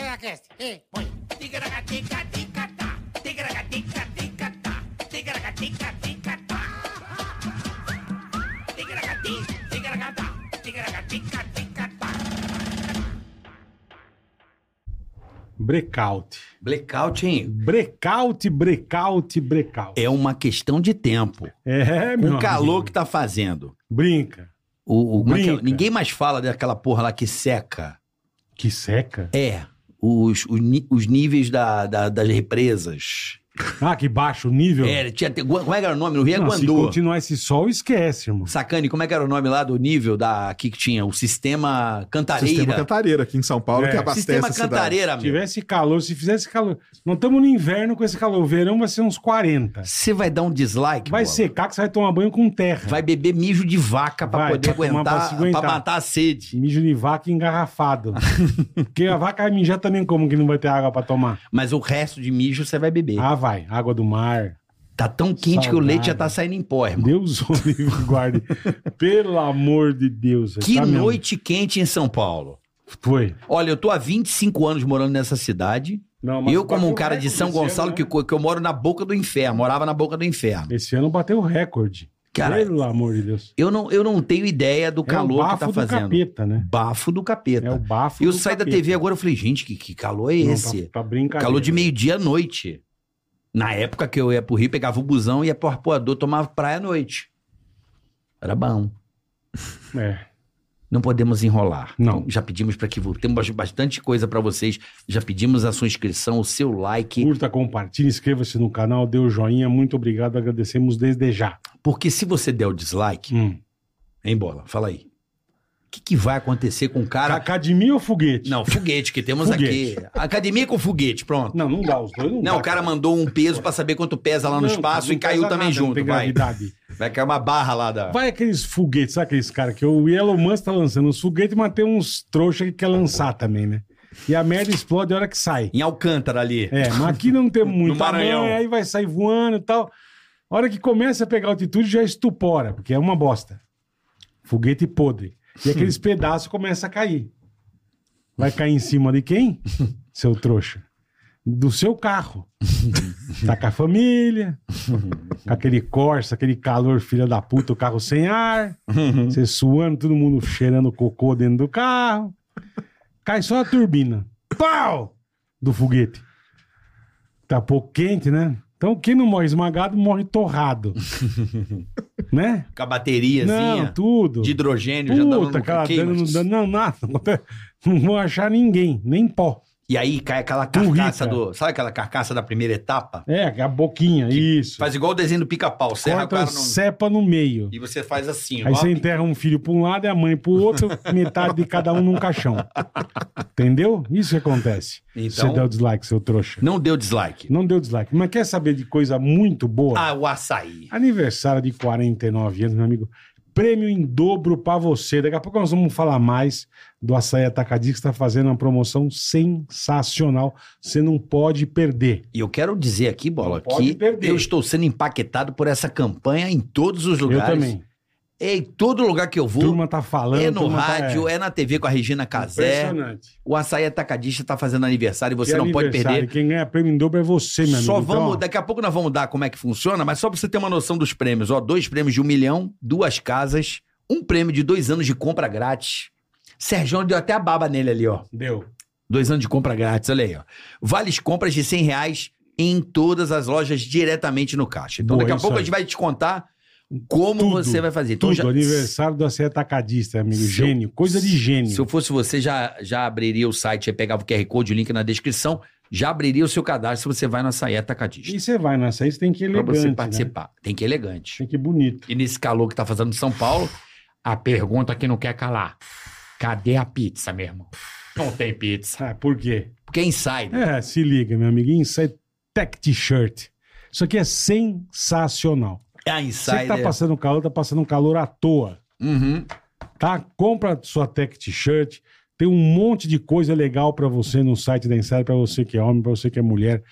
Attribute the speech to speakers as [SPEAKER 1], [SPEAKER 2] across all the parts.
[SPEAKER 1] Tigracast. E põe.
[SPEAKER 2] Tigragatica-ticatá, tigragatica-ticatá, tigragatica-ticatá. Tigragati, tigragatá, tigragatica-ticatá.
[SPEAKER 3] Breakout.
[SPEAKER 4] Blackout, hein?
[SPEAKER 3] Breakout, breakout, breakout.
[SPEAKER 4] É uma questão de tempo.
[SPEAKER 3] É, meu
[SPEAKER 4] o calor
[SPEAKER 3] amigo.
[SPEAKER 4] que tá fazendo.
[SPEAKER 3] Brinca.
[SPEAKER 4] O, o- como é que é?
[SPEAKER 3] Brinca.
[SPEAKER 4] Ninguém mais fala daquela porra lá que seca.
[SPEAKER 3] Que seca.
[SPEAKER 4] É. Os, os, ni- os níveis da- da- das represas.
[SPEAKER 3] Ah, que baixo o nível.
[SPEAKER 4] É, tinha, te- Gua- como é que era o nome? No Rio é
[SPEAKER 3] Não, assim, se
[SPEAKER 4] Guandô.
[SPEAKER 3] continuar esse sol, esquece, irmão.
[SPEAKER 4] Sacane, como é que era o nome lá do nível da aqui que tinha? O sistema Cantareira.
[SPEAKER 5] Sistema Cantareira aqui em São Paulo,
[SPEAKER 3] É.
[SPEAKER 5] que abastece
[SPEAKER 4] Sistema
[SPEAKER 5] a cidade.
[SPEAKER 4] Cantareira,
[SPEAKER 3] Se
[SPEAKER 4] meu.
[SPEAKER 3] tivesse calor, se fizesse calor. Não estamos no inverno com esse calor. O verão vai ser uns 40.
[SPEAKER 4] Você vai dar um dislike,
[SPEAKER 3] vai
[SPEAKER 4] Bola?
[SPEAKER 3] secar que você vai tomar banho com terra.
[SPEAKER 4] Vai beber mijo de vaca pra
[SPEAKER 3] Vai,
[SPEAKER 4] poder
[SPEAKER 3] pra tomar- pra
[SPEAKER 4] aguentar,
[SPEAKER 3] se
[SPEAKER 4] pra,
[SPEAKER 3] aguentar.
[SPEAKER 4] matar a sede.
[SPEAKER 3] Mijo de vaca engarrafado. Porque a vaca vai mijar também como que não vai ter água pra tomar.
[SPEAKER 4] Mas o resto de mijo você vai beber.
[SPEAKER 3] Ah, vai. Água do mar.
[SPEAKER 4] Tá tão quente que o
[SPEAKER 3] Salgado.
[SPEAKER 4] leite já tá saindo em pó, irmão.
[SPEAKER 3] Deus o livre guarde. Pelo amor de Deus.
[SPEAKER 4] Que
[SPEAKER 3] tá mesmo.
[SPEAKER 4] noite quente em São Paulo.
[SPEAKER 3] Foi.
[SPEAKER 4] Olha, eu tô há 25 anos morando nessa cidade.
[SPEAKER 3] Não,
[SPEAKER 4] eu,
[SPEAKER 3] bateu
[SPEAKER 4] como um cara
[SPEAKER 3] recorde
[SPEAKER 4] de São
[SPEAKER 3] tá esse
[SPEAKER 4] Gonçalo,
[SPEAKER 3] ano,
[SPEAKER 4] que,
[SPEAKER 3] né?
[SPEAKER 4] co- que eu moro na boca do inferno, morava na boca do inferno.
[SPEAKER 3] Esse ano bateu o recorde.
[SPEAKER 4] Cara,
[SPEAKER 3] Pelo amor de Deus.
[SPEAKER 4] eu não, eu não tenho ideia do calor que tá
[SPEAKER 3] É do
[SPEAKER 4] fazendo.
[SPEAKER 3] capeta, né?
[SPEAKER 4] Bafo do
[SPEAKER 3] É
[SPEAKER 4] capeta.
[SPEAKER 3] o bafo
[SPEAKER 4] eu
[SPEAKER 3] do
[SPEAKER 4] saí da
[SPEAKER 3] capeta.
[SPEAKER 4] TV agora, eu falei, gente, que, que calor é
[SPEAKER 3] Não,
[SPEAKER 4] esse?
[SPEAKER 3] Tá, tá brincadeira.
[SPEAKER 4] calor de meio-dia à noite. Na época que eu ia pro Rio, pegava o busão, ia pro arpoador, tomava praia à noite. Era bom.
[SPEAKER 3] É.
[SPEAKER 4] Não podemos enrolar.
[SPEAKER 3] Não.
[SPEAKER 4] Então, Já pedimos para que vo- temos bas- bastante coisa para vocês. Já pedimos a sua inscrição, o seu like,
[SPEAKER 3] Curta, compartilhe, inscreva-se no canal, dê o joinha. Muito obrigado, agradecemos desde já.
[SPEAKER 4] porque se você der o dislike,
[SPEAKER 3] Hum.
[SPEAKER 4] hein, bola, fala aí. O que, que vai acontecer com o cara?
[SPEAKER 3] Academia ou foguete?
[SPEAKER 4] Não, foguete que temos
[SPEAKER 3] Foguete.
[SPEAKER 4] aqui. Academia com foguete, pronto.
[SPEAKER 3] Não, não dá, os dois não
[SPEAKER 4] Não,
[SPEAKER 3] dá.
[SPEAKER 4] o cara mandou um peso para saber quanto pesa lá no
[SPEAKER 3] Não,
[SPEAKER 4] espaço
[SPEAKER 3] não
[SPEAKER 4] e caiu
[SPEAKER 3] pesa
[SPEAKER 4] também
[SPEAKER 3] nada, não
[SPEAKER 4] junto,
[SPEAKER 3] tem
[SPEAKER 4] vai.
[SPEAKER 3] gravidade.
[SPEAKER 4] Vai cair uma barra lá da.
[SPEAKER 3] Vai aqueles foguetes, sabe aqueles caras que o Elon Musk tá lançando uns foguetes, mas tem uns trouxa que quer lançar também, né? E a merda explode a hora que sai.
[SPEAKER 4] Em Alcântara ali.
[SPEAKER 3] É, mas aqui não tem muito
[SPEAKER 4] Maranhão.
[SPEAKER 3] tamanho, aí vai sair voando e tal. A hora que começa a pegar altitude já estupora, porque é uma bosta. Foguete podre. E aqueles pedaços começam a cair. Vai cair em cima de quem? Seu trouxa. Do seu carro. tá com a família, com aquele Corsa, aquele calor filha da puta, o carro sem ar, você suando, todo mundo cheirando cocô dentro do carro. Cai só a turbina. Pau! Do foguete. Tá pouco quente, né? Então quem não morre esmagado, morre torrado. né?
[SPEAKER 4] Com a bateriazinha
[SPEAKER 3] Não, tudo.
[SPEAKER 4] de hidrogênio já dando
[SPEAKER 3] Puta,
[SPEAKER 4] no
[SPEAKER 3] aquela
[SPEAKER 4] queima.
[SPEAKER 3] dano não dá- não, nada. Não vou achar ninguém, nem pó.
[SPEAKER 4] E aí cai aquela carcaça
[SPEAKER 3] Rica.
[SPEAKER 4] do. Sabe aquela carcaça da primeira etapa?
[SPEAKER 3] É, a boquinha, isso.
[SPEAKER 4] Faz igual o desenho do pica-pau. Serra o
[SPEAKER 3] Corta,
[SPEAKER 4] cara no...
[SPEAKER 3] cepa no meio.
[SPEAKER 4] E você faz assim,
[SPEAKER 3] Aí
[SPEAKER 4] ó.
[SPEAKER 3] você enterra um filho pra um lado e a mãe pro outro, metade de cada um num caixão. Entendeu? Isso que acontece.
[SPEAKER 4] Então-
[SPEAKER 3] Você deu dislike, seu trouxa.
[SPEAKER 4] Não deu dislike.
[SPEAKER 3] Não deu dislike. Mas quer saber de coisa muito boa?
[SPEAKER 4] Ah, o açaí.
[SPEAKER 3] Aniversário de 49 anos, meu amigo. Prêmio em dobro pra você. Daqui a pouco nós vamos falar mais do Açaí Atacadista, que está fazendo uma promoção sensacional. Você não pode perder.
[SPEAKER 4] E eu quero dizer aqui, Bola,
[SPEAKER 3] Não pode
[SPEAKER 4] que
[SPEAKER 3] perder.
[SPEAKER 4] eu estou sendo empaquetado por essa campanha em todos os lugares.
[SPEAKER 3] Eu também.
[SPEAKER 4] É em todo lugar que eu vou.
[SPEAKER 3] Turma tá falando.
[SPEAKER 4] é no
[SPEAKER 3] turma tá-
[SPEAKER 4] rádio, é. na TV com a Regina Casé.
[SPEAKER 3] Impressionante.
[SPEAKER 4] O açaí atacadista tá fazendo aniversário e você
[SPEAKER 3] Que
[SPEAKER 4] não pode
[SPEAKER 3] aniversário.
[SPEAKER 4] perder.
[SPEAKER 3] Quem ganha prêmio em dobro é você, meu amigo.
[SPEAKER 4] Só
[SPEAKER 3] Então,
[SPEAKER 4] vamos,
[SPEAKER 3] ó,
[SPEAKER 4] daqui a pouco nós vamos dar como é que funciona, mas só pra você ter uma noção dos prêmios. Ó, dois prêmios de um milhão, duas casas, um prêmio de dois anos de compra grátis. Sérgio deu até a baba nele ali, ó.
[SPEAKER 3] Deu.
[SPEAKER 4] Dois anos de compra grátis, olha aí, ó. Vales compras de 100 reais em todas as lojas diretamente no caixa. Então
[SPEAKER 3] Boa,
[SPEAKER 4] daqui a
[SPEAKER 3] isso
[SPEAKER 4] pouco
[SPEAKER 3] aí.
[SPEAKER 4] a gente vai te contar como
[SPEAKER 3] Tudo,
[SPEAKER 4] você vai fazer. Então,
[SPEAKER 3] Tudo,
[SPEAKER 4] já-
[SPEAKER 3] aniversário do Açaí Atacadista, amigo.
[SPEAKER 4] Se eu-
[SPEAKER 3] Gênio, coisa de gênio.
[SPEAKER 4] se eu fosse você, já, já abriria o site, aí pegava o QR Code, o link na descrição, já abriria o seu cadastro se você vai no açaí atacadista.
[SPEAKER 3] E você vai nessa, isso tem que ir
[SPEAKER 4] Pra
[SPEAKER 3] elegante,
[SPEAKER 4] você
[SPEAKER 3] né?
[SPEAKER 4] participar. Tem que ir elegante.
[SPEAKER 3] Tem que ir bonito.
[SPEAKER 4] E nesse calor que tá fazendo em São Paulo, a pergunta que não quer calar. Cadê a pizza, meu irmão? Não tem pizza.
[SPEAKER 3] Ah, por quê?
[SPEAKER 4] Porque é insider.
[SPEAKER 3] É, se liga, meu amigo. Inside Tech T-shirt. Isso aqui é sensacional.
[SPEAKER 4] É a
[SPEAKER 3] Você
[SPEAKER 4] insider.
[SPEAKER 3] que tá passando calor, tá passando calor à toa.
[SPEAKER 4] Uhum.
[SPEAKER 3] tá? Compra sua Tech T-shirt. Tem um monte de coisa legal pra você no site da Insider, pra você que é homem, pra você que é mulher.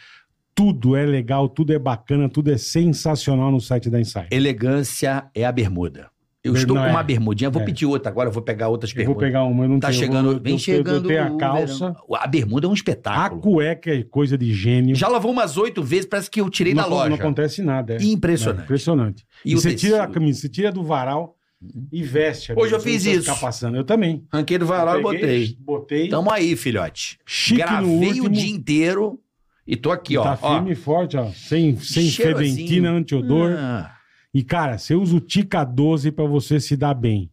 [SPEAKER 3] Tudo é legal, tudo é bacana, tudo é sensacional no site da Insider.
[SPEAKER 4] Elegância é a bermuda. Eu
[SPEAKER 3] Ber-
[SPEAKER 4] estou
[SPEAKER 3] não,
[SPEAKER 4] com
[SPEAKER 3] é.
[SPEAKER 4] uma bermudinha, vou
[SPEAKER 3] É.
[SPEAKER 4] pedir outra agora, eu vou pegar outras
[SPEAKER 3] Eu vou
[SPEAKER 4] bermudas.
[SPEAKER 3] pegar uma, eu não
[SPEAKER 4] Tá
[SPEAKER 3] tenho. eu
[SPEAKER 4] chegando,
[SPEAKER 3] vou-
[SPEAKER 4] vem
[SPEAKER 3] eu-
[SPEAKER 4] chegando.
[SPEAKER 3] Eu tenho a
[SPEAKER 4] o
[SPEAKER 3] calça.
[SPEAKER 4] verão. A bermuda é um
[SPEAKER 3] A
[SPEAKER 4] espetáculo.
[SPEAKER 3] cueca é coisa de gênio.
[SPEAKER 4] Já lavou umas oito vezes, parece que eu tirei
[SPEAKER 3] não,
[SPEAKER 4] da
[SPEAKER 3] acon-
[SPEAKER 4] loja.
[SPEAKER 3] Não acontece nada. É. É,
[SPEAKER 4] Impressionante.
[SPEAKER 3] impressionante. E,
[SPEAKER 4] o
[SPEAKER 3] você
[SPEAKER 4] tecido? Uhum.
[SPEAKER 3] tira a camisa, você tira do varal e veste.
[SPEAKER 4] Hoje eu fiz
[SPEAKER 3] Você não precisa
[SPEAKER 4] isso.
[SPEAKER 3] Ficar passando. Eu também.
[SPEAKER 4] Ranquei do varal e
[SPEAKER 3] Peguei,
[SPEAKER 4] botei.
[SPEAKER 3] Botei.
[SPEAKER 4] Tamo aí, filhote.
[SPEAKER 3] chique no
[SPEAKER 4] Gravei
[SPEAKER 3] último.
[SPEAKER 4] o dia inteiro e tô aqui, ó.
[SPEAKER 3] Tá
[SPEAKER 4] Ó,
[SPEAKER 3] firme e forte, ó. Sem, sem
[SPEAKER 4] cheirosinho.
[SPEAKER 3] fedentina, antiodor.
[SPEAKER 4] Ah,
[SPEAKER 3] E, cara, você usa o Tica 12 pra você se dar bem.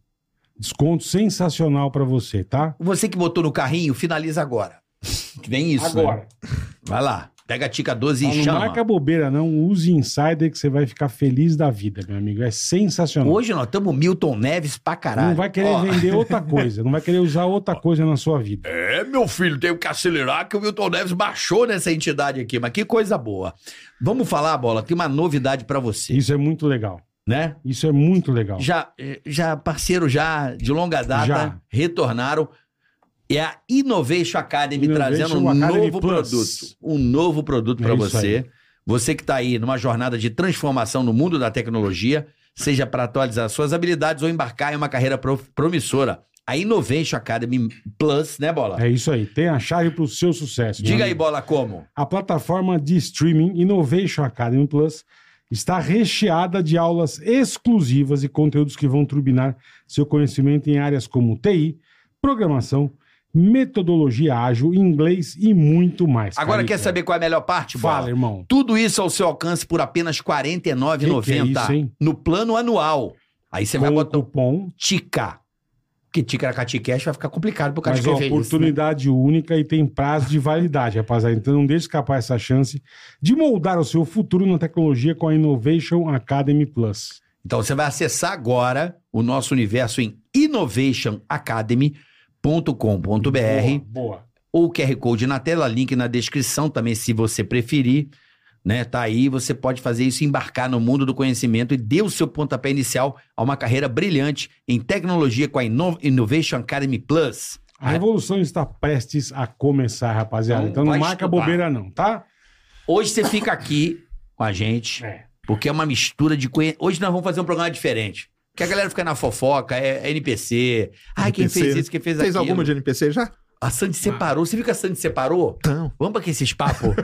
[SPEAKER 3] Desconto sensacional pra você, tá?
[SPEAKER 4] Você que botou no carrinho, finaliza agora. Que nem isso, né?
[SPEAKER 3] Agora.
[SPEAKER 4] Vai lá. Pega a Tica 12
[SPEAKER 3] Ó,
[SPEAKER 4] e
[SPEAKER 3] Não
[SPEAKER 4] chama.
[SPEAKER 3] marca bobeira, não. Use Insider que você vai ficar feliz da vida, meu amigo. É sensacional.
[SPEAKER 4] Hoje nós estamos Milton Neves pra caralho.
[SPEAKER 3] não vai querer
[SPEAKER 4] Ó,
[SPEAKER 3] vender outra coisa. Não vai querer usar outra coisa na sua vida.
[SPEAKER 4] É, meu filho, tem que acelerar que o Milton Neves baixou nessa entidade aqui, mas que coisa boa. Vamos falar, Bola, tem uma novidade pra você,
[SPEAKER 3] Isso é muito legal.
[SPEAKER 4] né?
[SPEAKER 3] Isso é muito legal.
[SPEAKER 4] Já, eh, já parceiro já de longa data
[SPEAKER 3] Já.
[SPEAKER 4] retornaram é a Innovation Academy
[SPEAKER 3] Innovation
[SPEAKER 4] trazendo um
[SPEAKER 3] Academy
[SPEAKER 4] novo
[SPEAKER 3] Plus.
[SPEAKER 4] produto, um novo produto pra
[SPEAKER 3] É isso
[SPEAKER 4] você. Você que tá aí numa jornada de transformação no mundo da tecnologia, seja para atualizar suas habilidades ou embarcar em uma carreira pro- promissora. A Innovation Academy Plus, né, Bola?
[SPEAKER 3] É isso aí. Tem a chave pro seu sucesso. meu
[SPEAKER 4] Diga aí,
[SPEAKER 3] amigo.
[SPEAKER 4] Bola, como?
[SPEAKER 3] A plataforma de streaming Innovation Academy Plus está recheada de aulas exclusivas e conteúdos que vão turbinar seu conhecimento em áreas como TI, programação, metodologia ágil, inglês e muito mais.
[SPEAKER 4] Agora
[SPEAKER 3] Carica.
[SPEAKER 4] quer saber qual é a melhor parte, Bola?
[SPEAKER 3] Fala, irmão.
[SPEAKER 4] Tudo isso ao seu alcance por apenas R$
[SPEAKER 3] Que que é
[SPEAKER 4] 49,90
[SPEAKER 3] isso, é hein?
[SPEAKER 4] no plano anual. Aí você vai
[SPEAKER 3] Com o
[SPEAKER 4] botar o
[SPEAKER 3] cupom,
[SPEAKER 4] TICA. Que TICA Cash vai ficar complicado pro cara
[SPEAKER 3] mas é
[SPEAKER 4] escrever isso. né?
[SPEAKER 3] oportunidade única e tem prazo de validade, rapaziada. Então não deixe escapar essa chance de moldar o seu futuro na tecnologia com a Innovation Academy Plus.
[SPEAKER 4] Então você vai acessar agora o nosso universo em innovationacademy.com.br
[SPEAKER 3] Boa. boa.
[SPEAKER 4] ou QR Code na tela, link na descrição também, se você preferir. Né, tá aí, você pode fazer isso, embarcar no mundo do conhecimento e dê o seu pontapé inicial a uma carreira brilhante em tecnologia com a Inno- Innovation Academy Plus.
[SPEAKER 3] A revolução está prestes a começar, rapaziada.
[SPEAKER 4] É. Então,
[SPEAKER 3] Então não
[SPEAKER 4] vai
[SPEAKER 3] marca
[SPEAKER 4] estudar.
[SPEAKER 3] bobeira, não, tá?
[SPEAKER 4] Hoje você fica aqui com a gente,
[SPEAKER 3] É.
[SPEAKER 4] porque é uma mistura de conhe... Hoje nós vamos fazer um programa diferente. Que a galera fica na fofoca, é, é NPC. Ai, quem
[SPEAKER 1] NPC,
[SPEAKER 4] fez isso, quem fez
[SPEAKER 1] Fez
[SPEAKER 4] aquilo.
[SPEAKER 1] alguma de NPC já?
[SPEAKER 4] A Sandy separou. Você viu que a Sandy separou?
[SPEAKER 1] Então.
[SPEAKER 4] Vamos pra que esses papos?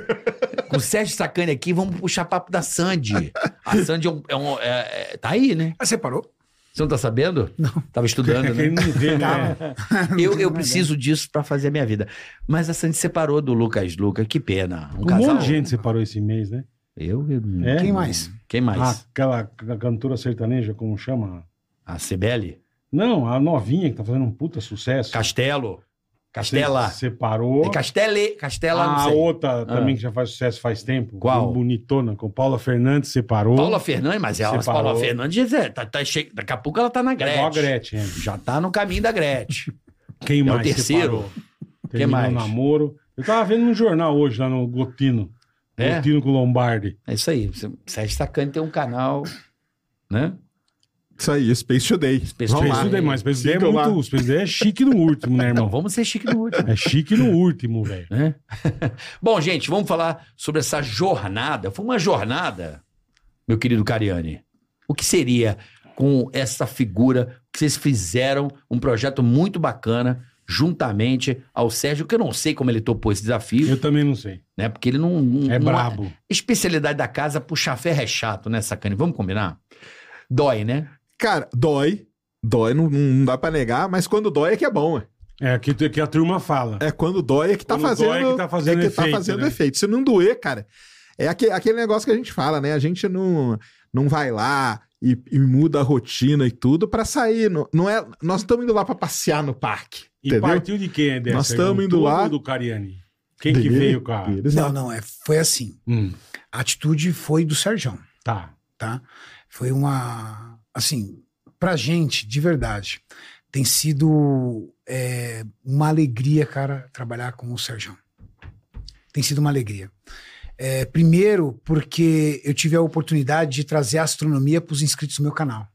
[SPEAKER 4] Com o Sérgio Sacani aqui, vamos puxar papo da Sandy. A Sandy é um. é um- é- é- tá aí, né?
[SPEAKER 1] Ah, você parou?
[SPEAKER 4] Você não tá sabendo? Não. Tava estudando,
[SPEAKER 3] Quem
[SPEAKER 4] né?
[SPEAKER 3] É não vê, né?
[SPEAKER 4] Eu, eu preciso disso pra fazer a minha vida. Mas a Sandy separou do Lucas Luca, que pena. Um,
[SPEAKER 3] Um
[SPEAKER 4] casal.
[SPEAKER 3] monte de gente separou esse mês, né?
[SPEAKER 4] Eu, eu-
[SPEAKER 3] É?
[SPEAKER 5] Quem mais?
[SPEAKER 4] Quem mais?
[SPEAKER 3] Aquela ca- cantora sertaneja, como chama?
[SPEAKER 4] A Cibele?
[SPEAKER 3] Não, a novinha que tá fazendo um puta sucesso.
[SPEAKER 4] Castelo? Castela?
[SPEAKER 3] Se- Separou.
[SPEAKER 4] É Castele? Castela,
[SPEAKER 3] a
[SPEAKER 4] não sei.
[SPEAKER 3] Ah, outra também que já faz sucesso faz tempo.
[SPEAKER 4] Qual?
[SPEAKER 3] bem Bonitona, com Paula Fernandes separou.
[SPEAKER 4] Paula Fernandes, mas ela,
[SPEAKER 3] Separou.
[SPEAKER 4] Paula Fernandes, é, tá, tá che... daqui a pouco ela tá na Gretchen.
[SPEAKER 3] É Igual a Gretchen. é.
[SPEAKER 4] Já tá no caminho da Gretchen.
[SPEAKER 3] Quem
[SPEAKER 4] É o
[SPEAKER 3] mais
[SPEAKER 4] terceiro.
[SPEAKER 3] separou? Terminou
[SPEAKER 4] mais?
[SPEAKER 3] o namoro. Eu tava vendo no jornal hoje, lá no Gotino.
[SPEAKER 4] É?
[SPEAKER 3] Gotino com Lombardi.
[SPEAKER 4] É isso aí. Você- Sérgio Sacani tem um canal, né?
[SPEAKER 1] Isso aí, Space Today.
[SPEAKER 4] Space Today.
[SPEAKER 1] Vamos lá.
[SPEAKER 3] Space Day, mas Space Day é
[SPEAKER 1] Sigam lá.
[SPEAKER 3] muito... Space Day é chique no último, né,
[SPEAKER 4] Não,
[SPEAKER 3] irmão?
[SPEAKER 4] vamos ser chique do último.
[SPEAKER 3] É chique no último, velho.
[SPEAKER 4] né? Bom, gente, vamos falar sobre essa jornada. Foi uma jornada, meu querido Cariani. O que seria com essa figura que vocês fizeram um projeto muito bacana juntamente ao Sérgio, que eu não sei como ele topou esse desafio,
[SPEAKER 3] Eu também não sei.
[SPEAKER 4] né? Porque ele não... não-
[SPEAKER 3] É
[SPEAKER 4] não-
[SPEAKER 3] brabo.
[SPEAKER 4] Especialidade da casa, puxar ferro é chato, né, Sacani? Vamos combinar? Dói, né?
[SPEAKER 1] Cara, dói. Dói, não, não dá pra negar, mas quando dói é que é bom. é.
[SPEAKER 3] É que, que a turma fala.
[SPEAKER 1] É quando dói é que tá
[SPEAKER 3] Quando
[SPEAKER 1] fazendo.
[SPEAKER 3] dói é que tá fazendo
[SPEAKER 1] é que tá
[SPEAKER 3] efeito,
[SPEAKER 1] fazendo
[SPEAKER 3] né?
[SPEAKER 1] efeito. Se não doer, cara, é aque- aquele, negócio que a gente fala, né? A gente não, não vai lá e, e muda a rotina e tudo pra sair. Não, não é, nós estamos indo lá pra passear no parque.
[SPEAKER 3] e
[SPEAKER 1] entendeu?
[SPEAKER 3] partiu de quem é dessa?
[SPEAKER 1] Nós tamo
[SPEAKER 3] Do
[SPEAKER 1] indo
[SPEAKER 3] Tulo
[SPEAKER 1] lá.
[SPEAKER 3] ou do Cariani? Quem que
[SPEAKER 1] Dele,
[SPEAKER 3] veio, cara?
[SPEAKER 1] deles,
[SPEAKER 5] Não, não, é, foi assim.
[SPEAKER 3] Hum,
[SPEAKER 5] A atitude foi do Serjão,
[SPEAKER 3] tá.
[SPEAKER 5] tá? Foi uma. Assim, pra gente, de verdade, tem sido é, uma alegria, cara, trabalhar com o Serjão. Tem sido uma alegria. É, primeiro, porque eu tive a oportunidade de trazer a astronomia para os inscritos do meu canal.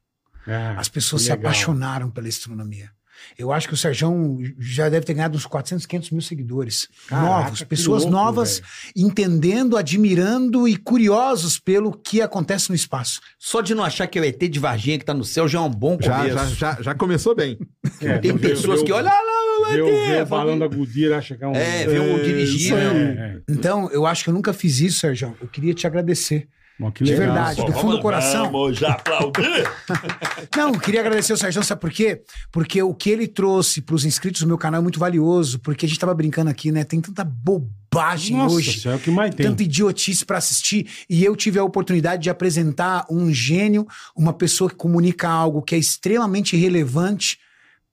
[SPEAKER 3] Ah,
[SPEAKER 5] As pessoas se
[SPEAKER 3] legal.
[SPEAKER 5] apaixonaram pela astronomia. Eu acho que o Serjão já deve ter ganhado uns 400, 500 mil seguidores.
[SPEAKER 3] Caraca,
[SPEAKER 5] novos,
[SPEAKER 3] que
[SPEAKER 5] pessoas
[SPEAKER 3] louco,
[SPEAKER 5] novas, entendendo, admirando e curiosos pelo que acontece no espaço.
[SPEAKER 4] Só de não achar que é o ET de Varginha que tá no céu já é um bom
[SPEAKER 1] Já,
[SPEAKER 4] começo.
[SPEAKER 1] já, já, já começou bem.
[SPEAKER 3] É,
[SPEAKER 4] Tem
[SPEAKER 3] vê-
[SPEAKER 4] pessoas
[SPEAKER 3] vê
[SPEAKER 4] que
[SPEAKER 3] o-
[SPEAKER 4] olham "Ah, lá, lá,
[SPEAKER 3] Vê, o- vê
[SPEAKER 4] vai
[SPEAKER 3] o
[SPEAKER 5] é,
[SPEAKER 4] ter.
[SPEAKER 3] balão da Gudira, acha que é um...
[SPEAKER 4] É, vê um dirigível.
[SPEAKER 3] É, é.
[SPEAKER 5] Então, eu acho que eu nunca fiz isso, Serjão. Eu queria te agradecer.
[SPEAKER 3] Bom, que
[SPEAKER 5] De
[SPEAKER 3] legal.
[SPEAKER 5] verdade, do fundo do coração.
[SPEAKER 6] Vamos aplaudir.
[SPEAKER 5] Não, eu queria agradecer o Sérgio, sabe por quê? Porque o que ele trouxe para os inscritos do meu canal é muito valioso, porque a gente tava brincando aqui, né? Tem tanta bobagem
[SPEAKER 3] Nossa,
[SPEAKER 5] hoje.
[SPEAKER 3] isso é o que mais tem.
[SPEAKER 5] Tanta idiotice para assistir, e eu tive a oportunidade de apresentar um gênio, uma pessoa que comunica algo que é extremamente relevante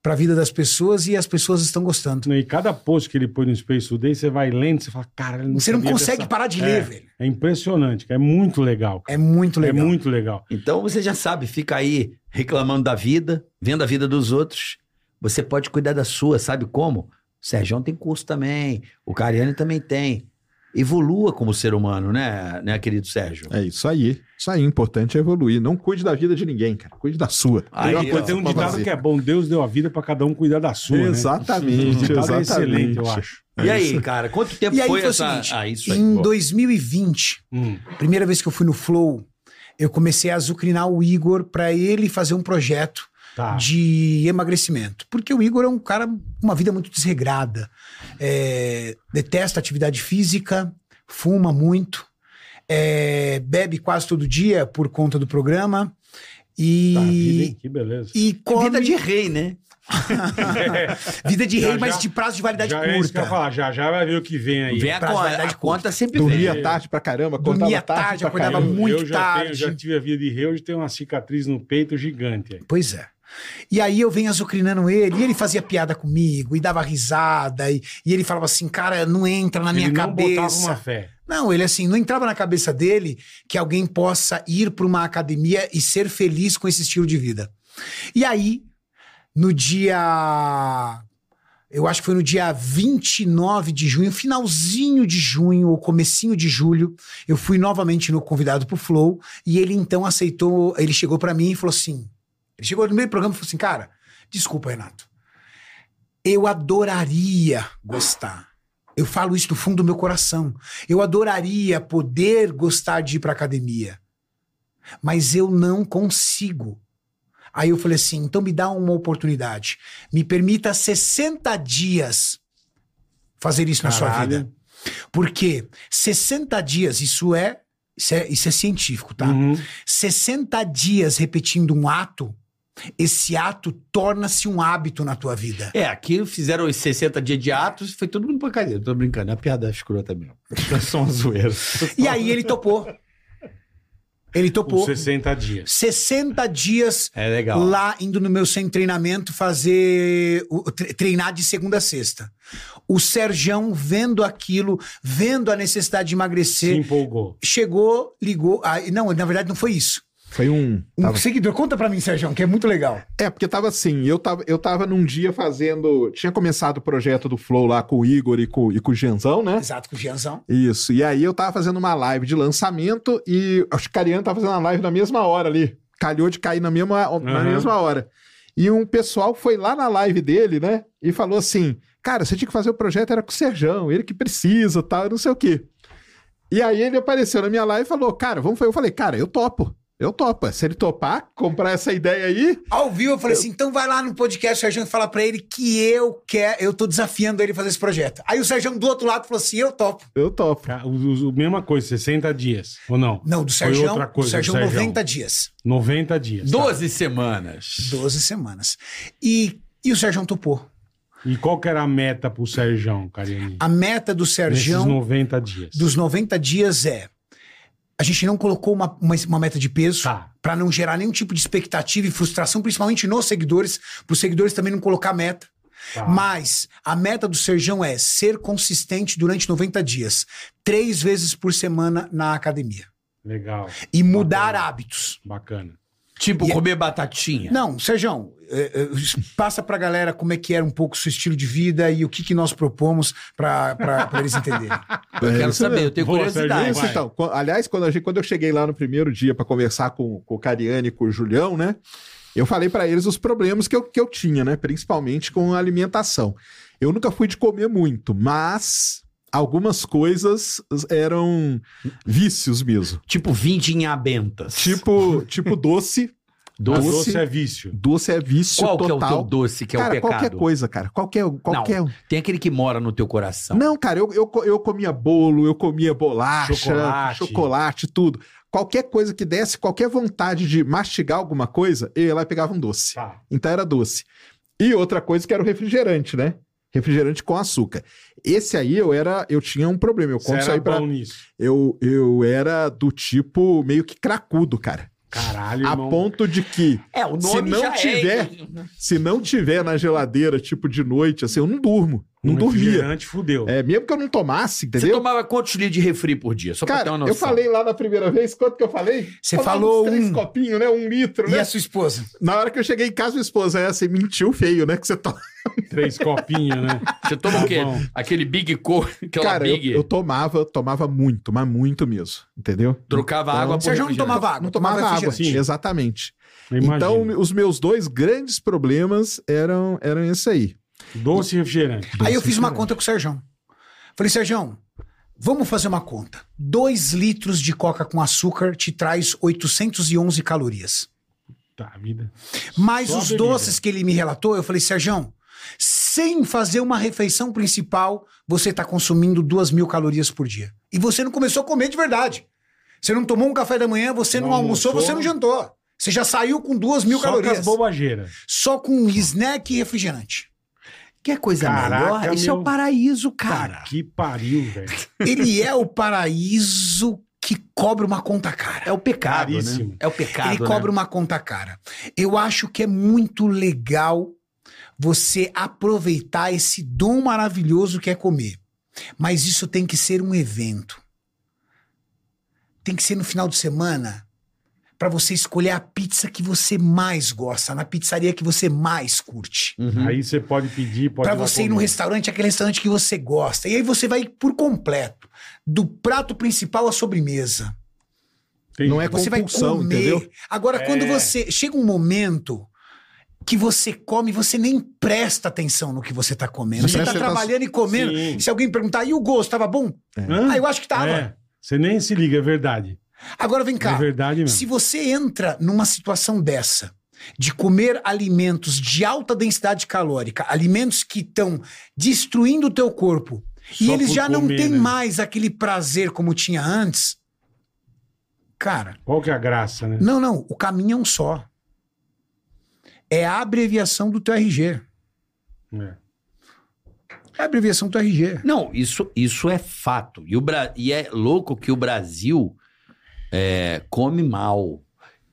[SPEAKER 5] para a vida das pessoas e as pessoas estão gostando.
[SPEAKER 3] né? E cada post que ele põe no Space Today, você vai lendo, você fala, cara, ele não
[SPEAKER 5] Você não
[SPEAKER 3] sabia
[SPEAKER 5] consegue
[SPEAKER 3] dessa-
[SPEAKER 5] parar de ler, velho.
[SPEAKER 3] É impressionante, cara. é muito legal. cara.
[SPEAKER 5] É muito
[SPEAKER 3] É
[SPEAKER 5] legal.
[SPEAKER 3] muito legal.
[SPEAKER 4] Então você já sabe, fica aí reclamando da vida, vendo a vida dos outros. Você pode cuidar da sua, sabe como? O Serjão tem curso também, o Cariani também tem. Evolua como ser humano, né, né querido Sérgio?
[SPEAKER 1] É isso aí. Isso aí, importante é evoluir. Não cuide da vida de ninguém, cara. Cuide da sua.
[SPEAKER 4] Aí,
[SPEAKER 1] Melhor
[SPEAKER 4] ó,
[SPEAKER 1] coisa
[SPEAKER 3] Tem um
[SPEAKER 1] pra
[SPEAKER 3] ditado
[SPEAKER 1] fazer.
[SPEAKER 3] que é bom, Deus deu a vida pra cada um cuidar da sua, né?
[SPEAKER 1] Exatamente,
[SPEAKER 3] Esse ditado é
[SPEAKER 1] exatamente.
[SPEAKER 3] excelente, eu acho.
[SPEAKER 4] E aí, cara, quanto tempo
[SPEAKER 5] É E aí
[SPEAKER 4] foi,
[SPEAKER 5] foi o
[SPEAKER 4] essa...
[SPEAKER 5] seguinte,
[SPEAKER 4] ah, isso aí.
[SPEAKER 5] Em
[SPEAKER 4] Bom.
[SPEAKER 5] 2020,
[SPEAKER 3] Hum.
[SPEAKER 5] Primeira vez que eu fui no Flow, eu comecei a azucrinar o Igor pra ele fazer um projeto
[SPEAKER 3] Tá.
[SPEAKER 5] de emagrecimento. Porque o Igor é um cara com uma vida muito desregrada. É, detesta atividade física, fuma muito, é, bebe quase todo dia por conta do programa.
[SPEAKER 3] Tá, vida, hein?
[SPEAKER 5] E,
[SPEAKER 3] que beleza.
[SPEAKER 5] e come
[SPEAKER 4] É Vida de rei, né?
[SPEAKER 5] vida de
[SPEAKER 3] Já,
[SPEAKER 5] rei,
[SPEAKER 3] já.
[SPEAKER 5] mas de prazo de validade
[SPEAKER 3] já é isso que eu ia
[SPEAKER 5] curta.
[SPEAKER 3] falar, já já vai ver o que vem aí.
[SPEAKER 4] Vem a,
[SPEAKER 5] Pra
[SPEAKER 4] con-
[SPEAKER 5] verdade
[SPEAKER 4] a
[SPEAKER 5] curta.
[SPEAKER 4] conta sempre vem.
[SPEAKER 1] Dormia tarde pra caramba, acordava
[SPEAKER 5] Dormia
[SPEAKER 1] tarde,
[SPEAKER 5] tarde,
[SPEAKER 1] pra
[SPEAKER 5] acordava
[SPEAKER 1] caramba.
[SPEAKER 5] muito
[SPEAKER 3] eu já
[SPEAKER 5] tarde.
[SPEAKER 3] Tenho, já tive a vida de rei, hoje tenho uma cicatriz no peito gigante. aí.
[SPEAKER 5] Pois é. E aí eu venho azucrinando ele, e ele fazia piada comigo, e dava risada, e, e ele falava assim, cara, não entra na minha
[SPEAKER 3] Ele não botava
[SPEAKER 5] cabeça.
[SPEAKER 3] uma fé.
[SPEAKER 5] Não, ele assim, não entrava na cabeça dele que alguém possa ir para uma academia e ser feliz com esse estilo de vida. E aí, no dia. Eu acho que foi no dia 29 de junho, finalzinho de junho ou comecinho de julho, eu fui novamente no convidado pro Flow e ele então aceitou, ele chegou para mim e falou assim, ele chegou no meio do programa e falou assim, cara, desculpa, Renato. Eu adoraria gostar. Eu falo isso do fundo do meu coração. Eu adoraria poder gostar de ir pra academia, mas eu não consigo. Aí eu falei assim: então me dá uma oportunidade. Me permita 60 dias fazer isso na sua
[SPEAKER 3] Caralho.
[SPEAKER 5] vida. Porque 60 dias, isso é. Isso é, isso é científico, tá?
[SPEAKER 3] Uhum.
[SPEAKER 5] 60 dias repetindo um ato, esse ato torna-se um hábito na tua vida.
[SPEAKER 4] É, aqui fizeram os 60 dias de atos e foi todo mundo pra cadeia. Tô brincando, é uma piada escrota mesmo. É só uma zoeira.
[SPEAKER 5] E aí ele topou. Ele
[SPEAKER 3] Por
[SPEAKER 5] topou.
[SPEAKER 3] 60 dias.
[SPEAKER 5] 60 dias
[SPEAKER 4] É legal.
[SPEAKER 5] lá indo no meu centro de treinamento fazer o- tre- treinar de segunda a sexta. O Serjão vendo aquilo, vendo a necessidade de
[SPEAKER 3] Se
[SPEAKER 5] emagrecer,
[SPEAKER 3] empolgou.
[SPEAKER 5] chegou, ligou, ah, não, na verdade não foi isso.
[SPEAKER 1] Foi um.
[SPEAKER 5] Um
[SPEAKER 1] tava-
[SPEAKER 5] seguidor, conta pra mim, Serjão, que é muito legal.
[SPEAKER 1] É, porque tava assim, eu tava, eu tava num dia fazendo. Tinha começado o projeto do Flow lá com o Igor e com, e com o Genzão, né?
[SPEAKER 5] Exato, com o Gianzão.
[SPEAKER 1] Isso. E aí eu tava fazendo uma live de lançamento e acho que o Cariano tava fazendo uma live na mesma hora ali. Calhou de cair na mesma, na
[SPEAKER 3] Aham.
[SPEAKER 1] mesma hora. E um pessoal foi lá na live dele, né? E falou assim: Cara, você tinha que fazer o projeto, era com o Serjão, ele que precisa, tal, e não sei o quê. E aí ele apareceu na minha live e falou: Cara, vamos fazer. Eu falei: Cara, eu topo. Eu topo. Se ele topar, comprar essa ideia aí,
[SPEAKER 5] Ao vivo, eu falei assim: então vai lá no podcast, Serjão, e fala pra ele que eu quero, eu tô desafiando ele a fazer esse projeto. Aí o Serjão do outro lado falou assim: eu topo.
[SPEAKER 1] eu topo.
[SPEAKER 3] Ca- o- o- o- mesma coisa, 60 dias. Ou não?
[SPEAKER 5] Não, do
[SPEAKER 3] Foi
[SPEAKER 5] Serjão,
[SPEAKER 3] outra
[SPEAKER 5] do
[SPEAKER 3] coisa,
[SPEAKER 5] Serjão,
[SPEAKER 3] do Serjão.
[SPEAKER 5] 90 dias.
[SPEAKER 3] 90 dias. tá?
[SPEAKER 4] 12 semanas.
[SPEAKER 5] 12 semanas. E, e o Serjão topou.
[SPEAKER 3] E qual que era a meta pro Serjão, Cariani?
[SPEAKER 5] A meta do
[SPEAKER 3] Nesses
[SPEAKER 5] Serjão
[SPEAKER 3] 90 dias.
[SPEAKER 5] dos 90 dias é. A gente não colocou uma, uma, uma meta de peso
[SPEAKER 3] Tá.
[SPEAKER 5] pra não gerar nenhum tipo de expectativa e frustração, principalmente nos seguidores, pros seguidores também não colocar meta.
[SPEAKER 3] Tá.
[SPEAKER 5] Mas a meta do Serjão é ser consistente durante 90 dias, três vezes por semana na academia.
[SPEAKER 3] Legal.
[SPEAKER 5] E mudar
[SPEAKER 3] Bacana.
[SPEAKER 5] hábitos.
[SPEAKER 3] Bacana.
[SPEAKER 4] Tipo,
[SPEAKER 5] E-
[SPEAKER 1] é-
[SPEAKER 4] comer batatinha.
[SPEAKER 5] Não, Serjão, eh, eh, passa pra galera como é que era um pouco o seu estilo de vida e o que, que nós propomos pra, pra, pra eles entenderem.
[SPEAKER 4] Eu
[SPEAKER 1] É
[SPEAKER 4] quero
[SPEAKER 1] isso
[SPEAKER 4] saber,
[SPEAKER 1] mesmo.
[SPEAKER 4] eu tenho
[SPEAKER 3] Boa,
[SPEAKER 1] É
[SPEAKER 4] curiosidade.
[SPEAKER 1] isso,
[SPEAKER 3] Vai.
[SPEAKER 1] então. Qu- Aliás, quando, a gente- quando eu cheguei lá no primeiro dia para conversar com, com o Cariani e com o Julião, né? Eu falei pra eles os problemas que eu, que eu tinha, né? Principalmente com a alimentação. Eu nunca fui de comer muito, mas algumas coisas eram vícios mesmo.
[SPEAKER 4] Tipo 20 em abentas.
[SPEAKER 1] Tipo, tipo doce.
[SPEAKER 3] Doce,
[SPEAKER 1] Doce,
[SPEAKER 3] é vício.
[SPEAKER 1] Doce é vício
[SPEAKER 4] Qual que é o
[SPEAKER 1] total.
[SPEAKER 4] teu doce que é
[SPEAKER 1] cara,
[SPEAKER 4] o pecado?
[SPEAKER 1] qualquer coisa, cara. Qualquer, qualquer um.
[SPEAKER 4] Tem aquele que mora no teu coração.
[SPEAKER 1] Não, cara, eu, eu, co- eu comia bolo, eu comia bolacha,
[SPEAKER 3] Chocolate.
[SPEAKER 1] chocolate. tudo. Qualquer coisa que desse, qualquer vontade de mastigar alguma coisa, eu ia lá e pegava um doce.
[SPEAKER 3] Tá.
[SPEAKER 1] Então era doce. E outra coisa que era o refrigerante, né? Refrigerante com açúcar. Esse aí eu era, eu tinha um problema. Eu
[SPEAKER 3] Você
[SPEAKER 1] conto isso
[SPEAKER 3] era
[SPEAKER 1] aí pra.
[SPEAKER 3] bom nisso.
[SPEAKER 1] Eu, eu era do tipo meio que cracudo, cara.
[SPEAKER 3] Caralho,
[SPEAKER 1] A
[SPEAKER 3] irmão.
[SPEAKER 1] ponto de que
[SPEAKER 4] É, o
[SPEAKER 1] Se não tiver- se não tiver na geladeira, tipo de noite, assim, eu não durmo. Não
[SPEAKER 3] Um
[SPEAKER 1] dormia.
[SPEAKER 3] refrigerante fudeu.
[SPEAKER 1] É, mesmo que eu não tomasse,
[SPEAKER 4] Você
[SPEAKER 1] entendeu?
[SPEAKER 4] tomava quantos litros de refri por dia? Só pra ter
[SPEAKER 1] Cara,
[SPEAKER 4] uma noção.
[SPEAKER 1] eu falei lá na primeira vez, quanto que eu falei?
[SPEAKER 5] Você
[SPEAKER 1] Tomava
[SPEAKER 5] falou
[SPEAKER 1] uns três
[SPEAKER 5] um.
[SPEAKER 1] copinhos, né? Um litro,
[SPEAKER 5] E
[SPEAKER 1] né?
[SPEAKER 5] a sua esposa?
[SPEAKER 1] Na hora que eu cheguei em casa, minha esposa, é assim, mentiu feio, né? Que você toma.
[SPEAKER 3] Três copinhos, né?
[SPEAKER 4] Você toma
[SPEAKER 3] Tá
[SPEAKER 4] o quê?
[SPEAKER 3] bom.
[SPEAKER 4] Aquele Big Coke, aquela
[SPEAKER 1] Cara, eu,
[SPEAKER 4] Big.
[SPEAKER 1] eu tomava, eu tomava muito, mas muito mesmo, entendeu?
[SPEAKER 4] Trocava
[SPEAKER 1] Então,
[SPEAKER 4] água por
[SPEAKER 5] Sérgio não
[SPEAKER 4] refrigerante.
[SPEAKER 5] tomava água.
[SPEAKER 1] Não tomava água,
[SPEAKER 5] refrigerante.
[SPEAKER 3] Sim.
[SPEAKER 1] exatamente.
[SPEAKER 3] Imagina.
[SPEAKER 1] Então, os meus dois grandes problemas eram, eram esse aí.
[SPEAKER 3] Doce e refrigerante.
[SPEAKER 5] Aí eu fiz uma conta com o Sérgio. Falei, Sérgio, vamos fazer uma conta. Dois litros de coca com açúcar te traz 811 calorias.
[SPEAKER 3] Tá, vida.
[SPEAKER 5] Mas
[SPEAKER 3] Só a
[SPEAKER 5] os
[SPEAKER 3] bebida.
[SPEAKER 5] doces que ele me relatou, eu falei, Sérgio, sem fazer uma refeição principal, você está consumindo duas mil calorias por dia. E você não começou a comer de verdade. Você não tomou um café da manhã, você não,
[SPEAKER 3] Não
[SPEAKER 5] almoçou,
[SPEAKER 3] almoçou.
[SPEAKER 5] você não jantou. Você já saiu com duas mil
[SPEAKER 3] Só com
[SPEAKER 5] calorias.
[SPEAKER 3] as bobageiras.
[SPEAKER 5] Só com snack e refrigerante.
[SPEAKER 4] Quer coisa
[SPEAKER 3] Caraca,
[SPEAKER 4] melhor? Isso é
[SPEAKER 3] meu.
[SPEAKER 4] o paraíso, cara.
[SPEAKER 3] Tá, Que pariu, velho.
[SPEAKER 5] Ele é o paraíso que cobra uma conta cara.
[SPEAKER 4] É o pecado,
[SPEAKER 3] Caríssimo.
[SPEAKER 4] né? É o pecado,
[SPEAKER 5] Ele cobra uma conta cara. Eu acho que é muito legal você aproveitar esse dom maravilhoso que é comer. Mas isso tem que ser um evento. Tem que ser no final de semana para você escolher a pizza que você mais gosta, na pizzaria que você mais curte.
[SPEAKER 4] né? Uhum.
[SPEAKER 3] Aí você pode pedir, pode
[SPEAKER 5] Hum. Pra
[SPEAKER 3] lá
[SPEAKER 5] você ir
[SPEAKER 3] comer.
[SPEAKER 5] num restaurante, aquele restaurante que você gosta. E aí você vai por completo, do prato principal à sobremesa.
[SPEAKER 3] Tem-
[SPEAKER 1] Não é
[SPEAKER 5] Você vai
[SPEAKER 1] compulsão,
[SPEAKER 5] comer.
[SPEAKER 1] entendeu?
[SPEAKER 5] Agora,
[SPEAKER 3] É.
[SPEAKER 5] quando você. Chega um momento que você come, você nem presta atenção no que você tá
[SPEAKER 1] Sim.
[SPEAKER 5] comendo. Você tá
[SPEAKER 1] Presta atenção.
[SPEAKER 5] trabalhando e comendo.
[SPEAKER 3] Sim.
[SPEAKER 5] Se alguém perguntar, e o gosto, tava bom?
[SPEAKER 3] Hã?
[SPEAKER 5] Ah, eu acho que tava.
[SPEAKER 3] É. Você nem se liga, é verdade.
[SPEAKER 5] Agora vem
[SPEAKER 3] é
[SPEAKER 5] cá.
[SPEAKER 3] verdade mesmo.
[SPEAKER 5] Se você entra numa situação dessa, de comer alimentos de alta densidade calórica, alimentos que estão destruindo o teu corpo, e
[SPEAKER 3] Só
[SPEAKER 5] eles
[SPEAKER 3] por
[SPEAKER 5] já não
[SPEAKER 3] comer,
[SPEAKER 5] têm
[SPEAKER 3] né?
[SPEAKER 5] mais aquele prazer como tinha antes, cara,
[SPEAKER 3] Qual que é a graça, né?
[SPEAKER 5] Não, não, o caminho é um só. É a abreviação do teu RG.
[SPEAKER 3] É.
[SPEAKER 5] É a abreviação do teu RG.
[SPEAKER 4] Não, isso, isso é fato. E, o Bra- e é louco que o Brasil é, come mal.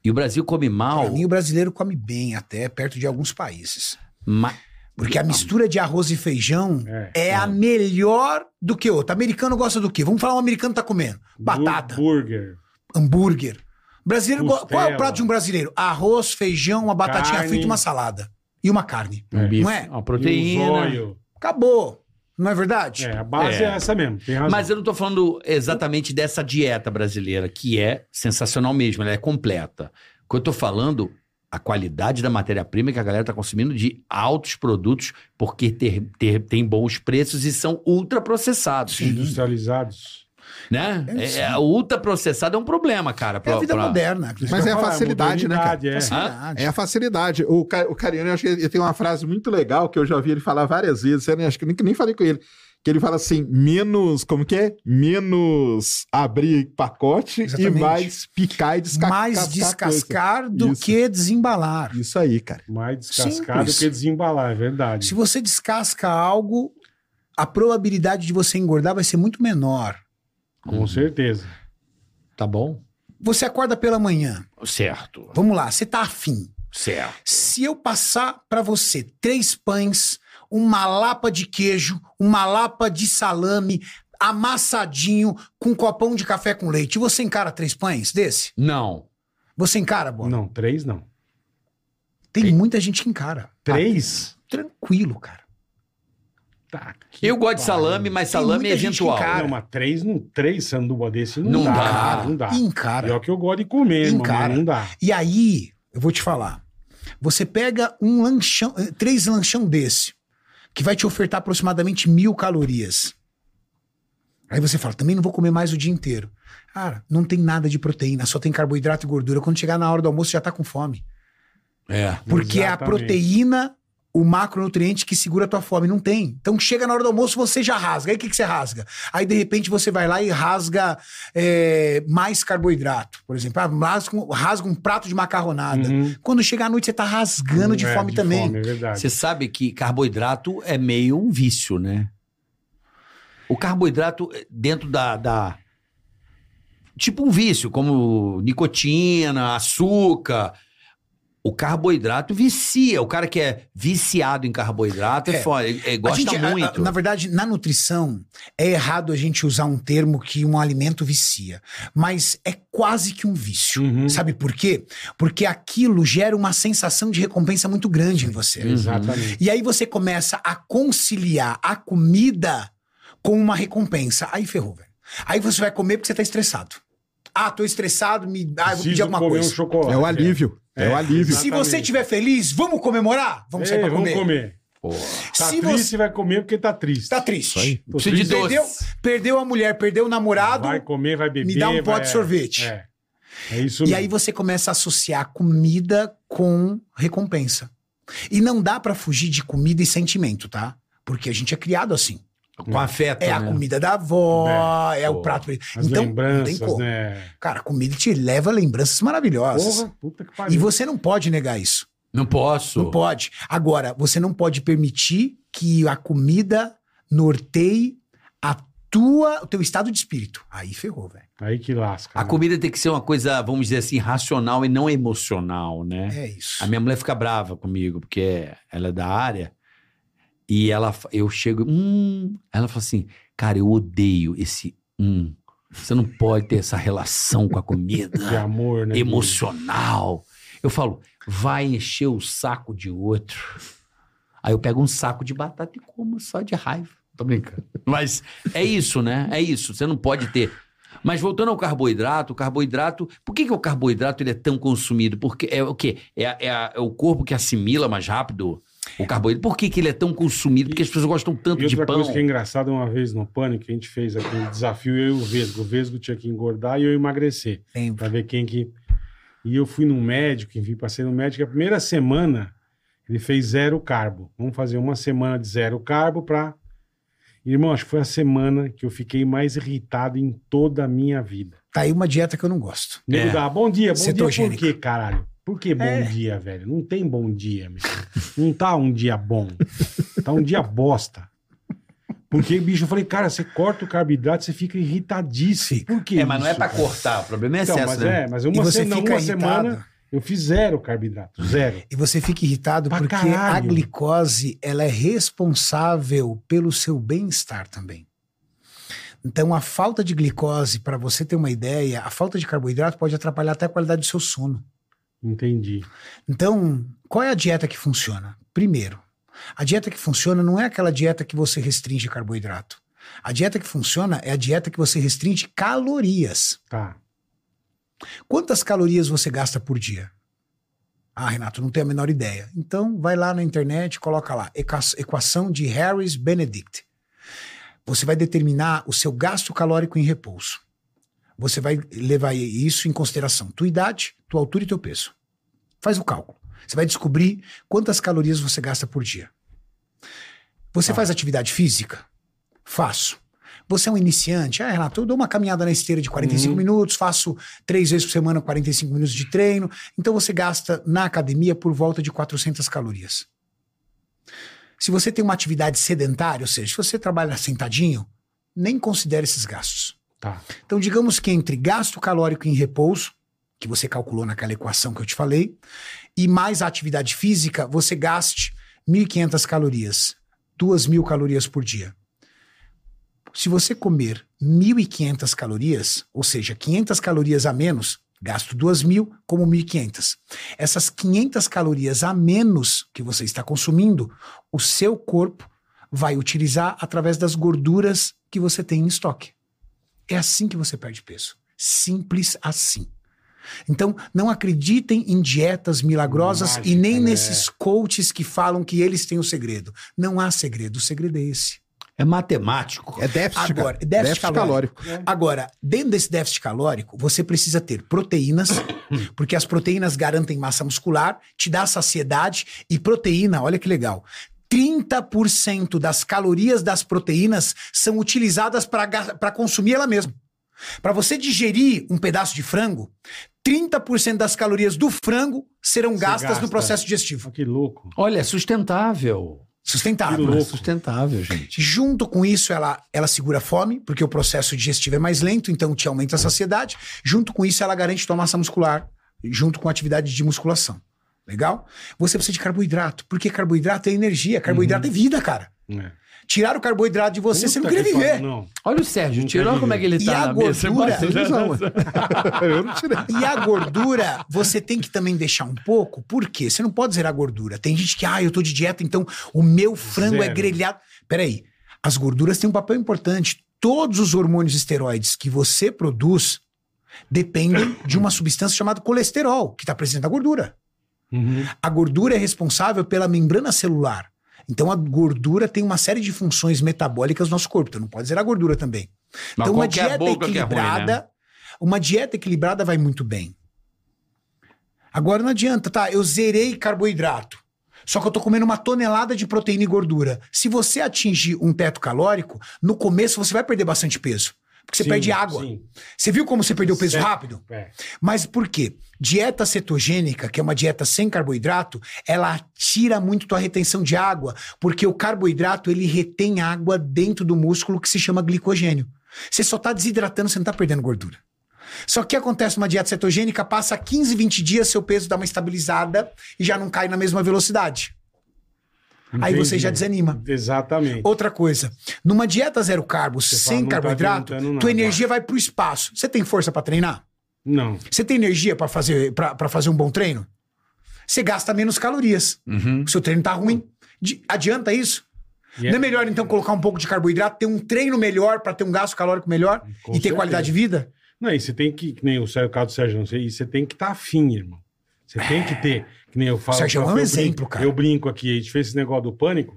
[SPEAKER 4] E o Brasil come mal.
[SPEAKER 5] Pra mim, o brasileiro come bem até perto de alguns países.
[SPEAKER 4] ma-
[SPEAKER 5] Porque a mistura de arroz e feijão
[SPEAKER 3] É.
[SPEAKER 5] é a melhor do que outra. Americano gosta do quê? Vamos falar um americano tá comendo. Batata,
[SPEAKER 3] Burger.
[SPEAKER 5] hambúrguer. Brasileiro go-
[SPEAKER 3] Costela.
[SPEAKER 5] Qual é o prato de um brasileiro? Arroz, feijão, uma batatinha
[SPEAKER 3] Carne.
[SPEAKER 5] frita, e uma salada. E uma carne.
[SPEAKER 4] um bife,
[SPEAKER 5] Não é?
[SPEAKER 4] uma
[SPEAKER 3] E o
[SPEAKER 4] proteína.
[SPEAKER 3] zóio.
[SPEAKER 5] Acabou. Não é verdade?
[SPEAKER 3] É, a base é,
[SPEAKER 4] É.
[SPEAKER 3] essa mesmo. Tem razão.
[SPEAKER 4] Mas eu não tô falando exatamente dessa dieta brasileira, que é sensacional mesmo, ela é completa. O que eu tô falando, a qualidade da matéria-prima que a galera tá consumindo de altos produtos, porque ter, ter- tem bons preços e são ultraprocessados.
[SPEAKER 5] assim,
[SPEAKER 3] Industrializados.
[SPEAKER 4] Né?
[SPEAKER 5] É,
[SPEAKER 4] É,
[SPEAKER 5] sim.
[SPEAKER 4] é, o ultraprocessado é um problema, cara.
[SPEAKER 5] É
[SPEAKER 4] pra-
[SPEAKER 5] a vida
[SPEAKER 4] pra-
[SPEAKER 5] moderna.
[SPEAKER 3] Isso
[SPEAKER 1] Mas
[SPEAKER 3] que eu
[SPEAKER 1] é a
[SPEAKER 3] falo,
[SPEAKER 1] facilidade, né, cara?
[SPEAKER 3] modernidade, É.
[SPEAKER 5] Facilidade.
[SPEAKER 1] É a facilidade. O, Ca- o Cariano, eu acho que ele tem uma frase muito legal que eu já ouvi ele falar várias vezes. Eu nem- acho que eu nem, nem falei com ele. Que ele fala assim: menos. Como que é? Menos abrir pacote
[SPEAKER 5] Exatamente.
[SPEAKER 1] e mais picar e descascar.
[SPEAKER 5] mais descascar do
[SPEAKER 1] Isso.
[SPEAKER 5] que desembalar.
[SPEAKER 1] Isso aí, cara.
[SPEAKER 3] Mais descascado
[SPEAKER 5] Simples.
[SPEAKER 3] que desembalar, é verdade.
[SPEAKER 5] Se você descasca algo, a probabilidade de você engordar vai ser muito menor.
[SPEAKER 4] Hum.
[SPEAKER 3] Com certeza.
[SPEAKER 4] Tá bom?
[SPEAKER 5] Você acorda pela manhã.
[SPEAKER 4] Certo,
[SPEAKER 5] Vamos lá, você tá afim.
[SPEAKER 4] certo.
[SPEAKER 5] Se eu passar pra você três pães, uma lapa de queijo, uma lapa de salame, amassadinho, com um copão de café com leite, você encara três pães desse?
[SPEAKER 4] Não.
[SPEAKER 5] Você encara, Bola?
[SPEAKER 3] Não, três não.
[SPEAKER 5] Tem muita gente que encara. Ah,
[SPEAKER 3] Três?
[SPEAKER 5] Tranquilo, cara.
[SPEAKER 3] Tá. que
[SPEAKER 4] Eu gosto de
[SPEAKER 3] pariu.
[SPEAKER 4] salame, mas
[SPEAKER 5] Tem
[SPEAKER 4] salame é
[SPEAKER 5] muita gente que
[SPEAKER 4] eventual.
[SPEAKER 5] encara.
[SPEAKER 3] Não, mas três, não, três sanduba desse não,
[SPEAKER 4] Não
[SPEAKER 3] dá.
[SPEAKER 4] dá.
[SPEAKER 3] cara, Ah, Não dá.
[SPEAKER 5] E encara.
[SPEAKER 3] Pior que eu gosto de comer, irmão, mas
[SPEAKER 5] Encara.
[SPEAKER 3] não dá.
[SPEAKER 5] E aí, eu vou te falar. Você pega um lanchão, eh, três lanchão desse, que vai te ofertar aproximadamente mil calorias. Aí você fala, também não vou comer mais o dia inteiro. Cara, não tem nada de proteína, só tem carboidrato e gordura. Quando chegar na hora do almoço, já tá com fome.
[SPEAKER 4] É.
[SPEAKER 5] Porque é a
[SPEAKER 3] Exatamente.
[SPEAKER 5] proteína, o macronutriente que segura a tua fome. Não tem. Então chega na hora do almoço, você já rasga. Aí o que, que você rasga? Aí de repente você vai lá e rasga é, mais carboidrato, por exemplo. Ah, rasga, um- rasga um prato de macarronada.
[SPEAKER 3] Uhum.
[SPEAKER 5] Quando chegar à noite, você tá rasgando de
[SPEAKER 3] É,
[SPEAKER 5] fome também.
[SPEAKER 3] é verdade.
[SPEAKER 4] Você sabe que carboidrato é meio um vício, né? O carboidrato eh, dentro da. da- Tipo um vício, como nicotina, açúcar. O carboidrato vicia. O cara que é viciado em carboidrato é,
[SPEAKER 5] É.
[SPEAKER 4] foda, ele- ele
[SPEAKER 5] A
[SPEAKER 4] gosta
[SPEAKER 5] gente- a- a-
[SPEAKER 4] muito.
[SPEAKER 5] na verdade, na nutrição, é errado a gente usar um termo que um alimento vicia. Mas é quase que um vício.
[SPEAKER 3] Uhum.
[SPEAKER 5] Sabe por quê? Porque aquilo gera uma sensação de recompensa muito grande em você.
[SPEAKER 3] Exatamente.
[SPEAKER 5] E aí você começa a conciliar a comida com uma recompensa. Aí ferrou, velho. Aí você vai comer porque você tá estressado. Ah, tô estressado, me... ah, eu vou pedir
[SPEAKER 3] Preciso
[SPEAKER 5] alguma
[SPEAKER 3] comer
[SPEAKER 5] coisa.
[SPEAKER 3] um chocolate.
[SPEAKER 1] É o alívio. É, o alívio.
[SPEAKER 5] Se você estiver feliz, vamos comemorar? Vamos sair
[SPEAKER 3] Ei,
[SPEAKER 5] pra
[SPEAKER 3] É, vamos
[SPEAKER 5] comer.
[SPEAKER 3] comer. Tá
[SPEAKER 5] Se
[SPEAKER 3] triste,
[SPEAKER 5] você
[SPEAKER 3] vai comer porque tá triste.
[SPEAKER 5] tá triste,
[SPEAKER 3] Tô
[SPEAKER 4] Precisa de
[SPEAKER 3] triste,
[SPEAKER 4] doce.
[SPEAKER 5] perdeu, perdeu a mulher, perdeu o namorado,
[SPEAKER 3] Vai comer, vai beber.
[SPEAKER 5] me dá um
[SPEAKER 3] vai-
[SPEAKER 5] pote de sorvete.
[SPEAKER 3] É. É isso
[SPEAKER 5] e
[SPEAKER 3] mesmo.
[SPEAKER 5] aí você começa a associar comida com recompensa. E não dá pra fugir de comida e sentimento, tá? Porque a gente é criado assim.
[SPEAKER 4] Com afeto.
[SPEAKER 5] É a
[SPEAKER 4] né?
[SPEAKER 5] comida da avó, é, o
[SPEAKER 4] Pô,
[SPEAKER 5] prato.
[SPEAKER 3] Né? As
[SPEAKER 5] então, não tem
[SPEAKER 3] lembranças,
[SPEAKER 5] como.
[SPEAKER 3] né?
[SPEAKER 5] Cara, a comida te leva a lembranças maravilhosas.
[SPEAKER 3] Porra, puta que
[SPEAKER 5] E
[SPEAKER 3] pariu.
[SPEAKER 5] você não pode negar isso.
[SPEAKER 4] Não posso.
[SPEAKER 5] Não pode. Agora, você não pode permitir que a comida norteie a tua, o teu estado de espírito. Aí ferrou, velho.
[SPEAKER 3] Aí que lasca.
[SPEAKER 4] A
[SPEAKER 3] né?
[SPEAKER 4] comida tem que ser uma coisa, vamos dizer assim, racional e não emocional, né?
[SPEAKER 5] É isso.
[SPEAKER 4] A minha mulher fica brava comigo, porque ela é da área. E ela, fa- eu chego, hum. Ela fala assim, cara, eu odeio esse hum. Você não pode ter essa relação com a
[SPEAKER 3] De
[SPEAKER 4] comida
[SPEAKER 3] amor, né?
[SPEAKER 4] emocional. Eu falo, vai encher o saco de outro. Aí eu pego um saco de batata e como só de raiva. Tô brincando. Mas é isso, né? É isso. Você não pode ter. Mas voltando ao carboidrato, o carboidrato. Por que, que o carboidrato ele é tão consumido? Porque é o quê? É, a- é a- é o corpo que assimila mais rápido o carboidrato. Por que, que ele é tão consumido? Porque as pessoas gostam tanto
[SPEAKER 3] E
[SPEAKER 4] de
[SPEAKER 3] outra
[SPEAKER 4] pão.
[SPEAKER 3] coisa que é engraçada, uma vez no Pânico, a gente fez aquele desafio, eu e o Vesgo. O Vesgo tinha que engordar e eu emagrecer.
[SPEAKER 5] Lembra?
[SPEAKER 3] Pra ver quem que. E eu fui num médico, enfim, passei no médico. e A primeira semana ele fez zero carbo. Vamos fazer uma semana de zero carbo pra. Irmão, acho que foi a semana que eu fiquei mais irritado em toda a minha vida.
[SPEAKER 5] Tá aí uma dieta que eu não gosto.
[SPEAKER 3] Nego
[SPEAKER 4] É.
[SPEAKER 3] dá bom dia, bom dia por
[SPEAKER 5] Cetogênica.
[SPEAKER 3] quê, caralho? Por que bom
[SPEAKER 5] É.
[SPEAKER 3] dia, velho? Não tem bom dia, meu. Não tá um dia bom. Tá um dia bosta. Porque, bicho, eu falei, cara, você corta o carboidrato, você fica irritadíssimo. Por que
[SPEAKER 4] É, mas não é
[SPEAKER 3] isso,
[SPEAKER 4] pra
[SPEAKER 3] cara?
[SPEAKER 4] cortar. O problema é
[SPEAKER 3] Então,
[SPEAKER 4] excesso,
[SPEAKER 3] mas
[SPEAKER 4] né?
[SPEAKER 3] é, mas
[SPEAKER 5] e
[SPEAKER 3] uma,
[SPEAKER 5] você
[SPEAKER 3] se- não,
[SPEAKER 5] fica
[SPEAKER 3] uma
[SPEAKER 5] irritado.
[SPEAKER 3] semana eu fiz zero carboidrato, zero.
[SPEAKER 5] E você fica irritado
[SPEAKER 3] Pra
[SPEAKER 5] porque a
[SPEAKER 3] caralho.
[SPEAKER 5] glicose ela é responsável pelo seu bem-estar também. Então, a falta de glicose, para você ter uma ideia, a falta de carboidrato pode atrapalhar até a qualidade do seu sono.
[SPEAKER 3] Entendi.
[SPEAKER 5] Então, qual é a dieta que funciona? Primeiro, a dieta que funciona não é aquela dieta que você restringe carboidrato. A dieta que funciona é a dieta que você restringe calorias.
[SPEAKER 3] Tá.
[SPEAKER 5] Quantas calorias você gasta por dia? Ah, Renato, não tenho a menor ideia. Então, vai lá na internet, coloca lá, equa- equação de Harris-Benedict. Você vai determinar o seu gasto calórico em repouso. Você vai levar isso em consideração, tua idade, tua altura e teu peso. Faz o cálculo. Você vai descobrir quantas calorias você gasta por dia. Você faz atividade física? Faço. Você é um iniciante? Ah, Renato, eu dou uma caminhada na esteira de 45
[SPEAKER 3] Uhum.
[SPEAKER 5] minutos, faço três vezes por semana 45 minutos de treino. Então você gasta na academia por volta de 400 calorias. Se você tem uma atividade sedentária, ou seja, se você trabalha sentadinho, nem considere esses gastos.
[SPEAKER 3] Tá.
[SPEAKER 5] Então, digamos que entre gasto calórico em repouso, que você calculou naquela equação que eu te falei, e mais a atividade física, você gaste 1.500 calorias, 2.000 calorias por dia. Se você comer 1.500 calorias, ou seja, 500 calorias a menos, gasto 2.000 como 1.500. Essas 500 calorias a menos que você está consumindo, o seu corpo vai utilizar através das gorduras que você tem em estoque. É assim que você perde peso. Simples assim. Então, não acreditem em dietas milagrosas
[SPEAKER 3] Mágica,
[SPEAKER 5] e nem
[SPEAKER 3] né?
[SPEAKER 5] nesses coaches que falam que eles têm o segredo. Não há segredo, o segredo é esse.
[SPEAKER 4] É matemático.
[SPEAKER 1] É déficit,
[SPEAKER 5] Agora,
[SPEAKER 1] cara.
[SPEAKER 5] déficit
[SPEAKER 1] calórico.
[SPEAKER 5] Agora, dentro desse déficit calórico, você precisa ter proteínas, porque as proteínas garantem massa muscular, te dá saciedade e proteína, olha que legal. 30% das calorias das proteínas são utilizadas para consumir ela mesma. Para você digerir um pedaço de frango, 30% das calorias do frango serão
[SPEAKER 3] Você
[SPEAKER 5] gastas
[SPEAKER 3] gasta.
[SPEAKER 5] no processo digestivo.
[SPEAKER 3] Olha Ah, que louco.
[SPEAKER 4] Olha, é sustentável.
[SPEAKER 5] Sustentável.
[SPEAKER 3] Louco.
[SPEAKER 4] É sustentável, gente.
[SPEAKER 5] Junto com isso, ela, ela segura a fome, porque o processo digestivo é mais lento, então te aumenta a saciedade. Junto com isso, ela garante tua massa muscular, junto com a atividade de musculação. Legal? Você precisa de carboidrato, porque carboidrato é energia, carboidrato é vida, cara.
[SPEAKER 3] É.
[SPEAKER 5] Tirar o carboidrato de você, você não
[SPEAKER 3] Uhum. Puta
[SPEAKER 5] queria
[SPEAKER 3] que
[SPEAKER 5] viver.
[SPEAKER 3] pariu, não.
[SPEAKER 4] Olha o Sérgio,
[SPEAKER 3] Não
[SPEAKER 4] tira,
[SPEAKER 3] quer
[SPEAKER 4] olha como é que ele
[SPEAKER 5] E
[SPEAKER 4] tá
[SPEAKER 5] a
[SPEAKER 4] na mesa.
[SPEAKER 5] gordura?
[SPEAKER 1] Vocês usam, ué. Eu não tirei.
[SPEAKER 5] E a gordura, você tem que também deixar um pouco, por quê? Você não pode zerar a gordura. Tem gente que, ah, eu tô de dieta, então o meu frango é
[SPEAKER 3] Zero.
[SPEAKER 5] grelhado. Peraí, as gorduras têm um papel importante. Todos os hormônios esteroides que você produz dependem de uma substância chamada colesterol, que está presente na gordura.
[SPEAKER 3] Uhum.
[SPEAKER 5] A gordura é responsável pela membrana celular. Então a gordura tem uma série de funções metabólicas no nosso corpo. Então não pode zerar a gordura também.
[SPEAKER 4] Mas
[SPEAKER 5] então uma
[SPEAKER 4] qualquer
[SPEAKER 5] dieta
[SPEAKER 4] boca que é ruim,
[SPEAKER 5] equilibrada,
[SPEAKER 4] né?
[SPEAKER 5] uma dieta equilibrada vai muito bem. Agora não adianta, tá? Eu zerei carboidrato. Só que eu tô comendo uma tonelada de proteína e gordura. Se você atingir um teto calórico, no começo você vai perder bastante peso. Porque você
[SPEAKER 3] Sim,
[SPEAKER 5] perde água.
[SPEAKER 3] sim.
[SPEAKER 5] Você viu como você perdeu peso
[SPEAKER 3] Certo.
[SPEAKER 5] rápido?
[SPEAKER 3] É.
[SPEAKER 5] Mas por quê? Dieta cetogênica, que é uma dieta sem carboidrato, ela tira muito tua retenção de água, porque o carboidrato ele retém água dentro do músculo que se chama glicogênio. Você só tá desidratando, você não tá perdendo gordura. Só que acontece uma dieta cetogênica, passa 15, 20 dias, seu peso dá uma estabilizada e já não cai na mesma velocidade. Aí você já desanima.
[SPEAKER 3] Exatamente.
[SPEAKER 5] Outra coisa, numa dieta zero carbo,
[SPEAKER 3] fala,
[SPEAKER 5] sem
[SPEAKER 3] "Não tá
[SPEAKER 5] carboidrato,
[SPEAKER 3] adiantando nada."
[SPEAKER 5] tua energia vai pro espaço. Você tem força pra treinar?
[SPEAKER 3] Não.
[SPEAKER 5] Você tem energia pra fazer para fazer um bom treino? Você gasta menos calorias.
[SPEAKER 4] Uhum.
[SPEAKER 5] O seu treino tá ruim. De- adianta isso?
[SPEAKER 3] E é-
[SPEAKER 5] Não é melhor então colocar um pouco de carboidrato, ter um treino melhor pra ter um gasto calórico melhor
[SPEAKER 3] Com
[SPEAKER 5] e ter
[SPEAKER 3] certeza.
[SPEAKER 5] qualidade de vida?
[SPEAKER 3] Não, e você tem que, que nem o Sérgio, o caso do Sérgio, não sei, e você tem que estar afim, irmão. Você tem que ter, que nem eu falo.
[SPEAKER 5] É. Sérgio é um
[SPEAKER 3] eu brinco-
[SPEAKER 5] exemplo, cara.
[SPEAKER 3] Eu brinco aqui, a gente fez esse negócio do pânico,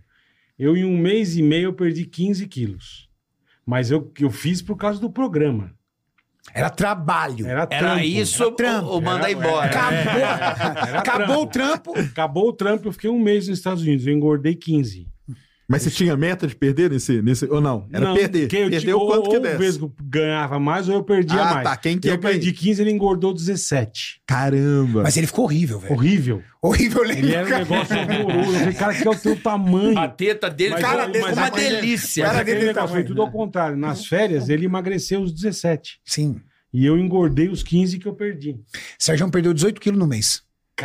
[SPEAKER 3] eu em um mês e meio eu perdi 15 quilos. Mas eu, eu fiz por causa do programa.
[SPEAKER 5] Era trabalho.
[SPEAKER 3] Era,
[SPEAKER 4] Era
[SPEAKER 3] trampo.
[SPEAKER 4] isso
[SPEAKER 5] trampo.
[SPEAKER 4] ou manda
[SPEAKER 3] Era-
[SPEAKER 4] embora.
[SPEAKER 3] era-
[SPEAKER 5] Acabou,
[SPEAKER 3] Era
[SPEAKER 5] acabou o trampo.
[SPEAKER 3] Acabou o trampo, eu fiquei um mês nos Estados Unidos, eu engordei 15.
[SPEAKER 1] Mas você tinha meta de perder nesse. nesse ou não? Era perder.
[SPEAKER 3] porque eu tinha-
[SPEAKER 1] Perdeu o quanto
[SPEAKER 3] ou,
[SPEAKER 1] que
[SPEAKER 3] ou o
[SPEAKER 1] desse.
[SPEAKER 3] Vesgo ganhava mais ou eu perdia
[SPEAKER 1] Ah,
[SPEAKER 3] mais.
[SPEAKER 1] tá, quem que
[SPEAKER 3] eu
[SPEAKER 1] ia ganhar?
[SPEAKER 3] perdi 15, ele engordou 17.
[SPEAKER 1] Caramba.
[SPEAKER 5] Mas ele ficou horrível, velho.
[SPEAKER 3] Horrível.
[SPEAKER 5] Horrível, eu
[SPEAKER 3] Ele
[SPEAKER 5] lembro.
[SPEAKER 3] era um
[SPEAKER 5] cara.
[SPEAKER 3] negócio horroroso. Eu falei, cara, que é o teu tamanho.
[SPEAKER 4] A teta dele
[SPEAKER 3] Mas
[SPEAKER 4] cara,
[SPEAKER 3] eu-
[SPEAKER 4] ficou
[SPEAKER 3] mas
[SPEAKER 4] uma
[SPEAKER 3] eu- mas eu-
[SPEAKER 4] delícia.
[SPEAKER 3] Mas
[SPEAKER 5] Cara
[SPEAKER 3] aquele
[SPEAKER 5] dele
[SPEAKER 3] negócio
[SPEAKER 5] também,
[SPEAKER 3] foi tudo ao contrário. Nas férias, ele emagreceu os 17.
[SPEAKER 5] Sim.
[SPEAKER 3] E eu engordei os 15 que eu perdi.
[SPEAKER 5] Sérgio perdeu 18 quilos no mês.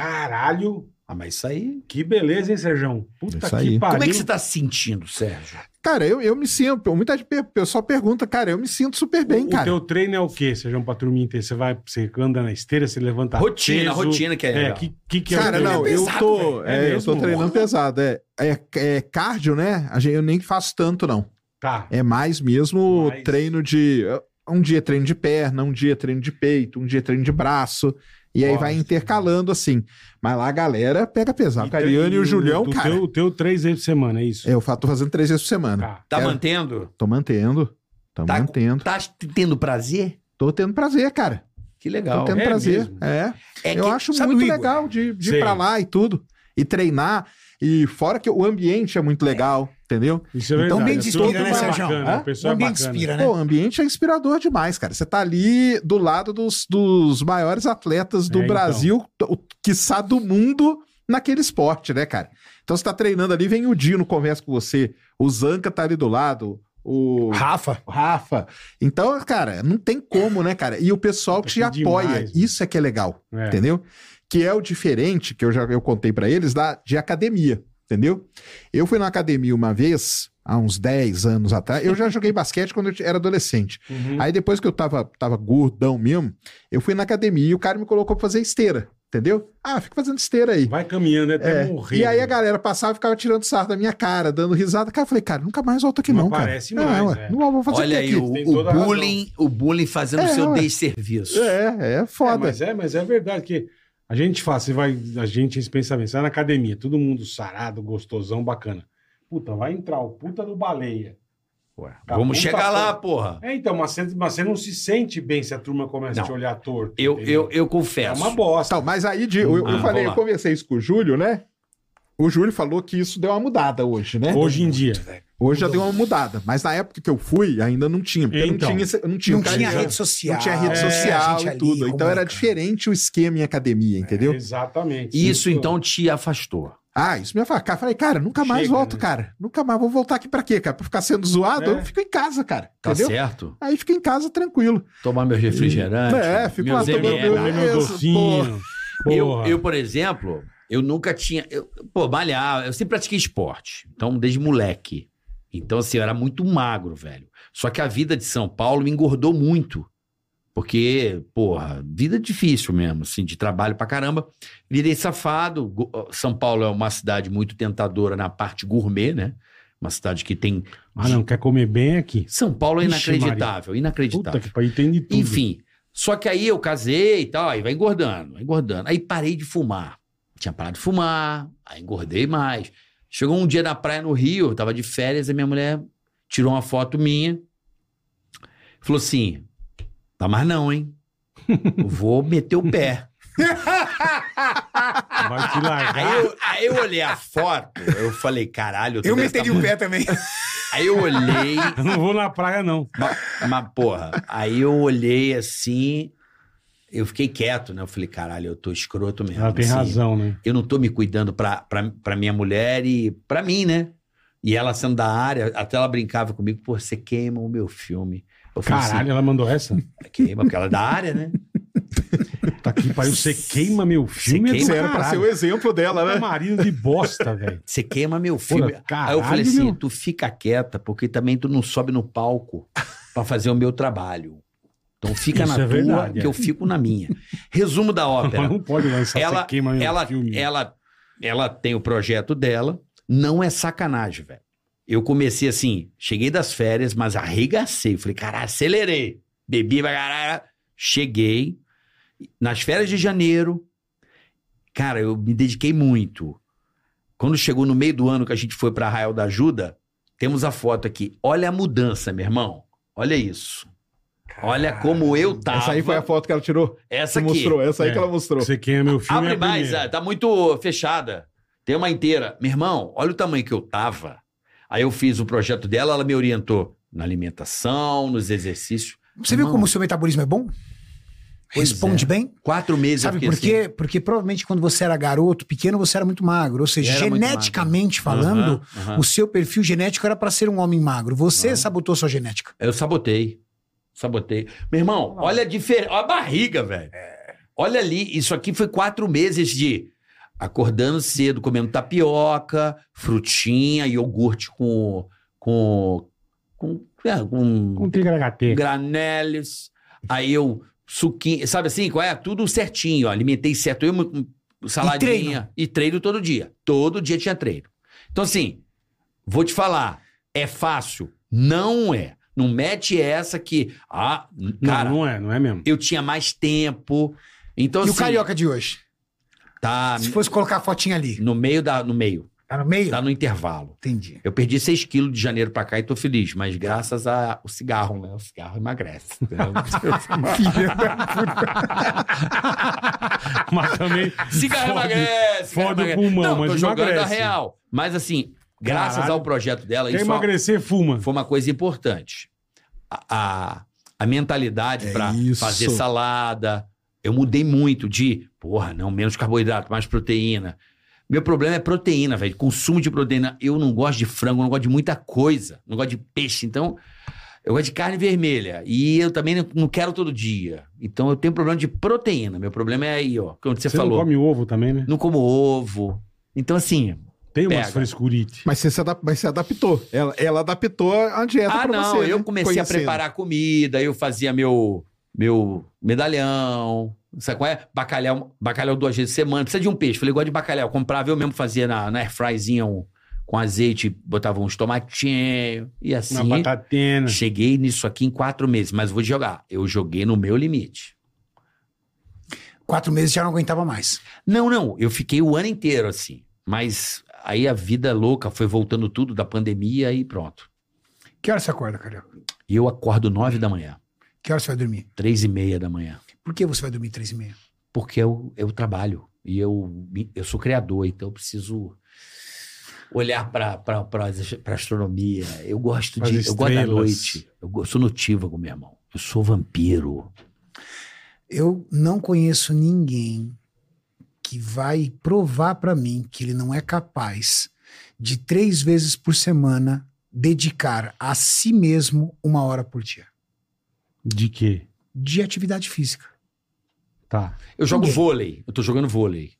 [SPEAKER 3] Caralho!
[SPEAKER 4] Ah, mas isso aí.
[SPEAKER 3] Que beleza, hein, Sérgio? Puta
[SPEAKER 1] Isso
[SPEAKER 3] que
[SPEAKER 1] aí.
[SPEAKER 3] pariu.
[SPEAKER 4] Como é que você tá se sentindo, Sérgio?
[SPEAKER 1] Cara, eu, eu me sinto. Muita gente per- pessoal pergunta, cara, eu me sinto super bem,
[SPEAKER 3] o
[SPEAKER 1] cara.
[SPEAKER 3] teu treino é o quê, Sérgio, pra turminha inteira? Você vai, você anda na esteira, você levanta
[SPEAKER 4] Rotina,
[SPEAKER 3] peso?
[SPEAKER 4] rotina que Tá é.
[SPEAKER 3] É,
[SPEAKER 4] legal.
[SPEAKER 3] que, que, que é
[SPEAKER 1] Cara,
[SPEAKER 3] o teu-
[SPEAKER 1] não,
[SPEAKER 5] é
[SPEAKER 1] eu
[SPEAKER 5] pesado,
[SPEAKER 1] tô.
[SPEAKER 3] velho. É
[SPEAKER 1] é, eu tô
[SPEAKER 3] mesmo?
[SPEAKER 1] treinando pesado. É, é, é cardio, né? A gente- Eu nem faço tanto, não.
[SPEAKER 3] Tá.
[SPEAKER 1] É mais mesmo
[SPEAKER 3] Mais.
[SPEAKER 1] treino de. Um dia treino de perna, um dia treino de peito, um dia treino de braço. E aí
[SPEAKER 3] Nossa.
[SPEAKER 1] vai intercalando assim. Mas lá a galera pega pesado. O
[SPEAKER 3] Então,
[SPEAKER 1] Cariano e o Julião,
[SPEAKER 3] o
[SPEAKER 1] cara.
[SPEAKER 3] Teu, o teu três vezes por semana, é isso?
[SPEAKER 1] É, eu fa- tô fazendo três vezes por semana.
[SPEAKER 3] Tá.
[SPEAKER 4] Tá
[SPEAKER 1] Quero-
[SPEAKER 4] mantendo?
[SPEAKER 1] Tô mantendo. Tô
[SPEAKER 4] Tá-
[SPEAKER 1] mantendo.
[SPEAKER 4] Tá tendo prazer?
[SPEAKER 1] Tô tendo prazer, cara.
[SPEAKER 4] Que
[SPEAKER 1] Tô
[SPEAKER 4] legal.
[SPEAKER 1] tendo
[SPEAKER 3] É
[SPEAKER 1] prazer.
[SPEAKER 3] mesmo?
[SPEAKER 1] É.
[SPEAKER 4] É
[SPEAKER 1] eu
[SPEAKER 4] que-
[SPEAKER 1] acho
[SPEAKER 5] sabe,
[SPEAKER 1] muito
[SPEAKER 5] Igor?
[SPEAKER 1] legal de, de
[SPEAKER 3] Sei.
[SPEAKER 1] ir pra lá e tudo. E treinar. E fora que o ambiente é muito legal, entendeu?
[SPEAKER 3] Isso é
[SPEAKER 1] Então,
[SPEAKER 3] verdade.
[SPEAKER 1] bem
[SPEAKER 3] A
[SPEAKER 5] inspira,
[SPEAKER 3] turma
[SPEAKER 5] né,
[SPEAKER 3] é
[SPEAKER 5] Sérgio?
[SPEAKER 3] bacana,
[SPEAKER 1] Hã?
[SPEAKER 3] O pessoal é
[SPEAKER 5] Ninguém
[SPEAKER 3] bacana.
[SPEAKER 5] inspira, né?
[SPEAKER 1] Pô, o ambiente é inspirador demais, cara. Você tá ali do lado dos, dos maiores atletas
[SPEAKER 3] É,
[SPEAKER 1] do
[SPEAKER 3] então.
[SPEAKER 1] Brasil, o quiçá do mundo, naquele esporte, né, cara? Então você tá treinando ali, vem o Dino, conversa com você, o Zanca tá ali do lado, o
[SPEAKER 5] Rafa,
[SPEAKER 1] Rafa. Então, cara, não tem como, né, cara? E o pessoal
[SPEAKER 3] Puta,
[SPEAKER 1] te
[SPEAKER 3] que demais,
[SPEAKER 1] apoia.
[SPEAKER 3] mano.
[SPEAKER 1] Isso é que é legal
[SPEAKER 3] É.
[SPEAKER 1] entendeu? Que é o diferente que eu já eu contei pra eles da de academia, entendeu? Eu fui na academia uma vez há uns 10 anos atrás. Eu já joguei basquete quando eu era adolescente.
[SPEAKER 3] Uhum.
[SPEAKER 1] Aí depois que eu tava tava gordão mesmo, eu fui na academia e o cara me colocou pra fazer esteira. Entendeu? Ah, fica fazendo esteira aí.
[SPEAKER 3] Vai caminhando até
[SPEAKER 1] É.
[SPEAKER 3] morrer.
[SPEAKER 1] E aí a
[SPEAKER 3] né?
[SPEAKER 1] galera passava e ficava tirando sarro da minha cara, dando risada. Cara, eu falei, cara, nunca mais volto aqui
[SPEAKER 3] Não
[SPEAKER 1] não, cara.
[SPEAKER 3] aparece mais,
[SPEAKER 1] Não, ué,
[SPEAKER 3] é.
[SPEAKER 1] não vou fazer
[SPEAKER 4] Olha
[SPEAKER 1] o quê
[SPEAKER 4] aí,
[SPEAKER 1] aqui.
[SPEAKER 4] o,
[SPEAKER 3] Tem
[SPEAKER 4] o
[SPEAKER 3] toda a razão.
[SPEAKER 4] bullying, o bullying fazendo o
[SPEAKER 1] É,
[SPEAKER 4] seu
[SPEAKER 1] ué.
[SPEAKER 4] desserviço.
[SPEAKER 1] É, é
[SPEAKER 3] É,
[SPEAKER 1] foda.
[SPEAKER 3] mas é, mas é verdade que a gente faz, você vai, a gente tem esse pensamento, você vai na academia, todo mundo sarado, gostosão, bacana. Puta, vai entrar o puta do baleia.
[SPEAKER 4] Ué,
[SPEAKER 3] Tá
[SPEAKER 4] vamos
[SPEAKER 3] bom,
[SPEAKER 4] chegar
[SPEAKER 3] tá
[SPEAKER 4] lá,
[SPEAKER 3] bom.
[SPEAKER 4] porra.
[SPEAKER 3] É, então, mas você, mas você não se sente bem se a turma começa a
[SPEAKER 4] Não.
[SPEAKER 3] te olhar torto.
[SPEAKER 4] Eu,
[SPEAKER 3] entendeu?
[SPEAKER 4] eu, eu
[SPEAKER 3] É
[SPEAKER 4] confesso.
[SPEAKER 3] uma bosta.
[SPEAKER 1] Então, mas aí, de, eu, eu
[SPEAKER 4] Ah, vamos
[SPEAKER 1] falei,
[SPEAKER 4] lá.
[SPEAKER 1] eu conversei isso com o Júlio, né? O Júlio falou que isso deu uma mudada hoje, né?
[SPEAKER 3] Hoje em dia.
[SPEAKER 1] Hoje já deu uma mudada. Mas na época que eu fui, ainda não tinha. Porque
[SPEAKER 3] Então.
[SPEAKER 1] não tinha, esse- não tinha,
[SPEAKER 5] Não
[SPEAKER 1] o cara-
[SPEAKER 5] tinha
[SPEAKER 1] não
[SPEAKER 5] rede social.
[SPEAKER 1] tinha rede
[SPEAKER 3] É,
[SPEAKER 1] social
[SPEAKER 5] gente
[SPEAKER 1] e
[SPEAKER 5] ali é
[SPEAKER 1] tudo. Então era
[SPEAKER 5] comunicando.
[SPEAKER 1] diferente o esquema em academia,
[SPEAKER 3] É.
[SPEAKER 1] entendeu?
[SPEAKER 3] Exatamente.
[SPEAKER 4] E Isso então te afastou.
[SPEAKER 1] Ah, isso me afacou. Falei, cara, nunca mais
[SPEAKER 3] Chega,
[SPEAKER 1] volto,
[SPEAKER 3] né?
[SPEAKER 1] cara. Nunca mais. Vou voltar aqui pra quê, cara? Pra ficar sendo zoado?
[SPEAKER 3] É.
[SPEAKER 1] Eu fico em casa, cara.
[SPEAKER 4] Tá
[SPEAKER 1] entendeu?
[SPEAKER 4] certo?
[SPEAKER 1] Aí fica em casa tranquilo.
[SPEAKER 4] Tomar meus refrigerantes.
[SPEAKER 1] É, fico
[SPEAKER 4] meus
[SPEAKER 1] lá tomando
[SPEAKER 4] ML.
[SPEAKER 1] meu-
[SPEAKER 3] Comer meu
[SPEAKER 1] Isso,
[SPEAKER 3] docinho.
[SPEAKER 4] Eu,
[SPEAKER 3] porra.
[SPEAKER 4] eu, por exemplo, eu nunca tinha. Eu, pô, malhar, eu sempre pratiquei esporte. Então, desde moleque. Então, assim, eu era muito magro, velho. Só que a vida de São Paulo me engordou muito. Porque, porra, vida difícil mesmo, assim, de trabalho pra caramba. Virei safado. Go- São Paulo é uma cidade muito tentadora na parte gourmet, né? Uma cidade que tem.
[SPEAKER 3] Ah, não, quer comer bem aqui.
[SPEAKER 4] São Paulo é
[SPEAKER 3] Ixi, Maria.
[SPEAKER 4] inacreditável, inacreditável.
[SPEAKER 3] Puta que pariu, tem de tudo.
[SPEAKER 4] Enfim. Só que aí eu casei e tal, aí vai engordando, vai engordando. Aí parei de fumar. Tinha parado de fumar, aí engordei mais. Chegou um dia na praia no Rio, eu tava de férias, e minha mulher tirou uma foto minha. Falou assim: tá mais não, hein? Eu Vou meter o pé.
[SPEAKER 3] Vai te largar.
[SPEAKER 4] Aí eu, aí eu olhei a foto, eu falei, caralho, eu tô
[SPEAKER 5] Eu
[SPEAKER 4] dessa
[SPEAKER 5] meteria o
[SPEAKER 4] mulher."
[SPEAKER 5] pé também.
[SPEAKER 4] Aí eu olhei,
[SPEAKER 3] Eu não vou na praia, não.
[SPEAKER 4] Mas, porra, aí eu olhei assim, eu fiquei quieto, né? Eu falei, caralho, eu tô escroto mesmo.
[SPEAKER 3] Ela tem
[SPEAKER 4] assim.
[SPEAKER 3] razão, né?
[SPEAKER 4] Eu não tô me cuidando pra, pra, pra minha mulher e pra mim, né? E ela sendo da área, até ela brincava comigo, pô, você queima o meu filme. Eu falei
[SPEAKER 3] Caralho, ela mandou essa?
[SPEAKER 4] assim, queima, porque ela é da área, né?
[SPEAKER 3] Tá aqui, pai. Você queima meu filme, é do
[SPEAKER 4] queima?
[SPEAKER 1] Você era pra ser
[SPEAKER 3] caralho.
[SPEAKER 1] o exemplo dela,
[SPEAKER 3] Puta
[SPEAKER 1] né?
[SPEAKER 3] marido de bosta, velho.
[SPEAKER 4] Você queima meu filme.
[SPEAKER 3] Porra,
[SPEAKER 4] Aí eu
[SPEAKER 3] caralho,
[SPEAKER 4] falei assim,
[SPEAKER 3] meu.
[SPEAKER 4] tu fica quieta, porque também tu não sobe no palco pra fazer o meu trabalho. Então fica
[SPEAKER 3] Isso
[SPEAKER 4] na tua,
[SPEAKER 3] é verdade,
[SPEAKER 4] que
[SPEAKER 3] é.
[SPEAKER 4] eu fico na minha. Resumo da ópera.
[SPEAKER 3] Não pode lançar
[SPEAKER 4] Ela-
[SPEAKER 3] você queima meu
[SPEAKER 4] ela, é
[SPEAKER 3] filme.
[SPEAKER 4] ela, ela tem o projeto dela, não é sacanagem, velho. Eu comecei assim, cheguei das férias, mas arregacei. Falei, caralho, acelerei. Bebi pra caralho. Cheguei. Nas férias de janeiro, cara, eu me dediquei muito. Quando chegou no meio do ano que a gente foi pra Arraial da Ajuda, temos a foto aqui. Olha a mudança, meu irmão. Olha isso. Olha como eu tava.
[SPEAKER 1] Essa aí foi a foto que ela tirou.
[SPEAKER 4] Tá, Essa
[SPEAKER 1] Você
[SPEAKER 4] aqui.
[SPEAKER 1] mostrou, essa aí
[SPEAKER 3] É.
[SPEAKER 1] que ela mostrou.
[SPEAKER 3] Você queima meu filme,
[SPEAKER 4] Abre
[SPEAKER 3] é
[SPEAKER 4] mais,
[SPEAKER 3] primeiro.
[SPEAKER 4] ah, tá muito fechada. Tem uma inteira. Meu irmão, olha o tamanho que eu tava. Aí eu fiz o projeto dela, ela me orientou na alimentação, nos exercícios.
[SPEAKER 5] Você viu
[SPEAKER 4] Não.
[SPEAKER 5] como o seu metabolismo é bom?
[SPEAKER 4] Pois
[SPEAKER 5] Responde
[SPEAKER 4] é.
[SPEAKER 5] bem?
[SPEAKER 4] Quatro meses eu
[SPEAKER 5] Sabe
[SPEAKER 4] fiquei
[SPEAKER 5] por quê?
[SPEAKER 4] assim.
[SPEAKER 5] Porque provavelmente quando você era garoto, pequeno, você era muito magro. Ou seja,
[SPEAKER 4] Era muito
[SPEAKER 5] geneticamente falando,
[SPEAKER 4] Aham, aham.
[SPEAKER 5] o seu perfil genético era pra ser um homem magro. Você
[SPEAKER 4] Aham.
[SPEAKER 5] sabotou sua genética.
[SPEAKER 4] Eu sabotei. Sabotei. Meu irmão, olha a diferença. Olha a barriga, velho.
[SPEAKER 5] É.
[SPEAKER 4] Olha ali, isso aqui foi quatro meses de acordando cedo, comendo tapioca, frutinha, iogurte com. com. com. é, com
[SPEAKER 3] Com tigragateca.
[SPEAKER 4] graneles. Aí eu suquinho, sabe assim, qual é? Tudo certinho, ó, alimentei certo. Eu um- um saladinha e treino. todo dia. Todo dia tinha treino. Então assim, vou te falar, é fácil? Não é. Não mete essa que, ah, cara,
[SPEAKER 3] Não, não é, não é mesmo.
[SPEAKER 4] eu tinha mais tempo. Então
[SPEAKER 5] e
[SPEAKER 4] assim,
[SPEAKER 5] o carioca de hoje?
[SPEAKER 4] tá
[SPEAKER 5] Se fosse colocar a fotinha ali,
[SPEAKER 4] no meio da no meio,
[SPEAKER 5] tá no meio?
[SPEAKER 4] tá no intervalo.
[SPEAKER 5] Entendi.
[SPEAKER 4] Eu perdi 6 quilos de janeiro pra cá e tô feliz, mas graças ao cigarro, né? O cigarro emagrece. entendeu?
[SPEAKER 3] Mas também.
[SPEAKER 4] Cigarro
[SPEAKER 3] Fode-
[SPEAKER 4] emagrece. cigarro
[SPEAKER 3] fode o
[SPEAKER 4] emagrece.
[SPEAKER 3] pulmão,
[SPEAKER 4] Não,
[SPEAKER 3] mas
[SPEAKER 4] tô jogando a
[SPEAKER 3] emagrece.
[SPEAKER 4] real. Mas assim, graças
[SPEAKER 3] Caralho.
[SPEAKER 4] ao projeto dela,
[SPEAKER 3] Quer
[SPEAKER 4] isso foi-
[SPEAKER 3] emagrecer, fuma.
[SPEAKER 4] foi uma coisa importante. A, a, a mentalidade
[SPEAKER 1] É
[SPEAKER 4] pra
[SPEAKER 1] isso.
[SPEAKER 4] fazer salada. Eu mudei muito de, porra, não, menos carboidrato, mais proteína. Meu problema é proteína, velho. Consumo de proteína. Eu não gosto de frango, não gosto de muita coisa. Não gosto de peixe. Então, eu gosto de carne vermelha. E eu também não, não quero todo dia. Então, eu tenho problema de proteína. Meu problema é aí, ó. Quando você,
[SPEAKER 3] Você
[SPEAKER 4] falou
[SPEAKER 3] não come ovo também, né?
[SPEAKER 4] não como ovo. Então, assim,
[SPEAKER 3] Tem umas
[SPEAKER 4] Pega.
[SPEAKER 3] frescurite.
[SPEAKER 1] Mas você se adap- mas se adaptou. Ela, ela adaptou a dieta
[SPEAKER 4] ah,
[SPEAKER 1] pra
[SPEAKER 4] não,
[SPEAKER 1] você.
[SPEAKER 4] eu
[SPEAKER 1] né?
[SPEAKER 4] comecei a
[SPEAKER 1] Conhecendo.
[SPEAKER 4] preparar comida, eu fazia meu, meu medalhão, Sabe qual é? Bacalhau, bacalhau duas vezes por semana. Precisa de um peixe. Falei, gosto de bacalhau. Comprava, eu mesmo fazia na, na airfryzinha um- com azeite, botava uns tomatinhos e
[SPEAKER 3] Uma
[SPEAKER 4] assim.
[SPEAKER 1] né?
[SPEAKER 3] batatina.
[SPEAKER 4] Cheguei nisso aqui em quatro meses, mas vou jogar. Eu joguei no meu limite.
[SPEAKER 5] Quatro meses já não aguentava mais.
[SPEAKER 4] Não, não, eu fiquei o ano inteiro assim. Mas aí a vida louca foi voltando tudo da pandemia e pronto.
[SPEAKER 5] Que hora você acorda, Carioca?
[SPEAKER 4] E eu acordo nove da manhã,
[SPEAKER 5] Que hora você vai dormir?
[SPEAKER 4] três e meia da manhã,
[SPEAKER 5] Por que você vai dormir três e meia?
[SPEAKER 4] porque eu, eu trabalho e eu, me- eu sou criador, então eu preciso olhar para astronomia. Eu gosto
[SPEAKER 3] Pras
[SPEAKER 4] de, eu gosto da
[SPEAKER 3] estrelas.
[SPEAKER 4] noite. Eu go- sou notívago, meu irmão. Eu sou vampiro.
[SPEAKER 5] Eu não conheço ninguém que vai provar pra mim que ele não é capaz de três vezes por semana dedicar a si mesmo uma hora por dia
[SPEAKER 3] De quê?
[SPEAKER 5] de atividade física.
[SPEAKER 3] Tá.
[SPEAKER 4] Eu jogo
[SPEAKER 5] Ninguém.
[SPEAKER 4] vôlei. Eu tô jogando vôlei.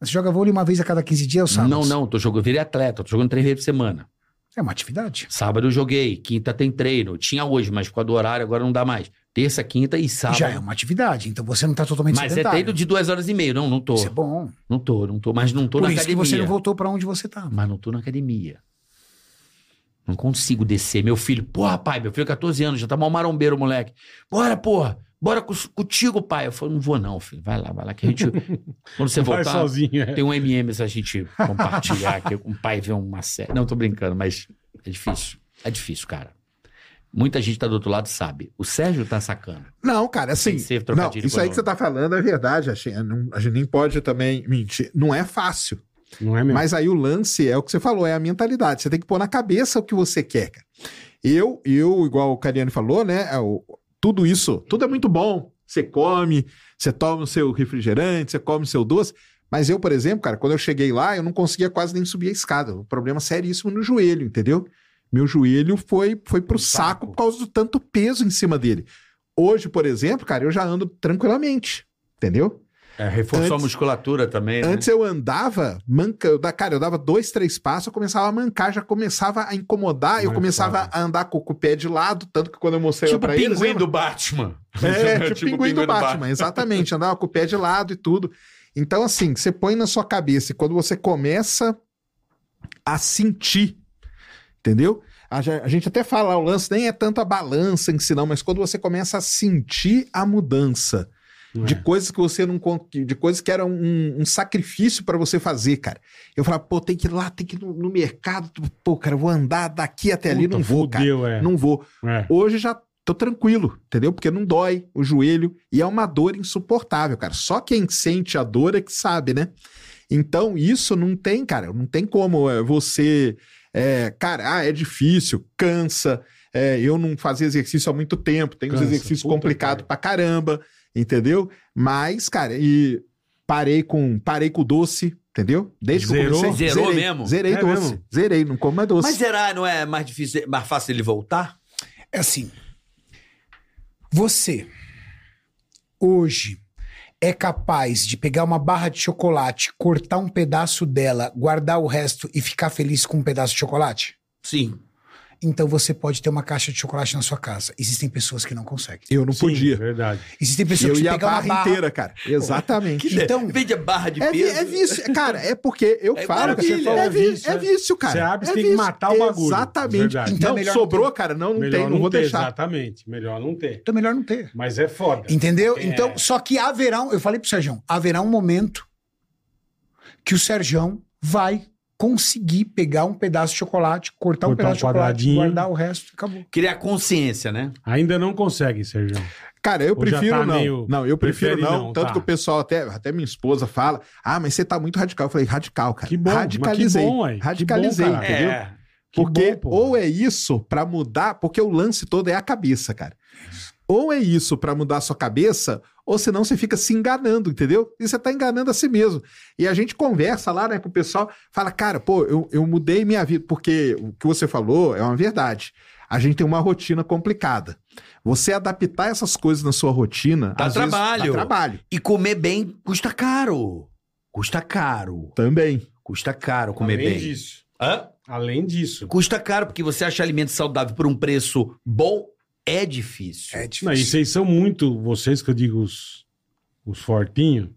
[SPEAKER 5] Você joga vôlei uma vez a cada 15 dias ou sábado?
[SPEAKER 4] Não, não, tô jogando, eu virei atleta, tô jogando três vezes por semana.
[SPEAKER 5] É uma atividade.
[SPEAKER 4] Sábado eu joguei, quinta tem treino. Tinha hoje, mas por causa do horário agora não dá mais. Terça, quinta e sábado.
[SPEAKER 5] Já é uma atividade, então você não tá totalmente
[SPEAKER 4] Tá mas é
[SPEAKER 5] sedentário.
[SPEAKER 4] treino de duas horas e meia. Não, não tô.
[SPEAKER 5] Isso é bom.
[SPEAKER 4] Não tô, não tô. Mas não tô
[SPEAKER 5] Por
[SPEAKER 4] na
[SPEAKER 5] isso
[SPEAKER 4] academia.
[SPEAKER 5] que você não voltou pra onde você tá.
[SPEAKER 4] Mas não tô na academia. Não consigo descer. Meu filho, porra, pai, meu filho, 14 anos, já tá mal marombeiro, moleque. Bora, porra. Bora cos- contigo, pai. Eu falei, não vou não, filho. Vai lá, vai lá, que a gente... Quando você
[SPEAKER 3] Vai
[SPEAKER 4] voltar,
[SPEAKER 3] sozinho. é.
[SPEAKER 4] tem um MM se a gente compartilhar aqui com o pai ver uma série. Não, tô brincando, mas é difícil. É difícil, cara. Muita gente tá do outro lado sabe. O Sérgio tá sacando.
[SPEAKER 1] Não, cara, assim.
[SPEAKER 4] Tem que ser
[SPEAKER 1] Não,
[SPEAKER 4] trocadilho
[SPEAKER 1] isso aí que você
[SPEAKER 4] econômico.
[SPEAKER 1] tá falando é verdade. A gente, não- a gente nem pode também mentir. Não é fácil.
[SPEAKER 3] Não é mesmo?
[SPEAKER 1] Mas aí o lance é o que você falou, é a mentalidade. Você tem que pôr na cabeça o que você quer, cara. Eu, eu igual o Cariano falou, né? é o- tudo isso, tudo é muito bom. Você come, você toma o seu refrigerante, você come o seu doce. Mas eu, por exemplo, cara, quando eu cheguei lá, eu não conseguia quase nem subir a escada. Um problema seríssimo no joelho, entendeu? Meu joelho foi, foi pro
[SPEAKER 4] Um saco.
[SPEAKER 1] saco por causa do tanto peso em cima dele. Hoje, por exemplo, cara, eu já ando tranquilamente, entendeu?
[SPEAKER 4] É, reforçou
[SPEAKER 1] Antes-
[SPEAKER 4] a musculatura também, né?
[SPEAKER 1] Antes eu andava, manca, eu da, cara, eu dava dois, três passos, eu começava a mancar, já começava a incomodar, eu
[SPEAKER 3] Mancava.
[SPEAKER 1] começava a andar com, com o pé de lado, tanto que quando eu mostrei
[SPEAKER 4] Tipo
[SPEAKER 1] pra
[SPEAKER 4] pinguim
[SPEAKER 1] eles... lembra?
[SPEAKER 4] do Batman.
[SPEAKER 1] É, tipo, pinguim do Batman, exatamente, andava com o pé de lado e tudo. Então, assim, você põe na sua cabeça, e quando você começa a sentir, entendeu? A, ge- a gente até fala, o lance nem é tanto a balança em si não, mas quando você começa a sentir a mudança,
[SPEAKER 3] Não é.
[SPEAKER 1] de coisas que você não con- que- de coisas que era um, um sacrifício pra você fazer, cara. Eu falava, pô, tem que ir lá, tem que ir no, no mercado, pô, cara, eu vou andar daqui até ali,
[SPEAKER 3] Puta,
[SPEAKER 1] não vou, cara.
[SPEAKER 3] fudeu, é.
[SPEAKER 1] Não vou.
[SPEAKER 3] É.
[SPEAKER 1] Hoje já tô tranquilo, entendeu? Porque não dói o joelho e é uma dor insuportável, cara. Só quem sente a dor é que sabe, né? Então isso não tem, cara, não tem como é, você, é, cara, ah, é difícil, cansa. é, eu não fazia exercício há muito tempo, tem uns
[SPEAKER 3] Cansa,
[SPEAKER 1] exercícios
[SPEAKER 3] puta
[SPEAKER 1] complicados
[SPEAKER 3] que
[SPEAKER 1] pra caramba, entendeu? Mas, cara, e parei com parei com o doce, entendeu? Desde que
[SPEAKER 3] Zerou?
[SPEAKER 1] eu comecei,
[SPEAKER 4] Zerou
[SPEAKER 1] zerei,
[SPEAKER 4] mesmo?
[SPEAKER 1] Zerei
[SPEAKER 3] É
[SPEAKER 1] doce,
[SPEAKER 3] mesmo?
[SPEAKER 1] zerei, não como mais doce.
[SPEAKER 4] Mas será, não é mais difícil, mais fácil ele voltar?
[SPEAKER 5] É assim. Você hoje é capaz de pegar uma barra de chocolate, cortar um pedaço dela, guardar o resto e ficar feliz com um pedaço de chocolate?
[SPEAKER 4] Sim.
[SPEAKER 5] Então você pode ter uma caixa de chocolate na sua casa. Existem pessoas que não conseguem.
[SPEAKER 1] eu não
[SPEAKER 3] Sim,
[SPEAKER 1] podia.
[SPEAKER 3] Verdade.
[SPEAKER 5] Existem pessoas
[SPEAKER 1] Eu
[SPEAKER 5] que
[SPEAKER 1] ia a
[SPEAKER 5] pegam uma
[SPEAKER 1] barra
[SPEAKER 5] barra
[SPEAKER 1] inteira, cara. Exatamente.
[SPEAKER 5] Então-
[SPEAKER 4] vende a barra de
[SPEAKER 1] É, vi-
[SPEAKER 4] peso.
[SPEAKER 1] é vício, cara. É porque eu
[SPEAKER 4] É
[SPEAKER 1] falo, cara, você
[SPEAKER 4] maravilha.
[SPEAKER 1] falou, é, vi-
[SPEAKER 3] Vício,
[SPEAKER 1] é
[SPEAKER 3] é.
[SPEAKER 1] vício, cara.
[SPEAKER 3] Você abre, você
[SPEAKER 1] é
[SPEAKER 3] tem que
[SPEAKER 1] vício.
[SPEAKER 3] matar o bagulho.
[SPEAKER 1] Exatamente.
[SPEAKER 3] Verdade.
[SPEAKER 5] Então,
[SPEAKER 1] Então,
[SPEAKER 5] melhor não
[SPEAKER 1] sobrou, cara. Não, não tem, não, vou
[SPEAKER 3] ter,
[SPEAKER 1] deixar.
[SPEAKER 3] Exatamente. Melhor não ter.
[SPEAKER 5] Então é melhor não ter.
[SPEAKER 3] Mas é foda.
[SPEAKER 5] Entendeu?
[SPEAKER 3] É.
[SPEAKER 5] Então, só que haverá, um, eu falei pro Sérgio, haverá um momento que o Sérgio vai conseguir pegar um pedaço de chocolate, cortar, um
[SPEAKER 3] Cortar
[SPEAKER 5] pedaço
[SPEAKER 3] um
[SPEAKER 5] de chocolate,
[SPEAKER 3] quadradinho.
[SPEAKER 5] guardar o resto e acabou.
[SPEAKER 4] Criar consciência, né?
[SPEAKER 3] Ainda não consegue, Sérgio.
[SPEAKER 1] Cara, eu
[SPEAKER 3] Ou já
[SPEAKER 1] prefiro
[SPEAKER 3] tá
[SPEAKER 1] não.
[SPEAKER 3] meio-
[SPEAKER 1] Não, eu prefiro
[SPEAKER 3] prefere
[SPEAKER 1] não.
[SPEAKER 3] não,
[SPEAKER 1] Tanto
[SPEAKER 3] tá.
[SPEAKER 1] que o pessoal, até, até minha esposa fala, ah, mas você tá muito radical. Eu falei, radical, cara.
[SPEAKER 3] Que bom, mas que
[SPEAKER 1] Radicalizei.
[SPEAKER 3] bom, ué. Que bom,
[SPEAKER 1] Radicalizei,
[SPEAKER 3] cara.
[SPEAKER 1] entendeu?
[SPEAKER 4] É.
[SPEAKER 3] Que
[SPEAKER 1] Porque
[SPEAKER 3] bom, pô.
[SPEAKER 1] ou é isso pra mudar, porque o lance todo é a cabeça, cara. Ou é isso pra mudar a sua cabeça, ou senão você fica se enganando, entendeu? E você tá enganando a si mesmo. E a gente conversa lá, né, com o pessoal, fala, cara, pô, eu, eu mudei minha vida, porque o que você falou é uma verdade. A gente tem uma rotina complicada. Você adaptar essas coisas na sua rotina.
[SPEAKER 4] Dá
[SPEAKER 1] às vezes,
[SPEAKER 4] trabalho.
[SPEAKER 1] dá trabalho.
[SPEAKER 4] E comer bem custa caro. Custa caro.
[SPEAKER 1] Também.
[SPEAKER 4] Custa caro comer
[SPEAKER 3] Além
[SPEAKER 4] bem.
[SPEAKER 3] disso.
[SPEAKER 4] Hã?
[SPEAKER 3] Além disso.
[SPEAKER 4] Custa caro, porque você acha alimento saudável por um preço bom é difícil.
[SPEAKER 5] É
[SPEAKER 3] Não, e
[SPEAKER 5] difícil.
[SPEAKER 3] vocês são muito, vocês que eu digo, os, os fortinhos,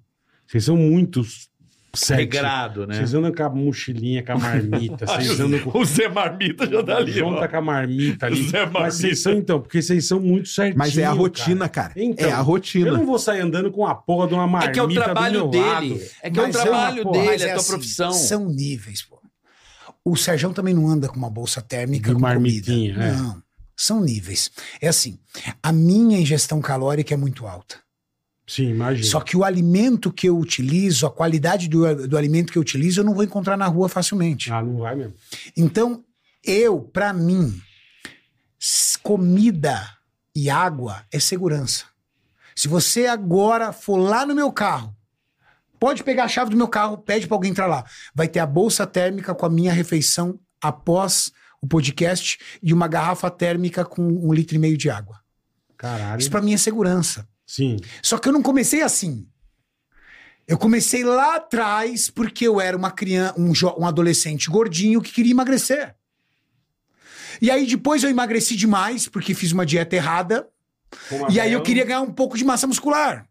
[SPEAKER 3] vocês são muitos sete.
[SPEAKER 4] Regrado, né? Ah,
[SPEAKER 3] Vocês andam com a mochilinha, com a marmita, vocês andam com...
[SPEAKER 4] O Zé Marmita já tá ali, ó.
[SPEAKER 3] Junta com a marmita ali.
[SPEAKER 4] Zé
[SPEAKER 3] Mas
[SPEAKER 4] Marmita.
[SPEAKER 3] vocês são, então, porque vocês são muito certinhos.
[SPEAKER 1] Mas é a rotina, cara.
[SPEAKER 3] Então,
[SPEAKER 1] é a
[SPEAKER 3] Eu
[SPEAKER 1] rotina.
[SPEAKER 3] não vou sair andando com a porra de uma marmita
[SPEAKER 4] É que é o
[SPEAKER 3] do
[SPEAKER 4] trabalho
[SPEAKER 3] meu
[SPEAKER 4] dele.
[SPEAKER 3] lado.
[SPEAKER 4] É que é o
[SPEAKER 5] Mas é uma
[SPEAKER 4] trabalho
[SPEAKER 3] porra,
[SPEAKER 5] Mas
[SPEAKER 4] dele, é
[SPEAKER 5] é
[SPEAKER 4] a tua
[SPEAKER 5] assim,
[SPEAKER 4] profissão.
[SPEAKER 5] São níveis, pô. O Sérgio também não anda com uma bolsa térmica.
[SPEAKER 3] De
[SPEAKER 5] com
[SPEAKER 3] marmitinha,
[SPEAKER 5] comida.
[SPEAKER 3] é.
[SPEAKER 5] Não. São níveis. É assim, a minha ingestão calórica é muito alta.
[SPEAKER 3] Sim, imagina.
[SPEAKER 5] Só que o alimento que eu utilizo, a qualidade do, do alimento que eu utilizo, eu não vou encontrar na rua facilmente.
[SPEAKER 3] Ah, não vai mesmo.
[SPEAKER 5] Então, eu, pra mim, s- comida e água é segurança. Se você agora for lá no meu carro, pode pegar a chave do meu carro, pede pra alguém entrar lá. Vai ter a bolsa térmica com a minha refeição após o podcast e uma garrafa térmica com um litro e meio de água.
[SPEAKER 3] Caralho.
[SPEAKER 5] Isso pra mim é segurança.
[SPEAKER 3] Sim.
[SPEAKER 5] Só que eu não comecei assim. Eu comecei lá atrás porque eu era uma criança, um, jo- um adolescente gordinho que queria emagrecer. E aí depois eu emagreci demais porque fiz uma dieta errada.
[SPEAKER 3] Como
[SPEAKER 5] E
[SPEAKER 3] a
[SPEAKER 5] aí eu
[SPEAKER 3] Bel-
[SPEAKER 5] queria ganhar um pouco de massa muscular.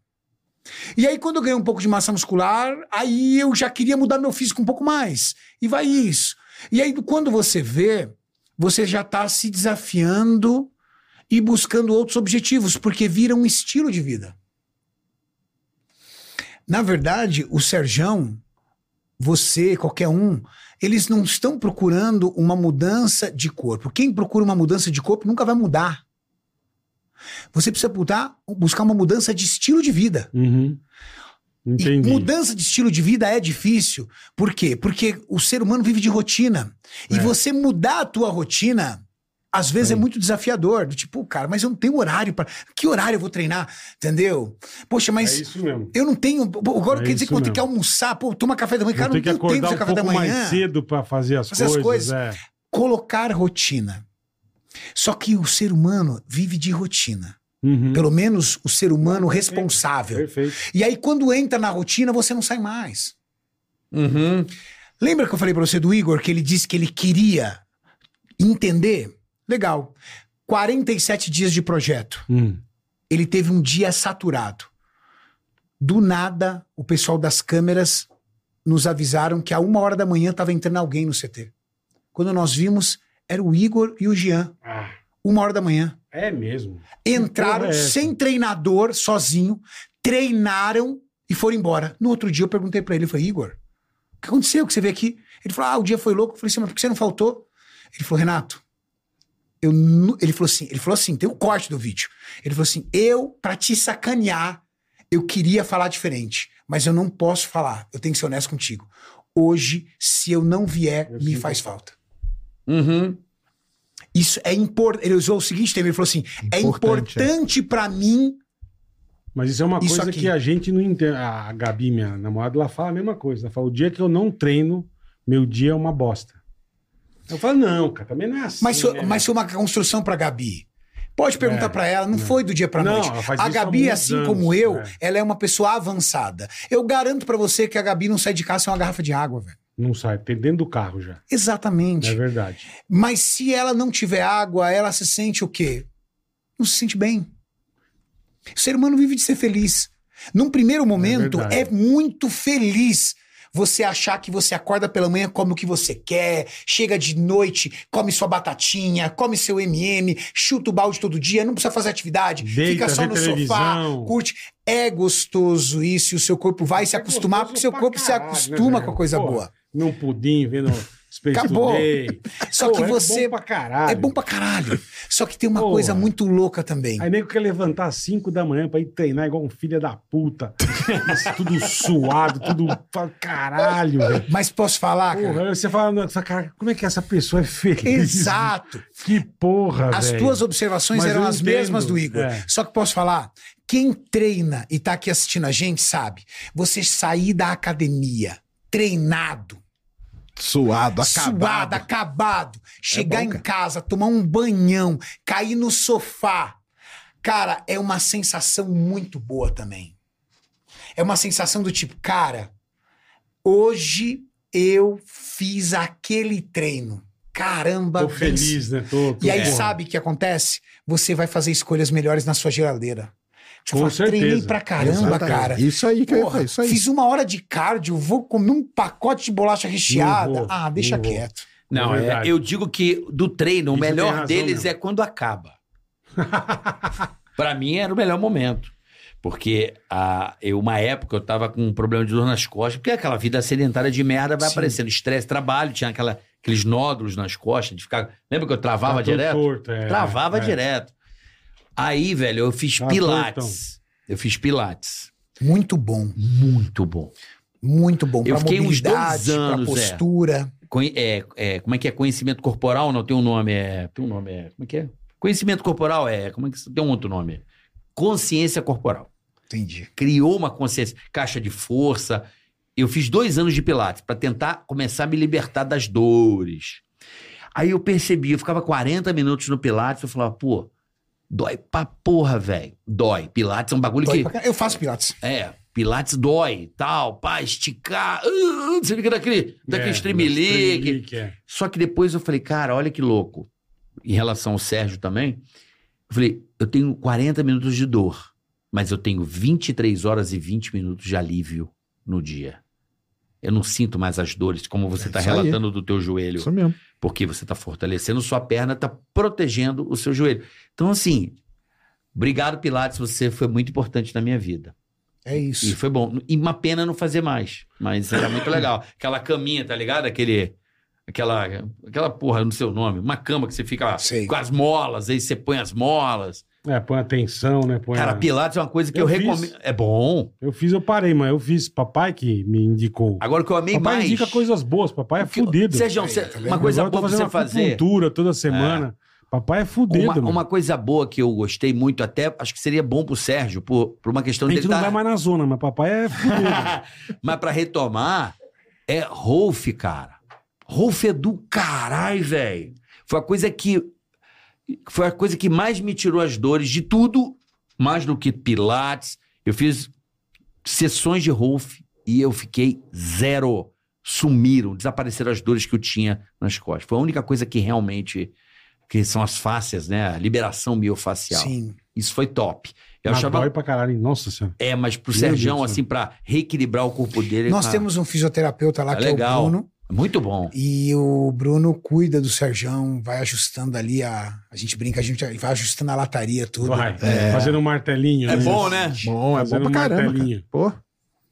[SPEAKER 5] E aí quando eu ganhei um pouco de massa muscular, aí eu já queria mudar meu físico um pouco mais. E vai isso. E aí quando você vê, você já tá se desafiando e buscando outros objetivos, porque vira um estilo de vida. Na verdade, o Serjão, você, qualquer um, eles não estão procurando uma mudança de corpo. Quem procura uma mudança de corpo nunca vai mudar. Você precisa mudar- buscar uma mudança de estilo de vida.
[SPEAKER 3] Uhum. Entendi.
[SPEAKER 5] E mudança de estilo de vida é difícil. Por quê? Porque o ser humano vive de rotina. E
[SPEAKER 3] É.
[SPEAKER 5] você mudar a tua rotina, às vezes é muito desafiador. Do tipo, cara, mas eu não tenho horário para. Que horário eu vou treinar? Entendeu? Poxa,
[SPEAKER 3] É
[SPEAKER 5] mas.
[SPEAKER 3] isso mesmo.
[SPEAKER 5] eu não tenho. pô, Agora
[SPEAKER 3] É
[SPEAKER 5] quer dizer
[SPEAKER 3] isso
[SPEAKER 5] que eu vou ter
[SPEAKER 3] mesmo.
[SPEAKER 5] que almoçar, pô, toma café da manhã.
[SPEAKER 3] Vou
[SPEAKER 5] Cara, eu
[SPEAKER 3] ter
[SPEAKER 5] não
[SPEAKER 3] que
[SPEAKER 5] tenho tempo
[SPEAKER 3] acordar
[SPEAKER 5] de
[SPEAKER 3] um
[SPEAKER 5] café da
[SPEAKER 3] pouco mais
[SPEAKER 5] manhã.
[SPEAKER 3] cedo pra fazer as
[SPEAKER 5] Fazer as
[SPEAKER 3] coisas.
[SPEAKER 5] coisas.
[SPEAKER 3] é.
[SPEAKER 5] Colocar rotina. Só que o ser humano vive de rotina.
[SPEAKER 3] Uhum.
[SPEAKER 5] Pelo menos o ser humano
[SPEAKER 3] Perfeito.
[SPEAKER 5] responsável.
[SPEAKER 3] Perfeito.
[SPEAKER 5] E aí, quando entra na rotina, você não sai mais.
[SPEAKER 4] Uhum.
[SPEAKER 5] Lembra que eu falei pra você do Igor que ele disse que ele queria entender? Legal. 47 dias de projeto.
[SPEAKER 3] Hum.
[SPEAKER 5] Ele teve um dia saturado. Do nada, o pessoal das câmeras nos avisaram que a uma hora da manhã estava entrando alguém no CT. Quando nós vimos, era o Igor e o Jean.
[SPEAKER 3] Ah,
[SPEAKER 5] Uma hora da manhã.
[SPEAKER 3] é mesmo.
[SPEAKER 5] Entraram
[SPEAKER 3] porra é essa?
[SPEAKER 5] sem treinador, sozinho, treinaram e foram embora. No outro dia eu perguntei pra ele, eu falei, Igor, o que aconteceu que você veio aqui? Ele falou, ah, o dia foi louco. Eu falei assim, mas por que você não faltou? Ele falou, Renato, eu nu- ele falou assim, ele falou assim, tem um corte do vídeo. Ele falou assim, eu, pra te sacanear, eu queria falar diferente, mas eu não posso falar, eu tenho que ser honesto contigo. Hoje, se eu não vier,
[SPEAKER 3] Eu
[SPEAKER 5] me
[SPEAKER 3] sinto-
[SPEAKER 5] faz falta.
[SPEAKER 4] Uhum.
[SPEAKER 5] Isso é importante. Ele usou o seguinte termo, ele falou assim, é
[SPEAKER 1] Importante, é.
[SPEAKER 5] importante pra mim
[SPEAKER 3] Mas isso é uma
[SPEAKER 5] Isso
[SPEAKER 3] coisa
[SPEAKER 5] aqui.
[SPEAKER 3] que a gente não entende. A Gabi, minha namorada, ela fala a mesma coisa. Ela fala: o dia que eu não treino, meu dia é uma bosta. Eu falo: não, cara, também não é assim.
[SPEAKER 5] Mas, foi,
[SPEAKER 3] né?
[SPEAKER 5] mas foi uma construção pra Gabi. Pode perguntar
[SPEAKER 3] É.
[SPEAKER 5] pra ela, não
[SPEAKER 3] Não.
[SPEAKER 5] foi do dia pra
[SPEAKER 3] Não,
[SPEAKER 5] noite.
[SPEAKER 3] ela faz
[SPEAKER 5] A
[SPEAKER 3] isso há
[SPEAKER 5] Gabi,
[SPEAKER 3] muitos
[SPEAKER 5] assim
[SPEAKER 3] anos,
[SPEAKER 5] como eu,
[SPEAKER 3] é.
[SPEAKER 5] ela é uma pessoa avançada. Eu garanto pra você que a Gabi não sai de casa sem uma garrafa de água, velho.
[SPEAKER 3] Não sai, tem dentro do carro já.
[SPEAKER 5] Exatamente.
[SPEAKER 3] É verdade.
[SPEAKER 5] Mas se ela não tiver água, ela se sente o quê? Não se sente bem. O ser humano vive de ser feliz. Num primeiro momento,
[SPEAKER 3] verdade.
[SPEAKER 5] é, muito feliz você achar que você acorda pela manhã, come o que você quer, chega de noite, come sua batatinha, come seu MM, chuta o balde todo dia, não precisa fazer atividade,
[SPEAKER 3] Deita,
[SPEAKER 5] fica só
[SPEAKER 3] vê
[SPEAKER 5] no
[SPEAKER 3] televisão.
[SPEAKER 5] sofá, curte. É gostoso isso e o seu corpo vai se
[SPEAKER 3] É
[SPEAKER 5] acostumar,
[SPEAKER 3] gostoso
[SPEAKER 5] porque seu
[SPEAKER 3] pra
[SPEAKER 5] corpo se
[SPEAKER 3] caralho, né,
[SPEAKER 5] acostuma
[SPEAKER 3] velho?
[SPEAKER 5] com a coisa
[SPEAKER 3] Pô,
[SPEAKER 5] boa.
[SPEAKER 3] Num um pudim, vendo Space
[SPEAKER 5] Acabou.
[SPEAKER 3] Today.
[SPEAKER 5] Só
[SPEAKER 3] Pô,
[SPEAKER 5] que
[SPEAKER 3] é
[SPEAKER 5] você.
[SPEAKER 3] Bom pra caralho.
[SPEAKER 5] É bom pra caralho. Só que tem uma
[SPEAKER 3] Porra.
[SPEAKER 5] coisa muito louca também.
[SPEAKER 3] Aí nego quer levantar às 5 da manhã pra ir treinar igual um filho da puta. Isso tudo suado, tudo pra caralho, velho.
[SPEAKER 5] Mas posso falar,
[SPEAKER 3] Porra,
[SPEAKER 5] cara?
[SPEAKER 3] aí você fala, "Não, essa cara, como é que essa pessoa é feliz?
[SPEAKER 5] Exato.
[SPEAKER 3] Que porra, Ah, velho.
[SPEAKER 5] As tuas observações
[SPEAKER 3] Mas
[SPEAKER 5] eram
[SPEAKER 3] eu
[SPEAKER 5] as
[SPEAKER 3] entendo,
[SPEAKER 5] mesmas do Igor.
[SPEAKER 3] é.
[SPEAKER 5] Só que posso falar? Quem treina e tá aqui assistindo a gente sabe. Você sair da academia treinado,
[SPEAKER 1] Suado, acabado.
[SPEAKER 5] suado,
[SPEAKER 3] É
[SPEAKER 5] acabado, chegar
[SPEAKER 1] bom,
[SPEAKER 5] em
[SPEAKER 1] cara.
[SPEAKER 5] casa, tomar um banhão, cair no sofá. Cara, é uma sensação muito boa também. É uma sensação do tipo, cara, hoje eu fiz aquele treino. Caramba,
[SPEAKER 3] Tô
[SPEAKER 5] venci.
[SPEAKER 3] feliz, né? Tô, tô-
[SPEAKER 5] E aí,
[SPEAKER 3] porra.
[SPEAKER 5] sabe o que acontece? Você vai fazer escolhas melhores na sua geladeira. Você
[SPEAKER 3] Com
[SPEAKER 5] fala,
[SPEAKER 3] certeza.
[SPEAKER 5] treinei pra caramba,
[SPEAKER 1] Exatamente.
[SPEAKER 5] cara.
[SPEAKER 1] Isso aí que eu ia
[SPEAKER 5] Porra,
[SPEAKER 1] falar, isso aí.
[SPEAKER 5] Fiz uma hora de cardio, vou comer um pacote de bolacha recheada.
[SPEAKER 3] Não vou,
[SPEAKER 5] ah, deixa
[SPEAKER 3] não vou.
[SPEAKER 5] quieto.
[SPEAKER 4] Não,
[SPEAKER 3] É
[SPEAKER 4] é,
[SPEAKER 3] verdade.
[SPEAKER 4] eu digo que do treino, o
[SPEAKER 3] Isso tem
[SPEAKER 4] melhor
[SPEAKER 3] razão
[SPEAKER 4] deles
[SPEAKER 3] mesmo.
[SPEAKER 4] é quando acaba. Pra mim era o melhor momento. Porque a, eu, uma época eu tava com um problema de dor nas costas, porque aquela vida sedentária de merda vai
[SPEAKER 5] Sim.
[SPEAKER 4] aparecendo. Estresse, trabalho, tinha aquela, aqueles nódulos nas costas, de ficar. Lembra que eu travava
[SPEAKER 3] Tá tudo
[SPEAKER 4] direto?
[SPEAKER 3] torto, é,
[SPEAKER 4] travava
[SPEAKER 3] é.
[SPEAKER 4] direto. Aí, velho, eu fiz
[SPEAKER 3] Tá
[SPEAKER 4] pilates. Eu fiz pilates.
[SPEAKER 5] Muito bom,
[SPEAKER 4] Muito bom.
[SPEAKER 5] muito bom.
[SPEAKER 4] Eu
[SPEAKER 5] pra
[SPEAKER 4] fiquei uns dois
[SPEAKER 5] mobilidade,
[SPEAKER 4] anos, é.
[SPEAKER 5] pra postura.
[SPEAKER 4] Conhe- é, é, como é que é? Conhecimento corporal? Não, tem um nome. É, tem um nome. É, como é que é? Conhecimento corporal é. Como é que tem um outro nome? Consciência corporal.
[SPEAKER 5] Entendi.
[SPEAKER 4] Criou uma consciência, caixa de força. Eu fiz dois anos de Pilates para tentar começar a me libertar das dores. Aí eu percebi, eu ficava 40 minutos no Pilates, eu falava, pô, dói pra porra, velho. Dói. Pilates é um bagulho
[SPEAKER 5] Dói
[SPEAKER 4] que.
[SPEAKER 5] pra car- Eu faço pilates.
[SPEAKER 4] É, Pilates dói, tal, pá, esticar. ah, ah, você fica daquele, daquele
[SPEAKER 3] É,
[SPEAKER 4] tremelique.
[SPEAKER 3] tremelique, é.
[SPEAKER 4] Só que depois eu falei, cara, olha que louco. Em relação ao Sérgio também, eu falei, eu tenho 40 minutos de dor, mas eu tenho 23 horas e 20 minutos de alívio no dia. Eu não sinto mais as dores, como você
[SPEAKER 1] É
[SPEAKER 4] está
[SPEAKER 1] isso aí.
[SPEAKER 4] relatando do teu joelho,
[SPEAKER 1] Isso mesmo.
[SPEAKER 4] porque você está fortalecendo sua perna, está protegendo o seu joelho. Então, assim, obrigado, Pilates, você foi muito importante na minha vida.
[SPEAKER 5] É isso.
[SPEAKER 4] E foi bom. E uma pena não fazer mais. Mas era muito legal. Aquela caminha, tá ligado? Aquele. Aquela, aquela porra, eu não sei o nome. Uma cama que você fica
[SPEAKER 5] Sei.
[SPEAKER 4] com as molas, aí você põe as molas.
[SPEAKER 3] É, põe atenção, né? Põe
[SPEAKER 4] Cara,
[SPEAKER 3] a-
[SPEAKER 4] Pilates é uma coisa que eu,
[SPEAKER 3] Eu fiz.
[SPEAKER 4] recomendo. É bom.
[SPEAKER 3] Eu fiz, eu parei, mas eu fiz. Papai que me indicou.
[SPEAKER 4] Agora o que eu amei
[SPEAKER 3] papai
[SPEAKER 4] mais.
[SPEAKER 3] indica coisas boas, papai é
[SPEAKER 4] o que eu-
[SPEAKER 3] fudido.
[SPEAKER 4] Sérgio,
[SPEAKER 5] Aí,
[SPEAKER 4] você-
[SPEAKER 5] tá vendo?
[SPEAKER 4] uma coisa
[SPEAKER 3] Agora eu tô
[SPEAKER 4] boa pra você fazer.
[SPEAKER 3] acupuntura toda semana. Papai é fudido,
[SPEAKER 4] Uma,
[SPEAKER 3] mano.
[SPEAKER 4] uma coisa boa que eu gostei muito, até acho que seria bom pro Sérgio, por, por uma questão
[SPEAKER 3] A
[SPEAKER 4] de
[SPEAKER 3] gente
[SPEAKER 4] ele
[SPEAKER 3] não
[SPEAKER 4] tá-
[SPEAKER 3] vai mais na zona, mas papai é fudido.
[SPEAKER 4] Mas pra retomar, é Rolf, cara. Rolf é do caralho, velho. Foi a coisa que. Foi a coisa que mais me tirou as dores de tudo, mais do que Pilates. Eu fiz sessões de Rolf e eu fiquei zero. Sumiram, desapareceram as dores que eu tinha nas costas. Foi a única coisa que realmente. Que são as fáscias, né? A liberação miofacial.
[SPEAKER 5] Sim.
[SPEAKER 4] Isso foi top. Eu
[SPEAKER 3] Mas
[SPEAKER 4] achava.
[SPEAKER 3] dói pra caralho. hein? Nossa senhora.
[SPEAKER 4] É, mas pro
[SPEAKER 3] Meu
[SPEAKER 4] Sergião,
[SPEAKER 3] Deus do céu.
[SPEAKER 4] assim, pra reequilibrar o corpo dele.
[SPEAKER 5] Nós
[SPEAKER 4] cara,
[SPEAKER 5] temos um fisioterapeuta lá
[SPEAKER 4] Tá
[SPEAKER 5] que
[SPEAKER 4] legal.
[SPEAKER 5] é o Bruno.
[SPEAKER 4] Muito bom.
[SPEAKER 5] E o Bruno cuida do Serjão, vai ajustando ali a. A gente brinca, a gente ele vai ajustando a lataria, tudo.
[SPEAKER 3] Vai.
[SPEAKER 4] É.
[SPEAKER 3] Fazendo um martelinho.
[SPEAKER 4] né?
[SPEAKER 1] Bom, é bom
[SPEAKER 3] Fazendo um
[SPEAKER 1] pra caramba.
[SPEAKER 3] martelinho.
[SPEAKER 1] cara. Pô,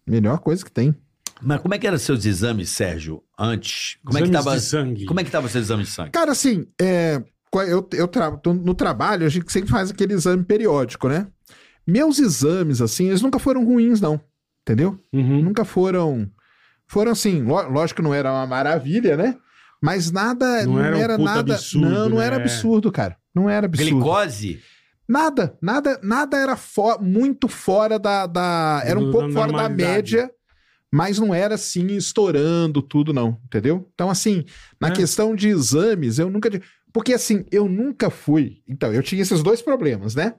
[SPEAKER 1] melhor coisa que tem.
[SPEAKER 4] Mas como é que eram seus exames, Sérgio, antes? Como é que
[SPEAKER 3] Exames
[SPEAKER 4] tava,
[SPEAKER 3] de sangue.
[SPEAKER 4] como é que tava seu exame de sangue?
[SPEAKER 1] Cara, assim, é, qua- eu, eu tra- tô no trabalho, a gente sempre faz aquele exame periódico, né? Meus exames, assim, eles nunca foram ruins, não. Entendeu?
[SPEAKER 3] Uhum.
[SPEAKER 1] Nunca foram. Foram assim, lo- lógico que não era uma maravilha, né? Mas nada.
[SPEAKER 3] Não
[SPEAKER 1] Não,
[SPEAKER 3] era
[SPEAKER 1] era,
[SPEAKER 3] um puta
[SPEAKER 1] nada.
[SPEAKER 3] absurdo,
[SPEAKER 1] não, não
[SPEAKER 3] né?
[SPEAKER 1] era absurdo, cara. Não era absurdo.
[SPEAKER 4] Glicose?
[SPEAKER 1] Nada, nada, nada era fo- muito fora da, da- Era um
[SPEAKER 3] Do-
[SPEAKER 1] pouco
[SPEAKER 3] da
[SPEAKER 1] fora da
[SPEAKER 3] normalidade.
[SPEAKER 1] média, mas não era assim, estourando tudo, não, entendeu? Então, assim, na
[SPEAKER 3] É.
[SPEAKER 1] questão de exames, eu nunca. di- Porque assim, eu nunca fui. Então, eu tinha esses dois problemas, né?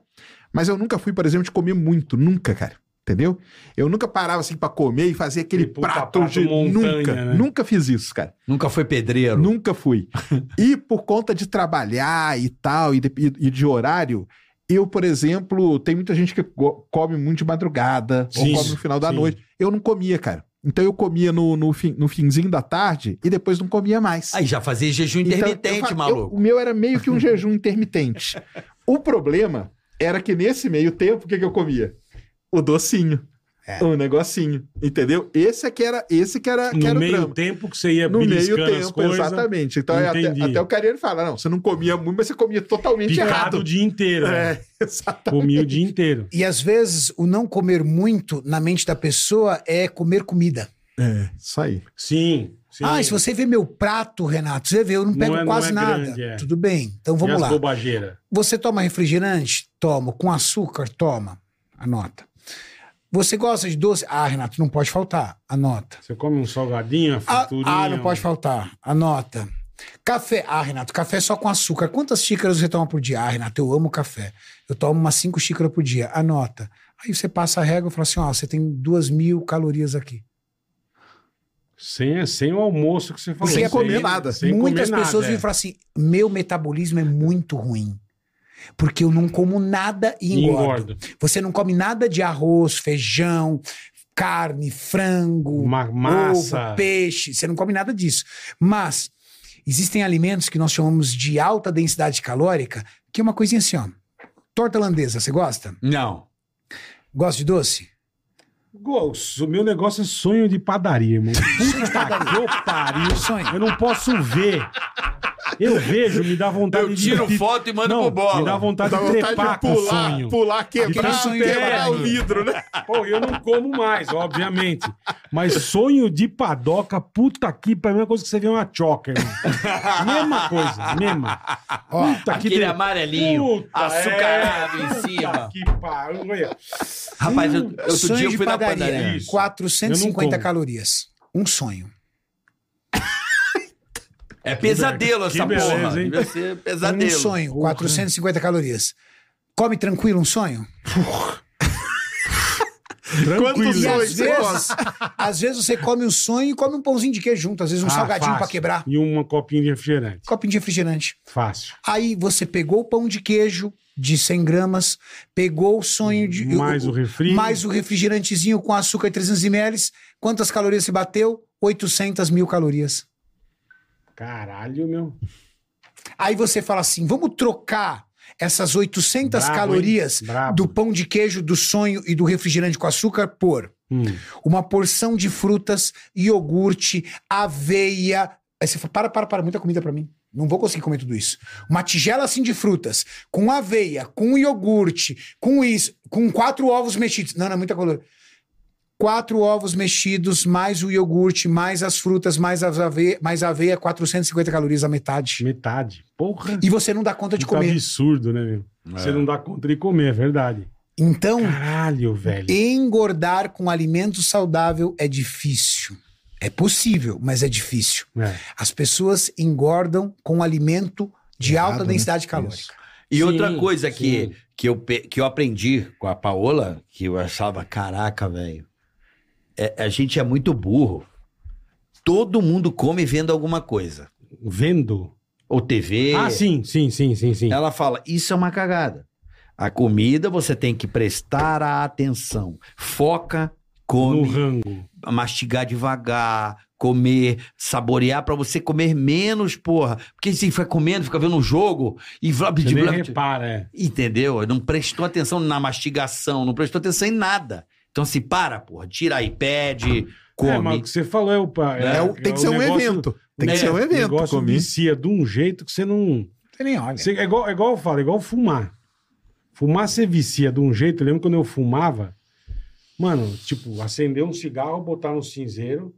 [SPEAKER 1] Mas eu nunca fui, por exemplo, de comer muito, nunca, cara. Entendeu? Eu nunca parava assim pra comer e fazia aquele
[SPEAKER 3] E puta
[SPEAKER 1] prato,
[SPEAKER 3] prato
[SPEAKER 1] de.
[SPEAKER 3] montanha,
[SPEAKER 1] nunca,
[SPEAKER 3] né?
[SPEAKER 1] nunca fiz isso, cara.
[SPEAKER 4] Nunca foi pedreiro?
[SPEAKER 1] Nunca fui. E por conta de trabalhar e tal, e de, e- e de horário, eu, por exemplo, tem muita gente que go- come muito de madrugada,
[SPEAKER 3] Sim,
[SPEAKER 1] ou come no final da
[SPEAKER 3] sim.
[SPEAKER 1] noite. Eu não comia, cara. Então eu comia no, no, fim- no finzinho da tarde e depois não comia mais.
[SPEAKER 4] Aí já fazia jejum
[SPEAKER 1] Então, eu
[SPEAKER 4] intermitente,
[SPEAKER 1] fa- eu-
[SPEAKER 4] maluco.
[SPEAKER 1] o meu era meio que um jejum intermitente. O problema era que nesse meio tempo, o que, que eu comia? O docinho.
[SPEAKER 5] É.
[SPEAKER 1] O negocinho. Entendeu? Esse é que era, esse que era, que era
[SPEAKER 3] No
[SPEAKER 1] o
[SPEAKER 3] meio
[SPEAKER 1] drama
[SPEAKER 3] tempo que você ia
[SPEAKER 1] no meio
[SPEAKER 3] É beliscando as
[SPEAKER 1] tempo,
[SPEAKER 3] coisas.
[SPEAKER 1] exatamente. Então é até,
[SPEAKER 3] Entendi.
[SPEAKER 1] até o Carreiro fala: não, você não comia muito, mas você comia totalmente
[SPEAKER 3] Picado o
[SPEAKER 1] errado.
[SPEAKER 3] dia inteiro. né?
[SPEAKER 1] É, exatamente.
[SPEAKER 3] Comia o dia inteiro.
[SPEAKER 5] E às vezes o não comer muito na mente da pessoa é comer comida.
[SPEAKER 3] É.
[SPEAKER 1] Isso aí.
[SPEAKER 3] Sim. sim.
[SPEAKER 5] Ah, e se você vê meu prato, Renato, você vê, eu não
[SPEAKER 3] Não
[SPEAKER 5] pego
[SPEAKER 3] é- não
[SPEAKER 5] quase
[SPEAKER 3] é
[SPEAKER 5] nada.
[SPEAKER 3] grande, é.
[SPEAKER 5] Tudo bem, então vamos
[SPEAKER 3] e
[SPEAKER 5] lá.
[SPEAKER 3] as bobageiras.
[SPEAKER 5] Você toma refrigerante? Toma. Com açúcar? Toma. Anota. Você gosta de doce? Ah, Renato, não pode faltar. Anota.
[SPEAKER 3] Você come um salgadinho, uma
[SPEAKER 5] Ah,
[SPEAKER 3] friturinha. um-
[SPEAKER 5] ah, não pode faltar. Anota. Café. Ah, Renato, café só com açúcar. Quantas xícaras você toma por dia? Ah, Renato, eu amo café. Eu tomo umas cinco xícaras por dia. Anota. Aí você passa a régua e fala assim: ó, você tem duas mil calorias aqui.
[SPEAKER 3] Sem, sem o almoço que você falou.
[SPEAKER 1] Sem comer
[SPEAKER 3] sem-
[SPEAKER 1] nada.
[SPEAKER 3] Sem
[SPEAKER 5] Muitas
[SPEAKER 3] comer é.
[SPEAKER 5] pessoas
[SPEAKER 3] nada,
[SPEAKER 5] vêm
[SPEAKER 3] é.
[SPEAKER 5] falar assim: meu metabolismo é muito ruim. Porque eu não como nada e
[SPEAKER 3] E
[SPEAKER 5] engordo.
[SPEAKER 3] engordo.
[SPEAKER 5] Você não come nada de arroz, feijão, carne, frango,
[SPEAKER 3] Ma- massa.
[SPEAKER 5] ovo, peixe. Você não come nada disso. Mas existem alimentos que nós chamamos de alta densidade calórica, que é uma coisinha assim, ó. Torta holandesa, você gosta?
[SPEAKER 4] Não.
[SPEAKER 5] Gosta de doce?
[SPEAKER 3] Gosto. O meu negócio é sonho de padaria, irmão. Puta que eu pariu.
[SPEAKER 5] Sonho.
[SPEAKER 3] Eu não posso ver. Eu vejo, me dá vontade
[SPEAKER 4] Eu tiro
[SPEAKER 3] de...
[SPEAKER 4] foto e mando
[SPEAKER 3] Não,
[SPEAKER 4] pro bola.
[SPEAKER 3] Me dá vontade
[SPEAKER 1] Dá
[SPEAKER 3] de trepar
[SPEAKER 1] vontade de
[SPEAKER 3] com o
[SPEAKER 1] pular,
[SPEAKER 3] sonho.
[SPEAKER 1] pular, quebrar,
[SPEAKER 5] sonho
[SPEAKER 1] quebrar
[SPEAKER 5] velho.
[SPEAKER 1] o vidro, né?
[SPEAKER 3] Pô, eu não como mais, obviamente. Mas sonho de padoca, puta que pariu, é a mesma coisa que você vê uma choca, irmão. mesma coisa, mesma.
[SPEAKER 5] Ó,
[SPEAKER 3] Puta
[SPEAKER 4] Aquele
[SPEAKER 3] de-
[SPEAKER 4] amarelinho,
[SPEAKER 3] Puta,
[SPEAKER 4] açucarado
[SPEAKER 3] é.
[SPEAKER 4] em cima.
[SPEAKER 3] Puta que pariu. olha.
[SPEAKER 4] Rapaz, eu, outro dia
[SPEAKER 5] sonho
[SPEAKER 4] eu
[SPEAKER 5] de
[SPEAKER 4] fui na
[SPEAKER 5] padaria,
[SPEAKER 4] padaria.
[SPEAKER 3] Isso.
[SPEAKER 5] 450
[SPEAKER 3] Eu não como.
[SPEAKER 5] calorias. Um sonho.
[SPEAKER 4] É pesadelo
[SPEAKER 3] Que
[SPEAKER 4] essa
[SPEAKER 3] beleza,
[SPEAKER 4] porra.
[SPEAKER 3] hein? É
[SPEAKER 4] Deve ser
[SPEAKER 5] Um
[SPEAKER 4] pesadelo.
[SPEAKER 5] sonho, 450 calorias. Come tranquilo um sonho?
[SPEAKER 1] Quantos
[SPEAKER 5] E
[SPEAKER 1] sonhos
[SPEAKER 5] às
[SPEAKER 1] você
[SPEAKER 5] vezes,
[SPEAKER 3] é.
[SPEAKER 5] às vezes você come um sonho e come um pãozinho de queijo junto, às vezes um
[SPEAKER 3] Ah,
[SPEAKER 5] salgadinho
[SPEAKER 3] fácil.
[SPEAKER 5] pra quebrar,
[SPEAKER 3] E uma copinha de refrigerante.
[SPEAKER 5] copinho de refrigerante.
[SPEAKER 3] Fácil.
[SPEAKER 5] Aí você pegou o pão de queijo de 100 gramas, pegou o sonho de.
[SPEAKER 3] Mais o refri.
[SPEAKER 5] mais o refrigerantezinho com açúcar 300 ml. Quantas calorias se bateu? 800 mil calorias.
[SPEAKER 3] Caralho, meu.
[SPEAKER 5] Aí você fala assim: vamos trocar essas 800
[SPEAKER 3] Brabo, hein?
[SPEAKER 5] calorias
[SPEAKER 3] Brabo.
[SPEAKER 5] do pão de queijo, do sonho e do refrigerante com açúcar por
[SPEAKER 3] Hum.
[SPEAKER 5] uma porção de frutas, iogurte, aveia. Aí você fala, para, para, para, muita comida pra mim. Não vou conseguir comer tudo isso. Uma tigela assim de frutas, com aveia, com iogurte, com isso, com quatro ovos mexidos. Não, não, é muita calor. Quatro ovos mexidos, mais o iogurte, mais as frutas, mais as aveia, mais a aveia, 450 calorias a metade.
[SPEAKER 3] Metade. Porra.
[SPEAKER 5] E você não dá conta de
[SPEAKER 3] Puta
[SPEAKER 5] comer.
[SPEAKER 3] absurdo, né, meu? Você não dá conta de comer, é verdade.
[SPEAKER 5] Então,
[SPEAKER 3] Caralho, velho.
[SPEAKER 5] engordar com alimento saudável é difícil. É possível, mas é difícil.
[SPEAKER 3] É.
[SPEAKER 5] As pessoas engordam com alimento de
[SPEAKER 3] Errado,
[SPEAKER 5] alta
[SPEAKER 3] né?
[SPEAKER 5] densidade calórica.
[SPEAKER 4] E
[SPEAKER 3] Sim,
[SPEAKER 4] outra coisa que,
[SPEAKER 3] sim.
[SPEAKER 4] que, eu, pe- que eu aprendi com a Paola, que eu achava, caraca, velho, é- a gente é muito burro. Todo mundo come vendo alguma coisa.
[SPEAKER 3] Vendo.
[SPEAKER 4] Ou
[SPEAKER 1] É.
[SPEAKER 4] TV.
[SPEAKER 3] Ah, sim, sim, sim, sim, sim.
[SPEAKER 4] Ela fala, isso é uma cagada. A comida você tem que prestar a atenção. Foca,
[SPEAKER 3] No
[SPEAKER 4] come,
[SPEAKER 3] rango.
[SPEAKER 4] mastigar devagar, comer, saborear pra você comer menos, porra. Porque se fica comendo, fica vendo um jogo e blá, blá,
[SPEAKER 3] Você nem
[SPEAKER 4] blá,
[SPEAKER 3] repara, é.
[SPEAKER 4] Entendeu? Não prestou atenção na mastigação, não prestou atenção em nada. Então se para, porra, tira iPad, come.
[SPEAKER 3] É, mas o que você falou é o... pa-
[SPEAKER 1] É, o- tem que ser um
[SPEAKER 3] negócio- é,
[SPEAKER 1] evento. Tem que
[SPEAKER 4] né,
[SPEAKER 1] ser um
[SPEAKER 3] O
[SPEAKER 1] evento.
[SPEAKER 3] negócio
[SPEAKER 1] Comi.
[SPEAKER 3] vicia de um jeito que você não...
[SPEAKER 5] Você nem olha.
[SPEAKER 3] Você- é, igual, é igual eu falo, é igual fumar. Fumar você vicia de um jeito. Eu lembro quando eu fumava, mano, tipo, acender um cigarro, botar no cinzeiro,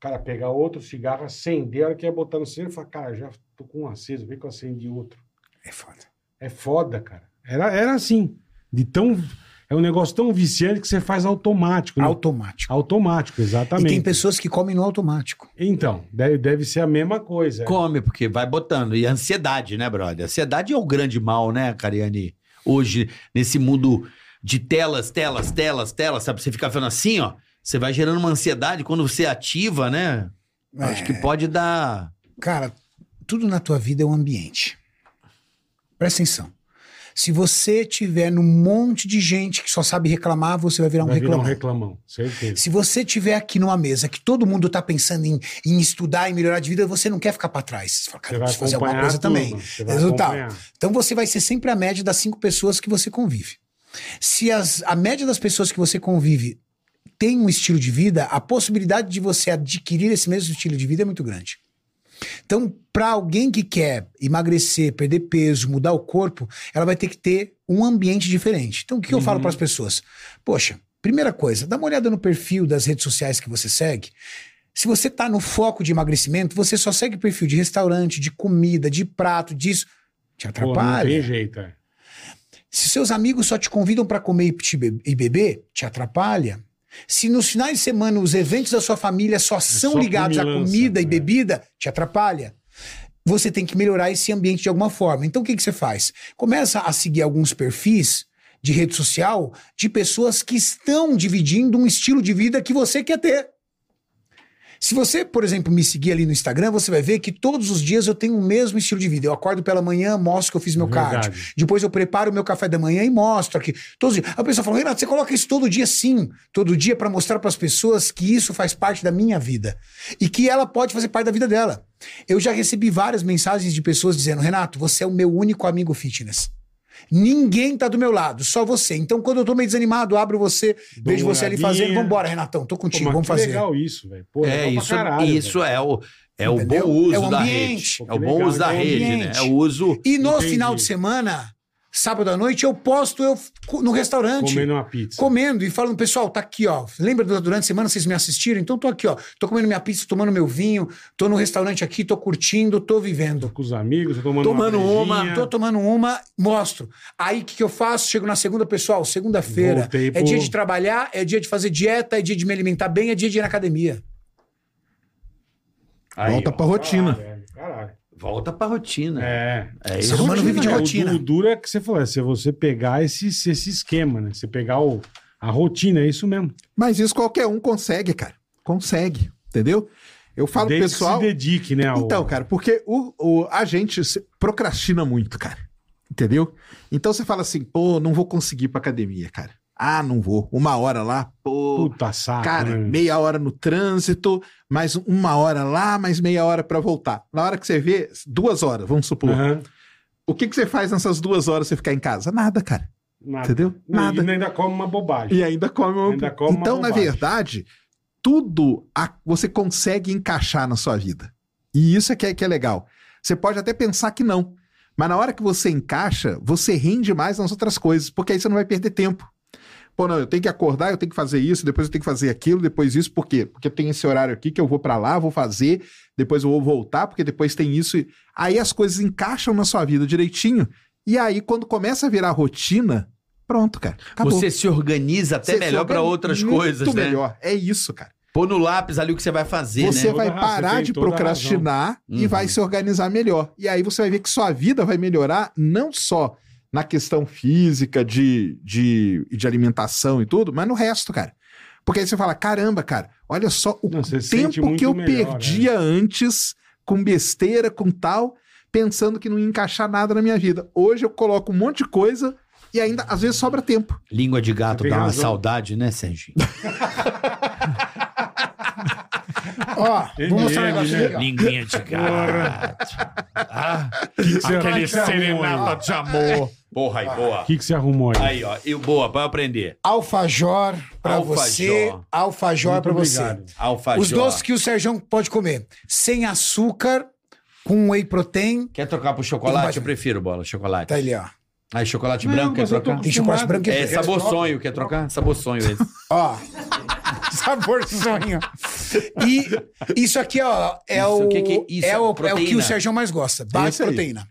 [SPEAKER 3] cara, pegar outro cigarro, acender, a hora que ia botar no cinzeiro, falar, cara, já tô com um aceso, vê que eu acendi outro.
[SPEAKER 5] É foda.
[SPEAKER 3] É foda, cara. Era, era assim, de tão... É um negócio tão viciante que você faz automático. né?
[SPEAKER 5] Automático.
[SPEAKER 3] Automático,
[SPEAKER 5] E
[SPEAKER 3] exatamente.
[SPEAKER 5] tem pessoas que comem no automático.
[SPEAKER 3] Então, deve, deve ser a mesma coisa.
[SPEAKER 4] Come, porque vai botando. E a ansiedade, né, brother? A ansiedade é o grande mal, né, Cariani? Hoje, nesse mundo de telas, telas, telas, telas, sabe? Você fica vendo assim, ó. Você vai gerando uma ansiedade quando você ativa, né?
[SPEAKER 5] É.
[SPEAKER 4] Acho que pode dar.
[SPEAKER 5] Cara, tudo na tua vida é um ambiente. Presta atenção. Se você tiver num monte de gente que só sabe reclamar, você vai virar um
[SPEAKER 3] Vai virar
[SPEAKER 5] reclamão.
[SPEAKER 3] um reclamão, certeza.
[SPEAKER 5] Se você tiver aqui numa mesa que todo mundo tá pensando em, em estudar e melhorar de vida, você não quer ficar pra trás. Você fala, cara,
[SPEAKER 3] Você vai
[SPEAKER 5] preciso fazer
[SPEAKER 3] acompanhar
[SPEAKER 5] alguma coisa
[SPEAKER 3] a turma,
[SPEAKER 5] também.
[SPEAKER 3] você vai
[SPEAKER 5] Resultado.
[SPEAKER 3] acompanhar.
[SPEAKER 5] Então você vai ser sempre a média das cinco pessoas que você convive. Se as- a média das pessoas que você convive tem um estilo de vida, a possibilidade de você adquirir esse mesmo estilo de vida é muito grande. Então, para alguém que quer emagrecer, perder peso, mudar o corpo, ela vai ter que ter um ambiente diferente. Então, o que eu falo para as pessoas? Poxa, primeira coisa, dá uma olhada no perfil das redes sociais que você segue. Se você tá no foco de emagrecimento, você só segue perfil de restaurante, de comida, de prato, disso.
[SPEAKER 3] Pô,
[SPEAKER 5] Te
[SPEAKER 3] não
[SPEAKER 5] atrapalha.
[SPEAKER 3] tem jeito, é.
[SPEAKER 5] Se seus amigos só te convidam para comer e te be- e beber, te atrapalha. Se nos finais de semana os eventos da sua família só são
[SPEAKER 3] É só
[SPEAKER 5] ligados à
[SPEAKER 3] comilança,
[SPEAKER 5] comida e
[SPEAKER 3] é.
[SPEAKER 5] bebida, te atrapalha. Você tem que melhorar esse ambiente de alguma forma. Então o que, que você faz? Começa a seguir alguns perfis de rede social de pessoas que estão dividindo um estilo de vida que você quer ter. Se você, por exemplo, me seguir ali no Instagram, você vai ver que todos os dias eu tenho o mesmo estilo de vida. Eu acordo pela manhã, mostro que eu fiz meu
[SPEAKER 3] Verdade.
[SPEAKER 5] cardio. Depois eu preparo o meu café da manhã e mostro aqui. Todos os dias. A pessoa fala, Renato, você coloca isso todo dia sim. Todo dia para mostrar para as pessoas que isso faz parte da minha vida. E que ela pode fazer parte da vida dela. Eu já recebi várias mensagens de pessoas dizendo, Renato, você é o meu único amigo fitness. Ninguém tá do meu lado, só você. Então, quando eu tô meio desanimado, abro você,
[SPEAKER 3] Dou
[SPEAKER 5] vejo
[SPEAKER 3] uma
[SPEAKER 5] você ali
[SPEAKER 3] olhadinha.
[SPEAKER 5] fazendo. Vambora, Renatão, tô
[SPEAKER 3] Pô,
[SPEAKER 5] contigo,
[SPEAKER 3] mas
[SPEAKER 5] vamos
[SPEAKER 3] que
[SPEAKER 5] fazer.
[SPEAKER 3] legal isso, velho. Pô,
[SPEAKER 4] É,
[SPEAKER 3] legal pra
[SPEAKER 4] isso,
[SPEAKER 3] caralho,
[SPEAKER 4] isso é o, é o bom
[SPEAKER 5] Entendeu?
[SPEAKER 4] uso
[SPEAKER 5] É o
[SPEAKER 4] da
[SPEAKER 5] ambiente.
[SPEAKER 4] rede. É o
[SPEAKER 3] Que
[SPEAKER 4] bom
[SPEAKER 3] legal,
[SPEAKER 4] uso da
[SPEAKER 3] é o
[SPEAKER 4] rede, né?
[SPEAKER 5] ambiente.
[SPEAKER 4] É o uso.
[SPEAKER 5] E no
[SPEAKER 3] Entendi.
[SPEAKER 5] final de semana, sábado à noite, eu posto eu co- no
[SPEAKER 3] velho.
[SPEAKER 5] restaurante.
[SPEAKER 3] Comendo uma pizza.
[SPEAKER 5] Comendo e falando, pessoal, tá aqui, ó. Lembra do- durante a semana vocês me assistiram? Então tô aqui, ó. Tô comendo minha pizza, tomando meu vinho, tô no restaurante aqui, tô curtindo, tô vivendo.
[SPEAKER 3] Tô com os amigos, tô tomando,
[SPEAKER 4] Tomando uma,
[SPEAKER 3] brejinha.
[SPEAKER 5] Tô tomando uma, mostro. Aí o que, que eu faço? Chego na segunda, pessoal, segunda-feira.
[SPEAKER 3] Voltei
[SPEAKER 5] É
[SPEAKER 3] pro-
[SPEAKER 5] dia de trabalhar, é dia de fazer dieta, é dia de me alimentar bem, é dia de ir na academia.
[SPEAKER 4] Aí,
[SPEAKER 1] Volta
[SPEAKER 4] ó.
[SPEAKER 1] pra rotina.
[SPEAKER 3] Caralho, caralho.
[SPEAKER 4] Volta pra rotina. É,
[SPEAKER 3] É.
[SPEAKER 5] Ser
[SPEAKER 4] isso.
[SPEAKER 5] humano
[SPEAKER 3] Rotina,
[SPEAKER 5] vive de
[SPEAKER 3] né? O
[SPEAKER 5] rotina.
[SPEAKER 3] du- O duro é que você falou, é se você pegar esse, esse esquema, né? Você pegar o, a rotina, é isso mesmo.
[SPEAKER 1] Mas isso qualquer um consegue, cara. Consegue, entendeu? Eu falo,
[SPEAKER 3] Desde
[SPEAKER 1] pessoal.
[SPEAKER 3] que se dedique, né? ao-
[SPEAKER 1] Então, cara, porque o, o- a gente se- procrastina muito, cara. Entendeu? Então você fala assim, pô, não vou conseguir ir pra academia, cara. Ah, não vou. Uma hora lá, pô.
[SPEAKER 3] Puta saco,
[SPEAKER 1] cara,
[SPEAKER 3] né?
[SPEAKER 1] meia hora no trânsito, mais uma hora lá, mais meia hora pra voltar. Na hora que você vê, duas horas, vamos supor.
[SPEAKER 3] Aham.
[SPEAKER 1] O que, que você faz nessas duas horas você ficar em casa? Nada, cara.
[SPEAKER 3] Nada.
[SPEAKER 1] Entendeu?
[SPEAKER 3] Não,
[SPEAKER 1] Nada.
[SPEAKER 3] E ainda come uma bobagem.
[SPEAKER 1] E ainda come uma...
[SPEAKER 3] Ainda come uma
[SPEAKER 1] Então, na
[SPEAKER 3] bobagem.
[SPEAKER 1] verdade, tudo a- você consegue encaixar na sua vida. E isso é que, é que é legal. Você pode até pensar que não. Mas na hora que você encaixa, você rende mais nas outras coisas, porque aí você não vai perder tempo. Pô, não, eu tenho que acordar, eu tenho que fazer isso, depois eu tenho que fazer aquilo, depois isso, por quê? Porque tem esse horário aqui que eu vou pra lá, vou fazer, depois eu vou voltar, porque depois tem isso. e- Aí as coisas encaixam na sua vida direitinho. E aí, quando começa a virar rotina, pronto, cara. Acabou.
[SPEAKER 4] Você se organiza até
[SPEAKER 1] Você
[SPEAKER 4] melhor
[SPEAKER 1] soube
[SPEAKER 4] pra outras
[SPEAKER 1] muito
[SPEAKER 4] coisas, né?
[SPEAKER 1] melhor. É isso, cara.
[SPEAKER 4] Pô no lápis ali o que você vai fazer,
[SPEAKER 1] você
[SPEAKER 4] né?
[SPEAKER 1] vai
[SPEAKER 3] Toda razão, você
[SPEAKER 1] parar
[SPEAKER 3] tem
[SPEAKER 1] de
[SPEAKER 3] toda a
[SPEAKER 1] procrastinar e
[SPEAKER 4] Uhum.
[SPEAKER 1] vai se organizar melhor. E aí você vai ver que sua vida vai melhorar não só na questão física de, de, de alimentação e tudo, mas no resto, cara. Porque aí você fala, caramba, cara, olha só o
[SPEAKER 3] Não, você se sente
[SPEAKER 1] tempo
[SPEAKER 3] muito
[SPEAKER 1] que eu
[SPEAKER 3] melhor, né?
[SPEAKER 1] perdia antes com besteira, com tal, pensando que não ia encaixar nada na minha vida. Hoje eu coloco um monte de coisa e ainda às vezes sobra tempo.
[SPEAKER 4] Língua de gato
[SPEAKER 3] Tem
[SPEAKER 4] dá uma
[SPEAKER 3] razão.
[SPEAKER 4] saudade, né, Serginho?
[SPEAKER 5] Ó, vou mostrar um
[SPEAKER 3] Ele,
[SPEAKER 5] negócio
[SPEAKER 3] né?
[SPEAKER 5] legal.
[SPEAKER 4] Linguinha de gato. Ah,
[SPEAKER 3] Aquele serenata
[SPEAKER 4] de amor. Porra, aí, boa.
[SPEAKER 3] O é que, que você arrumou aí?
[SPEAKER 4] Aí, ó. E boa, vai aprender.
[SPEAKER 5] Alfajor pra
[SPEAKER 4] Alfajor.
[SPEAKER 5] você, alfajor
[SPEAKER 3] Muito
[SPEAKER 5] pra você.
[SPEAKER 3] obrigado.
[SPEAKER 4] Alfajor.
[SPEAKER 5] Os doces que o Sérgio pode comer, sem açúcar, com whey protein,
[SPEAKER 4] Quer trocar pro
[SPEAKER 5] Tem
[SPEAKER 4] chocolate?
[SPEAKER 5] mais-
[SPEAKER 4] Eu prefiro, bola, chocolate.
[SPEAKER 5] tá ali, ó.
[SPEAKER 4] Aí, chocolate
[SPEAKER 3] Não,
[SPEAKER 4] branco, quer
[SPEAKER 3] mas eu
[SPEAKER 4] trocar?
[SPEAKER 3] tô
[SPEAKER 5] é Tem chocolate
[SPEAKER 3] acostumado.
[SPEAKER 5] branco e
[SPEAKER 4] É,
[SPEAKER 5] preto.
[SPEAKER 4] sabor sonho, quer trocar? Sabor sonho esse.
[SPEAKER 5] Ó. Sabor sonho. E isso aqui, ó, é
[SPEAKER 4] Isso,
[SPEAKER 5] o,
[SPEAKER 4] o que que é isso?
[SPEAKER 5] é o, é o que
[SPEAKER 4] Proteína.
[SPEAKER 5] o Sérgio mais gosta.
[SPEAKER 1] É
[SPEAKER 5] Bate
[SPEAKER 1] isso aí.
[SPEAKER 5] proteína.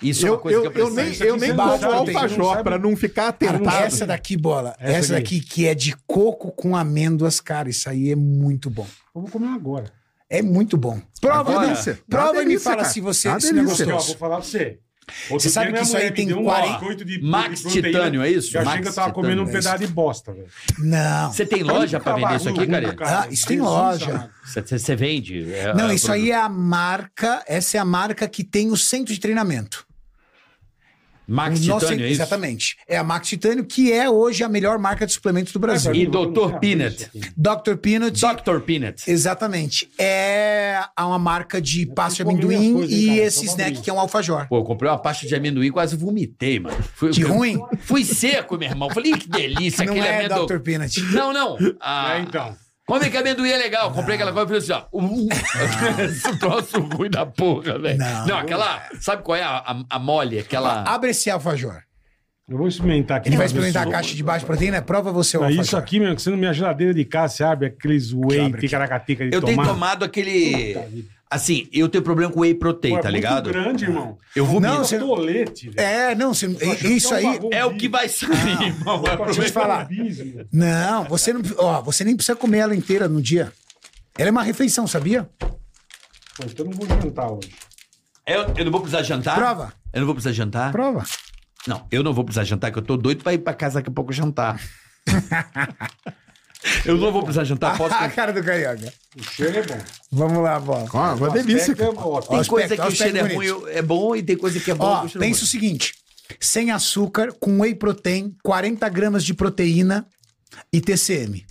[SPEAKER 4] Isso é
[SPEAKER 1] Eu,
[SPEAKER 4] uma coisa
[SPEAKER 1] eu-
[SPEAKER 4] que eu
[SPEAKER 1] eu
[SPEAKER 4] preciso.
[SPEAKER 1] nem,
[SPEAKER 3] Isso aqui é
[SPEAKER 1] eu nem
[SPEAKER 5] você
[SPEAKER 1] como
[SPEAKER 5] não sabe,
[SPEAKER 3] não
[SPEAKER 1] alfajor
[SPEAKER 3] sabe.
[SPEAKER 1] pra não ficar
[SPEAKER 3] um
[SPEAKER 5] Cara,
[SPEAKER 1] atentado.
[SPEAKER 5] um essa daqui, bola.
[SPEAKER 3] Essa
[SPEAKER 5] Essa,
[SPEAKER 3] aí.
[SPEAKER 5] daqui que é de coco com amêndoas, cara, isso aí é muito bom.
[SPEAKER 3] Eu vou comer agora.
[SPEAKER 5] É muito bom. Prova,
[SPEAKER 4] Agora,
[SPEAKER 5] né? Prova e me fala
[SPEAKER 1] cara.
[SPEAKER 5] se você-
[SPEAKER 1] Uma
[SPEAKER 5] se não é
[SPEAKER 1] delícia.
[SPEAKER 3] Aqui, ó,
[SPEAKER 5] gostoso.
[SPEAKER 3] vou falar pra você. Outro
[SPEAKER 5] Você
[SPEAKER 3] dia
[SPEAKER 5] sabe que
[SPEAKER 3] minha
[SPEAKER 5] isso
[SPEAKER 3] mulher
[SPEAKER 5] aí
[SPEAKER 3] me
[SPEAKER 5] tem
[SPEAKER 3] deu um
[SPEAKER 5] 40
[SPEAKER 3] biscoito de-
[SPEAKER 4] Max
[SPEAKER 3] de proteína.
[SPEAKER 4] Titânio, é isso?
[SPEAKER 3] Eu achei
[SPEAKER 4] Max
[SPEAKER 3] que eu tava comendo um
[SPEAKER 5] é
[SPEAKER 4] Titânio.
[SPEAKER 3] pedaço de bosta, velho.
[SPEAKER 5] Não.
[SPEAKER 4] Você tem loja pra vender isso aqui,
[SPEAKER 3] Cavaludo,
[SPEAKER 4] cara?
[SPEAKER 5] Ah, isso tem
[SPEAKER 3] Jesus
[SPEAKER 5] loja.
[SPEAKER 3] amado.
[SPEAKER 4] Você- Você você vende? é,
[SPEAKER 5] Não,
[SPEAKER 4] é,
[SPEAKER 5] isso
[SPEAKER 4] produto.
[SPEAKER 5] aí é a marca, essa é a marca que tem o centro de treinamento.
[SPEAKER 4] Max
[SPEAKER 5] O nosso-
[SPEAKER 4] Titânio, é isso?
[SPEAKER 5] Exatamente. É a Max Titânio, que é hoje a melhor marca de suplementos do Brasil.
[SPEAKER 4] E
[SPEAKER 3] Eu vou
[SPEAKER 4] Dr.
[SPEAKER 3] colocar
[SPEAKER 4] Peanut.
[SPEAKER 3] isso aqui.
[SPEAKER 5] Dr. Peanut.
[SPEAKER 4] Dr. Peanut.
[SPEAKER 5] Exatamente. É uma marca de pasta de
[SPEAKER 3] comi minhas
[SPEAKER 5] amendoim
[SPEAKER 3] coisas, hein,
[SPEAKER 5] e
[SPEAKER 3] cara?
[SPEAKER 5] esse
[SPEAKER 3] Só pra
[SPEAKER 5] snack
[SPEAKER 3] mim.
[SPEAKER 5] que é um alfajor.
[SPEAKER 4] Pô, eu comprei uma pasta de amendoim, quase vomitei, mano. Fui,
[SPEAKER 5] Que ruim.
[SPEAKER 4] Fui seco, meu irmão. Falei, "Ih, que delícia,
[SPEAKER 5] Não
[SPEAKER 4] aquele
[SPEAKER 5] é
[SPEAKER 4] amendoim.
[SPEAKER 5] Dr. Peanut.
[SPEAKER 4] Não, não. Ah,
[SPEAKER 3] É, então.
[SPEAKER 4] Como é que amendoim é legal? Comprei aquela coisa e falei assim, ó. Uh, uh. Esse troço ruim da porra, velho. Não,
[SPEAKER 5] Não. Ah,
[SPEAKER 4] aquela. Sabe qual é a, a, a mole? Aquela.
[SPEAKER 5] Abre esse alfajor.
[SPEAKER 3] Eu vou experimentar aqui.
[SPEAKER 5] Ele vai
[SPEAKER 3] pra ver
[SPEAKER 5] experimentar a
[SPEAKER 3] se-
[SPEAKER 5] caixa de baixo proteína, é prova você o
[SPEAKER 3] Não, É
[SPEAKER 5] alfajor.
[SPEAKER 3] isso aqui, meu, que você na minha geladeira de casa, você abre aqueles whey,
[SPEAKER 5] abre aqui.
[SPEAKER 3] ticaracatica de
[SPEAKER 4] eu tenho
[SPEAKER 3] tomate.
[SPEAKER 4] tomado aquele. Assim, eu tenho problema com whey
[SPEAKER 3] Pô,
[SPEAKER 4] protein,
[SPEAKER 3] é
[SPEAKER 4] tá
[SPEAKER 3] muito
[SPEAKER 4] ligado?
[SPEAKER 3] grande, irmão.
[SPEAKER 4] Eu vou
[SPEAKER 5] Não, você-
[SPEAKER 3] tolete, velho.
[SPEAKER 5] É, não, você-
[SPEAKER 3] Eu acho que é
[SPEAKER 5] isso
[SPEAKER 3] um
[SPEAKER 5] aí.
[SPEAKER 3] bagulho
[SPEAKER 4] É o que vai sair,
[SPEAKER 3] Ah,
[SPEAKER 4] irmão. É
[SPEAKER 5] Deixa eu te falar.
[SPEAKER 3] bizarro.
[SPEAKER 5] Não, você não, ó, você nem precisa comer ela inteira no dia. Ela é uma refeição, sabia?
[SPEAKER 4] Ah.
[SPEAKER 3] Pô, então eu não vou jantar hoje.
[SPEAKER 4] Eu, eu não vou precisar jantar?
[SPEAKER 5] Prova.
[SPEAKER 4] Eu não vou precisar jantar?
[SPEAKER 5] Prova.
[SPEAKER 4] Não, eu não vou precisar jantar, que eu tô doido pra ir pra casa daqui a pouco jantar. Eu não vou precisar jantar, posso...
[SPEAKER 5] a Ah, cara do Carioca.
[SPEAKER 3] O cheiro é bom.
[SPEAKER 5] Vamos lá, bola.
[SPEAKER 1] Ó, uma delícia.
[SPEAKER 3] Aspecto é bom.
[SPEAKER 4] Tem coisa
[SPEAKER 5] Ó, aspecto,
[SPEAKER 4] que o
[SPEAKER 5] aspecto
[SPEAKER 4] cheiro é ruim,
[SPEAKER 5] bonito.
[SPEAKER 4] eu- é bom, e tem coisa que é bom,
[SPEAKER 5] Ó,
[SPEAKER 4] que o cheiro é
[SPEAKER 5] pensa o
[SPEAKER 4] ruim.
[SPEAKER 5] seguinte: sem açúcar, com whey protein, 40 gramas de proteína e TCM.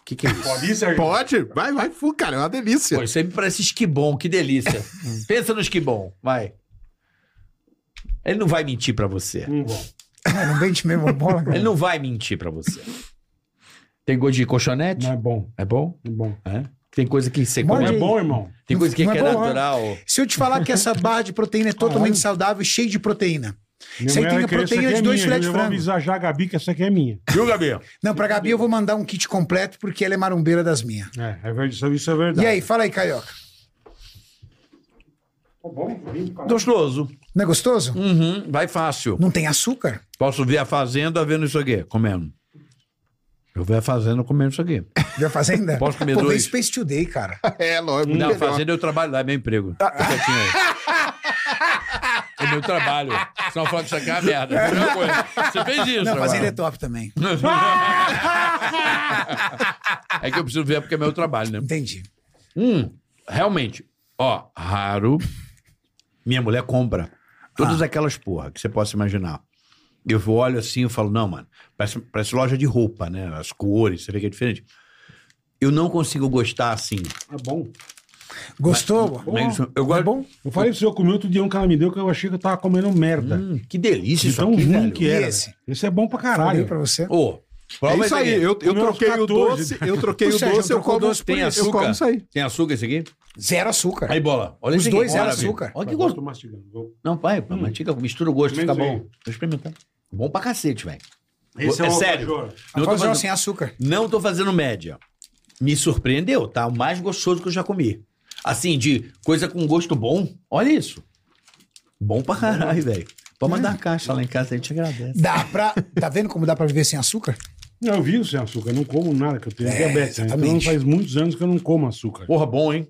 [SPEAKER 4] O que, que é isso?
[SPEAKER 3] Pode ir, Sérgio?
[SPEAKER 1] Pode? Vai, vai, fu, cara, é uma delícia.
[SPEAKER 4] Pô, isso aí me parece esquibom, que delícia. Pensa no esquibom, vai. Ele não vai mentir pra você.
[SPEAKER 3] Hum, bom.
[SPEAKER 5] Ah, não vende mesmo a bola,
[SPEAKER 4] Ele
[SPEAKER 5] cara.
[SPEAKER 4] não vai mentir pra você. Tem gosto de colchonete?
[SPEAKER 3] Não é bom.
[SPEAKER 4] É bom?
[SPEAKER 3] Não é bom.
[SPEAKER 4] É? Tem coisa que você
[SPEAKER 3] Não
[SPEAKER 4] come.
[SPEAKER 3] é bom, irmão.
[SPEAKER 4] Tem coisa que
[SPEAKER 5] Não é
[SPEAKER 4] é,
[SPEAKER 5] bom,
[SPEAKER 4] natural.
[SPEAKER 5] Se eu te falar que essa barra de proteína é totalmente
[SPEAKER 3] Caralho.
[SPEAKER 5] saudável e cheia de proteína.
[SPEAKER 3] Minha
[SPEAKER 5] Você
[SPEAKER 3] mulher
[SPEAKER 5] tem a
[SPEAKER 3] vai querer,
[SPEAKER 5] proteína
[SPEAKER 3] essa aqui
[SPEAKER 5] de
[SPEAKER 3] é
[SPEAKER 5] dois
[SPEAKER 3] minha,
[SPEAKER 5] filetes
[SPEAKER 3] Eu vou
[SPEAKER 5] frango.
[SPEAKER 3] avisar já a Gabi que essa aqui é minha.
[SPEAKER 4] Viu, Gabi?
[SPEAKER 5] Não, pra Gabi eu vou mandar um kit completo porque ela é marombeira das minhas.
[SPEAKER 3] É, é verdade, isso- isso é verdade.
[SPEAKER 5] E aí, fala aí, Carioca.
[SPEAKER 3] Tá bom, limpo, cara.
[SPEAKER 4] Gostoso.
[SPEAKER 5] Não é gostoso?
[SPEAKER 4] Uhum, vai fácil.
[SPEAKER 5] Não tem açúcar?
[SPEAKER 4] Posso ver a fazenda vendo isso aqui, comendo. Eu ver a fazenda comendo isso aqui.
[SPEAKER 5] Viu a fazenda?
[SPEAKER 4] Posso comer
[SPEAKER 5] Pô, vem
[SPEAKER 4] dois?
[SPEAKER 5] Space Today, cara.
[SPEAKER 1] É, lógico, muito
[SPEAKER 4] Não,
[SPEAKER 1] melhor.
[SPEAKER 4] fazenda eu trabalho lá, é meu emprego. Fica quietinho aí. É meu trabalho. Senão eu falo que isso aqui é uma merda. É a mesma coisa. Você fez isso.
[SPEAKER 5] Não, a
[SPEAKER 4] agora.
[SPEAKER 5] fazenda é top também.
[SPEAKER 4] É que eu preciso ver porque é meu trabalho, né?
[SPEAKER 5] Entendi.
[SPEAKER 4] Hum, realmente. Ó, raro. Ah. Minha mulher compra todas aquelas porra que você possa imaginar. Eu vou, olho assim e falo, não, mano, parece, parece loja de roupa, né? As cores, você vê que é diferente. Eu não consigo gostar assim.
[SPEAKER 3] É bom.
[SPEAKER 5] Gostou?
[SPEAKER 4] Mas isso- eu gosto.
[SPEAKER 5] bom?
[SPEAKER 3] tá Eu falei pro senhor comer outro dia um cara me deu que eu achei que eu tava comendo merda.
[SPEAKER 4] Hum, que delícia
[SPEAKER 3] De
[SPEAKER 4] isso
[SPEAKER 3] tão
[SPEAKER 4] aqui,
[SPEAKER 3] ruim
[SPEAKER 4] velho.
[SPEAKER 3] que era.
[SPEAKER 5] E esse?
[SPEAKER 3] velho. Esse é bom pra
[SPEAKER 5] Falei
[SPEAKER 3] caralho.
[SPEAKER 5] pra você.
[SPEAKER 4] Ô,
[SPEAKER 1] É
[SPEAKER 4] prova
[SPEAKER 1] isso aí, eu, eu
[SPEAKER 3] Comeu uns
[SPEAKER 1] troquei o
[SPEAKER 3] 14.
[SPEAKER 1] doce, eu troquei
[SPEAKER 5] O
[SPEAKER 1] o
[SPEAKER 5] Sérgio
[SPEAKER 1] doce, eu
[SPEAKER 5] trocou
[SPEAKER 1] como,
[SPEAKER 5] doce por
[SPEAKER 1] eu
[SPEAKER 4] açúcar.
[SPEAKER 1] como isso aí.
[SPEAKER 4] Tem açúcar esse aqui?
[SPEAKER 5] Zero açúcar.
[SPEAKER 4] Aí, bola. Olha
[SPEAKER 5] Os
[SPEAKER 4] esse aqui.
[SPEAKER 5] dois eram
[SPEAKER 4] Olha, velho.
[SPEAKER 5] açúcar.
[SPEAKER 4] Olha que
[SPEAKER 3] Eu
[SPEAKER 4] gostoso.
[SPEAKER 3] gosto mastigando. Vou-
[SPEAKER 4] Não, pai, hum. mastiga, mistura o gosto,
[SPEAKER 3] Menos
[SPEAKER 4] fica bom.
[SPEAKER 3] aí.
[SPEAKER 4] Vou experimentar. Bom pra cacete, velho.
[SPEAKER 3] Esse
[SPEAKER 4] é
[SPEAKER 3] o
[SPEAKER 4] sério.
[SPEAKER 3] alfajor.
[SPEAKER 5] Não
[SPEAKER 4] Não, tô fazendo-
[SPEAKER 5] sem açúcar.
[SPEAKER 4] não tô fazendo média. Me surpreendeu, tá? O mais gostoso que eu já comi. Assim, de coisa com gosto bom. Olha isso. Bom pra caralho, velho. Pode mandar a caixa lá em casa, a gente agradece.
[SPEAKER 5] Dá pra. Tá vendo como dá pra viver sem açúcar?
[SPEAKER 3] Não, eu vivo sem açúcar, não como nada, que eu tenho
[SPEAKER 5] É,
[SPEAKER 3] diabetes. né? Então
[SPEAKER 5] exatamente.
[SPEAKER 3] faz muitos anos que eu não como açúcar.
[SPEAKER 4] Porra, bom, hein?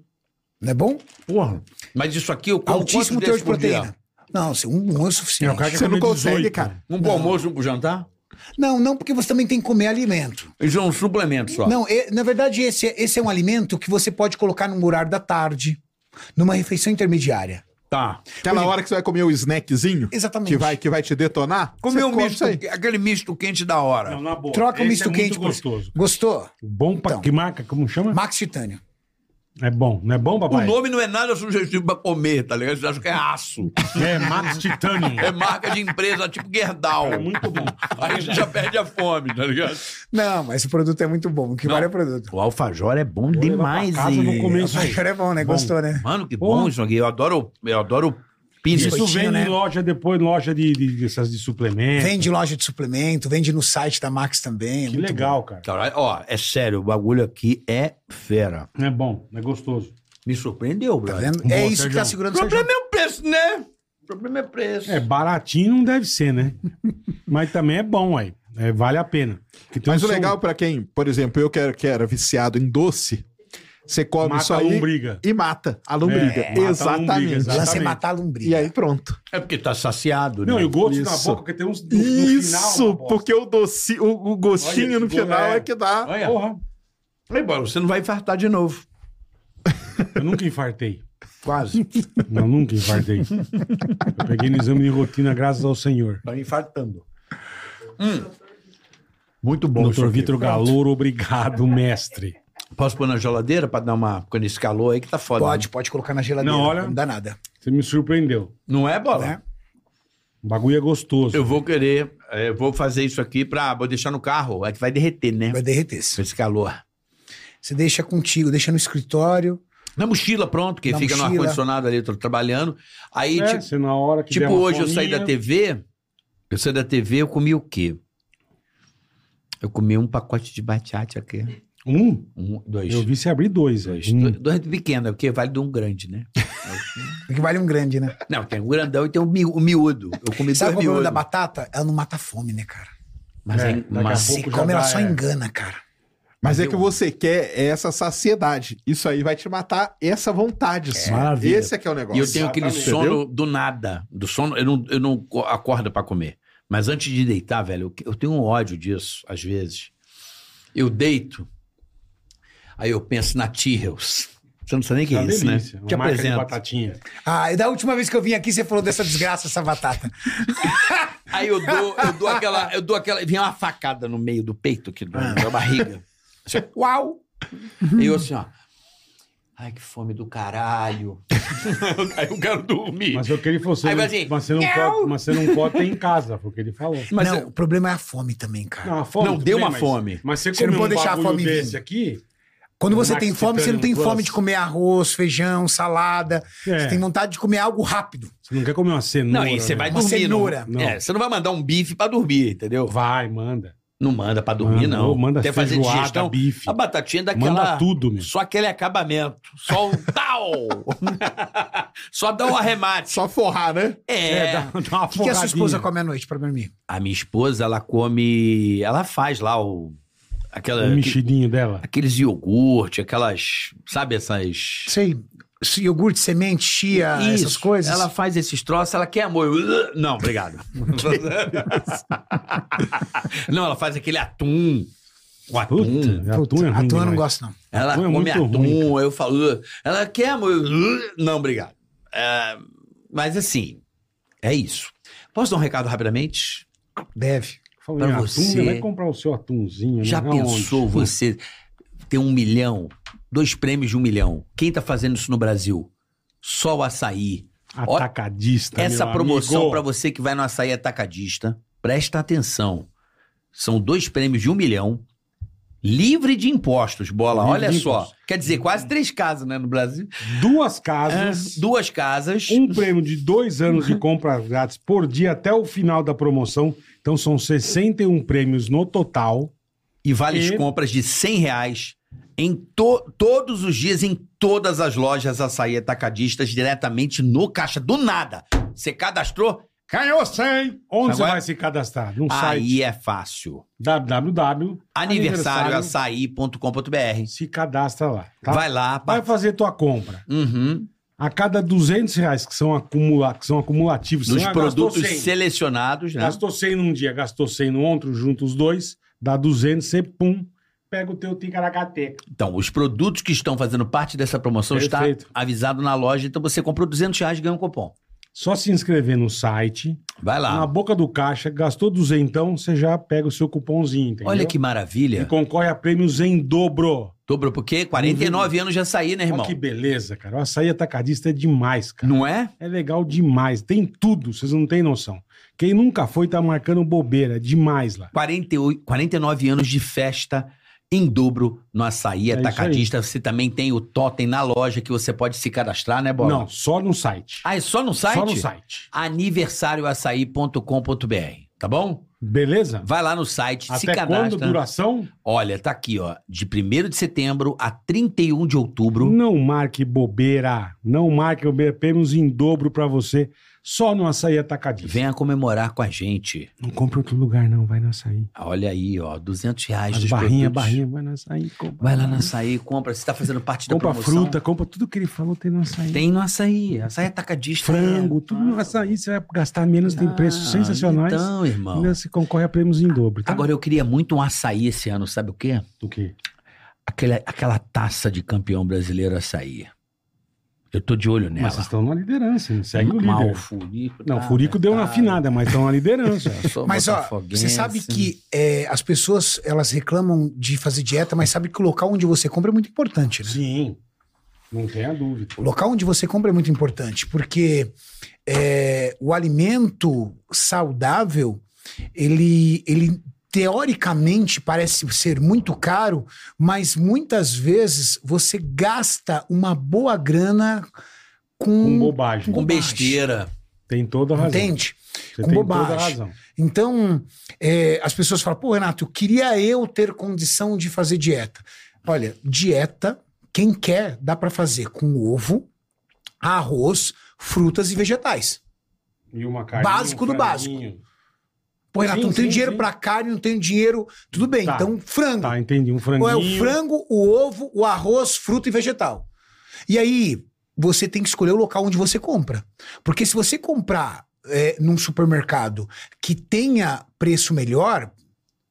[SPEAKER 5] Não é bom?
[SPEAKER 4] Porra. Mas isso aqui eu como
[SPEAKER 5] Altíssimo
[SPEAKER 4] quanto
[SPEAKER 5] teor
[SPEAKER 4] desse
[SPEAKER 5] de
[SPEAKER 4] por dia?
[SPEAKER 5] proteína. Não, assim, um, um é o suficiente.
[SPEAKER 3] o cara quer
[SPEAKER 1] Você não
[SPEAKER 3] comer
[SPEAKER 1] consegue,
[SPEAKER 3] 18.
[SPEAKER 1] cara.
[SPEAKER 4] Um bom almoço, um pro jantar?
[SPEAKER 5] Não, não, porque você também tem que comer alimento.
[SPEAKER 4] Isso é um suplemento só.
[SPEAKER 5] Não, e- na verdade, esse, esse é um alimento que você pode colocar num horário da tarde, numa refeição intermediária.
[SPEAKER 4] Tá.
[SPEAKER 1] Aquela hora que você vai comer o snackzinho,
[SPEAKER 5] Exatamente.
[SPEAKER 1] que vai, que vai te detonar,
[SPEAKER 4] Comer
[SPEAKER 1] você
[SPEAKER 4] um
[SPEAKER 1] come
[SPEAKER 4] misto,
[SPEAKER 1] é isso aí.
[SPEAKER 4] aquele misto quente da hora.
[SPEAKER 3] Não, na boa.
[SPEAKER 5] Troca o
[SPEAKER 3] Esse
[SPEAKER 5] misto
[SPEAKER 3] é
[SPEAKER 5] quente.
[SPEAKER 3] Muito
[SPEAKER 5] por-
[SPEAKER 3] gostoso.
[SPEAKER 5] Gostou?
[SPEAKER 3] Bom pra.
[SPEAKER 5] Então.
[SPEAKER 3] Que marca? Como chama?
[SPEAKER 5] Max Titânio.
[SPEAKER 3] É bom, não é bom,
[SPEAKER 4] O
[SPEAKER 3] papai?
[SPEAKER 4] nome não é nada sugestivo pra comer, tá ligado? Vocês acham que é aço.
[SPEAKER 3] É Max Titanium.
[SPEAKER 4] É marca de empresa, tipo Gerdau.
[SPEAKER 3] É muito bom.
[SPEAKER 4] Aí a gente já perde a fome, tá ligado?
[SPEAKER 5] Não, mas o produto é muito bom. O que vale é o produto.
[SPEAKER 4] O alfajor é bom
[SPEAKER 3] demais, pra casa, hein? vou comer. Isso aí.
[SPEAKER 5] Açúcar é bom, né?
[SPEAKER 3] Bom.
[SPEAKER 5] Gostou, né?
[SPEAKER 4] Mano, que
[SPEAKER 3] Porra.
[SPEAKER 4] bom isso aqui. Eu adoro, eu adoro pizza.
[SPEAKER 3] Isso
[SPEAKER 5] Biscoitinho,
[SPEAKER 3] vem
[SPEAKER 5] né?
[SPEAKER 3] em loja depois, loja de, de, dessas de suplemento.
[SPEAKER 5] Vende em loja de suplemento, vende no site da Max também. é
[SPEAKER 3] É. Que
[SPEAKER 5] muito
[SPEAKER 3] legal, cara.
[SPEAKER 4] Caralho, ó, é sério, o bagulho aqui é fera.
[SPEAKER 3] É bom, é gostoso.
[SPEAKER 4] Me surpreendeu,
[SPEAKER 5] bom, Tá
[SPEAKER 4] brother.
[SPEAKER 5] vendo?
[SPEAKER 3] Boa,
[SPEAKER 5] é isso que
[SPEAKER 3] Sérgio.
[SPEAKER 5] tá segurando
[SPEAKER 4] o
[SPEAKER 5] o Sérgio.
[SPEAKER 4] problema é o preço, né? O problema é o preço.
[SPEAKER 3] É, baratinho não deve ser, né? Mas também é bom, aí. É, vale a pena. Que tem
[SPEAKER 1] Mas
[SPEAKER 3] um
[SPEAKER 1] o legal é pra quem, por exemplo, eu que era, que era viciado em doce, você come
[SPEAKER 3] Mata
[SPEAKER 1] isso
[SPEAKER 3] a
[SPEAKER 1] aí
[SPEAKER 3] lombriga.
[SPEAKER 1] e mata a lombriga.
[SPEAKER 3] É, mata a
[SPEAKER 1] exatamente.
[SPEAKER 3] lombriga,
[SPEAKER 5] O lance é
[SPEAKER 3] Exatamente.
[SPEAKER 5] matar a lombriga.
[SPEAKER 1] E aí pronto.
[SPEAKER 4] É porque tá saciado,
[SPEAKER 3] Não, e o gosto na
[SPEAKER 1] Isso.
[SPEAKER 3] boca, que tem uns. no- no
[SPEAKER 1] Isso,
[SPEAKER 3] final, uma bosta.
[SPEAKER 1] porque o doce, o, o gostinho
[SPEAKER 3] Olha,
[SPEAKER 1] no final
[SPEAKER 3] é.
[SPEAKER 1] é que dá.
[SPEAKER 4] Olha,
[SPEAKER 3] Porra,
[SPEAKER 4] Playboy, você não vai infartar de novo.
[SPEAKER 3] eu nunca infartei.
[SPEAKER 4] Quase.
[SPEAKER 3] Não, nunca infartei. Eu peguei no exame de rotina, graças ao senhor.
[SPEAKER 4] Tá infartando. Hum. Muito bom. isso
[SPEAKER 3] Doutor
[SPEAKER 4] aqui.
[SPEAKER 3] Vitor Galouro, obrigado, mestre.
[SPEAKER 4] Posso pôr na geladeira pra dar uma. Quando esse calor aí que tá foda.
[SPEAKER 5] Pode, pode colocar na geladeira.
[SPEAKER 3] Não, olha-
[SPEAKER 5] Não dá nada.
[SPEAKER 3] Você me surpreendeu.
[SPEAKER 4] Não é, bola?
[SPEAKER 5] Né?
[SPEAKER 3] O bagulho é gostoso.
[SPEAKER 4] Eu vou querer. é, Eu vou fazer isso aqui pra. Vou deixar no carro. É que vai derreter, né?
[SPEAKER 5] Vai derreter. -se.
[SPEAKER 4] Com esse calor.
[SPEAKER 5] Você deixa contigo, deixa no escritório.
[SPEAKER 4] Na mochila, pronto, que
[SPEAKER 5] Na
[SPEAKER 4] fica no
[SPEAKER 5] mochila.
[SPEAKER 4] ar-condicionado ali, eu tô trabalhando. Aí,
[SPEAKER 3] É,
[SPEAKER 4] tipo,
[SPEAKER 3] você na hora que der
[SPEAKER 4] tipo
[SPEAKER 3] uma
[SPEAKER 4] hoje eu saí
[SPEAKER 3] fominha-
[SPEAKER 4] da TV. Eu saí da TV, eu comi o quê? Eu comi um pacote de batata aqui.
[SPEAKER 3] Um?
[SPEAKER 4] Um, dois. Hum.
[SPEAKER 3] Eu vi você abrir dois.
[SPEAKER 4] Dois,
[SPEAKER 3] Um.
[SPEAKER 4] dois, dois pequenos, porque vale de um grande, né?
[SPEAKER 5] Porque vale um grande, né?
[SPEAKER 4] Não, tem um grandão e tem um, mi, um miúdo. Eu comi
[SPEAKER 5] Sabe
[SPEAKER 4] dois
[SPEAKER 5] qual é o problema
[SPEAKER 4] miúdos.
[SPEAKER 5] da batata? Ela não mata a fome, né, cara?
[SPEAKER 4] Mas,
[SPEAKER 3] É,
[SPEAKER 4] é,
[SPEAKER 3] daqui a
[SPEAKER 4] mas
[SPEAKER 5] Se
[SPEAKER 3] pouco já
[SPEAKER 5] come, ela
[SPEAKER 3] dá,
[SPEAKER 5] só
[SPEAKER 3] é.
[SPEAKER 5] engana, cara.
[SPEAKER 1] Mas
[SPEAKER 4] Mas
[SPEAKER 1] é
[SPEAKER 4] eu-
[SPEAKER 1] que você quer essa saciedade. Isso aí vai te matar essa vontade. sua.
[SPEAKER 4] maravilha.
[SPEAKER 1] Esse é que é o
[SPEAKER 4] e
[SPEAKER 1] negócio.
[SPEAKER 4] eu tenho aquele
[SPEAKER 3] Exatamente.
[SPEAKER 4] sono do nada. Do sono, eu não, eu não co- acordo pra comer. Mas antes de deitar, velho, eu, eu tenho um ódio disso, às vezes. Eu deito, Aí eu penso na T-Hills. Você não sabe nem o que é
[SPEAKER 3] Tá Uma
[SPEAKER 4] isso, né?
[SPEAKER 3] delícia, uma
[SPEAKER 4] Te
[SPEAKER 3] marca de
[SPEAKER 4] apresento.
[SPEAKER 3] batatinha.
[SPEAKER 5] Ah, e da última vez que eu vim aqui, você falou dessa desgraça, essa batata.
[SPEAKER 4] Aí eu dou, eu dou aquela, eu dou aquela, vinha uma facada no meio do peito aqui, do-
[SPEAKER 3] Ah.
[SPEAKER 4] da barriga. Assim, uau! E eu assim, ó. Ai, que fome do caralho. Aí eu quero dormir.
[SPEAKER 3] Mas eu queria que você.
[SPEAKER 4] Aí vai assim,
[SPEAKER 3] mas, você não
[SPEAKER 4] "Miau".
[SPEAKER 3] pode, mas você não pode ter em casa, foi o que ele falou.
[SPEAKER 4] Mas
[SPEAKER 5] não,
[SPEAKER 4] eu-
[SPEAKER 5] o problema é a fome também, cara.
[SPEAKER 3] a fome
[SPEAKER 4] Não,
[SPEAKER 3] tudo
[SPEAKER 4] deu uma
[SPEAKER 3] mas-
[SPEAKER 4] fome.
[SPEAKER 3] Mas você,
[SPEAKER 5] Você não
[SPEAKER 3] comeu
[SPEAKER 5] pode
[SPEAKER 3] um
[SPEAKER 5] deixar a
[SPEAKER 3] bagulho
[SPEAKER 5] fome vir.
[SPEAKER 3] desse aqui?
[SPEAKER 5] Quando você
[SPEAKER 3] Max
[SPEAKER 5] tem fome, você não tem
[SPEAKER 3] Titanium
[SPEAKER 5] fome
[SPEAKER 3] Plus.
[SPEAKER 5] de comer arroz, feijão, salada.
[SPEAKER 3] É.
[SPEAKER 5] Você tem vontade de comer algo rápido.
[SPEAKER 3] Você não quer comer uma cenoura?
[SPEAKER 4] Não, e você
[SPEAKER 3] né?
[SPEAKER 4] vai
[SPEAKER 5] Uma
[SPEAKER 4] dormir.
[SPEAKER 5] cenoura.
[SPEAKER 4] Não.
[SPEAKER 3] Não.
[SPEAKER 4] É, você não vai mandar um bife pra dormir, entendeu?
[SPEAKER 3] Vai, manda.
[SPEAKER 4] Não manda pra dormir,
[SPEAKER 3] Manda,
[SPEAKER 4] não.
[SPEAKER 3] ou manda
[SPEAKER 4] Até fazer
[SPEAKER 3] feijoada,
[SPEAKER 4] digestão.
[SPEAKER 3] bife.
[SPEAKER 4] A batatinha é daquela.
[SPEAKER 3] Manda tudo, meu.
[SPEAKER 4] Só aquele acabamento. Só o tal. só dá um arremate.
[SPEAKER 1] Só forrar, né?
[SPEAKER 4] É.
[SPEAKER 3] dá, dá uma
[SPEAKER 5] O que, que a sua esposa
[SPEAKER 3] forradinha.
[SPEAKER 5] come à noite pra dormir?
[SPEAKER 4] A minha esposa, ela come. Ela faz lá o. Aquela,
[SPEAKER 3] O mexidinho dela.
[SPEAKER 4] Aqueles iogurte, aquelas. Sabe essas.
[SPEAKER 5] Sei. se- Iogurte, semente, chia, essas coisas.
[SPEAKER 4] Ela faz esses troços, ela quer amor. Eu, "Ugh", Não, obrigado. não, ela faz aquele atum. O atum.
[SPEAKER 3] Puta, atum é
[SPEAKER 5] Puta,
[SPEAKER 3] ruim
[SPEAKER 5] atum eu não
[SPEAKER 3] demais.
[SPEAKER 5] gosto, não.
[SPEAKER 4] Ela
[SPEAKER 3] Atum é
[SPEAKER 4] come
[SPEAKER 3] muito
[SPEAKER 4] atum,
[SPEAKER 3] ruim,
[SPEAKER 4] eu falo. "Ugh". Ela quer amor. Eu, "Ugh". Não, obrigado. É, mas assim, é isso. Posso dar um recado rapidamente?
[SPEAKER 5] Deve.
[SPEAKER 3] Falou
[SPEAKER 4] Pra
[SPEAKER 3] em atum,
[SPEAKER 4] você-
[SPEAKER 3] vai comprar o seu atumzinho. né?
[SPEAKER 4] Já
[SPEAKER 3] Aonde?
[SPEAKER 4] pensou você ter um milhão, dois prêmios de um milhão? Quem tá fazendo isso no Brasil? Só o açaí. Ó,
[SPEAKER 3] Atacadista,
[SPEAKER 4] Essa
[SPEAKER 3] Tá, meu
[SPEAKER 4] promoção
[SPEAKER 3] amigo.
[SPEAKER 4] pra você que vai no açaí atacadista, presta atenção. São dois prêmios de um milhão, livre de impostos, bola.
[SPEAKER 3] Livre
[SPEAKER 4] Olha
[SPEAKER 3] de
[SPEAKER 4] só.
[SPEAKER 3] impostos.
[SPEAKER 4] Quer dizer, quase três casas, né, no Brasil.
[SPEAKER 3] Duas casas,
[SPEAKER 4] Duas casas.
[SPEAKER 3] um prêmio de dois anos de compra grátis por dia até o final da promoção. Então são 61 prêmios no total.
[SPEAKER 4] E vale as
[SPEAKER 3] E-
[SPEAKER 4] compras de 100 reais em to- todos os dias em todas as lojas açaí atacadistas diretamente no caixa. Do nada. Você cadastrou? Ganhou 100!
[SPEAKER 3] Onde você
[SPEAKER 4] Agora-
[SPEAKER 3] vai se cadastrar? Num Um site
[SPEAKER 4] é? Aí é fácil.
[SPEAKER 3] www.
[SPEAKER 4] Aniversarioaçaí.com.br
[SPEAKER 3] Se cadastra lá. tá?
[SPEAKER 4] Vai lá. pa-
[SPEAKER 3] Vai fazer tua compra.
[SPEAKER 4] Uhum.
[SPEAKER 3] A cada 200 reais que são, acumula... que são acumulativos.
[SPEAKER 4] Dos
[SPEAKER 3] você
[SPEAKER 4] produtos
[SPEAKER 3] gastou 100.
[SPEAKER 4] selecionados, né?
[SPEAKER 3] Gastou 100 num dia, gastou 100 no outro, junta os dois, dá 200, você pum, pega o teu ticaracateca.
[SPEAKER 4] Então, os produtos que estão fazendo parte dessa promoção está
[SPEAKER 3] Perfeito.
[SPEAKER 4] avisado na loja. Então, você comprou 200 reais e ganha um cupom.
[SPEAKER 3] Só se inscrever no site,
[SPEAKER 4] Vai lá.
[SPEAKER 3] na boca do caixa, gastou 200, então você já pega o seu cupomzinho, entendeu?
[SPEAKER 4] Olha que
[SPEAKER 3] E
[SPEAKER 4] maravilha.
[SPEAKER 3] concorre a prêmios em dobro.
[SPEAKER 4] Dobrou por quê? 49 anos já saí, né, irmão?
[SPEAKER 3] Olha que beleza, cara. O açaí atacadista é demais, cara.
[SPEAKER 4] Não é?
[SPEAKER 3] É legal demais. Tem tudo, vocês não têm noção. Quem nunca foi tá marcando bobeira. É demais lá.
[SPEAKER 4] 48, 49 anos de festa em dobro no Açaí
[SPEAKER 3] É
[SPEAKER 4] Atacadista. Você também tem o Totem na loja que você pode se cadastrar, né, Bola?
[SPEAKER 3] Não, só no site.
[SPEAKER 4] Ah, é só no site?
[SPEAKER 3] Só no site.
[SPEAKER 4] Aniversarioaçaí.com.br, tá bom?
[SPEAKER 3] Beleza?
[SPEAKER 4] Vai lá no site, se
[SPEAKER 3] Até quando?
[SPEAKER 4] cadastra.
[SPEAKER 3] Duração?
[SPEAKER 4] Olha, tá aqui, ó. De 1 de setembro a 31 de outubro.
[SPEAKER 3] Não marque bobeira. Não marque bobeira. Prêmios em dobro pra você. Só no açaí atacadista.
[SPEAKER 4] Venha comemorar com a gente.
[SPEAKER 3] Não compra outro lugar, não. Vai no açaí.
[SPEAKER 4] Olha aí, ó. 200 reais
[SPEAKER 3] As
[SPEAKER 4] dos
[SPEAKER 3] barrinha,
[SPEAKER 4] produtos.
[SPEAKER 3] barrinha, vai no açaí. Compra,
[SPEAKER 4] Vai lá no Açaí, compra. Você tá fazendo parte
[SPEAKER 3] compra
[SPEAKER 4] da promoção.
[SPEAKER 3] fruta, compra tudo que ele falou, tem no açaí.
[SPEAKER 4] Tem no Açaí. Açaí Atacadista.
[SPEAKER 3] frango, tudo no açaí. Você vai gastar menos, tem preços
[SPEAKER 4] Ah,
[SPEAKER 3] sensacionais.
[SPEAKER 4] Então, irmão.
[SPEAKER 3] Ainda se concorre a prêmios em dobro, tá?
[SPEAKER 4] Agora eu queria muito um açaí esse ano, sabe o quê?
[SPEAKER 3] o quê?
[SPEAKER 4] Aquela, aquela taça de campeão brasileiro açaí. Eu tô de olho nela.
[SPEAKER 3] Mas vocês estão na liderança, né? segue o
[SPEAKER 4] Mal,
[SPEAKER 3] líder.
[SPEAKER 4] Furico.
[SPEAKER 3] Não, o
[SPEAKER 4] tá,
[SPEAKER 3] Furico deu uma
[SPEAKER 4] tá.
[SPEAKER 3] afinada, mas estão na liderança.
[SPEAKER 4] Eu sou
[SPEAKER 5] Mas ó,
[SPEAKER 4] botafoguense.
[SPEAKER 5] você sabe que é, as pessoas elas reclamam de fazer dieta, mas sabe que o local onde você compra é muito importante, né?
[SPEAKER 3] Sim, não tenha dúvida.
[SPEAKER 5] O local onde você compra é muito importante, porque é, o alimento saudável, ele, ele teoricamente parece ser muito caro, mas muitas vezes você gasta uma boa grana
[SPEAKER 3] Com
[SPEAKER 5] com.
[SPEAKER 3] bobagem.
[SPEAKER 4] Com besteira.
[SPEAKER 3] Tem toda a razão.
[SPEAKER 5] entende?
[SPEAKER 3] Você
[SPEAKER 5] com
[SPEAKER 3] tem toda a
[SPEAKER 5] bobagem.
[SPEAKER 3] razão.
[SPEAKER 5] Então, é, as pessoas falam, pô, Renato, eu queria eu ter condição de fazer dieta. Olha, dieta, quem quer, dá pra fazer com ovo, arroz, frutas e vegetais.
[SPEAKER 3] E uma carninha,
[SPEAKER 5] Básico
[SPEAKER 3] um
[SPEAKER 5] do básico.
[SPEAKER 3] franguinho.
[SPEAKER 5] Pô, Renato,
[SPEAKER 3] Sim,
[SPEAKER 5] não tenho
[SPEAKER 3] sim,
[SPEAKER 5] dinheiro
[SPEAKER 3] sim.
[SPEAKER 5] pra carne, não tenho dinheiro. Tudo bem,
[SPEAKER 3] Tá.
[SPEAKER 5] então frango.
[SPEAKER 3] Tá, entendi. Um franguinho.
[SPEAKER 5] Ou é o frango, o ovo, o arroz, fruta e vegetal. E aí, você tem que escolher o local onde você compra. Porque se você comprar é, num supermercado que tenha preço melhor,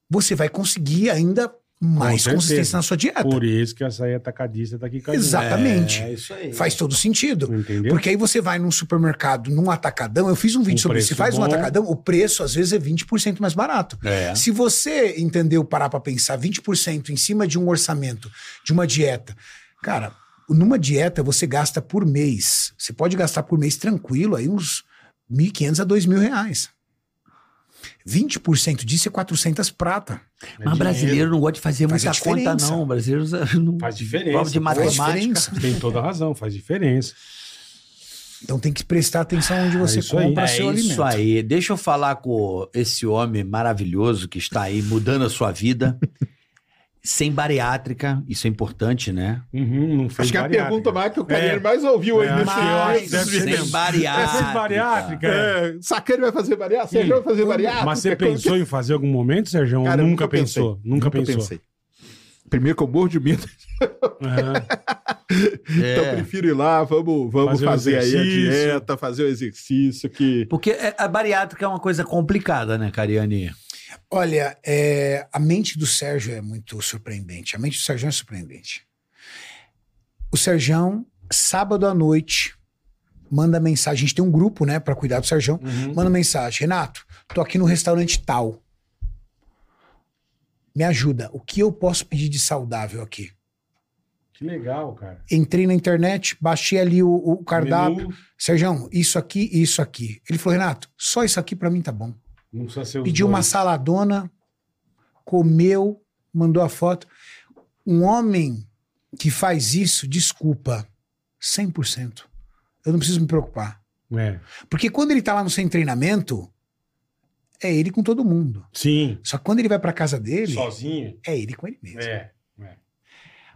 [SPEAKER 5] você vai conseguir ainda mais
[SPEAKER 3] certeza.
[SPEAKER 5] consistência na sua
[SPEAKER 4] é
[SPEAKER 5] dieta.
[SPEAKER 3] Por isso que açaí atacadista tá aqui com a gente.
[SPEAKER 5] Exatamente.
[SPEAKER 6] É isso aí.
[SPEAKER 5] Faz todo sentido.
[SPEAKER 3] Entendeu?
[SPEAKER 5] Porque aí você vai num supermercado, num atacadão. Eu fiz um vídeo
[SPEAKER 3] Um
[SPEAKER 5] sobre isso. Você
[SPEAKER 3] preço
[SPEAKER 5] faz um
[SPEAKER 3] bom.
[SPEAKER 5] atacadão, o preço às vezes é 20% mais barato.
[SPEAKER 4] É.
[SPEAKER 5] Se você entendeu parar pra pensar 20% em cima de um orçamento, de uma dieta, cara, numa dieta você gasta por mês. Você pode gastar por mês tranquilo aí uns 1.500 a 2.000 reais. 20% disso é 400 prata.
[SPEAKER 3] É
[SPEAKER 6] Mas
[SPEAKER 3] dinheiro.
[SPEAKER 6] brasileiro não gosta de fazer
[SPEAKER 5] Faz a
[SPEAKER 6] muita conta,
[SPEAKER 5] diferença.
[SPEAKER 6] não. Brasileiro não prova
[SPEAKER 3] Faz
[SPEAKER 6] de
[SPEAKER 3] diferença.
[SPEAKER 5] Faz
[SPEAKER 6] matemática.
[SPEAKER 5] diferença.
[SPEAKER 3] Tem toda a razão, faz diferença.
[SPEAKER 5] Então tem que prestar atenção onde você
[SPEAKER 3] Ah, isso aí.
[SPEAKER 5] compra
[SPEAKER 6] É
[SPEAKER 5] seu
[SPEAKER 6] isso
[SPEAKER 5] alimento.
[SPEAKER 6] aí. Deixa eu falar com esse homem maravilhoso que está aí mudando a sua vida. Sem bariátrica, isso é importante, né?
[SPEAKER 3] Uhum, não fez
[SPEAKER 1] Acho que é a
[SPEAKER 3] bariátrica.
[SPEAKER 1] pergunta mais que o Cariano
[SPEAKER 3] É.
[SPEAKER 1] mais ouviu aí
[SPEAKER 3] É,
[SPEAKER 1] nesse
[SPEAKER 3] acho que eu acho que
[SPEAKER 6] Mas
[SPEAKER 3] deve ser-
[SPEAKER 6] sem bariátrica.
[SPEAKER 3] Essa é bariátrica. é.
[SPEAKER 1] É, Sacani vai fazer variável? Sérgio vai fazer variável?
[SPEAKER 3] Mas você pensou em fazer algum momento, Sérgio? Ou nunca, pensou. Nunca, pensou.
[SPEAKER 1] Primeiro que eu morro de medo,
[SPEAKER 3] Aham.
[SPEAKER 6] É.
[SPEAKER 1] então eu prefiro ir lá, vamos, vamos
[SPEAKER 3] É. Fazer um
[SPEAKER 1] fazer, aí a
[SPEAKER 3] exercício.
[SPEAKER 1] dieta, fazer o exercício que...
[SPEAKER 6] Porque é- a bariátrica é uma coisa complicada, né, Cariani?
[SPEAKER 5] Olha, é, a mente do Sérgio é muito surpreendente. A mente do Sérgio é surpreendente. O Sérgio, sábado à noite, manda mensagem. A gente tem um grupo, né, pra cuidar do Sérgio.
[SPEAKER 3] Uhum.
[SPEAKER 5] Manda mensagem. Renato, tô aqui no restaurante tal. Me ajuda. O que eu posso pedir de saudável aqui?
[SPEAKER 3] Que legal, cara.
[SPEAKER 5] Entrei na internet, baixei ali o, o cardápio.
[SPEAKER 3] Menu,
[SPEAKER 5] Sérgio, isso aqui, isso aqui. Ele falou, Renato, só isso aqui pra mim tá bom.
[SPEAKER 3] não precisa ser os
[SPEAKER 5] pediu uma
[SPEAKER 3] dois.
[SPEAKER 5] saladona, comeu, mandou a foto. Um homem que faz isso, desculpa, 100%. Eu não preciso me preocupar.
[SPEAKER 3] É.
[SPEAKER 5] Porque quando ele tá lá no seu treinamento, é ele com todo mundo.
[SPEAKER 3] Sim.
[SPEAKER 5] Só que quando ele vai pra casa dele,
[SPEAKER 3] Sozinho.
[SPEAKER 5] é ele com ele mesmo.
[SPEAKER 3] É.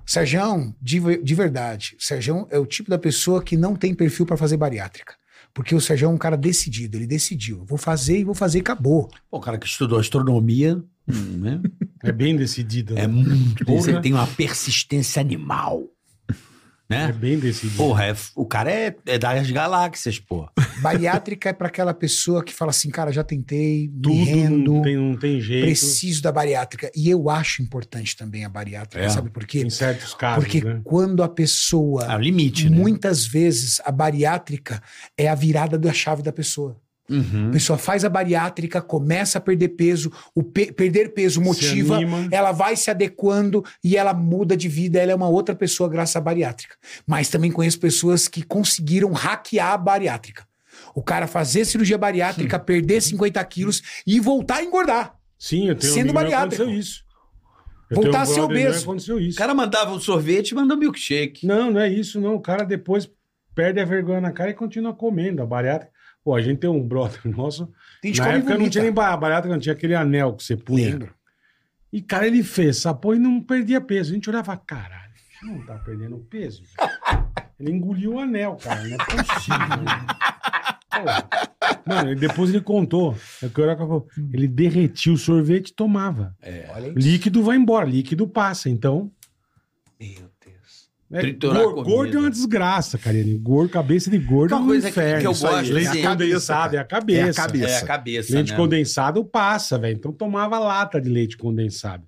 [SPEAKER 5] Serjão, de, ver- de verdade, Serjão é o tipo da pessoa que não tem perfil pra fazer bariátrica. Porque o Serjão é um cara decidido, ele decidiu. Vou fazer e vou fazer e acabou.
[SPEAKER 6] Pô, o cara que estudou astronomia, hum, né?
[SPEAKER 3] É bem decidido. né?
[SPEAKER 6] É muito.
[SPEAKER 3] Porra.
[SPEAKER 6] Você tem uma persistência animal.
[SPEAKER 3] É
[SPEAKER 6] Né?
[SPEAKER 3] bem decidido.
[SPEAKER 6] Porra, é- o cara é, é das galáxias, pô.
[SPEAKER 5] Bariátrica é pra aquela pessoa que fala assim, cara, já tentei, me
[SPEAKER 3] Tudo não
[SPEAKER 5] rendo,
[SPEAKER 3] tem, não tem jeito.
[SPEAKER 5] preciso da bariátrica. E eu acho importante também a bariátrica,
[SPEAKER 6] É.
[SPEAKER 5] sabe por quê?
[SPEAKER 3] Em certos casos,
[SPEAKER 5] Porque
[SPEAKER 3] né?
[SPEAKER 5] quando a pessoa,
[SPEAKER 6] É o limite, né?
[SPEAKER 5] muitas vezes, a bariátrica é a virada da chave da pessoa. A
[SPEAKER 4] Hum.
[SPEAKER 6] Uhum.
[SPEAKER 5] pessoa faz a bariátrica, começa a perder peso, o pe- perder
[SPEAKER 3] Se
[SPEAKER 5] peso motiva, é
[SPEAKER 3] anima.
[SPEAKER 5] ela vai se adequando e ela muda de vida, ela é uma outra pessoa graças à bariátrica. Mas também conheço pessoas que conseguiram hackear a bariátrica. O cara fazer cirurgia bariátrica, perder 50 quilos e voltar a engordar.
[SPEAKER 3] Sim, eu tenho um
[SPEAKER 5] Sendo
[SPEAKER 3] amigo meu que
[SPEAKER 5] bariátrico.
[SPEAKER 3] aconteceu isso.
[SPEAKER 5] Voltar
[SPEAKER 3] tenho um
[SPEAKER 5] a ser
[SPEAKER 3] brother meu que
[SPEAKER 5] obeso.
[SPEAKER 3] Aconteceu isso.
[SPEAKER 6] O cara mandava um sorvete e mandou milkshake.
[SPEAKER 3] Não, não é isso, não. O cara depois perde a vergonha na cara e continua comendo. A bariátrica. Pô, a gente tem um brother nosso.
[SPEAKER 5] Tem gente
[SPEAKER 3] Na
[SPEAKER 5] que
[SPEAKER 3] época não tinha nem
[SPEAKER 5] vomita.
[SPEAKER 3] ba- bariátrica, não tinha aquele anel que você punha.
[SPEAKER 5] Lembro.
[SPEAKER 3] E, cara, ele fez essa porra e não perdia peso. A gente olhava, caralho, não tá perdendo peso. velho. Ele engoliu o anel, cara. Não é possível. né? Pô. Mano, e depois ele contou. É que o Oroca falou, Ele derretia o sorvete e tomava.
[SPEAKER 5] É, Olha isso.
[SPEAKER 3] Líquido vai embora, líquido passa. Então.
[SPEAKER 5] Meu Deus.
[SPEAKER 3] né,
[SPEAKER 4] Triturar
[SPEAKER 3] gor-
[SPEAKER 4] a comida.
[SPEAKER 3] gordo é uma desgraça, cara. Ele, gordo, cabeça de gordo é
[SPEAKER 6] Uma
[SPEAKER 3] um
[SPEAKER 6] coisa que-
[SPEAKER 3] inferno.
[SPEAKER 6] que eu
[SPEAKER 3] Isso aí,
[SPEAKER 6] gosto,
[SPEAKER 3] Leite
[SPEAKER 6] assim, é a
[SPEAKER 1] cabeça,
[SPEAKER 3] condensado,
[SPEAKER 1] cara.
[SPEAKER 3] é a cabeça.
[SPEAKER 1] É a cabeça.
[SPEAKER 6] É a cabeça,
[SPEAKER 3] Leite
[SPEAKER 6] né?
[SPEAKER 3] condensado passa, velho. Então tomava lata de leite condensado.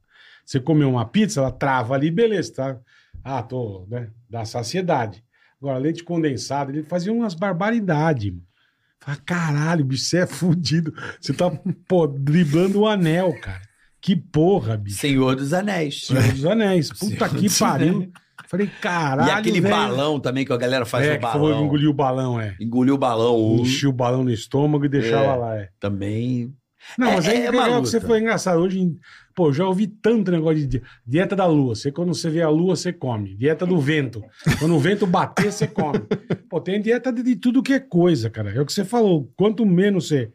[SPEAKER 3] Você comeu uma pizza, ela trava ali, beleza, tá? Ah, tô, né? Da saciedade. Agora, leite condensado, ele fazia umas barbaridades, mano. Fala, caralho, bicho, você é fudido. Você tá, pô, driblando o anel, cara. Que porra, bicho.
[SPEAKER 6] Senhor dos Anéis.
[SPEAKER 3] Senhor dos Anéis. Puta
[SPEAKER 6] Senhor
[SPEAKER 3] que
[SPEAKER 6] dos
[SPEAKER 3] pariu.
[SPEAKER 6] Anéis.
[SPEAKER 3] Falei, caralho.
[SPEAKER 6] e aquele
[SPEAKER 3] velho.
[SPEAKER 6] balão também que a galera faz
[SPEAKER 3] é,
[SPEAKER 6] o
[SPEAKER 3] que falou que
[SPEAKER 6] balão.
[SPEAKER 3] engoliu o balão, é.
[SPEAKER 6] Engoliu o balão. o-
[SPEAKER 3] Enchia o balão no estômago e deixava
[SPEAKER 4] É.
[SPEAKER 3] lá, é.
[SPEAKER 4] Também.
[SPEAKER 3] Não, mas
[SPEAKER 6] É-
[SPEAKER 3] é,
[SPEAKER 6] é uma
[SPEAKER 3] legal
[SPEAKER 6] luta.
[SPEAKER 3] que você foi engraçado. Hoje, em- pô, eu já ouvi tanto negócio de di- dieta da lua. Você, quando você vê a lua, você come. Dieta do vento. Quando o vento bater, você come. Pô, tem dieta de, de tudo que é coisa, cara. É o que você falou. Quanto menos você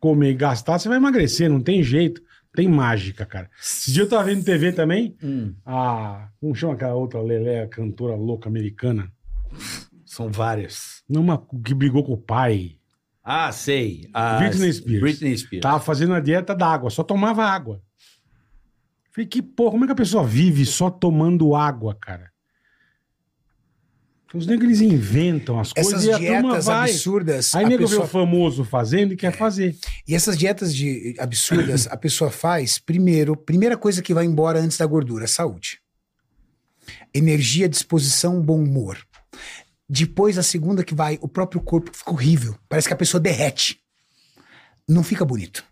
[SPEAKER 3] comer e gastar, você vai emagrecer. Não tem jeito. Tem mágica, cara. Esse dia eu tava vendo TV também.
[SPEAKER 6] Hum,
[SPEAKER 3] A. Como chama aquela outra Lelé, a cantora louca americana?
[SPEAKER 6] são várias.
[SPEAKER 3] Não, uma que brigou com o pai.
[SPEAKER 6] Ah, sei. A-
[SPEAKER 3] Britney Spears. Tá.
[SPEAKER 6] Britney Spears.
[SPEAKER 3] Tava fazendo a dieta da água, só tomava água. Falei, que porra, como é que a pessoa vive só tomando água, cara? Os negros eles inventam as coisas
[SPEAKER 5] Essas
[SPEAKER 3] e a turma
[SPEAKER 5] dietas
[SPEAKER 3] vai.
[SPEAKER 5] absurdas.
[SPEAKER 3] Aí
[SPEAKER 5] a
[SPEAKER 3] nego
[SPEAKER 5] pessoa É,
[SPEAKER 3] vê o famoso fazendo e quer fazer.
[SPEAKER 5] E essas dietas de absurdas a pessoa faz primeiro, primeira coisa que vai embora antes da gordura, a saúde. Energia, disposição, bom humor. Depois a segunda que vai, o próprio corpo fica horrível. Parece que a pessoa derrete. Não fica bonito.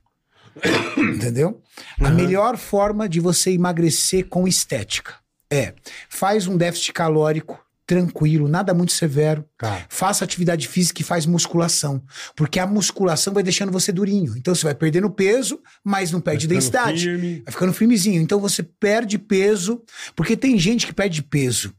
[SPEAKER 5] Entendeu? A melhor forma de você emagrecer com estética é faz um déficit calórico tranquilo, nada muito severo.
[SPEAKER 3] Cara,
[SPEAKER 5] Faça atividade física e faz musculação. Porque a musculação vai deixando você durinho. Então você vai perdendo peso, mas não perde
[SPEAKER 3] ficando
[SPEAKER 5] densidade.
[SPEAKER 3] firme.
[SPEAKER 5] Vai ficando firmezinho. Então você perde peso. Porque tem gente que perde peso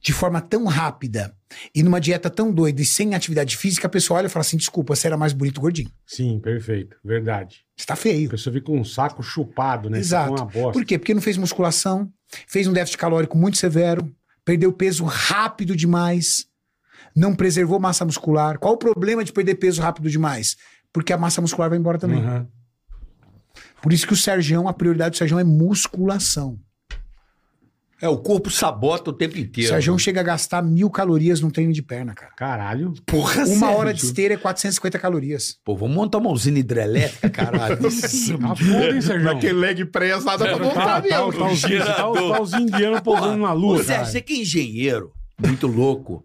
[SPEAKER 5] de forma tão rápida e numa dieta tão doida e sem atividade física, a pessoa olha e fala assim: desculpa, você era mais bonito gordinho.
[SPEAKER 3] Sim, perfeito. Verdade.
[SPEAKER 5] Você tá
[SPEAKER 3] A
[SPEAKER 5] feio.
[SPEAKER 3] pessoa fica com um saco chupado, né? Fica
[SPEAKER 5] Exato.
[SPEAKER 3] Uma bosta.
[SPEAKER 5] Por quê? Porque não fez musculação, fez um déficit calórico muito severo, perdeu peso rápido demais, não preservou massa muscular. Qual o problema de perder peso rápido demais? Porque a massa muscular vai embora também.
[SPEAKER 3] Aham.
[SPEAKER 5] Por isso que o Sergião, a prioridade do Sergião é musculação.
[SPEAKER 4] É, o corpo sabota o tempo
[SPEAKER 5] O
[SPEAKER 4] inteiro.
[SPEAKER 5] Sergião chega a gastar mil calorias num treino de perna, cara.
[SPEAKER 3] Caralho.
[SPEAKER 4] Porra,
[SPEAKER 5] Uma
[SPEAKER 4] Sérgio.
[SPEAKER 5] hora de esteira é 450 calorias.
[SPEAKER 4] Pô, vamos montar uma usina hidrelétrica, caralho.
[SPEAKER 3] Tá foda, hein, Sérgio?
[SPEAKER 1] Naquele leg press, nada pra
[SPEAKER 3] Tá, tá, tá,
[SPEAKER 1] voltar mesmo.
[SPEAKER 3] os- tá os- tá os- tá os indianos
[SPEAKER 4] Porra,
[SPEAKER 3] pousando na lua.
[SPEAKER 4] Ô, Sérgio,
[SPEAKER 3] cara.
[SPEAKER 4] você que é engenheiro, muito louco.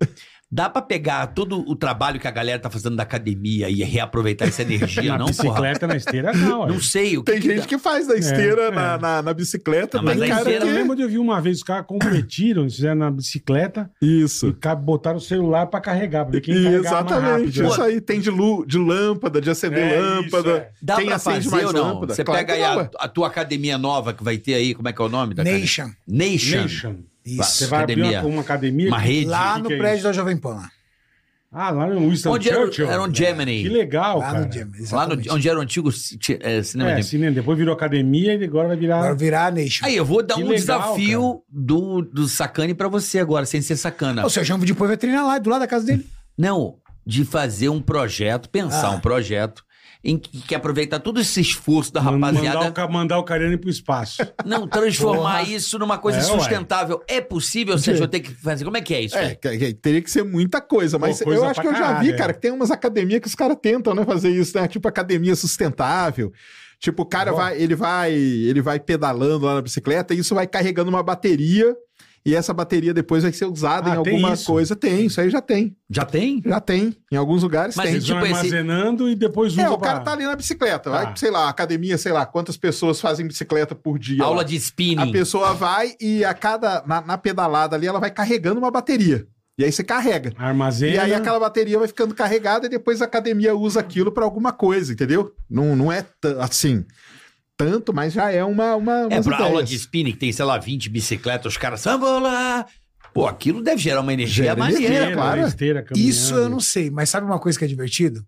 [SPEAKER 4] Dá pra pegar todo o trabalho que a galera tá fazendo da academia e reaproveitar essa energia,
[SPEAKER 3] Na
[SPEAKER 4] não, porra?
[SPEAKER 3] bicicleta, na esteira, não. é. ué.
[SPEAKER 4] Não sei o que.
[SPEAKER 1] Tem gente que faz na esteira,
[SPEAKER 3] é.
[SPEAKER 1] Na, na, na bicicleta,
[SPEAKER 4] Ah, mas
[SPEAKER 1] tem
[SPEAKER 4] na
[SPEAKER 1] cara
[SPEAKER 4] esteira
[SPEAKER 3] Eu
[SPEAKER 1] que...
[SPEAKER 3] lembro de eu vi uma vez os caras competiram, eles fizeram na bicicleta e
[SPEAKER 1] Isso.
[SPEAKER 3] ca- botaram o celular pra carregar. Pra ver quem
[SPEAKER 1] E-
[SPEAKER 3] carregava mais
[SPEAKER 1] exatamente.
[SPEAKER 3] rápido, né?
[SPEAKER 1] Isso aí. Tem de, lu, de lâmpada, de acender
[SPEAKER 3] É,
[SPEAKER 1] lâmpada.
[SPEAKER 3] isso, é.
[SPEAKER 4] Dá
[SPEAKER 1] Quem
[SPEAKER 4] pra
[SPEAKER 1] acende
[SPEAKER 4] fazer
[SPEAKER 1] mais
[SPEAKER 4] ou não?
[SPEAKER 1] lâmpada?
[SPEAKER 4] Você
[SPEAKER 1] Claro
[SPEAKER 4] pega
[SPEAKER 1] que
[SPEAKER 4] aí
[SPEAKER 1] não,
[SPEAKER 4] a,
[SPEAKER 1] ué.
[SPEAKER 4] a tua academia nova que vai ter aí, como é que é o nome da academia?
[SPEAKER 5] Nation.
[SPEAKER 4] é. Nation.
[SPEAKER 3] Nation. Você
[SPEAKER 5] Isso.
[SPEAKER 3] tá vai
[SPEAKER 4] Academia.
[SPEAKER 3] abrir uma, uma academia.
[SPEAKER 4] Uma rede.
[SPEAKER 5] Lá
[SPEAKER 3] que
[SPEAKER 5] no
[SPEAKER 3] que é
[SPEAKER 5] prédio da Jovem Pan. Lá,
[SPEAKER 3] Ah, lá no Winston
[SPEAKER 4] Onde era, o-
[SPEAKER 3] Churchill.
[SPEAKER 4] era um
[SPEAKER 3] Que
[SPEAKER 4] Gemini.
[SPEAKER 3] legal,
[SPEAKER 5] lá
[SPEAKER 3] Ah, cara.
[SPEAKER 5] no gym.
[SPEAKER 4] Lá no,
[SPEAKER 5] Exatamente.
[SPEAKER 4] onde era o antigo ci- ti- é, cinema
[SPEAKER 3] É,
[SPEAKER 4] de-
[SPEAKER 3] cinema. Depois virou academia e agora vai
[SPEAKER 5] Agora
[SPEAKER 3] virar...
[SPEAKER 5] virar a Nation.
[SPEAKER 4] tá? Aí, eu vou dar
[SPEAKER 3] Que
[SPEAKER 4] um
[SPEAKER 3] legal,
[SPEAKER 4] desafio do, do sacane pra você agora, sem ser sacana.
[SPEAKER 5] O Sergião depois vai treinar lá, do lado da casa dele.
[SPEAKER 4] Não, de fazer um projeto, pensar
[SPEAKER 5] Ah.
[SPEAKER 4] um projeto em que, que aproveitar todo esse esforço da
[SPEAKER 3] man- Mandar o,
[SPEAKER 4] rapaziada,
[SPEAKER 3] ca- mandar o Cariani pro espaço.
[SPEAKER 4] não transformar
[SPEAKER 5] Porra.
[SPEAKER 4] isso numa coisa
[SPEAKER 3] É, ué.
[SPEAKER 4] sustentável. É possível, ou seja, eu tenho que fazer. Como é que é isso?
[SPEAKER 1] É,
[SPEAKER 4] velho?
[SPEAKER 1] que- que teria que ser muita coisa, mas
[SPEAKER 3] Pô, coisa
[SPEAKER 1] eu acho que
[SPEAKER 3] pra
[SPEAKER 1] eu já
[SPEAKER 3] caralho,
[SPEAKER 1] vi, cara,
[SPEAKER 3] é.
[SPEAKER 1] que tem umas academias que os caras tentam, né, fazer isso, né? Tipo academia sustentável. Tipo, o cara
[SPEAKER 3] Bom.
[SPEAKER 1] vai, ele vai, ele vai pedalando lá na bicicleta e isso vai carregando uma bateria e essa bateria depois vai ser usada
[SPEAKER 3] Ah,
[SPEAKER 1] em
[SPEAKER 3] tem
[SPEAKER 1] alguma
[SPEAKER 3] isso.
[SPEAKER 1] coisa. Tem, isso aí já tem.
[SPEAKER 4] Já tem?
[SPEAKER 1] Já tem. Em alguns lugares
[SPEAKER 4] Mas
[SPEAKER 1] tem.
[SPEAKER 3] Eles vão
[SPEAKER 4] tipo esse-
[SPEAKER 3] armazenando e depois usa
[SPEAKER 1] É, o
[SPEAKER 3] pra-
[SPEAKER 1] cara tá ali na bicicleta,
[SPEAKER 3] Tá.
[SPEAKER 1] vai, sei lá, academia, sei lá, quantas pessoas fazem bicicleta por dia.
[SPEAKER 4] Aula
[SPEAKER 1] lá.
[SPEAKER 4] de
[SPEAKER 1] A
[SPEAKER 4] spinning.
[SPEAKER 1] pessoa vai e a cada, na, na pedalada ali, ela vai carregando uma bateria. E aí você carrega.
[SPEAKER 3] Armazena.
[SPEAKER 1] E aí aquela bateria vai ficando carregada e depois a academia usa aquilo pra alguma coisa, entendeu? Não, não é t- assim tanto, mas já é uma uma
[SPEAKER 4] É
[SPEAKER 1] umas
[SPEAKER 4] pra aula
[SPEAKER 1] ideias.
[SPEAKER 4] de spinning que tem, sei lá, 20 bicicletas, os caras, vamos lá! Pô, aquilo deve gerar uma energia
[SPEAKER 1] Gera
[SPEAKER 4] maneira.
[SPEAKER 1] energia.
[SPEAKER 3] Esteira,
[SPEAKER 1] claro.
[SPEAKER 3] esteira, caminhando.
[SPEAKER 5] Isso eu não sei, mas sabe uma coisa que é divertido?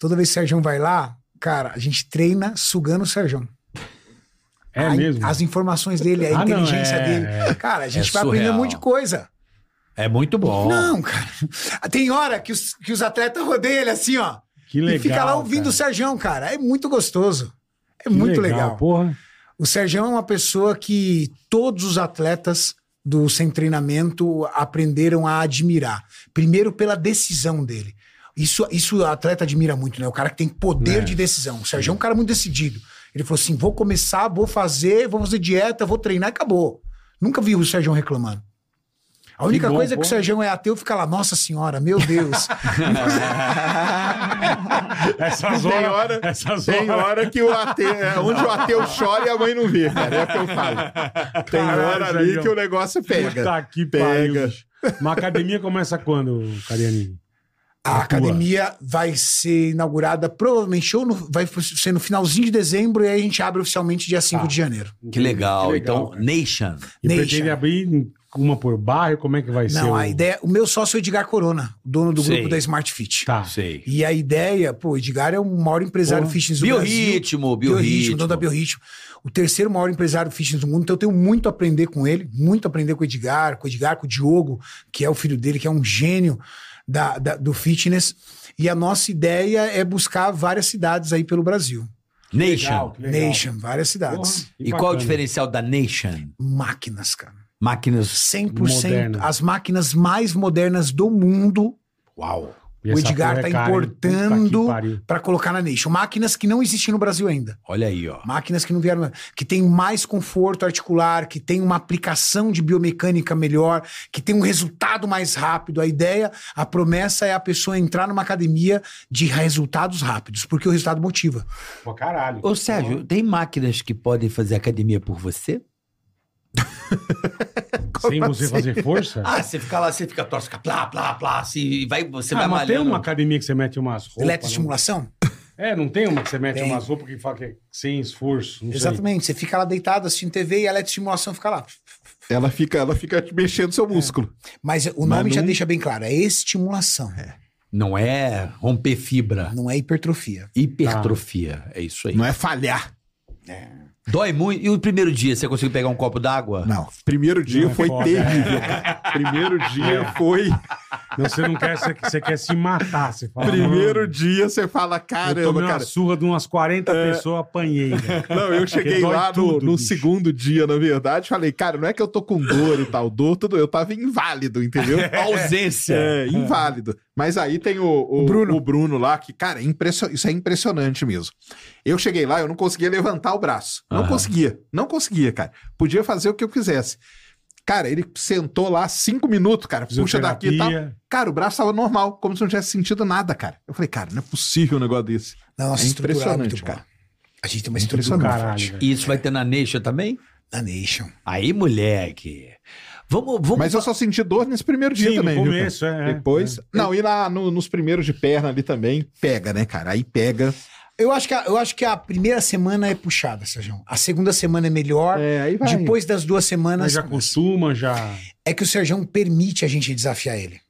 [SPEAKER 5] Toda vez que o Sérgio vai lá, cara, a gente treina sugando o Sérgio.
[SPEAKER 3] É
[SPEAKER 5] A-
[SPEAKER 3] mesmo.
[SPEAKER 5] As informações dele, a
[SPEAKER 3] Ah, não,
[SPEAKER 5] inteligência
[SPEAKER 3] é,
[SPEAKER 5] dele.
[SPEAKER 3] é.
[SPEAKER 5] Cara, a gente
[SPEAKER 4] É
[SPEAKER 5] vai aprender um
[SPEAKER 4] surreal.
[SPEAKER 5] monte de coisa.
[SPEAKER 4] É muito bom.
[SPEAKER 5] Não, cara. Tem hora que os, que os atletas rodeiam ele assim, ó.
[SPEAKER 3] Que legal.
[SPEAKER 5] e fica lá ouvindo
[SPEAKER 3] cara.
[SPEAKER 5] o Sérgio, cara. É muito gostoso. É
[SPEAKER 3] Que
[SPEAKER 5] muito legal.
[SPEAKER 3] Porra.
[SPEAKER 5] O Sérgio é uma pessoa que todos os atletas do sem treinamento aprenderam a admirar. Primeiro pela decisão dele. Isso, isso o atleta admira muito, né? O cara que tem poder
[SPEAKER 3] É.
[SPEAKER 5] de decisão. O Sérgio é um cara muito decidido. Ele falou assim: vou começar, vou fazer, vou fazer dieta, vou treinar e acabou. Nunca vi o Sérgio reclamando. A única
[SPEAKER 3] bom,
[SPEAKER 5] coisa é que
[SPEAKER 3] pô.
[SPEAKER 5] o Sérgio é ateu fica lá, nossa senhora, meu Deus.
[SPEAKER 3] Essas
[SPEAKER 1] Tem
[SPEAKER 3] horas.
[SPEAKER 1] hora,
[SPEAKER 3] essas
[SPEAKER 1] tem
[SPEAKER 3] horas.
[SPEAKER 1] hora que o ateu, é onde o ateu chora e a mãe não vê, cara. É o que eu falo. Tem
[SPEAKER 3] Caralho,
[SPEAKER 1] hora ali
[SPEAKER 3] Sérgio.
[SPEAKER 1] que o negócio
[SPEAKER 3] Puta
[SPEAKER 1] pega.
[SPEAKER 3] que pariu.
[SPEAKER 1] Pega.
[SPEAKER 3] bicho. Uma academia começa quando, Cariani?
[SPEAKER 5] A
[SPEAKER 3] Atua.
[SPEAKER 5] academia vai ser inaugurada provavelmente ou no, vai ser no finalzinho de dezembro e aí a gente abre oficialmente dia 5
[SPEAKER 3] Tá.
[SPEAKER 5] de janeiro.
[SPEAKER 4] Que legal.
[SPEAKER 3] Que
[SPEAKER 4] então,
[SPEAKER 3] cara.
[SPEAKER 4] Nation.
[SPEAKER 3] E
[SPEAKER 5] Nation.
[SPEAKER 3] pretende abrir uma por bairro? Como é que vai ser?
[SPEAKER 5] Não,
[SPEAKER 3] o-
[SPEAKER 5] a ideia. O meu sócio é o Edgar Corona, dono do
[SPEAKER 4] Sei.
[SPEAKER 5] grupo da Smart Fit.
[SPEAKER 3] Tá.
[SPEAKER 4] Sei.
[SPEAKER 5] E a ideia, pô, o Edgar é o maior empresário
[SPEAKER 3] Porra.
[SPEAKER 5] fitness do Brasil.
[SPEAKER 4] Biorritmo, biorritmo.
[SPEAKER 5] dono da Biorritmo. O terceiro maior empresário fitness do mundo, então eu tenho muito a aprender com ele, muito a aprender com o Edgar, com o Edgar, com o Diogo, que é o filho dele, que é um gênio da, da- do fitness. E a nossa ideia é buscar várias cidades aí pelo Brasil.
[SPEAKER 4] Nation.
[SPEAKER 3] Legal, que legal.
[SPEAKER 5] Nation, várias
[SPEAKER 3] Porra,
[SPEAKER 5] cidades.
[SPEAKER 3] que
[SPEAKER 4] E qual é o
[SPEAKER 3] bacana.
[SPEAKER 4] diferencial da Nation?
[SPEAKER 5] Máquinas, cara.
[SPEAKER 4] Máquinas.
[SPEAKER 5] 100%.
[SPEAKER 3] Moderna.
[SPEAKER 5] As máquinas mais modernas do mundo
[SPEAKER 4] Uau.
[SPEAKER 3] E
[SPEAKER 5] O
[SPEAKER 3] essa
[SPEAKER 5] Edgar
[SPEAKER 3] porra é
[SPEAKER 5] tá
[SPEAKER 3] cara, hein? Puta que
[SPEAKER 5] importando-
[SPEAKER 3] pariu.
[SPEAKER 5] para colocar na Nation. Máquinas que não existem no Brasil ainda.
[SPEAKER 4] Olha aí, ó.
[SPEAKER 5] Máquinas que não vieram. Que tem mais conforto articular, que tem uma aplicação de biomecânica melhor, que tem um resultado mais rápido. A ideia, a promessa é a pessoa entrar numa academia de resultados rápidos, porque o resultado motiva.
[SPEAKER 3] Pô, caralho.
[SPEAKER 4] Ô, Sérgio, tem máquinas que podem fazer academia por você?
[SPEAKER 3] Sem você fazer força?
[SPEAKER 4] Ah, você fica lá, você fica tosca, plá, plá, plá, assim, e vai, você
[SPEAKER 3] ah,
[SPEAKER 4] vai
[SPEAKER 3] mas tem
[SPEAKER 4] malhando.
[SPEAKER 3] uma academia que você mete umas roupas.
[SPEAKER 5] Eletroestimulação?
[SPEAKER 3] não- É, não tem uma que você mete
[SPEAKER 5] Tem.
[SPEAKER 3] umas roupas que fala que é sem esforço. Não sei.
[SPEAKER 5] Exatamente. Você fica lá deitado assistindo TV e a eletroestimulação fica lá.
[SPEAKER 1] Ela fica, ela fica mexendo
[SPEAKER 3] É.
[SPEAKER 1] seu músculo.
[SPEAKER 5] Mas o nome já
[SPEAKER 3] não-
[SPEAKER 5] deixa bem claro: é estimulação,
[SPEAKER 4] Não é romper fibra,
[SPEAKER 5] não é hipertrofia.
[SPEAKER 4] hipertrofia. É isso aí.
[SPEAKER 1] Não é falhar.
[SPEAKER 4] Dói muito. E o primeiro dia, você conseguiu pegar um copo d'água?
[SPEAKER 5] Não.
[SPEAKER 1] Primeiro dia
[SPEAKER 3] Não é
[SPEAKER 1] foi
[SPEAKER 3] foda, É. Tá
[SPEAKER 1] terrível. cara. Primeiro dia foi.
[SPEAKER 3] Não, você não quer, você, você quer se matar. Você fala,
[SPEAKER 1] Primeiro
[SPEAKER 3] "Mano,
[SPEAKER 1] dia você fala,
[SPEAKER 3] Eu tomei
[SPEAKER 1] caramba,
[SPEAKER 3] uma
[SPEAKER 1] cara.
[SPEAKER 3] surra de umas 40 pessoas, apanhei. velho."
[SPEAKER 1] Não, eu cheguei
[SPEAKER 3] Porque dói
[SPEAKER 1] lá no,
[SPEAKER 3] tudo,
[SPEAKER 1] no
[SPEAKER 3] bicho.
[SPEAKER 1] segundo dia, na verdade, falei, cara, não é que eu tô com dor e tal, dor, tudo, eu tava inválido, entendeu?
[SPEAKER 4] Ausência.
[SPEAKER 1] É, inválido. Mas aí tem o, o- o Bruno. lá, que, cara, é impressio- isso é impressionante mesmo. Eu cheguei lá, eu não conseguia levantar o braço. Não
[SPEAKER 4] Aham.
[SPEAKER 1] conseguia, não conseguia, cara. Podia fazer o que eu quisesse. Cara, ele sentou lá cinco minutos, cara, puxa daqui e tal.
[SPEAKER 3] Fisioterapia.
[SPEAKER 1] Cara, o braço tava normal, como se não tivesse sentido nada, cara. Eu falei, cara, não é possível um negócio desse.
[SPEAKER 5] Na nossa
[SPEAKER 1] É
[SPEAKER 5] estrutura é muito
[SPEAKER 1] impressionante,
[SPEAKER 5] boa.
[SPEAKER 1] cara.
[SPEAKER 5] A gente tem uma estrutura muito
[SPEAKER 3] Caralho,
[SPEAKER 5] forte.
[SPEAKER 3] velho.
[SPEAKER 4] E isso vai ter na Neixa também?
[SPEAKER 5] Na Nation.
[SPEAKER 4] Aí, moleque. Vamos, vamos.
[SPEAKER 1] Mas eu só senti dor nesse primeiro dia
[SPEAKER 3] Sim,
[SPEAKER 1] também,
[SPEAKER 3] no
[SPEAKER 1] viu,
[SPEAKER 3] começo,
[SPEAKER 1] cara?
[SPEAKER 3] é. é.
[SPEAKER 1] Depois. Não, e lá no- nos primeiros de perna ali também, pega, né, cara? Aí pega.
[SPEAKER 5] Eu acho, que a, eu acho que a primeira semana é puxada, Sérgio. A segunda semana é
[SPEAKER 4] Ah,
[SPEAKER 5] melhor.
[SPEAKER 1] É, aí vai.
[SPEAKER 5] Depois das duas
[SPEAKER 3] Mas
[SPEAKER 5] semanas,
[SPEAKER 3] já costuma, já.
[SPEAKER 5] é que o Sérgio permite a gente desafiar ele.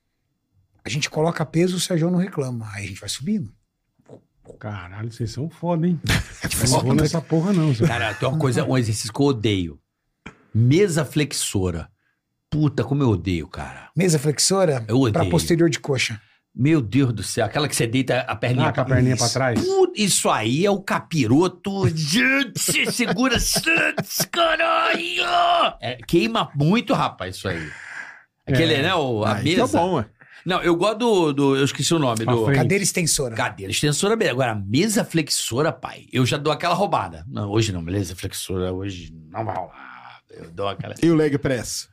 [SPEAKER 5] A gente coloca peso, o Sérgio não reclama. Aí a gente vai subindo.
[SPEAKER 3] Caralho, vocês são foda, hein? Eu não
[SPEAKER 5] Foda.
[SPEAKER 3] vou nessa porra, não. Zé.
[SPEAKER 4] Cara, tem uma coisa, um exercício que eu odeio. Mesa flexora. Puta, como eu odeio, cara.
[SPEAKER 5] Mesa flexora
[SPEAKER 4] Eu odeio.
[SPEAKER 5] pra posterior de coxa.
[SPEAKER 4] Meu Deus do céu, aquela que você deita a perninha
[SPEAKER 3] Ah, com a perninha pra
[SPEAKER 4] Isso.
[SPEAKER 3] trás.
[SPEAKER 4] Pu- Isso aí é o capiroto. Gente, segura. Gente, Caralho! É, queima muito, rapaz, isso aí. Aquele,
[SPEAKER 3] É.
[SPEAKER 4] né? o- a
[SPEAKER 1] Ah, isso
[SPEAKER 4] mesa.
[SPEAKER 1] é bom, ué.
[SPEAKER 4] Não, eu gosto do, do- Eu esqueci o nome.
[SPEAKER 3] Pra
[SPEAKER 4] Do,
[SPEAKER 3] frente.
[SPEAKER 5] Cadeira extensora.
[SPEAKER 4] Cadeira extensora mesmo. Agora, mesa flexora, pai. Eu já dou aquela roubada. Não, hoje não, beleza? Flexora, hoje não vai rolar. Eu dou aquela.
[SPEAKER 1] E o leg press?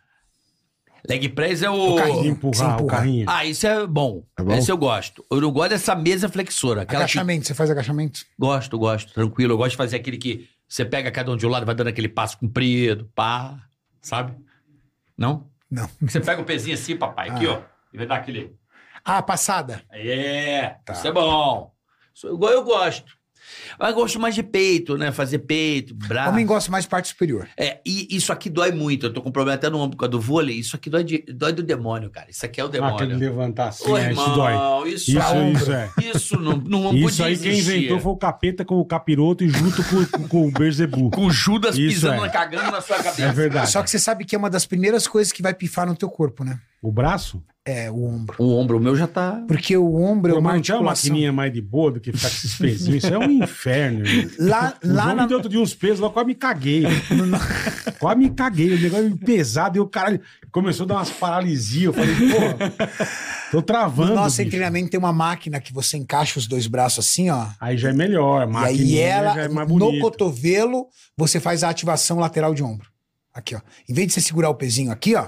[SPEAKER 4] Leg press é o.
[SPEAKER 5] O
[SPEAKER 3] De
[SPEAKER 5] carrinho. Sem
[SPEAKER 3] empurrar o
[SPEAKER 5] empurrar.
[SPEAKER 3] carrinho.
[SPEAKER 4] Ah, isso é bom.
[SPEAKER 1] É bom?
[SPEAKER 4] Esse eu gosto. Eu não gosto dessa mesa flexora. Aquela que...
[SPEAKER 5] agachamento. Você faz agachamento?
[SPEAKER 4] Gosto, gosto. Tranquilo. Eu gosto de fazer aquele que você pega cada um de um lado, vai dando aquele passo comprido, pá. Sabe? Não?
[SPEAKER 5] Não.
[SPEAKER 4] Você pega o pezinho assim, papai, aqui, ó. E vai dar aquele.
[SPEAKER 5] Ah, passada.
[SPEAKER 4] É,
[SPEAKER 3] Tá.
[SPEAKER 4] isso é bom. Isso eu, go- eu gosto. Mas eu gosto mais de peito, né? Fazer peito, braço.
[SPEAKER 5] Homem gosta mais de parte superior.
[SPEAKER 4] É, e isso aqui dói muito. Eu tô com problema até no ombro por causa do vôlei. Isso aqui dói, de- dói do demônio, cara. Isso aqui é o
[SPEAKER 3] Ah, aquele
[SPEAKER 4] demônio.
[SPEAKER 3] levantar assim,
[SPEAKER 4] Ô,
[SPEAKER 3] é, isso dói.
[SPEAKER 4] isso,
[SPEAKER 3] Isso,
[SPEAKER 4] a ombro.
[SPEAKER 3] isso é.
[SPEAKER 4] Isso não, não
[SPEAKER 3] Isso
[SPEAKER 4] podia
[SPEAKER 3] aí quem
[SPEAKER 4] existir.
[SPEAKER 3] inventou foi o capeta com o capiroto e junto com, com- com o Berzebu.
[SPEAKER 4] Com Judas
[SPEAKER 3] Isso
[SPEAKER 4] pisando,
[SPEAKER 3] é.
[SPEAKER 4] na cagando na sua cabeça.
[SPEAKER 3] É verdade.
[SPEAKER 5] Só que você sabe que é uma das primeiras coisas que vai pifar no teu corpo, né?
[SPEAKER 3] O braço?
[SPEAKER 5] É o ombro.
[SPEAKER 4] O ombro meu já tá...
[SPEAKER 5] Porque o ombro é
[SPEAKER 3] Pô,
[SPEAKER 5] uma
[SPEAKER 3] mas não tinha uma
[SPEAKER 5] articulação.
[SPEAKER 3] maquininha mais de boa do que ficar com esses pezinhos. Isso é um inferno. irmão.
[SPEAKER 5] Lá,
[SPEAKER 3] O
[SPEAKER 5] lá
[SPEAKER 3] João
[SPEAKER 5] na...
[SPEAKER 3] me deu outro dia uns pesos, lá quase me caguei. quase me caguei. O negócio é pesado e o caralho começou a dar umas paralisias. Eu falei, pô, tô travando.
[SPEAKER 5] No nosso
[SPEAKER 3] bicho.
[SPEAKER 5] treinamento tem uma máquina que você encaixa os dois braços assim, ó.
[SPEAKER 3] Aí já é melhor.
[SPEAKER 5] E aí
[SPEAKER 3] maquininha
[SPEAKER 5] ela,
[SPEAKER 3] já é mais
[SPEAKER 5] no
[SPEAKER 3] bonito.
[SPEAKER 5] cotovelo, você faz a ativação lateral de ombro. Aqui, ó. Em vez de você segurar o pezinho aqui, ó,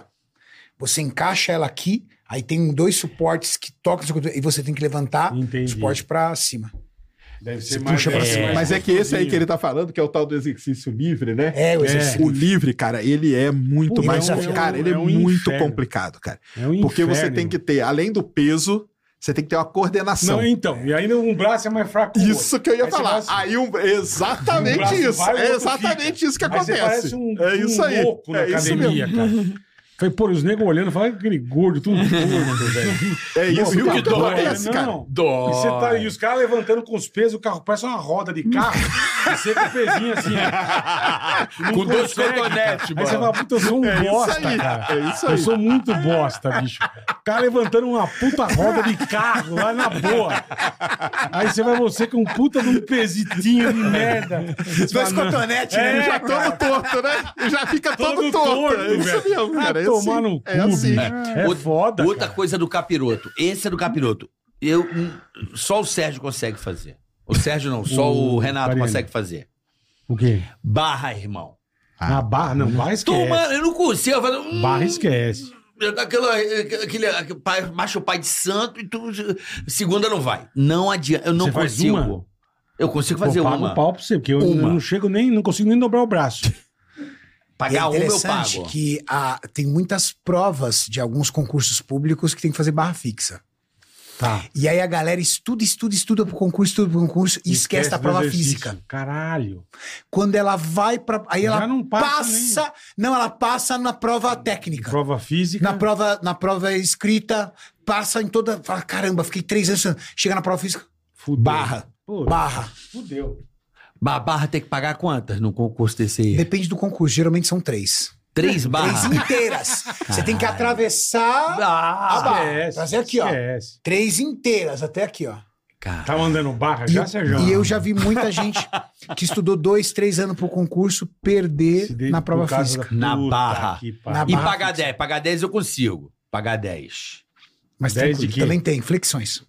[SPEAKER 5] você encaixa ela aqui, aí tem dois suportes que tocam no seu cotovelo, e você tem que levantar o
[SPEAKER 3] Entendi.
[SPEAKER 5] suporte pra cima.
[SPEAKER 3] Deve ser
[SPEAKER 5] Você
[SPEAKER 3] mais...
[SPEAKER 5] puxa pra
[SPEAKER 3] é,
[SPEAKER 5] cima.
[SPEAKER 1] Mas é que esse aí que
[SPEAKER 3] gostosinho.
[SPEAKER 1] ele tá falando, que é o tal do exercício livre, né?
[SPEAKER 5] É, o
[SPEAKER 3] É.
[SPEAKER 5] exercício.
[SPEAKER 1] O livre, cara, ele é muito
[SPEAKER 3] Pô,
[SPEAKER 1] mais.
[SPEAKER 5] é um-
[SPEAKER 1] cara,
[SPEAKER 3] é um-
[SPEAKER 1] ele é,
[SPEAKER 3] é um
[SPEAKER 1] muito
[SPEAKER 3] inferno.
[SPEAKER 1] complicado, cara.
[SPEAKER 3] É um
[SPEAKER 1] Porque você
[SPEAKER 3] inferno.
[SPEAKER 1] tem que ter, além do peso, você tem que ter uma coordenação.
[SPEAKER 3] Não, então. E ainda um braço é mais fraco que o
[SPEAKER 1] Isso que eu ia
[SPEAKER 3] Aí você
[SPEAKER 1] falar.
[SPEAKER 3] faz-
[SPEAKER 1] Aí um-
[SPEAKER 3] Um
[SPEAKER 1] exatamente
[SPEAKER 3] braço
[SPEAKER 1] isso.
[SPEAKER 3] vai, o
[SPEAKER 1] é
[SPEAKER 3] outro
[SPEAKER 1] exatamente isso que
[SPEAKER 3] Aí você
[SPEAKER 1] acontece.
[SPEAKER 3] parece um,
[SPEAKER 1] é
[SPEAKER 3] um
[SPEAKER 1] isso aí.
[SPEAKER 3] louco na
[SPEAKER 1] é isso mesmo.
[SPEAKER 3] academia, cara. Falei, pô, os negros olhando, fala "Ah, aquele gordo, tudo gordo, velho.
[SPEAKER 1] É isso
[SPEAKER 3] Nossa,
[SPEAKER 1] que,
[SPEAKER 3] que dói,
[SPEAKER 1] acontece,
[SPEAKER 3] né?
[SPEAKER 1] cara.
[SPEAKER 3] Não.
[SPEAKER 7] Dó.
[SPEAKER 3] E, você tá, e os caras levantando com os pesos, o carro parece uma roda de carro. e você com o pezinho assim, ó. Não
[SPEAKER 7] Com dois
[SPEAKER 3] consegue, cara.
[SPEAKER 7] cotonetes,
[SPEAKER 3] Aí você
[SPEAKER 7] mano.
[SPEAKER 3] fala, puta, eu sou um
[SPEAKER 1] É isso
[SPEAKER 3] bosta,
[SPEAKER 1] aí,
[SPEAKER 3] cara.
[SPEAKER 1] é isso
[SPEAKER 3] Eu
[SPEAKER 1] aí.
[SPEAKER 3] sou muito bosta, bicho. cara levantando uma puta roda de carro lá na boa. Aí você vai você com um puta de um pesitinho de merda. Você
[SPEAKER 4] Dois
[SPEAKER 3] fala, "Não,
[SPEAKER 4] cotonetes,
[SPEAKER 3] É,
[SPEAKER 4] né?
[SPEAKER 1] já tá todo torto, né? E já fica todo,
[SPEAKER 3] Todo
[SPEAKER 1] torto.
[SPEAKER 3] torto,
[SPEAKER 1] é isso
[SPEAKER 3] velho.
[SPEAKER 1] mesmo,
[SPEAKER 3] Ah,
[SPEAKER 1] cara. é
[SPEAKER 3] tomar
[SPEAKER 1] assim.
[SPEAKER 3] no cu,
[SPEAKER 1] é assim.
[SPEAKER 3] bicho. É
[SPEAKER 4] Outra-
[SPEAKER 3] foda,
[SPEAKER 4] Outra
[SPEAKER 3] cara.
[SPEAKER 4] coisa do capiroto. Esse é do capiroto. Eu, hum, só o Sérgio consegue fazer. O Sérgio não, só o,
[SPEAKER 3] O
[SPEAKER 4] Renato
[SPEAKER 3] Cariani.
[SPEAKER 4] consegue fazer.
[SPEAKER 3] O quê?
[SPEAKER 4] Barra, irmão.
[SPEAKER 3] Ah, barra, não, barra esquece.
[SPEAKER 4] Toma, eu não consigo. Eu falo, hum,
[SPEAKER 3] Barra esquece.
[SPEAKER 4] Aquela, é, aquele, aquele pai, macho pai de santo e tu. Segunda não vai. Não adianta. Eu não
[SPEAKER 3] Você faz
[SPEAKER 4] consigo.
[SPEAKER 3] uma?
[SPEAKER 4] Eu consigo
[SPEAKER 3] Pô,
[SPEAKER 4] fazer
[SPEAKER 3] eu pago
[SPEAKER 4] uma.
[SPEAKER 3] um pau pra você, porque eu, eu
[SPEAKER 4] Uma.
[SPEAKER 3] não chego nem, não consigo nem dobrar o braço.
[SPEAKER 5] E é
[SPEAKER 4] Pagar uma eu
[SPEAKER 5] interessante
[SPEAKER 4] pago.
[SPEAKER 5] que a- tem muitas provas de alguns concursos públicos que tem que fazer barra fixa.
[SPEAKER 3] Tá.
[SPEAKER 5] E aí a galera estuda, estuda, estuda pro concurso, estuda pro concurso e esquece, da
[SPEAKER 3] do
[SPEAKER 5] prova
[SPEAKER 3] exercício.
[SPEAKER 5] física.
[SPEAKER 3] Caralho.
[SPEAKER 5] Quando ela vai pra. Aí
[SPEAKER 3] Já
[SPEAKER 5] ela
[SPEAKER 3] não passa
[SPEAKER 5] passa. Não, ela passa na prova técnica.
[SPEAKER 3] Prova física.
[SPEAKER 5] Na prova, na prova escrita, passa em toda. Fala, caramba, fiquei três anos. estudando." Chega na prova física.
[SPEAKER 3] Fudeu.
[SPEAKER 5] Barra.
[SPEAKER 3] Pô,
[SPEAKER 5] Barra.
[SPEAKER 3] Fudeu.
[SPEAKER 4] Ba- Barra tem que pagar quantas num concurso desse aí?
[SPEAKER 5] Depende do concurso, geralmente são três.
[SPEAKER 4] Três barras.
[SPEAKER 5] Três inteiras. Você tem que atravessar a
[SPEAKER 4] Ah,
[SPEAKER 5] barra.
[SPEAKER 3] Esquece,
[SPEAKER 5] Fazer aqui, ó.
[SPEAKER 3] esquece.
[SPEAKER 5] Três inteiras, até aqui, ó.
[SPEAKER 4] cara.
[SPEAKER 3] Tá mandando barra
[SPEAKER 5] E,
[SPEAKER 3] já,
[SPEAKER 5] eu-
[SPEAKER 3] Sérgio?
[SPEAKER 5] e eu já vi muita gente que estudou dois, três anos pro concurso perder
[SPEAKER 3] Se dei-
[SPEAKER 5] na
[SPEAKER 3] por
[SPEAKER 5] prova
[SPEAKER 3] causa
[SPEAKER 5] física.
[SPEAKER 3] da-
[SPEAKER 4] Na
[SPEAKER 3] Puta
[SPEAKER 4] barra.
[SPEAKER 3] que
[SPEAKER 5] Na
[SPEAKER 3] pariu.
[SPEAKER 4] E
[SPEAKER 5] barra
[SPEAKER 4] pagar
[SPEAKER 5] fixa.
[SPEAKER 4] 10. Pagar 10 eu consigo. Pagar 10.
[SPEAKER 5] Mas
[SPEAKER 3] Dez de
[SPEAKER 5] tranquilo,
[SPEAKER 3] quê?
[SPEAKER 5] também tem flexões.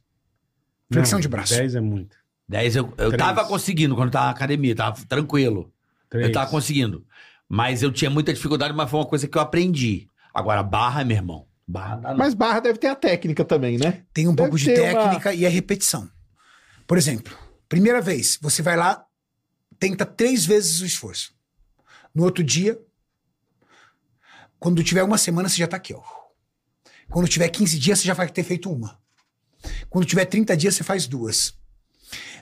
[SPEAKER 5] Flexão
[SPEAKER 3] Não,
[SPEAKER 5] de braço.
[SPEAKER 3] 10 é muito.
[SPEAKER 4] 10 eu, eu
[SPEAKER 3] Três.
[SPEAKER 4] tava conseguindo quando tava na academia, tava tranquilo.
[SPEAKER 3] Três.
[SPEAKER 4] Eu tava conseguindo. Mas eu tinha muita dificuldade, mas foi uma coisa que eu aprendi. Agora, barra, meu irmão. Barra dá não.
[SPEAKER 1] Mas barra deve ter a técnica também, né?
[SPEAKER 5] Tem um
[SPEAKER 1] Deve
[SPEAKER 5] pouco de
[SPEAKER 1] ter uma-
[SPEAKER 5] técnica e é repetição. Por exemplo, primeira vez, você vai lá, tenta três vezes o esforço. No outro dia, quando tiver uma semana, você já tá aqui, ó. Quando tiver 15 dias, você já vai ter feito uma. Quando tiver 30 dias, você faz duas.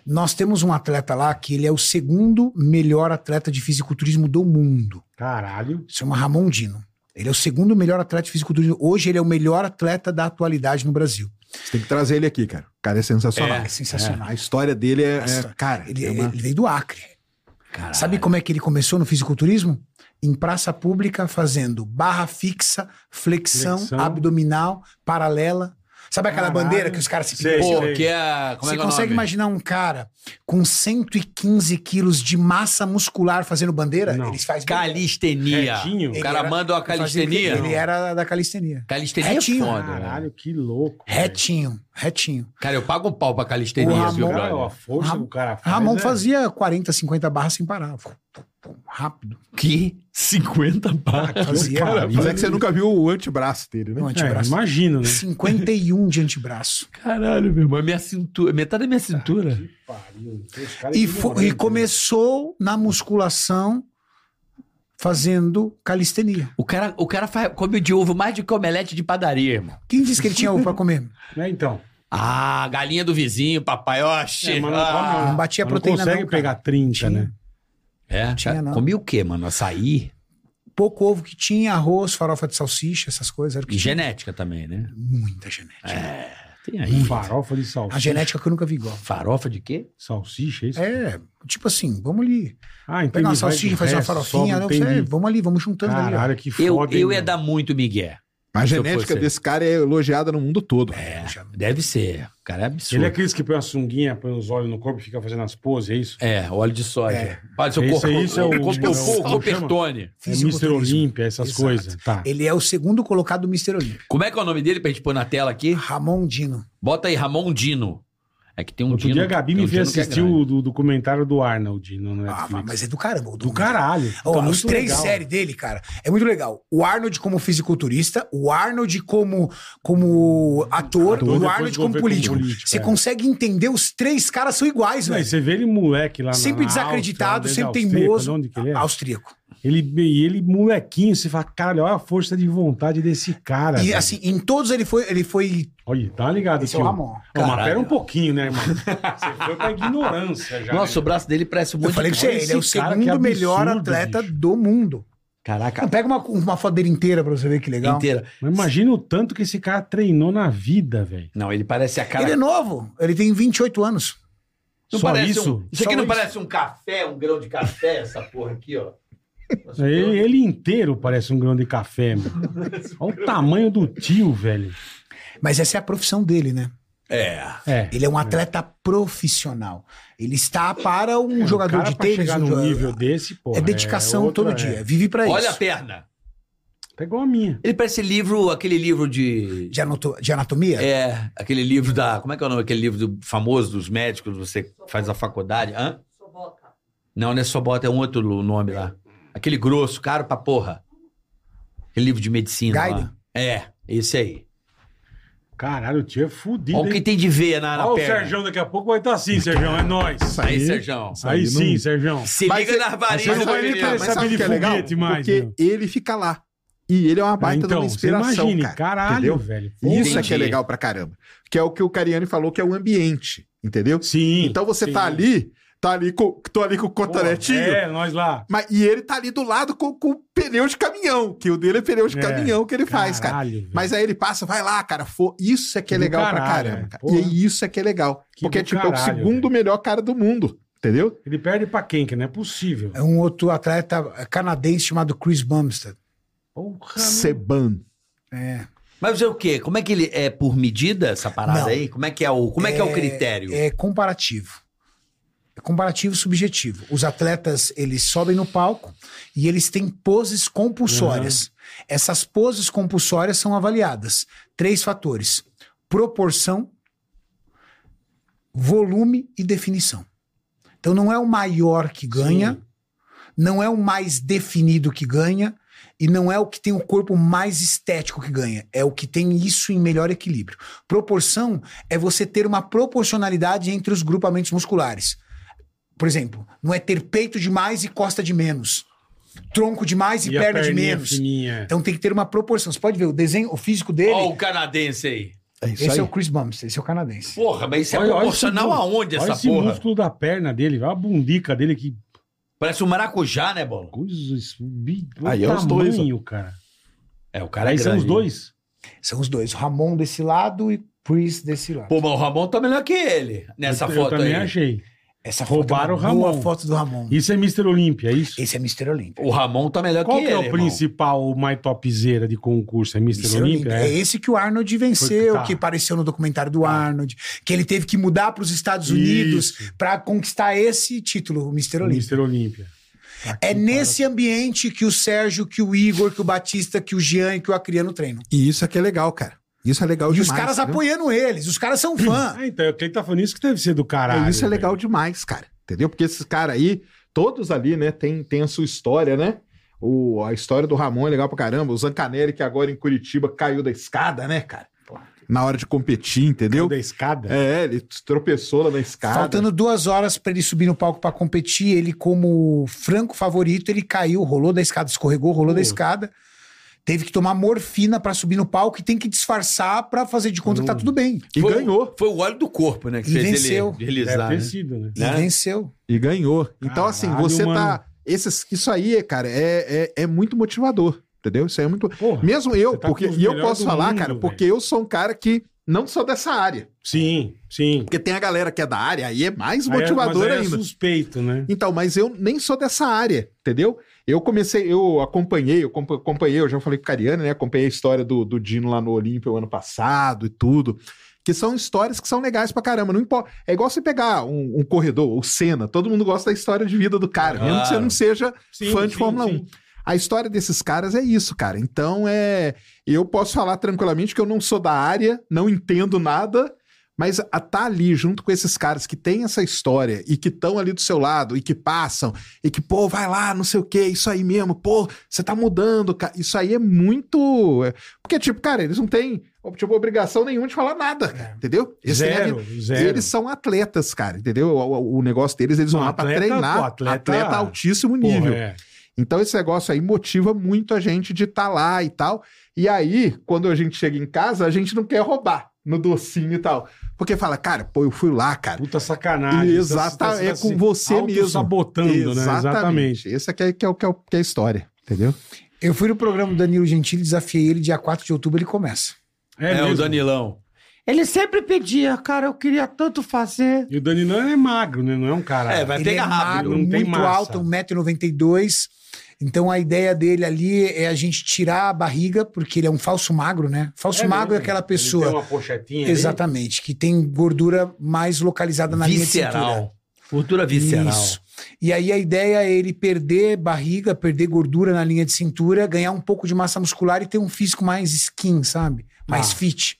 [SPEAKER 5] Nós temos um atleta lá que ele é o segundo melhor atleta de fisiculturismo do mundo
[SPEAKER 3] Caralho.
[SPEAKER 5] chama Ramon Dino. Ele é o segundo melhor atleta de fisiculturismo. Hoje ele é o melhor atleta da atualidade no Brasil.
[SPEAKER 1] Você tem que trazer ele aqui, cara. O cara é sensacional.
[SPEAKER 5] É, sensacional.
[SPEAKER 1] A história dele é, é-
[SPEAKER 5] Nossa,
[SPEAKER 1] cara,
[SPEAKER 5] Ele,
[SPEAKER 1] é uma-
[SPEAKER 5] ele veio do Acre.
[SPEAKER 4] Caralho.
[SPEAKER 5] Sabe como é que ele começou no fisiculturismo? Em praça pública, fazendo barra fixa, flexão,
[SPEAKER 3] Flexão.
[SPEAKER 5] abdominal, paralela. Sabe aquela
[SPEAKER 3] Caralho.
[SPEAKER 5] bandeira que os caras se
[SPEAKER 3] Sei.
[SPEAKER 5] Pô,
[SPEAKER 4] Pô, que é. Como
[SPEAKER 5] Você
[SPEAKER 4] é que é o
[SPEAKER 5] consegue
[SPEAKER 4] nome?
[SPEAKER 5] imaginar um cara com 115 quilos de massa muscular fazendo bandeira?
[SPEAKER 3] Não.
[SPEAKER 5] Eles fazem
[SPEAKER 4] Calistenia.
[SPEAKER 3] Retinho.
[SPEAKER 4] O cara
[SPEAKER 5] Ele era-
[SPEAKER 4] manda uma
[SPEAKER 5] ele fazia-
[SPEAKER 4] calistenia.
[SPEAKER 5] Ele era da calistenia.
[SPEAKER 4] Calistenia
[SPEAKER 5] Retinho.
[SPEAKER 4] é foda. né?
[SPEAKER 3] Caralho, que louco. velho.
[SPEAKER 5] Retinho, retinho.
[SPEAKER 4] Cara, eu pago um pau pra calistenia,
[SPEAKER 5] O
[SPEAKER 4] viu,
[SPEAKER 5] Ramon-
[SPEAKER 3] Cara, ó, a
[SPEAKER 4] brother?
[SPEAKER 3] força
[SPEAKER 5] Ram-
[SPEAKER 3] do cara faz,
[SPEAKER 5] Ramon
[SPEAKER 3] é-
[SPEAKER 5] fazia 40, 50 barras sem parar. Pum, pum, pum, Rápido.
[SPEAKER 4] Que 50 barras.
[SPEAKER 5] Fazia
[SPEAKER 3] cara,
[SPEAKER 5] rápido.
[SPEAKER 1] Mas é que você nunca viu o antebraço dele,
[SPEAKER 5] no
[SPEAKER 1] né?
[SPEAKER 3] É,
[SPEAKER 5] antebraço.
[SPEAKER 3] imagino, né?
[SPEAKER 5] 51 de antebraço.
[SPEAKER 4] Caralho, meu irmão. é Minha cintura, metade da minha
[SPEAKER 5] Tá
[SPEAKER 4] cintura.
[SPEAKER 3] Que pariu. Os caras
[SPEAKER 5] E,
[SPEAKER 3] ignorantes,
[SPEAKER 5] fo- e
[SPEAKER 3] né?
[SPEAKER 5] começou na musculação fazendo calistenia.
[SPEAKER 4] O cara, o cara faz, come de ovo mais do que omelete de padaria, irmão.
[SPEAKER 5] Quem disse que ele tinha ovo pra comer?
[SPEAKER 3] É, então.
[SPEAKER 4] Ah, galinha do vizinho, papai, ó, che-
[SPEAKER 3] É, mas
[SPEAKER 4] ah.
[SPEAKER 5] não batia
[SPEAKER 3] mas
[SPEAKER 5] proteína
[SPEAKER 3] Não consegue
[SPEAKER 5] não, cara.
[SPEAKER 3] pegar 30,
[SPEAKER 5] Tinha.
[SPEAKER 3] né?
[SPEAKER 4] É,
[SPEAKER 5] Tinha,
[SPEAKER 4] cara,
[SPEAKER 5] não.
[SPEAKER 4] comia o quê, mano? Açaí?
[SPEAKER 5] Pouco ovo que tinha, arroz, farofa de salsicha, essas coisas. Era o que
[SPEAKER 4] E
[SPEAKER 5] tinha.
[SPEAKER 4] genética também, né?
[SPEAKER 5] Muita genética.
[SPEAKER 4] Tem aí.
[SPEAKER 3] Farofa de salsicha.
[SPEAKER 5] A genética que eu nunca vi igual.
[SPEAKER 4] Farofa de quê?
[SPEAKER 3] Salsicha, é isso?
[SPEAKER 5] É, tipo assim, vamos ali.
[SPEAKER 3] Ah, entendi.
[SPEAKER 5] Pegar uma
[SPEAKER 3] Vai
[SPEAKER 5] salsicha,
[SPEAKER 3] do
[SPEAKER 5] fazer uma
[SPEAKER 3] resto,
[SPEAKER 5] farofinha.
[SPEAKER 3] sobra,
[SPEAKER 5] não, é,
[SPEAKER 3] entendi.
[SPEAKER 5] vamos ali, vamos juntando ali. ó.
[SPEAKER 3] Caralho, que foda,
[SPEAKER 4] Eu, eu
[SPEAKER 3] hein,
[SPEAKER 4] ia
[SPEAKER 3] meu?
[SPEAKER 4] dar muito migué.
[SPEAKER 1] A
[SPEAKER 4] Se eu
[SPEAKER 1] genética
[SPEAKER 4] fosse-
[SPEAKER 1] desse cara é elogiada no mundo todo.
[SPEAKER 4] É, deve ser. O cara é absurdo.
[SPEAKER 3] Ele é aqueles que põe uma sunguinha, põe os olhos no corpo e fica fazendo as poses, é isso?
[SPEAKER 4] É, óleo de soja. Olha, seu
[SPEAKER 3] Esse
[SPEAKER 4] corpo,
[SPEAKER 3] aí, isso é o-
[SPEAKER 4] corpo,
[SPEAKER 3] é o-
[SPEAKER 4] corpo,
[SPEAKER 3] como chama?
[SPEAKER 4] Pertone.
[SPEAKER 3] É Mr.
[SPEAKER 5] Fisiculturismo.
[SPEAKER 3] Olímpia, essas
[SPEAKER 5] Exato.
[SPEAKER 3] coisas. Tá.
[SPEAKER 5] Ele é o segundo colocado do Mr. Olímpio.
[SPEAKER 4] Como é que é o nome dele pra gente pôr na tela aqui?
[SPEAKER 5] Ramon Dino.
[SPEAKER 4] Bota aí, Ramon Dino. É que tem um
[SPEAKER 3] Outro
[SPEAKER 4] Dino.
[SPEAKER 3] dia a Gabi
[SPEAKER 4] tem um
[SPEAKER 3] me fez
[SPEAKER 4] Dino que é
[SPEAKER 3] assistir o do documentário do Arnold no
[SPEAKER 5] Ah,
[SPEAKER 3] Netflix.
[SPEAKER 5] mas é do caramba. o
[SPEAKER 3] Do
[SPEAKER 5] Dino.
[SPEAKER 3] caralho.
[SPEAKER 5] Ó,
[SPEAKER 3] Tá
[SPEAKER 5] os
[SPEAKER 3] muito
[SPEAKER 5] três
[SPEAKER 3] legal.
[SPEAKER 5] séries dele, cara, é muito legal. O Arnold como fisiculturista, o Arnold como, como ator,
[SPEAKER 3] Ator,
[SPEAKER 5] o
[SPEAKER 3] depois
[SPEAKER 5] Arnold
[SPEAKER 3] vou
[SPEAKER 5] como
[SPEAKER 3] ver
[SPEAKER 5] político.
[SPEAKER 3] como político,
[SPEAKER 5] Você
[SPEAKER 3] é.
[SPEAKER 5] consegue entender, os três caras são iguais,
[SPEAKER 3] Não, e
[SPEAKER 5] velho.
[SPEAKER 3] você vê ele moleque lá na-
[SPEAKER 5] Sempre
[SPEAKER 3] na
[SPEAKER 5] desacreditado,
[SPEAKER 3] Áustria,
[SPEAKER 5] sempre
[SPEAKER 3] onde ele um é austríaco, de Onde
[SPEAKER 5] teimoso.
[SPEAKER 3] que ele, é?
[SPEAKER 5] Austríaco.
[SPEAKER 3] ele E ele molequinho, você fala, caralho, olha a força de vontade desse cara.
[SPEAKER 5] E
[SPEAKER 3] É, velho.
[SPEAKER 5] assim, em todos ele foi. Ele foi.
[SPEAKER 3] Olha, tá ligado,
[SPEAKER 5] Esse é
[SPEAKER 3] tio?
[SPEAKER 5] o Ramon.
[SPEAKER 3] Ó, mas
[SPEAKER 4] Caralho.
[SPEAKER 3] pera um pouquinho, né, irmão? Você foi pra ignorância já.
[SPEAKER 4] Nossa, o
[SPEAKER 3] né?
[SPEAKER 4] braço dele parece um
[SPEAKER 5] Eu
[SPEAKER 4] muito.
[SPEAKER 5] falei pra você,
[SPEAKER 3] esse
[SPEAKER 5] ele é
[SPEAKER 3] cara
[SPEAKER 5] o
[SPEAKER 3] que
[SPEAKER 5] segundo
[SPEAKER 3] absurdo,
[SPEAKER 5] melhor atleta
[SPEAKER 3] bicho.
[SPEAKER 5] do mundo.
[SPEAKER 4] Caraca,
[SPEAKER 5] Não, pega uma, uma fodeira inteira pra você ver que
[SPEAKER 3] é
[SPEAKER 5] legal.
[SPEAKER 4] inteira.
[SPEAKER 3] Mas imagina o tanto que esse cara treinou na vida, velho.
[SPEAKER 4] Não, ele parece a cara.
[SPEAKER 5] Ele é novo, ele tem 28 anos.
[SPEAKER 4] Não
[SPEAKER 3] Só
[SPEAKER 4] parece
[SPEAKER 3] isso?
[SPEAKER 4] um- Isso
[SPEAKER 5] Só
[SPEAKER 4] aqui não
[SPEAKER 5] isso.
[SPEAKER 4] parece um café, um grão de café, essa porra aqui, ó.
[SPEAKER 3] Ele, ele inteiro parece um grão de café, meu. Olha o tamanho do tio, velho.
[SPEAKER 5] Mas essa é a profissão dele, né?
[SPEAKER 6] É.
[SPEAKER 3] É.
[SPEAKER 5] Ele é um atleta profissional. Ele está para um jogador
[SPEAKER 3] É, Cara,
[SPEAKER 5] de
[SPEAKER 3] pra
[SPEAKER 5] tênis.
[SPEAKER 3] chegar
[SPEAKER 5] um
[SPEAKER 3] num
[SPEAKER 5] jogador-
[SPEAKER 3] nível desse, pô.
[SPEAKER 5] é dedicação todo dia. Vive para
[SPEAKER 4] Olha a
[SPEAKER 5] isso.
[SPEAKER 4] perna.
[SPEAKER 3] Pegou tá a minha.
[SPEAKER 6] É Ele parece livro, aquele livro de.
[SPEAKER 5] De, anoto- de anatomia?
[SPEAKER 6] É, aquele livro da. Como é que é o nome? Aquele livro do- famoso dos médicos, você faz a faculdade. Hã? Não, não é Sobota, é um outro nome lá. Aquele grosso, caro pra porra. Aquele livro de medicina. lá.
[SPEAKER 5] Gaiden?
[SPEAKER 6] É, esse aí.
[SPEAKER 3] Caralho, o tio é fudido.
[SPEAKER 6] Olha o que
[SPEAKER 3] hein?
[SPEAKER 6] tem de ver na, na
[SPEAKER 3] Olha o
[SPEAKER 6] perna.
[SPEAKER 3] Serjão daqui a pouco vai estar assim, Serjão. É nóis.
[SPEAKER 6] Aí, Serjão.
[SPEAKER 1] Isso
[SPEAKER 3] Aí,
[SPEAKER 1] aí
[SPEAKER 3] sim,
[SPEAKER 1] não-
[SPEAKER 3] Serjão.
[SPEAKER 6] Se
[SPEAKER 1] Mas
[SPEAKER 6] liga
[SPEAKER 1] ele-
[SPEAKER 6] nas
[SPEAKER 3] mas ele
[SPEAKER 6] varizes
[SPEAKER 3] não
[SPEAKER 6] do
[SPEAKER 3] vai nem
[SPEAKER 6] feminino.
[SPEAKER 1] Mas sabe o que é
[SPEAKER 3] Sabe de
[SPEAKER 1] legal?
[SPEAKER 3] foguete mais,
[SPEAKER 1] Porque
[SPEAKER 3] meu.
[SPEAKER 1] ele fica lá. E ele é uma baita de uma
[SPEAKER 3] Então, você
[SPEAKER 1] inspiração, cara.
[SPEAKER 3] caralho,
[SPEAKER 1] entendeu?
[SPEAKER 3] velho.
[SPEAKER 1] E Isso é
[SPEAKER 6] Entendi.
[SPEAKER 1] que é legal pra caramba. Que é o que o Cariani falou, que é o ambiente, entendeu?
[SPEAKER 3] Sim.
[SPEAKER 1] então você
[SPEAKER 3] sim.
[SPEAKER 1] tá ali, tá ali com, tô ali com o
[SPEAKER 3] Pô,
[SPEAKER 1] cotonetinho,
[SPEAKER 3] É, nós lá.
[SPEAKER 1] mas, e ele tá ali do lado com, com o pneu de caminhão, que o dele é pneu de
[SPEAKER 3] É.
[SPEAKER 1] caminhão que ele faz, cara.
[SPEAKER 3] Caralho, velho.
[SPEAKER 1] Mas aí ele passa, vai lá, cara, fo- isso é que é
[SPEAKER 3] Que Né? do
[SPEAKER 1] legal pra
[SPEAKER 3] caralho,
[SPEAKER 1] caramba,
[SPEAKER 3] velho.
[SPEAKER 1] cara.
[SPEAKER 3] Porra.
[SPEAKER 1] E isso é que é legal.
[SPEAKER 3] Que
[SPEAKER 1] porque,
[SPEAKER 3] do
[SPEAKER 1] tipo, é o
[SPEAKER 3] caralho,
[SPEAKER 1] segundo
[SPEAKER 3] velho.
[SPEAKER 1] melhor cara do mundo, entendeu?
[SPEAKER 3] Ele perde pra quem, que não é possível.
[SPEAKER 5] É um outro atleta canadense chamado Chris Bumstead.
[SPEAKER 3] Porra, meu.
[SPEAKER 1] Seban.
[SPEAKER 5] É,
[SPEAKER 6] Mas é o quê? Como é que ele. É por medida essa parada
[SPEAKER 5] Não.
[SPEAKER 6] aí? Como é que é o, como é, que é o
[SPEAKER 5] É-
[SPEAKER 6] critério?
[SPEAKER 5] é comparativo. É comparativo e subjetivo. Os atletas, eles sobem no palco e eles têm poses compulsórias. Essas poses compulsórias são avaliadas. Três fatores. Proporção, volume e definição. Então não é o maior que ganha, não é o mais definido que ganha e não é o que tem o corpo mais estético que ganha, é o que tem isso em melhor equilíbrio. Proporção é você ter uma proporcionalidade entre os grupamentos musculares. Por exemplo, não é ter peito demais e costa de menos, tronco demais e,
[SPEAKER 3] a
[SPEAKER 5] perna de
[SPEAKER 3] perninha
[SPEAKER 5] menos.
[SPEAKER 3] Fininha.
[SPEAKER 5] Então tem que ter uma proporção. Você pode ver o desenho, o físico dele.
[SPEAKER 6] Olha o canadense aí.
[SPEAKER 1] É isso
[SPEAKER 5] esse
[SPEAKER 1] aí.
[SPEAKER 5] é o Chris Bumps, esse é o canadense.
[SPEAKER 6] Porra, mas isso é
[SPEAKER 3] Olha- olha
[SPEAKER 6] proporcional
[SPEAKER 3] esse mu-
[SPEAKER 6] aonde
[SPEAKER 3] Olha
[SPEAKER 6] essa
[SPEAKER 3] esse
[SPEAKER 6] porra?
[SPEAKER 3] músculo da perna dele, olha a bundica dele que
[SPEAKER 6] Parece um maracujá, né, Bola?
[SPEAKER 3] coisa, esse bi-
[SPEAKER 1] Aí é
[SPEAKER 3] olha o
[SPEAKER 1] os dois,
[SPEAKER 3] tamanho, cara.
[SPEAKER 6] É, o cara
[SPEAKER 3] Aí são os
[SPEAKER 6] grande.
[SPEAKER 3] dois.
[SPEAKER 5] São os dois, o Ramon desse lado e Chris desse lado.
[SPEAKER 6] Pô, mas o Ramon tá melhor que ele nessa
[SPEAKER 3] eu, eu
[SPEAKER 6] foto
[SPEAKER 3] também
[SPEAKER 6] aí.
[SPEAKER 3] achei.
[SPEAKER 5] Essa
[SPEAKER 3] roubaram
[SPEAKER 5] foto é uma
[SPEAKER 3] o
[SPEAKER 5] boa
[SPEAKER 3] Ramon.
[SPEAKER 5] foto do Ramon.
[SPEAKER 3] Isso é Mr. Olímpia, é isso?
[SPEAKER 5] Esse é Mr. Olímpia.
[SPEAKER 6] O Ramon tá melhor
[SPEAKER 3] Qual
[SPEAKER 6] que,
[SPEAKER 3] que
[SPEAKER 6] ele.
[SPEAKER 3] é o
[SPEAKER 6] irmão.
[SPEAKER 3] principal, o mais topzera de concurso? É Mr. Olímpia?
[SPEAKER 5] É
[SPEAKER 3] É.
[SPEAKER 5] esse que o Arnold
[SPEAKER 3] Foi-
[SPEAKER 5] venceu,
[SPEAKER 3] tá.
[SPEAKER 5] que apareceu no documentário do Arnold, que ele teve que mudar para os Estados Unidos
[SPEAKER 3] Isso.
[SPEAKER 5] para conquistar esse título, o
[SPEAKER 1] É
[SPEAKER 5] Mr. Olímpia.
[SPEAKER 3] Mr. Olímpia. Tá
[SPEAKER 5] É nesse ambiente que o Sérgio, que o Igor, que o Batista, que o Jean e que o Acriano treinam.
[SPEAKER 1] E isso é que é legal, cara. Isso é legal
[SPEAKER 5] E
[SPEAKER 1] demais.
[SPEAKER 5] os caras
[SPEAKER 1] entendeu?
[SPEAKER 5] apoiando eles, os caras são fã.
[SPEAKER 3] Ah, então, o Cleiton tá falando isso que deve ser do caralho.
[SPEAKER 1] É, isso é
[SPEAKER 3] velho.
[SPEAKER 1] legal demais, cara. Entendeu? Porque esses caras aí, todos ali, né, tem, tem a sua história, né? O, a história do Ramon é legal pra caramba. O Zancanelli, que agora em Curitiba caiu da escada, né, cara? Na hora de competir, entendeu?
[SPEAKER 3] Da escada.
[SPEAKER 1] É, ele tropeçou lá na escada.
[SPEAKER 5] Faltando duas horas para ele subir no palco para competir, ele como franco favorito, ele caiu, rolou da escada, escorregou, rolou da
[SPEAKER 3] Pô.
[SPEAKER 5] escada. Teve que tomar morfina para subir no palco e tem que disfarçar para fazer de conta que tá tudo bem.
[SPEAKER 1] E
[SPEAKER 6] Foi-
[SPEAKER 1] ganhou.
[SPEAKER 6] Foi o óleo do corpo, né? Que
[SPEAKER 5] E
[SPEAKER 6] fez
[SPEAKER 5] venceu.
[SPEAKER 6] ele
[SPEAKER 3] Deve
[SPEAKER 6] deslizar.
[SPEAKER 3] ter
[SPEAKER 6] né?
[SPEAKER 3] sido, né?
[SPEAKER 5] E
[SPEAKER 6] Né?
[SPEAKER 5] venceu.
[SPEAKER 1] E ganhou. Então, assim,
[SPEAKER 3] Caralho,
[SPEAKER 1] você
[SPEAKER 3] mano.
[SPEAKER 1] tá. Esses, isso aí, cara, é, é, é muito motivador. Entendeu? Isso aí é muito.
[SPEAKER 3] Porra.
[SPEAKER 1] Mesmo eu,
[SPEAKER 3] Você tá
[SPEAKER 1] porque.
[SPEAKER 3] com os
[SPEAKER 1] E eu
[SPEAKER 3] melhores
[SPEAKER 1] posso
[SPEAKER 3] do
[SPEAKER 1] falar,
[SPEAKER 3] mundo,
[SPEAKER 1] cara,
[SPEAKER 3] velho.
[SPEAKER 1] porque eu sou um cara que não sou dessa área.
[SPEAKER 3] Sim, sim.
[SPEAKER 1] Porque tem a galera que é da área, aí é mais
[SPEAKER 3] Aí é-
[SPEAKER 1] motivador
[SPEAKER 3] mas aí é
[SPEAKER 1] ainda.
[SPEAKER 3] suspeito, né?
[SPEAKER 1] Então, mas eu nem sou dessa área, entendeu? Eu comecei, eu acompanhei, eu compa- acompanhei, eu já falei com o Cariano, né? Acompanhei a história do, do Dino lá no Olímpio ano passado e tudo. Que são histórias que são legais pra caramba. Não importa. É igual você pegar um, um corredor, o Senna, todo mundo gosta da história de vida do cara, mesmo que você
[SPEAKER 6] Claro.
[SPEAKER 1] não seja
[SPEAKER 3] Sim,
[SPEAKER 1] fã de
[SPEAKER 3] sim,
[SPEAKER 1] Fórmula
[SPEAKER 3] sim.
[SPEAKER 1] 1. A história desses caras é isso, cara. Então é. Eu posso falar tranquilamente que eu não sou da área, não entendo nada, mas a tá ali junto com esses caras que têm essa história e que estão ali do seu lado e que passam e que, pô, vai lá, não sei o quê, isso aí mesmo, pô, você tá mudando, cara. Isso aí é muito. é- Porque, tipo, cara, eles não têm tipo, obrigação nenhuma de falar nada, cara, entendeu? Eles têm a vida-
[SPEAKER 3] É. Zero, zero.
[SPEAKER 1] Eles são atletas, cara, entendeu? O, o- o negócio deles, eles vão
[SPEAKER 3] Não,
[SPEAKER 1] lá pra
[SPEAKER 3] atleta,
[SPEAKER 1] treinar.
[SPEAKER 3] pô, atleta-
[SPEAKER 1] atleta... altíssimo
[SPEAKER 3] Porra,
[SPEAKER 1] nível.
[SPEAKER 3] é.
[SPEAKER 1] Então esse negócio aí motiva muito a gente de estar lá e tal. E aí, quando a gente chega em casa, a gente não quer roubar no docinho e tal. Porque fala, cara, pô, eu fui lá, cara.
[SPEAKER 3] Puta sacanagem. Então, tá-
[SPEAKER 1] Exata- é com você mesmo.
[SPEAKER 3] sabotando, né? Exatamente.
[SPEAKER 1] Esse aqui é, que é, o- que é o- que é a história, entendeu?
[SPEAKER 5] Eu fui no programa do Danilo Gentili, desafiei ele, dia 4 de outubro ele começa.
[SPEAKER 6] É,
[SPEAKER 3] mesmo.
[SPEAKER 6] o Danilão. Ele sempre pedia, cara, eu queria tanto fazer.
[SPEAKER 3] E o Danilão é magro, né? Não é um cara.
[SPEAKER 6] É, vai
[SPEAKER 5] ele
[SPEAKER 6] pegar
[SPEAKER 5] é
[SPEAKER 6] rápido.
[SPEAKER 5] magro,
[SPEAKER 3] não tem
[SPEAKER 5] muito um
[SPEAKER 3] massa.
[SPEAKER 5] alto, 1,92m. Então a ideia dele ali é a gente tirar a barriga, porque ele é um falso magro, né? Falso magro é aquela pessoa.
[SPEAKER 3] Tem uma pochetinha. ali.
[SPEAKER 5] Exatamente, que tem gordura mais
[SPEAKER 3] Tá
[SPEAKER 5] localizada na linha de cintura.
[SPEAKER 6] Visceral. Cultura visceral.
[SPEAKER 5] Isso. E aí a ideia é ele perder barriga, perder gordura na linha de cintura, ganhar um pouco de massa muscular e ter um físico mais skin, sabe? Mais
[SPEAKER 3] Ah.
[SPEAKER 5] fit.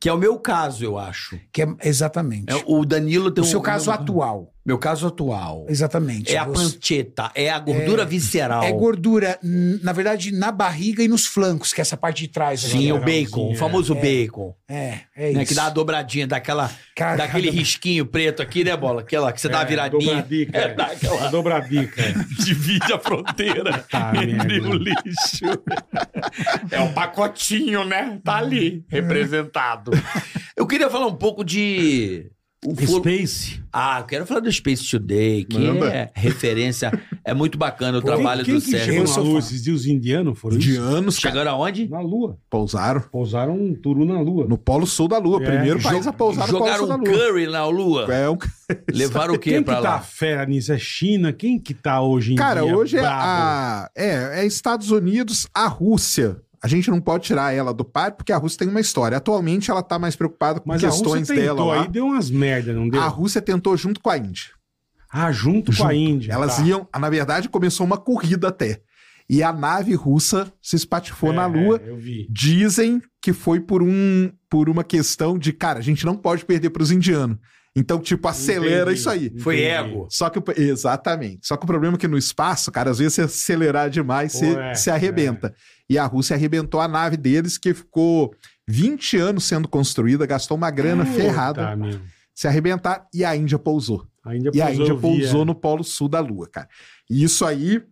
[SPEAKER 6] Que é o meu caso, eu acho.
[SPEAKER 5] Que é exatamente.
[SPEAKER 6] É, o Danilo tem
[SPEAKER 5] o seu
[SPEAKER 6] um-
[SPEAKER 5] caso
[SPEAKER 6] meu-
[SPEAKER 5] atual.
[SPEAKER 6] Meu caso atual.
[SPEAKER 5] Exatamente.
[SPEAKER 6] É a
[SPEAKER 5] Você-
[SPEAKER 6] pancheta, é a gordura visceral.
[SPEAKER 5] é gordura, n- na verdade, na barriga e nos flancos, que é essa parte de trás.
[SPEAKER 6] Sim,
[SPEAKER 5] né?
[SPEAKER 6] o bacon, o famoso bacon.
[SPEAKER 5] É, é
[SPEAKER 6] né,
[SPEAKER 5] isso.
[SPEAKER 6] que dá a dobradinha, daquela,
[SPEAKER 5] Cara,
[SPEAKER 6] daquele
[SPEAKER 5] cada-
[SPEAKER 6] risquinho preto aqui, né, bola? Aquela que você dá a
[SPEAKER 3] É,
[SPEAKER 6] viradinha,
[SPEAKER 3] Dobradica. É,
[SPEAKER 6] dá aquela-
[SPEAKER 3] Dobradica. é.
[SPEAKER 6] divide a fronteira
[SPEAKER 3] Tá,
[SPEAKER 6] entre
[SPEAKER 3] merda.
[SPEAKER 6] o lixo. É um pacotinho, né? Tá ali, representado. Eu queria falar um pouco de. o foro-
[SPEAKER 3] É. Space.
[SPEAKER 6] Ah, eu quero falar do Space Today, que
[SPEAKER 1] Manda.
[SPEAKER 6] é referência. É muito bacana o trabalho
[SPEAKER 3] quem,
[SPEAKER 6] do
[SPEAKER 3] quem que
[SPEAKER 6] Sérgio.
[SPEAKER 3] chegou
[SPEAKER 5] Eu
[SPEAKER 3] na
[SPEAKER 5] sou
[SPEAKER 3] Lua
[SPEAKER 5] fã.
[SPEAKER 3] esses dias? Os indianos foram isso?
[SPEAKER 1] Indianos cara,
[SPEAKER 6] Chegaram aonde?
[SPEAKER 3] Na Lua.
[SPEAKER 1] pousaram
[SPEAKER 3] Pousaram um turu na Lua.
[SPEAKER 1] no Polo Sul da Lua.
[SPEAKER 3] É.
[SPEAKER 1] Primeiro
[SPEAKER 3] Jo-
[SPEAKER 1] país a pousar no Polo Sul
[SPEAKER 6] Jogaram
[SPEAKER 1] da
[SPEAKER 6] um
[SPEAKER 1] Lua.
[SPEAKER 6] curry na lua.
[SPEAKER 1] É um-
[SPEAKER 6] Levaram o quê
[SPEAKER 3] Quem que
[SPEAKER 6] pra
[SPEAKER 3] tá
[SPEAKER 6] lá?
[SPEAKER 3] fera nisso? É China? Quem que tá hoje em
[SPEAKER 1] Cara,
[SPEAKER 3] dia?
[SPEAKER 1] hoje é,
[SPEAKER 3] brabo?
[SPEAKER 1] a, é, é Estados Unidos, a Rússia. A gente não pode tirar ela do par, porque a Rússia tem uma história. Atualmente ela tá mais preocupada com
[SPEAKER 3] Mas a Rússia
[SPEAKER 1] questões dela
[SPEAKER 3] tentou
[SPEAKER 1] lá.
[SPEAKER 3] aí, deu umas merda, não deu?
[SPEAKER 1] A Rússia tentou junto com a Índia.
[SPEAKER 3] Ah, junto, com
[SPEAKER 1] Junto.
[SPEAKER 3] a Índia.
[SPEAKER 1] Elas
[SPEAKER 3] tá.
[SPEAKER 1] iam, na verdade, começou uma corrida até. E a nave russa se espatifou
[SPEAKER 3] É,
[SPEAKER 1] na Lua.
[SPEAKER 3] Eu vi.
[SPEAKER 1] Dizem que foi por um por uma questão de, cara, a gente não pode perder pros indianos. Então, tipo, acelera
[SPEAKER 3] Entendi,
[SPEAKER 1] isso aí.
[SPEAKER 3] entendi.
[SPEAKER 6] Foi ego.
[SPEAKER 1] Só que o- exatamente. Só que o problema é que no espaço, cara, às vezes você acelerar demais,
[SPEAKER 3] Pô,
[SPEAKER 1] você
[SPEAKER 3] é,
[SPEAKER 1] se arrebenta. E a Rússia arrebentou a nave deles, que ficou 20 anos sendo construída, gastou uma grana
[SPEAKER 3] Puta,
[SPEAKER 1] ferrada.
[SPEAKER 3] meu.
[SPEAKER 1] Se arrebentar e a Índia pousou.
[SPEAKER 3] A Índia
[SPEAKER 1] E a
[SPEAKER 3] pousou,
[SPEAKER 1] Índia
[SPEAKER 3] eu vi,
[SPEAKER 1] pousou
[SPEAKER 3] é.
[SPEAKER 1] no polo sul da Lua, cara. E isso aí,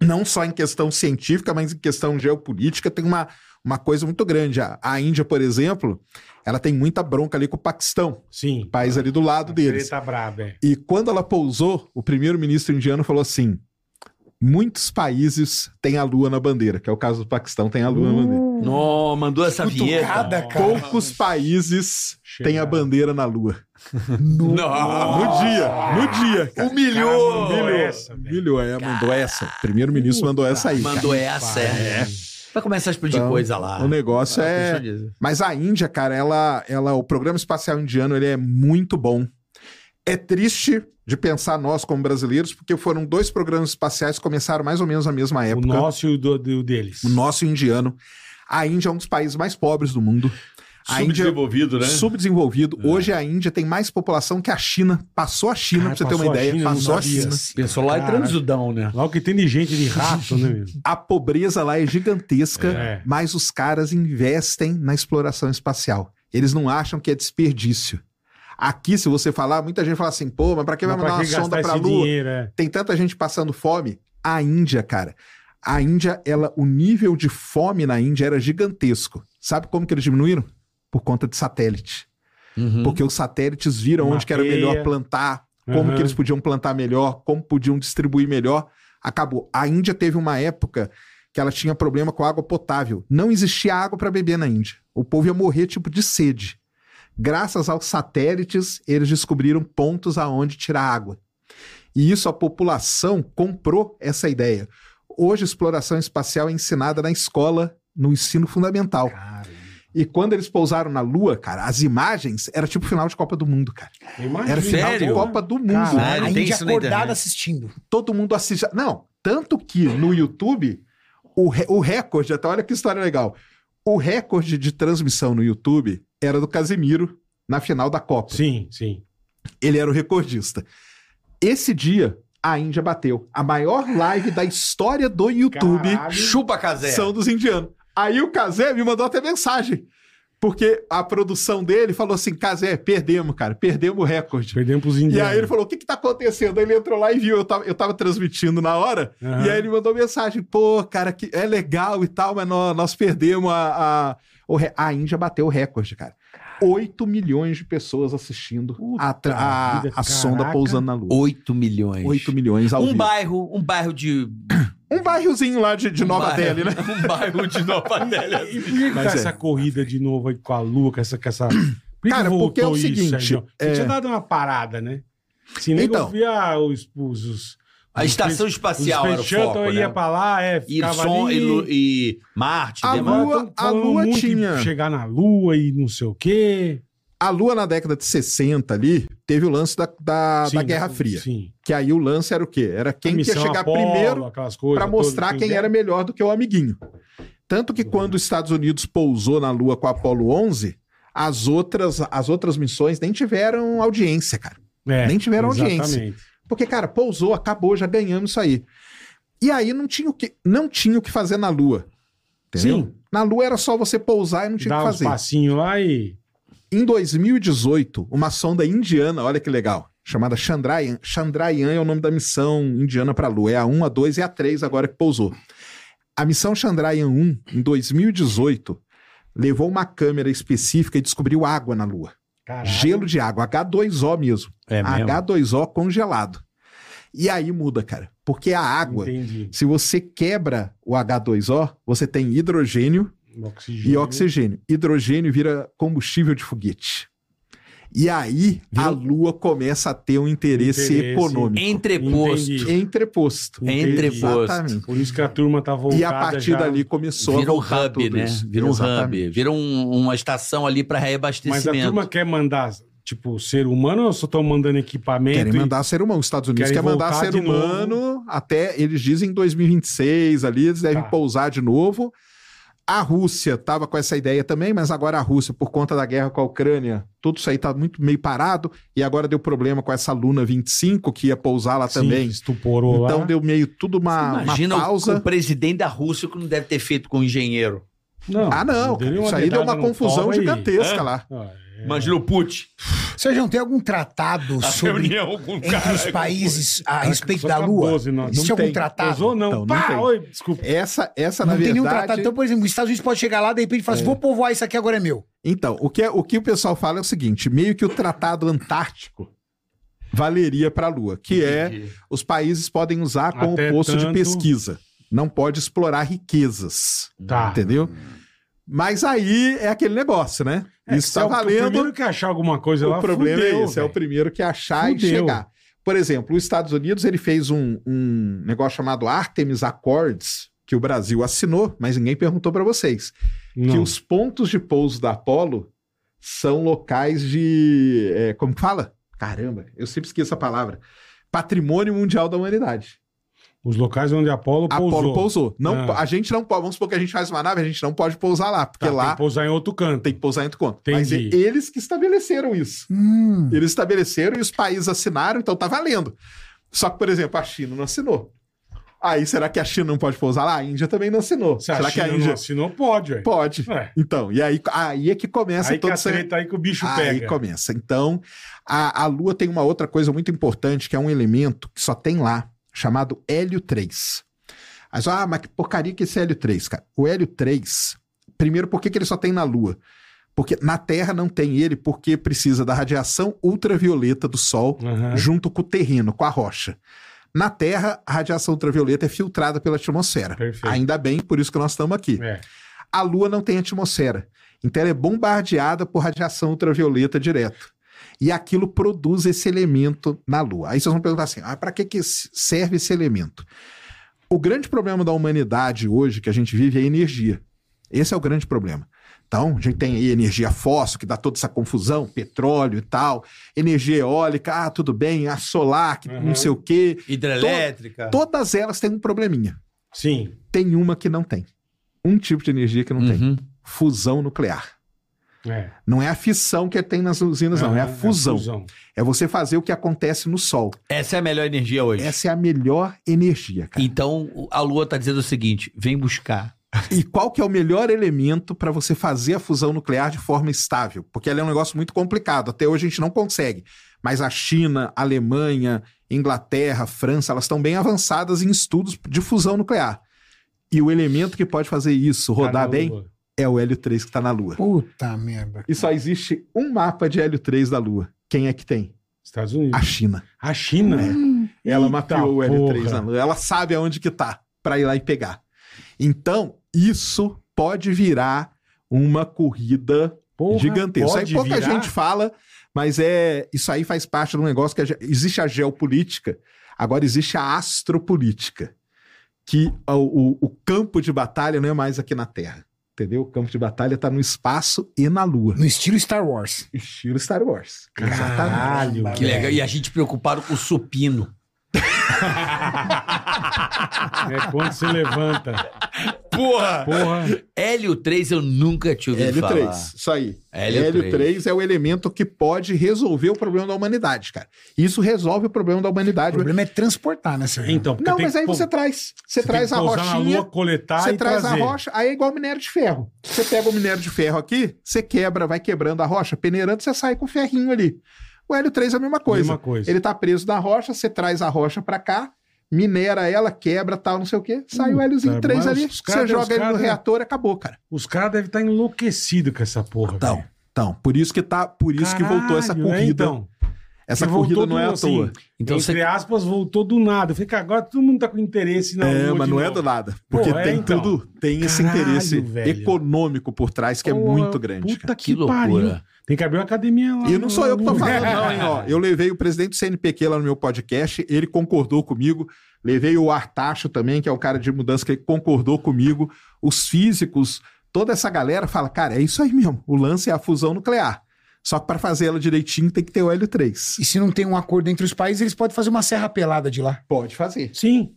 [SPEAKER 1] não só em questão científica, mas em questão geopolítica, tem uma, uma coisa muito grande. A, a Índia, por exemplo, ela tem muita bronca ali com o Paquistão, um
[SPEAKER 3] Sim.
[SPEAKER 1] país ali do lado deles.
[SPEAKER 3] Treta braba, é.
[SPEAKER 1] E quando ela pousou, o primeiro-ministro indiano falou assim: muitos países têm a lua na bandeira, que é o caso do Paquistão, tem a lua na bandeira.
[SPEAKER 6] Não, mandou essa vinheta.
[SPEAKER 5] Cutucada, cara.
[SPEAKER 1] Poucos países
[SPEAKER 3] Chega.
[SPEAKER 1] têm a bandeira na lua.
[SPEAKER 6] Não.
[SPEAKER 1] Ah, No dia, no dia. cara.
[SPEAKER 6] Humilhou.
[SPEAKER 3] Cara, mandou
[SPEAKER 6] Humilhou.
[SPEAKER 3] essa, velho.
[SPEAKER 1] Humilhou, é, mandou essa. O primeiro-ministro mandou essa aí.
[SPEAKER 6] Mandou essa, é. Vai começar a explodir
[SPEAKER 1] Então,
[SPEAKER 6] coisa lá.
[SPEAKER 1] cara. O negócio
[SPEAKER 6] Ah,
[SPEAKER 1] é.
[SPEAKER 6] deixa eu dizer.
[SPEAKER 1] Mas a Índia, cara, ela, ela, o programa espacial indiano ele é muito bom. É triste de pensar nós como brasileiros, porque foram dois programas espaciais que começaram mais ou menos na mesma
[SPEAKER 3] É. O
[SPEAKER 1] É, época.
[SPEAKER 3] nosso e o do, do- deles.
[SPEAKER 1] o nosso indiano. A Índia é um dos países mais pobres do mundo. A Índia é
[SPEAKER 6] Subdesenvolvido, né?
[SPEAKER 1] subdesenvolvido.
[SPEAKER 3] É.
[SPEAKER 1] Hoje a Índia tem mais população que a China. Passou a China,
[SPEAKER 3] Cara,
[SPEAKER 1] pra você ter uma
[SPEAKER 3] passou a
[SPEAKER 1] ideia.
[SPEAKER 3] China, não
[SPEAKER 1] passou a
[SPEAKER 3] sabia.
[SPEAKER 1] China.
[SPEAKER 6] Pensou lá é
[SPEAKER 3] Caralho.
[SPEAKER 6] transudão, né?
[SPEAKER 3] Lá o que tem de gente de rato, né, meu?
[SPEAKER 1] A pobreza lá é gigantesca,
[SPEAKER 3] É.
[SPEAKER 1] mas os caras investem na exploração espacial. Eles não acham que é desperdício. Aqui, se você falar, muita gente fala assim, pô, mas pra que vai
[SPEAKER 3] Mas pra
[SPEAKER 1] mandar uma
[SPEAKER 3] que gastar
[SPEAKER 1] sonda pra
[SPEAKER 3] esse
[SPEAKER 1] Lua?
[SPEAKER 3] dinheiro, é?
[SPEAKER 1] tem tanta gente passando fome. A Índia, cara, a Índia, ela, o nível de fome na Índia era gigantesco. Sabe como que eles diminuíram? Por conta de satélite.
[SPEAKER 3] Hum.
[SPEAKER 1] Porque os satélites viram onde que era
[SPEAKER 3] Mapeia.
[SPEAKER 1] melhor plantar, como
[SPEAKER 3] Uhum.
[SPEAKER 1] que eles podiam plantar melhor, como podiam distribuir melhor. Acabou. A Índia teve uma época que ela tinha problema com água potável. Não existia água para beber na Índia. O povo ia morrer tipo de sede. Graças aos satélites, eles descobriram pontos aonde tirar água. E isso a população comprou essa ideia. Hoje, exploração espacial é ensinada na escola, no ensino fundamental. E quando eles pousaram na Lua, cara, as imagens era tipo final de Copa do Mundo, cara.
[SPEAKER 3] Imagina.
[SPEAKER 1] Era final de
[SPEAKER 6] Sério?
[SPEAKER 1] Copa do Mundo.
[SPEAKER 3] Caralho.
[SPEAKER 5] A
[SPEAKER 6] Sério, né, tem
[SPEAKER 5] Índia
[SPEAKER 6] isso na internet.
[SPEAKER 5] acordada assistindo.
[SPEAKER 1] Todo mundo assiste. Não, tanto que no YouTube, o, re- o recorde, até olha que história legal. O recorde de transmissão no YouTube era do Casemiro na final da Copa.
[SPEAKER 3] Sim, sim.
[SPEAKER 1] Ele era o recordista. Esse dia, a Índia bateu. A maior live da história do YouTube
[SPEAKER 3] Caralho.
[SPEAKER 6] Chupa, Casé.
[SPEAKER 1] são dos indianos. Aí o Kazé me mandou até mensagem. Porque a produção dele falou assim: Kazé, perdemos, cara, perdemos o recorde.
[SPEAKER 3] Perdemos pros
[SPEAKER 1] E
[SPEAKER 3] indianos.
[SPEAKER 1] aí ele falou: o que que tá acontecendo? Aí ele entrou lá e viu, eu tava, eu tava transmitindo na hora,
[SPEAKER 3] Aham.
[SPEAKER 1] e aí ele mandou mensagem: pô, cara, que é legal e tal, mas nó- nós, perdemos a. A, o re- a Índia bateu o recorde, cara. 8 milhões de pessoas assistindo
[SPEAKER 3] Puta
[SPEAKER 1] a, tra- a-
[SPEAKER 3] vida,
[SPEAKER 1] a sonda
[SPEAKER 3] caraca.
[SPEAKER 1] pousando na Lua.
[SPEAKER 6] 8 milhões.
[SPEAKER 1] 8 milhões tá ao
[SPEAKER 6] um
[SPEAKER 1] vivo.
[SPEAKER 6] bairro, um bairro de.
[SPEAKER 1] Um bairrozinho lá de, de
[SPEAKER 6] um
[SPEAKER 1] Nova
[SPEAKER 6] bairro-
[SPEAKER 1] Delhi, né?
[SPEAKER 6] Um bairro de Nova Delhi.
[SPEAKER 3] E por que que tá
[SPEAKER 1] Mas é.
[SPEAKER 3] essa corrida de novo aí com a Lua, com essa. Com essa... Por que
[SPEAKER 1] Cara,
[SPEAKER 3] que
[SPEAKER 1] porque é o
[SPEAKER 3] voltou isso aí,
[SPEAKER 1] seguinte,
[SPEAKER 3] João? Você
[SPEAKER 1] é-
[SPEAKER 3] tinha dado uma parada, né? Se nem
[SPEAKER 1] Então.
[SPEAKER 3] então, via os, os, os-
[SPEAKER 6] A estação espacial era o foco,
[SPEAKER 3] eu ia
[SPEAKER 6] né?
[SPEAKER 3] pra lá, é,
[SPEAKER 6] E,
[SPEAKER 3] ficava
[SPEAKER 6] som,
[SPEAKER 3] ali...
[SPEAKER 6] e, Lu- e Marte,
[SPEAKER 1] A
[SPEAKER 6] demais.
[SPEAKER 3] Agora
[SPEAKER 1] Lua-
[SPEAKER 3] tão
[SPEAKER 1] a
[SPEAKER 3] falando
[SPEAKER 1] Lua
[SPEAKER 3] muito de
[SPEAKER 1] tinha.
[SPEAKER 3] Chegar na lua e não sei o quê.
[SPEAKER 1] A Lua, na década de 60 ali, teve o lance da, Ah, da,
[SPEAKER 3] Sim,
[SPEAKER 1] da Guerra Fria.
[SPEAKER 3] Sim.
[SPEAKER 1] Que aí o lance era o quê? Era quem ia
[SPEAKER 3] Missão
[SPEAKER 1] chegar
[SPEAKER 3] Apollo,
[SPEAKER 1] primeiro
[SPEAKER 3] aquelas coisas
[SPEAKER 1] para mostrar
[SPEAKER 3] todas,
[SPEAKER 1] quem era melhor do que o amiguinho. Tanto
[SPEAKER 3] Uhum.
[SPEAKER 1] que quando os Estados Unidos pousou na Lua com a Apollo 11, as outras, as outras missões nem tiveram audiência, cara.
[SPEAKER 3] É,
[SPEAKER 1] nem tiveram
[SPEAKER 3] exatamente.
[SPEAKER 1] Porque, cara, pousou, acabou, já ganhamos isso aí. E aí não tinha o que, não tinha o que fazer na Lua. Entendeu?
[SPEAKER 3] Sim,
[SPEAKER 1] Na Lua era só você pousar e não tinha o
[SPEAKER 3] dá
[SPEAKER 1] que
[SPEAKER 3] uns
[SPEAKER 1] fazer.
[SPEAKER 3] passinhos lá e...
[SPEAKER 1] Em 2018, uma sonda indiana, olha que legal, chamada Chandrayaan. Chandrayaan é o nome da missão indiana para a Lua. É a 1, a 2 e a 3 agora que pousou. A missão Chandrayaan 1, em 2018, levou uma câmera específica e descobriu água na Lua.
[SPEAKER 3] Caralho.
[SPEAKER 1] Gelo de água, H2O mesmo.
[SPEAKER 6] É mesmo?
[SPEAKER 1] H2O congelado. E aí muda, cara, porque a água,
[SPEAKER 3] Entendi.
[SPEAKER 1] se você quebra o H2O, você tem hidrogênio
[SPEAKER 3] Oxigênio.
[SPEAKER 1] e oxigênio. Hidrogênio vira combustível de foguete. E aí a
[SPEAKER 6] um
[SPEAKER 1] Lua começa a ter um interesse,
[SPEAKER 3] Interesse.
[SPEAKER 1] econômico
[SPEAKER 6] Entreposto.
[SPEAKER 3] Entendi.
[SPEAKER 1] entreposto.
[SPEAKER 3] Entendi.
[SPEAKER 6] Entreposto.
[SPEAKER 1] Exatamente.
[SPEAKER 3] Por isso que a turma tá voltada
[SPEAKER 1] E a partir
[SPEAKER 3] já...
[SPEAKER 1] dali começou
[SPEAKER 6] Vira
[SPEAKER 1] a
[SPEAKER 6] um
[SPEAKER 1] voltar
[SPEAKER 6] hub,
[SPEAKER 1] tudo
[SPEAKER 6] né?
[SPEAKER 1] isso.
[SPEAKER 6] Vira um
[SPEAKER 1] Exatamente.
[SPEAKER 6] hub. Vira um- uma estação ali para
[SPEAKER 3] Mas a
[SPEAKER 6] reabastecimento.
[SPEAKER 3] turma quer mandar, tipo, ser humano ou só estão mandando equipamento?
[SPEAKER 1] Querem
[SPEAKER 3] e-
[SPEAKER 1] mandar ser humano. Os Estados Unidos
[SPEAKER 3] Querem
[SPEAKER 1] quer mandar
[SPEAKER 3] voltar
[SPEAKER 1] ser
[SPEAKER 3] de novo.
[SPEAKER 1] humano até, eles dizem, 2026 ali, eles devem
[SPEAKER 3] Tá.
[SPEAKER 1] pousar de novo. A Rússia estava com essa ideia também, mas agora a Rússia, por conta da guerra com a Ucrânia, tudo isso aí está muito meio parado. E agora deu problema com essa Luna 25, que ia pousar lá
[SPEAKER 3] Sim,
[SPEAKER 1] também.
[SPEAKER 3] Estuporou lá.
[SPEAKER 1] Então deu meio tudo uma,
[SPEAKER 6] Você imagina
[SPEAKER 1] uma
[SPEAKER 6] o-
[SPEAKER 1] pausa.
[SPEAKER 6] o presidente da Rússia que não deve ter feito com o engenheiro.
[SPEAKER 3] Não,
[SPEAKER 1] Ah, não, cara,
[SPEAKER 3] deu uma
[SPEAKER 1] isso aí deu
[SPEAKER 3] dedada
[SPEAKER 1] uma
[SPEAKER 3] no
[SPEAKER 1] confusão
[SPEAKER 3] toba e-
[SPEAKER 1] gigantesca
[SPEAKER 6] Hã?
[SPEAKER 1] lá.
[SPEAKER 3] Ah, é.
[SPEAKER 6] Imagina o Putin.
[SPEAKER 5] Sérgio, tem algum tratado
[SPEAKER 6] A
[SPEAKER 5] sobre
[SPEAKER 6] reunião com o
[SPEAKER 5] entre
[SPEAKER 6] cara.
[SPEAKER 5] os países a
[SPEAKER 3] Caraca,
[SPEAKER 5] respeito
[SPEAKER 3] só
[SPEAKER 5] da
[SPEAKER 3] tá
[SPEAKER 5] Lua?
[SPEAKER 3] 12 nós.
[SPEAKER 5] Existe
[SPEAKER 3] Não
[SPEAKER 5] algum
[SPEAKER 3] tem.
[SPEAKER 5] tratado?
[SPEAKER 3] Pousou, não.
[SPEAKER 1] Então, não
[SPEAKER 3] Pá,
[SPEAKER 1] tem.
[SPEAKER 3] oi, desculpa.
[SPEAKER 1] Essa, essa
[SPEAKER 5] não
[SPEAKER 1] na
[SPEAKER 5] tem
[SPEAKER 1] verdade.
[SPEAKER 5] nenhum tratado. Então, por exemplo, os Estados Unidos pode chegar lá, de repente fala assim, vou povoar isso aqui, agora é meu.
[SPEAKER 1] Então, o que, é- o que o pessoal fala é o seguinte: meio que o Tratado Antártico valeria para a Lua, que é os países podem usar como
[SPEAKER 3] Até
[SPEAKER 1] posto de
[SPEAKER 3] tanto-
[SPEAKER 1] pesquisa. Não pode explorar riquezas.
[SPEAKER 3] Tá.
[SPEAKER 1] Entendeu? Mas aí é aquele negócio, né? Isso
[SPEAKER 3] É
[SPEAKER 1] está
[SPEAKER 3] o- O
[SPEAKER 1] valendo.
[SPEAKER 3] primeiro que achar alguma coisa lá,
[SPEAKER 1] O problema
[SPEAKER 3] fudeu,
[SPEAKER 1] é esse, é o
[SPEAKER 3] velho.
[SPEAKER 1] primeiro que achar e
[SPEAKER 3] Fudeu.
[SPEAKER 1] chegar. Por exemplo, os Estados Unidos ele fez um, um negócio chamado Artemis Accords, que o Brasil assinou, mas ninguém perguntou para vocês. Que
[SPEAKER 3] Não.
[SPEAKER 1] os pontos de pouso da Apollo são locais de. é, como que fala? Caramba, eu sempre esqueço a palavra. Patrimônio Mundial da Humanidade.
[SPEAKER 3] Os locais onde a Apolo
[SPEAKER 1] A
[SPEAKER 3] pousou.
[SPEAKER 1] Apollo pousou. Não,
[SPEAKER 3] Ah.
[SPEAKER 1] A gente não pode. Vamos supor que a gente faz uma nave, a gente não pode pousar lá, porque
[SPEAKER 3] Tá, Tem
[SPEAKER 1] lá
[SPEAKER 3] que pousar em outro canto.
[SPEAKER 1] tem que pousar em outro canto. Mas e-
[SPEAKER 3] Entendi.
[SPEAKER 1] eles que estabeleceram isso.
[SPEAKER 5] Hum.
[SPEAKER 1] Eles estabeleceram e os países assinaram, então tá valendo. Só que, por exemplo, a China não assinou. Aí, será que a China não pode pousar lá? A Índia também não assinou.
[SPEAKER 3] Se a
[SPEAKER 1] será
[SPEAKER 3] China
[SPEAKER 1] que a
[SPEAKER 3] não
[SPEAKER 1] Índia
[SPEAKER 3] assinou, pode, velho.
[SPEAKER 1] pode?
[SPEAKER 3] Ué,
[SPEAKER 1] Então, e aí, aí é que começa
[SPEAKER 3] aí que
[SPEAKER 1] todo
[SPEAKER 3] a
[SPEAKER 1] esse-
[SPEAKER 3] treta aí que o bicho
[SPEAKER 1] Aí
[SPEAKER 3] pega.
[SPEAKER 1] começa. Então, a, a Lua tem uma outra coisa muito importante, que é um elemento que só tem lá, chamado hélio 3. Mas, ah, mas que porcaria que é esse hélio 3, cara? O hélio 3, primeiro, por que, que ele só tem na Lua? Porque na Terra não tem ele, porque precisa da radiação ultravioleta do Sol
[SPEAKER 3] Aham.
[SPEAKER 1] junto com o terreno, com a rocha. Na Terra, a radiação ultravioleta é filtrada pela atmosfera.
[SPEAKER 3] Perfeito.
[SPEAKER 1] Ainda bem, por isso que nós estamos aqui.
[SPEAKER 3] É.
[SPEAKER 1] A Lua não tem atmosfera. Então ela é bombardeada por radiação ultravioleta direto. E aquilo produz esse elemento na Lua. Aí vocês vão perguntar assim: ah, para que, que serve esse elemento? O grande problema da humanidade hoje que a gente vive é a energia. Esse é o grande problema. Então, a gente tem aí energia fóssil, que dá toda essa confusão, petróleo e tal, energia eólica, ah, tudo bem, a solar, que
[SPEAKER 3] Uhum.
[SPEAKER 1] não sei o quê.
[SPEAKER 6] Hidrelétrica.
[SPEAKER 1] Todas elas têm um probleminha.
[SPEAKER 3] Sim.
[SPEAKER 1] Tem uma que não tem. Um tipo de energia que não tem
[SPEAKER 6] Uhum.
[SPEAKER 1] fusão nuclear.
[SPEAKER 3] É.
[SPEAKER 1] Não é a fissão que tem nas usinas, não. É a
[SPEAKER 3] Aham,
[SPEAKER 1] fusão. É você fazer o que acontece no Sol.
[SPEAKER 6] Essa é a melhor energia hoje.
[SPEAKER 1] Essa é a melhor energia, cara.
[SPEAKER 6] Então, o- a Lua tá dizendo o seguinte: vem buscar.
[SPEAKER 1] E qual que é o melhor elemento para você fazer a fusão nuclear de forma estável? Porque ela é um negócio muito complicado. Até hoje a gente não consegue. Mas a China, a Alemanha, Inglaterra, França, elas estão bem avançadas em estudos de fusão nuclear. E o elemento que pode fazer isso rodar
[SPEAKER 3] Caramba.
[SPEAKER 1] bem é o hélio 3 que está na Lua.
[SPEAKER 5] Puta merda.
[SPEAKER 1] E só existe um mapa de hélio 3 da Lua. Quem é que tem?
[SPEAKER 3] Estados Unidos.
[SPEAKER 1] A China.
[SPEAKER 3] A China.
[SPEAKER 1] Ela
[SPEAKER 3] Eita
[SPEAKER 1] mapeou o L3
[SPEAKER 3] porra.
[SPEAKER 1] na Lua. Ela sabe aonde que tá pra ir lá e pegar. Então, isso pode virar uma corrida
[SPEAKER 3] Porra,
[SPEAKER 1] gigantesca. Isso aí
[SPEAKER 3] pode
[SPEAKER 1] pouca
[SPEAKER 3] virar?
[SPEAKER 1] gente fala, mas é isso aí faz parte de um negócio que a ge- existe a geopolítica. Agora existe a astropolítica, que o, o- o campo de batalha não é mais aqui na Terra. Entendeu? O campo de batalha está no espaço e na Lua.
[SPEAKER 5] No estilo Star Wars.
[SPEAKER 1] Estilo Star Wars.
[SPEAKER 3] Caralho,
[SPEAKER 5] Exatamente.
[SPEAKER 6] Que legal. E a gente preocupado com o supino.
[SPEAKER 3] É quando você levanta.
[SPEAKER 6] Porra!
[SPEAKER 3] Porra.
[SPEAKER 6] Hélio 3 eu nunca tinha ouvido
[SPEAKER 1] Hélio 3,
[SPEAKER 6] falar.
[SPEAKER 1] isso aí.
[SPEAKER 6] Hélio
[SPEAKER 1] Hélio
[SPEAKER 6] 3.
[SPEAKER 1] 3 é o elemento que pode resolver o problema da humanidade, cara. Isso resolve o problema da
[SPEAKER 5] O
[SPEAKER 1] humanidade.
[SPEAKER 5] problema é transportar, né, Sérgio?
[SPEAKER 3] Então, porque
[SPEAKER 1] Não,
[SPEAKER 3] tem
[SPEAKER 1] mas
[SPEAKER 3] que
[SPEAKER 1] aí
[SPEAKER 3] pô-
[SPEAKER 1] você traz. Você,
[SPEAKER 3] tem
[SPEAKER 1] traz
[SPEAKER 3] que
[SPEAKER 1] a
[SPEAKER 3] pousar
[SPEAKER 1] roxinha.
[SPEAKER 3] na lua, coletar
[SPEAKER 1] Você
[SPEAKER 3] e
[SPEAKER 1] traz
[SPEAKER 3] trazer.
[SPEAKER 1] a rocha, aí é igual minério de ferro. Você pega o minério de ferro aqui, você quebra, vai quebrando a rocha, peneirando, você sai com o ferrinho ali. O hélio 3 é a mesma coisa.
[SPEAKER 3] Mesma coisa.
[SPEAKER 1] Ele tá preso na rocha, você traz a rocha pra cá, minera ela, quebra, tal, não sei o quê, sai o
[SPEAKER 3] Puta,
[SPEAKER 1] héliozinho
[SPEAKER 3] Hum,
[SPEAKER 1] 3
[SPEAKER 3] mas
[SPEAKER 1] ali,
[SPEAKER 3] os
[SPEAKER 1] você
[SPEAKER 3] caras- os
[SPEAKER 1] joga ele no
[SPEAKER 3] caras-
[SPEAKER 1] reator e acabou, cara.
[SPEAKER 3] Os caras devem estar enlouquecidos com essa porra.
[SPEAKER 1] Então, então, por isso que tá, por isso que voltou essa
[SPEAKER 3] é,
[SPEAKER 1] corrida.
[SPEAKER 3] então.
[SPEAKER 1] essa
[SPEAKER 3] que né, voltou
[SPEAKER 1] corrida não é à
[SPEAKER 3] do-
[SPEAKER 1] toa.
[SPEAKER 3] assim,
[SPEAKER 6] Então
[SPEAKER 3] entre
[SPEAKER 6] você.
[SPEAKER 3] aspas, voltou do nada. Fica agora todo mundo tá com interesse na
[SPEAKER 1] É,
[SPEAKER 3] lua
[SPEAKER 1] mas
[SPEAKER 3] de
[SPEAKER 1] não é
[SPEAKER 3] novo.
[SPEAKER 1] do nada. Porque
[SPEAKER 3] Pô, é,
[SPEAKER 1] tem
[SPEAKER 3] então.
[SPEAKER 1] tudo, tem esse
[SPEAKER 3] Caralho,
[SPEAKER 1] interesse
[SPEAKER 3] velho.
[SPEAKER 1] econômico por trás que é
[SPEAKER 3] Porra,
[SPEAKER 1] muito grande. cara.
[SPEAKER 3] Puta
[SPEAKER 6] Que
[SPEAKER 3] que,
[SPEAKER 6] loucura.
[SPEAKER 3] pariu. Tem que abrir uma academia lá.
[SPEAKER 1] E não sou eu que tô
[SPEAKER 3] no-
[SPEAKER 1] falando, não, hein? Ó, eu levei o presidente do CNPq lá no meu podcast, ele concordou comigo. Levei o Artacho também, que é um cara de mudança que concordou comigo. Os físicos, toda essa galera fala, cara, é isso aí mesmo. O lance é a fusão nuclear. Só que para fazer ela direitinho tem que ter o hélio 3.
[SPEAKER 5] E se não tem um acordo entre os países, eles podem fazer uma serra pelada de lá.
[SPEAKER 1] Pode fazer.
[SPEAKER 3] Sim.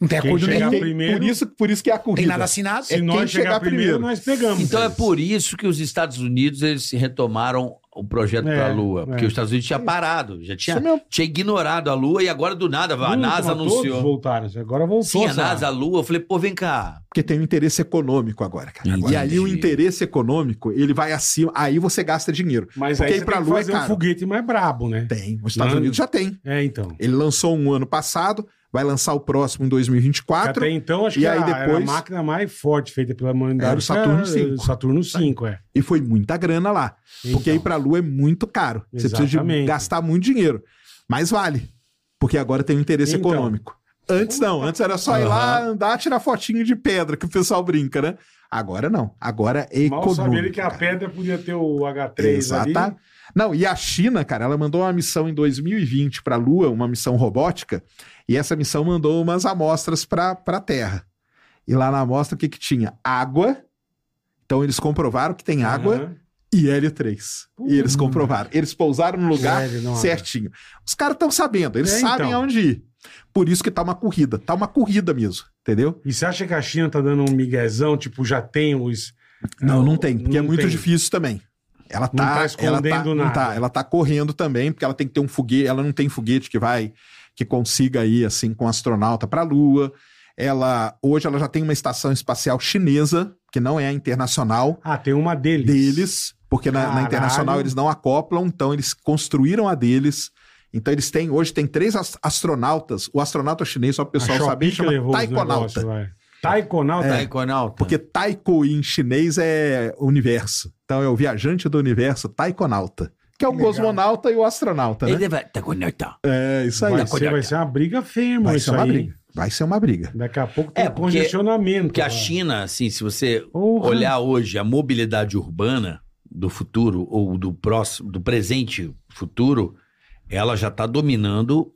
[SPEAKER 5] Não tem
[SPEAKER 3] Quem
[SPEAKER 5] acordo
[SPEAKER 3] chegar
[SPEAKER 5] nenhum.
[SPEAKER 1] Quem-
[SPEAKER 3] primeiro-
[SPEAKER 1] por, isso, por isso que é a
[SPEAKER 5] Tem
[SPEAKER 1] corrida.
[SPEAKER 5] nada assinado.
[SPEAKER 3] Se
[SPEAKER 1] É quem
[SPEAKER 3] nós chegar,
[SPEAKER 1] chegar
[SPEAKER 3] primeiro,
[SPEAKER 1] primeiro.
[SPEAKER 3] nós pegamos.
[SPEAKER 6] Então é por isso que os Estados Unidos eles se retomaram o projeto
[SPEAKER 3] É,
[SPEAKER 6] para a Lua, porque
[SPEAKER 3] é.
[SPEAKER 6] os Estados Unidos tinha parado, já
[SPEAKER 1] Isso é
[SPEAKER 6] tinha,
[SPEAKER 1] mesmo.
[SPEAKER 6] tinha ignorado a Lua e agora do nada a
[SPEAKER 3] Nunca,
[SPEAKER 6] NASA
[SPEAKER 3] mas todos
[SPEAKER 6] anunciou.
[SPEAKER 3] voltaram. assim, Agora voltou.
[SPEAKER 6] Sim, a
[SPEAKER 3] essa-
[SPEAKER 6] NASA, a Lua, eu falei, pô, vem cá.
[SPEAKER 1] Porque tem um interesse econômico agora, cara.
[SPEAKER 6] Entendi.
[SPEAKER 1] E aí o interesse econômico, ele vai acima, aí você gasta dinheiro.
[SPEAKER 3] Mas
[SPEAKER 1] Porque
[SPEAKER 3] aí
[SPEAKER 1] ir
[SPEAKER 3] você
[SPEAKER 1] pra
[SPEAKER 3] tem que
[SPEAKER 1] Lua é
[SPEAKER 3] fazer um
[SPEAKER 1] caro.
[SPEAKER 3] foguete mais brabo, né?
[SPEAKER 1] Tem, os Estados
[SPEAKER 3] Lan-
[SPEAKER 1] Unidos já tem.
[SPEAKER 3] É, então.
[SPEAKER 1] Ele lançou um ano passado, vai lançar o próximo em
[SPEAKER 3] Que
[SPEAKER 1] 2024.
[SPEAKER 3] Até então, acho
[SPEAKER 1] E
[SPEAKER 3] que
[SPEAKER 1] aí
[SPEAKER 3] a, era
[SPEAKER 1] depois-
[SPEAKER 3] a máquina mais forte feita pela humanidade
[SPEAKER 1] Era o Saturno
[SPEAKER 3] era
[SPEAKER 1] V.
[SPEAKER 3] Saturno 5, é.
[SPEAKER 1] E foi muita grana lá. Porque
[SPEAKER 3] Então.
[SPEAKER 1] ir pra Lua é muito caro. Você precisa de
[SPEAKER 3] Exatamente.
[SPEAKER 1] gastar muito dinheiro. Mas vale. Porque agora tem um interesse
[SPEAKER 3] Então.
[SPEAKER 1] econômico. Antes não, antes era só ir lá, andar, tirar fotinho de pedra, que o pessoal brinca, né? Agora não, agora é
[SPEAKER 3] Mal
[SPEAKER 1] econômico.
[SPEAKER 3] sabia ele que a
[SPEAKER 1] cara.
[SPEAKER 3] pedra podia ter o H3 ali.
[SPEAKER 1] Exata- Não, e a China, cara, ela mandou uma missão em 2020 para a Lua, uma missão robótica, e essa missão mandou umas amostras para a Terra. E lá na amostra o que, que tinha? Água. Então eles comprovaram que tem água
[SPEAKER 3] Aham.
[SPEAKER 1] e hélio 3. E eles comprovaram. Eles pousaram no lugar
[SPEAKER 3] Sério, não,
[SPEAKER 1] certinho. Os caras estão sabendo, eles
[SPEAKER 3] É,
[SPEAKER 1] sabem
[SPEAKER 3] então.
[SPEAKER 1] aonde ir. Por isso que tá uma corrida, tá uma corrida mesmo, entendeu?
[SPEAKER 3] E você acha que a China tá dando um miguezão, tipo, já tem os.
[SPEAKER 1] Não, não tem, porque
[SPEAKER 3] Não
[SPEAKER 1] é muito
[SPEAKER 3] tem.
[SPEAKER 1] difícil também. Ela tá,
[SPEAKER 3] Não tá
[SPEAKER 1] ela
[SPEAKER 3] escondendo
[SPEAKER 1] tá, não
[SPEAKER 3] nada.
[SPEAKER 1] tá, ela tá correndo também, porque ela tem que ter um foguete, ela não tem foguete que vai que consiga ir assim com astronauta para a lua. Ela hoje ela já tem uma estação espacial chinesa, que não é a internacional
[SPEAKER 3] Ah, tem uma deles.
[SPEAKER 1] deles, porque na, na
[SPEAKER 3] Caralho.
[SPEAKER 1] internacional eles não acoplam, então eles construíram a deles. Então eles têm hoje tem três as- astronautas, o astronauta chinês, só para o pessoal
[SPEAKER 3] A Shopee
[SPEAKER 1] saber,
[SPEAKER 3] que
[SPEAKER 1] chama
[SPEAKER 3] levou os
[SPEAKER 1] taikonauta.
[SPEAKER 3] negócios, vai. Taikonauta?
[SPEAKER 6] Tá, Iconauta.
[SPEAKER 1] É.
[SPEAKER 3] É.
[SPEAKER 1] Porque taiko em chinês é universo. Então é o viajante do universo, taikonauta. Que é o
[SPEAKER 5] Que legal.
[SPEAKER 1] cosmonauta e o astronauta, né?
[SPEAKER 6] Ele vai. Tá conectado.
[SPEAKER 1] É, isso aí.
[SPEAKER 3] Vai, ser, vai ser uma briga firme
[SPEAKER 1] Vai
[SPEAKER 3] isso
[SPEAKER 1] ser uma
[SPEAKER 3] aí.
[SPEAKER 1] briga. Vai ser uma briga.
[SPEAKER 3] Daqui a pouco tem
[SPEAKER 6] É, porque-
[SPEAKER 3] congestionamento.
[SPEAKER 1] tá.
[SPEAKER 6] Porque a
[SPEAKER 3] cara.
[SPEAKER 6] China, assim, se você
[SPEAKER 3] Porra.
[SPEAKER 6] olhar hoje a mobilidade urbana do futuro ou do próximo, do presente futuro, ela já está dominando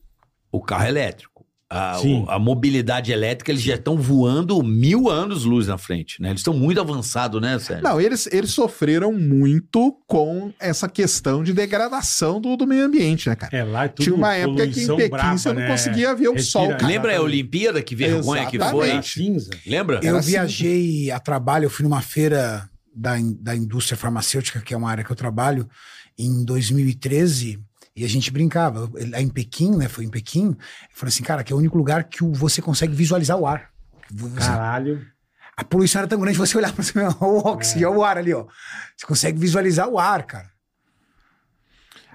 [SPEAKER 6] o carro elétrico. A,
[SPEAKER 3] Sim.
[SPEAKER 6] o- a mobilidade elétrica, eles já estão voando mil anos luz na frente, né? Eles estão muito avançados, né,
[SPEAKER 3] É.
[SPEAKER 6] Sérgio?
[SPEAKER 1] Não, eles, eles sofreram muito com essa questão de degradação do, do meio ambiente, né, cara?
[SPEAKER 3] É, lá é tudo
[SPEAKER 1] Tinha uma época que em
[SPEAKER 3] poluição
[SPEAKER 1] Pequim
[SPEAKER 3] braba,
[SPEAKER 1] você não
[SPEAKER 3] né?
[SPEAKER 1] conseguia né? ver o
[SPEAKER 3] Respira-
[SPEAKER 1] sol, cara.
[SPEAKER 6] Lembra a Olimpíada? Que vergonha
[SPEAKER 3] Era
[SPEAKER 1] Exatamente.
[SPEAKER 6] que
[SPEAKER 3] cinza.
[SPEAKER 6] foi? Lembra?
[SPEAKER 5] Eu
[SPEAKER 1] Era assim.
[SPEAKER 5] viajei a trabalho, eu fui numa feira da, in- da indústria farmacêutica, que é uma área que eu trabalho, em 2013, e a gente brincava. Eu- Lá em Pequim, né? Foi em Pequim. Eu falei assim, cara, que é o único lugar que o- você consegue visualizar o ar. Você-
[SPEAKER 3] Caralho.
[SPEAKER 5] a poluição era tão grande, você olhar pra cima, o oxigênio, o ar ali, ó. Você consegue visualizar o ar, cara.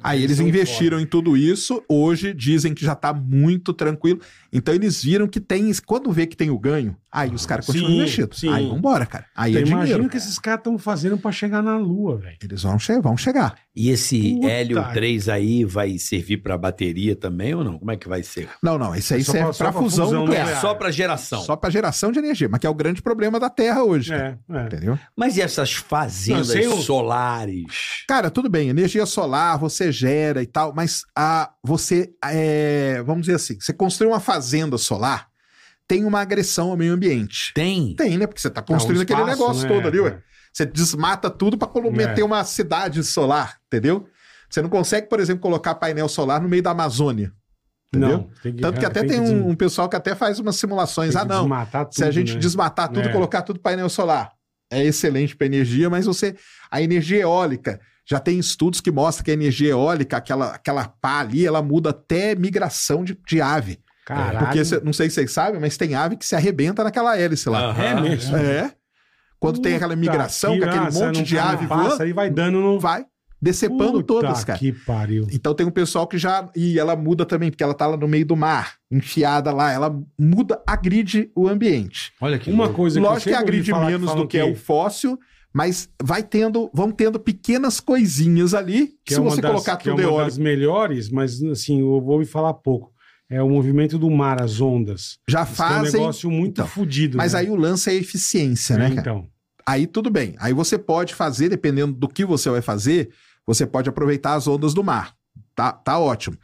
[SPEAKER 1] Aí eles
[SPEAKER 3] São
[SPEAKER 1] investiram em tudo isso, hoje dizem que já tá muito tranquilo. Então eles viram que tem, quando vê que tem o ganho, Aí os caras
[SPEAKER 3] Sim,
[SPEAKER 1] continuam investindo.
[SPEAKER 3] sim.
[SPEAKER 1] Aí vambora, cara. Aí é
[SPEAKER 3] Então, imagina
[SPEAKER 1] dinheiro.
[SPEAKER 3] o que esses caras estão fazendo pra chegar na lua, velho.
[SPEAKER 1] Eles vão, che vão chegar.
[SPEAKER 6] E esse
[SPEAKER 3] Puta
[SPEAKER 6] Hélio 3 aí vai servir pra bateria também ou não? Como é que vai ser?
[SPEAKER 1] Não, não, isso aí
[SPEAKER 3] É só
[SPEAKER 1] serve
[SPEAKER 3] pra- só
[SPEAKER 1] pra,
[SPEAKER 3] pra
[SPEAKER 1] fusão,
[SPEAKER 3] fusão
[SPEAKER 1] nuclear.
[SPEAKER 3] nuclear.
[SPEAKER 6] Só pra geração.
[SPEAKER 1] Só pra geração de energia, mas que é o grande problema da Terra hoje. cara.
[SPEAKER 3] É, é.
[SPEAKER 1] Entendeu?
[SPEAKER 6] Mas e essas fazendas
[SPEAKER 3] Não, sei o-
[SPEAKER 6] solares?
[SPEAKER 1] Cara, tudo bem, energia solar você gera e tal, mas a, você, é, vamos dizer assim, você construir uma fazenda solar, tem uma agressão ao meio ambiente.
[SPEAKER 6] Tem?
[SPEAKER 1] Tem, né? Porque você tá
[SPEAKER 3] Dá um
[SPEAKER 1] construindo aquele
[SPEAKER 3] espaço,
[SPEAKER 1] negócio
[SPEAKER 3] né?
[SPEAKER 1] todo ali, ué. Você desmata tudo pra colo-
[SPEAKER 3] É.
[SPEAKER 1] meter uma cidade solar, entendeu? Você não consegue, por exemplo, colocar painel solar no meio da Amazônia. Entendeu?
[SPEAKER 3] Não, tem
[SPEAKER 1] Tanto que até tem, um, um pessoal que até faz umas simulações. Ah, não, se a gente desmatar tudo,
[SPEAKER 3] É.
[SPEAKER 1] colocar tudo painel solar, é excelente para energia, mas você a energia eólica já tem estudos que mostram que a energia eólica, aquela, aquela pá ali, ela muda até migração de, de ave.
[SPEAKER 3] Caralho.
[SPEAKER 1] Porque cê- não sei se vocês sabem, mas tem ave que se arrebenta naquela hélice lá.
[SPEAKER 6] Aham.
[SPEAKER 3] É mesmo.
[SPEAKER 1] É. Quando tem aquela migração, com aquele monte de ave voando,
[SPEAKER 3] aí vai dando no...
[SPEAKER 1] vai decepando
[SPEAKER 3] Puta
[SPEAKER 1] todas, cara.
[SPEAKER 3] que pariu.
[SPEAKER 1] Então tem um pessoal que já. E ela muda também, porque ela tá lá no meio do mar, enfiada lá. Ela muda, agride o ambiente.
[SPEAKER 6] Olha que
[SPEAKER 3] Uma coisa que
[SPEAKER 1] Lógico que
[SPEAKER 3] eu sempre ouvi
[SPEAKER 1] agride
[SPEAKER 3] falar
[SPEAKER 1] menos
[SPEAKER 3] falam
[SPEAKER 1] do que é o fóssil, mas vai tendo, vão tendo pequenas coisinhas ali que,
[SPEAKER 3] que é
[SPEAKER 1] se
[SPEAKER 3] uma
[SPEAKER 1] você
[SPEAKER 3] das-
[SPEAKER 1] colocar
[SPEAKER 3] que
[SPEAKER 1] tudo
[SPEAKER 3] é
[SPEAKER 1] é
[SPEAKER 3] uma
[SPEAKER 1] óleo,
[SPEAKER 3] das melhores, mas assim, eu vou me falar pouco. É o movimento do mar, as ondas.
[SPEAKER 1] já
[SPEAKER 3] Isso que é um
[SPEAKER 1] fazem.
[SPEAKER 3] negócio muito
[SPEAKER 1] Então,
[SPEAKER 3] fudido.
[SPEAKER 1] mas
[SPEAKER 3] né?
[SPEAKER 1] aí o lance é a eficiência, né,
[SPEAKER 3] É,
[SPEAKER 1] cara?
[SPEAKER 3] Então,
[SPEAKER 1] Aí tudo bem. Aí você pode fazer, dependendo do que você vai fazer, você pode aproveitar as ondas do mar. Tá, tá ótimo.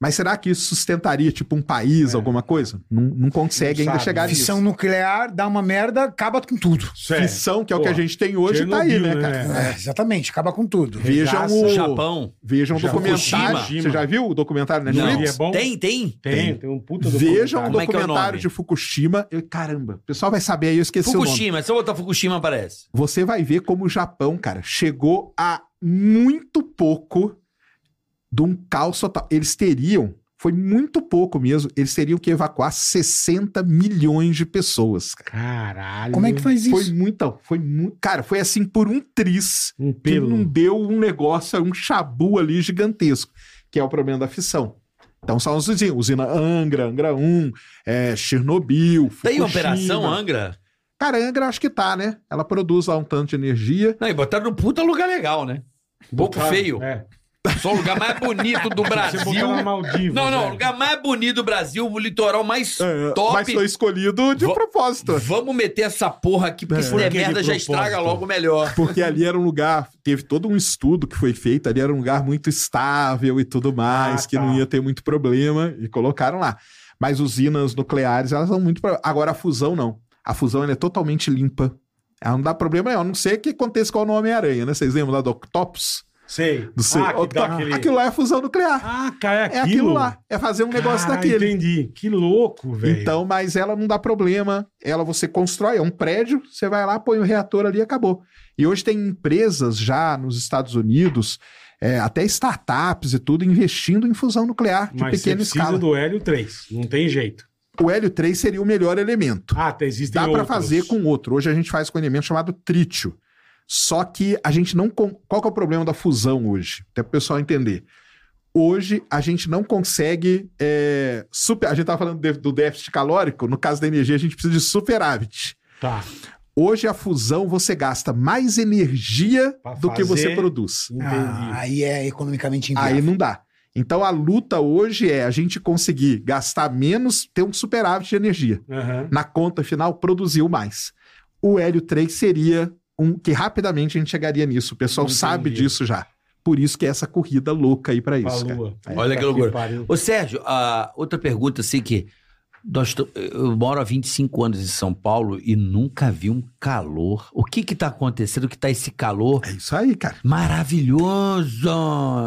[SPEAKER 1] Mas será que isso sustentaria, tipo, um país,
[SPEAKER 3] É.
[SPEAKER 1] alguma coisa? Não, não consegue
[SPEAKER 3] Não
[SPEAKER 1] ainda
[SPEAKER 3] sabe.
[SPEAKER 1] chegar nisso.
[SPEAKER 5] Fissão nuclear dá uma merda, acaba com tudo.
[SPEAKER 3] isso é.
[SPEAKER 1] Fissão, que é o que a
[SPEAKER 3] Pô,
[SPEAKER 1] gente tem hoje, tá aí,
[SPEAKER 3] Chernobyl,
[SPEAKER 1] né,
[SPEAKER 3] né?
[SPEAKER 1] cara?
[SPEAKER 5] É, exatamente, acaba com tudo.
[SPEAKER 1] Vejam
[SPEAKER 3] Regaça.
[SPEAKER 1] o,
[SPEAKER 6] Japão.
[SPEAKER 1] vejam o
[SPEAKER 3] Japão.
[SPEAKER 1] documentário.
[SPEAKER 3] Fukushima.
[SPEAKER 1] Você já viu o documentário na
[SPEAKER 6] Não.
[SPEAKER 1] Netflix?
[SPEAKER 3] E é bom?
[SPEAKER 6] Tem, tem.
[SPEAKER 3] Tem, tem um puta do
[SPEAKER 1] Vejam o
[SPEAKER 6] Como é que é o
[SPEAKER 1] documentário
[SPEAKER 6] nome?
[SPEAKER 1] de Fukushima. Eu- caramba, o pessoal vai saber aí, eu esqueci o nome.
[SPEAKER 6] Fukushima, é só botar Fukushima aparece.
[SPEAKER 1] Você vai ver como o Japão, cara, chegou a muito pouco de um caos total. Eles teriam, foi muito pouco mesmo, eles teriam que evacuar 60 milhões de pessoas, cara.
[SPEAKER 3] Caralho.
[SPEAKER 5] Como é que faz
[SPEAKER 1] Foi
[SPEAKER 5] isso?
[SPEAKER 1] muito, foi muito. Cara, foi assim por um tris
[SPEAKER 3] Um
[SPEAKER 1] que não
[SPEAKER 3] pelo.
[SPEAKER 1] deu um negócio, um chabu ali gigantesco, que é o problema da fissão. Então são as usinas, usina Angra, Angra 1, é, Chernobyl,
[SPEAKER 6] Tem
[SPEAKER 1] Fukushima.
[SPEAKER 6] Operação Angra?
[SPEAKER 1] Cara, a Angra acho que tá, né? Ela produz lá um tanto de energia.
[SPEAKER 6] Não, e botaram num puta lugar legal, né? Pouco
[SPEAKER 3] Claro,
[SPEAKER 6] feio.
[SPEAKER 3] É.
[SPEAKER 6] Só o lugar mais bonito do
[SPEAKER 3] Você botar
[SPEAKER 6] Brasil.
[SPEAKER 3] na Maldivas.
[SPEAKER 6] Não, não, o
[SPEAKER 3] velho.
[SPEAKER 6] lugar mais bonito do Brasil, o litoral mais
[SPEAKER 1] É,
[SPEAKER 6] top.
[SPEAKER 1] Mas foi escolhido de
[SPEAKER 6] Va-
[SPEAKER 1] propósito. né?
[SPEAKER 6] Vamos meter essa porra aqui, porque
[SPEAKER 1] É.
[SPEAKER 6] se
[SPEAKER 3] Por
[SPEAKER 6] der
[SPEAKER 3] que de
[SPEAKER 6] merda já
[SPEAKER 3] propósito?
[SPEAKER 6] estraga logo melhor.
[SPEAKER 1] Porque ali era um lugar, teve todo um estudo que foi feito, ali era um lugar muito estável e tudo mais,
[SPEAKER 3] Ah,
[SPEAKER 1] que não
[SPEAKER 3] tá.
[SPEAKER 1] ia ter muito problema, e colocaram lá. Mas usinas nucleares, elas são muito. pro- Agora a fusão não. A fusão ela é totalmente limpa. Ela não dá problema nenhum, a não ser que aconteça com o Homem-Aranha, né? Vocês lembram lá do Octopus?
[SPEAKER 3] Sei.
[SPEAKER 1] Do seu-
[SPEAKER 3] Ah, que dá
[SPEAKER 1] Octopus.
[SPEAKER 3] aquele...
[SPEAKER 1] Aquilo lá é fusão nuclear.
[SPEAKER 3] Ah, cara, é
[SPEAKER 1] é
[SPEAKER 3] aquilo.
[SPEAKER 1] aquilo lá. É fazer um negócio
[SPEAKER 3] Caralho,
[SPEAKER 1] daquele.
[SPEAKER 3] entendi. Que louco, velho.
[SPEAKER 1] Então, mas ela não dá problema. Ela você constrói, é um prédio, você vai lá, põe o reator ali e acabou. E hoje tem empresas já nos Estados Unidos, é, até startups e tudo, investindo em fusão nuclear de
[SPEAKER 3] Mas você
[SPEAKER 1] pequena
[SPEAKER 3] precisa
[SPEAKER 1] escala.
[SPEAKER 3] do Hélio 3. Não tem jeito.
[SPEAKER 1] O hélio 3 seria o melhor elemento.
[SPEAKER 3] Ah, tá, existem
[SPEAKER 1] dá para
[SPEAKER 3] outros.
[SPEAKER 1] fazer com outro. Hoje a gente faz com um elemento chamado trítio. Só que a gente não. con- Qual que é o problema da fusão hoje? Até para o pessoal entender. Hoje a gente não consegue. é, super... A gente estava falando de- do déficit calórico. No caso da energia, a gente precisa de superávit.
[SPEAKER 3] Tá.
[SPEAKER 1] Hoje a fusão você gasta mais energia
[SPEAKER 3] Pra
[SPEAKER 1] do que você
[SPEAKER 3] fazer. um
[SPEAKER 1] produz.
[SPEAKER 3] Entendi.
[SPEAKER 5] Ah, aí é economicamente inviável.
[SPEAKER 1] Aí não dá. Então a luta hoje é a gente conseguir gastar menos, ter um superávit de energia
[SPEAKER 3] Aham.
[SPEAKER 1] na conta final, produziu mais. O Hélio 3 seria um que rapidamente a gente chegaria nisso. O pessoal
[SPEAKER 3] Entendi.
[SPEAKER 1] sabe disso já. Por isso que é essa corrida louca aí pra
[SPEAKER 3] Pra
[SPEAKER 1] isso, cara.
[SPEAKER 3] lua.
[SPEAKER 1] É.
[SPEAKER 6] Olha que loucura.
[SPEAKER 3] pariu.
[SPEAKER 6] Ô, Sérgio, a outra pergunta, assim, que nós to- eu moro há 25 anos em São Paulo e nunca vi um calor. O que que tá acontecendo que tá esse calor
[SPEAKER 1] É isso aí, cara.
[SPEAKER 6] maravilhoso?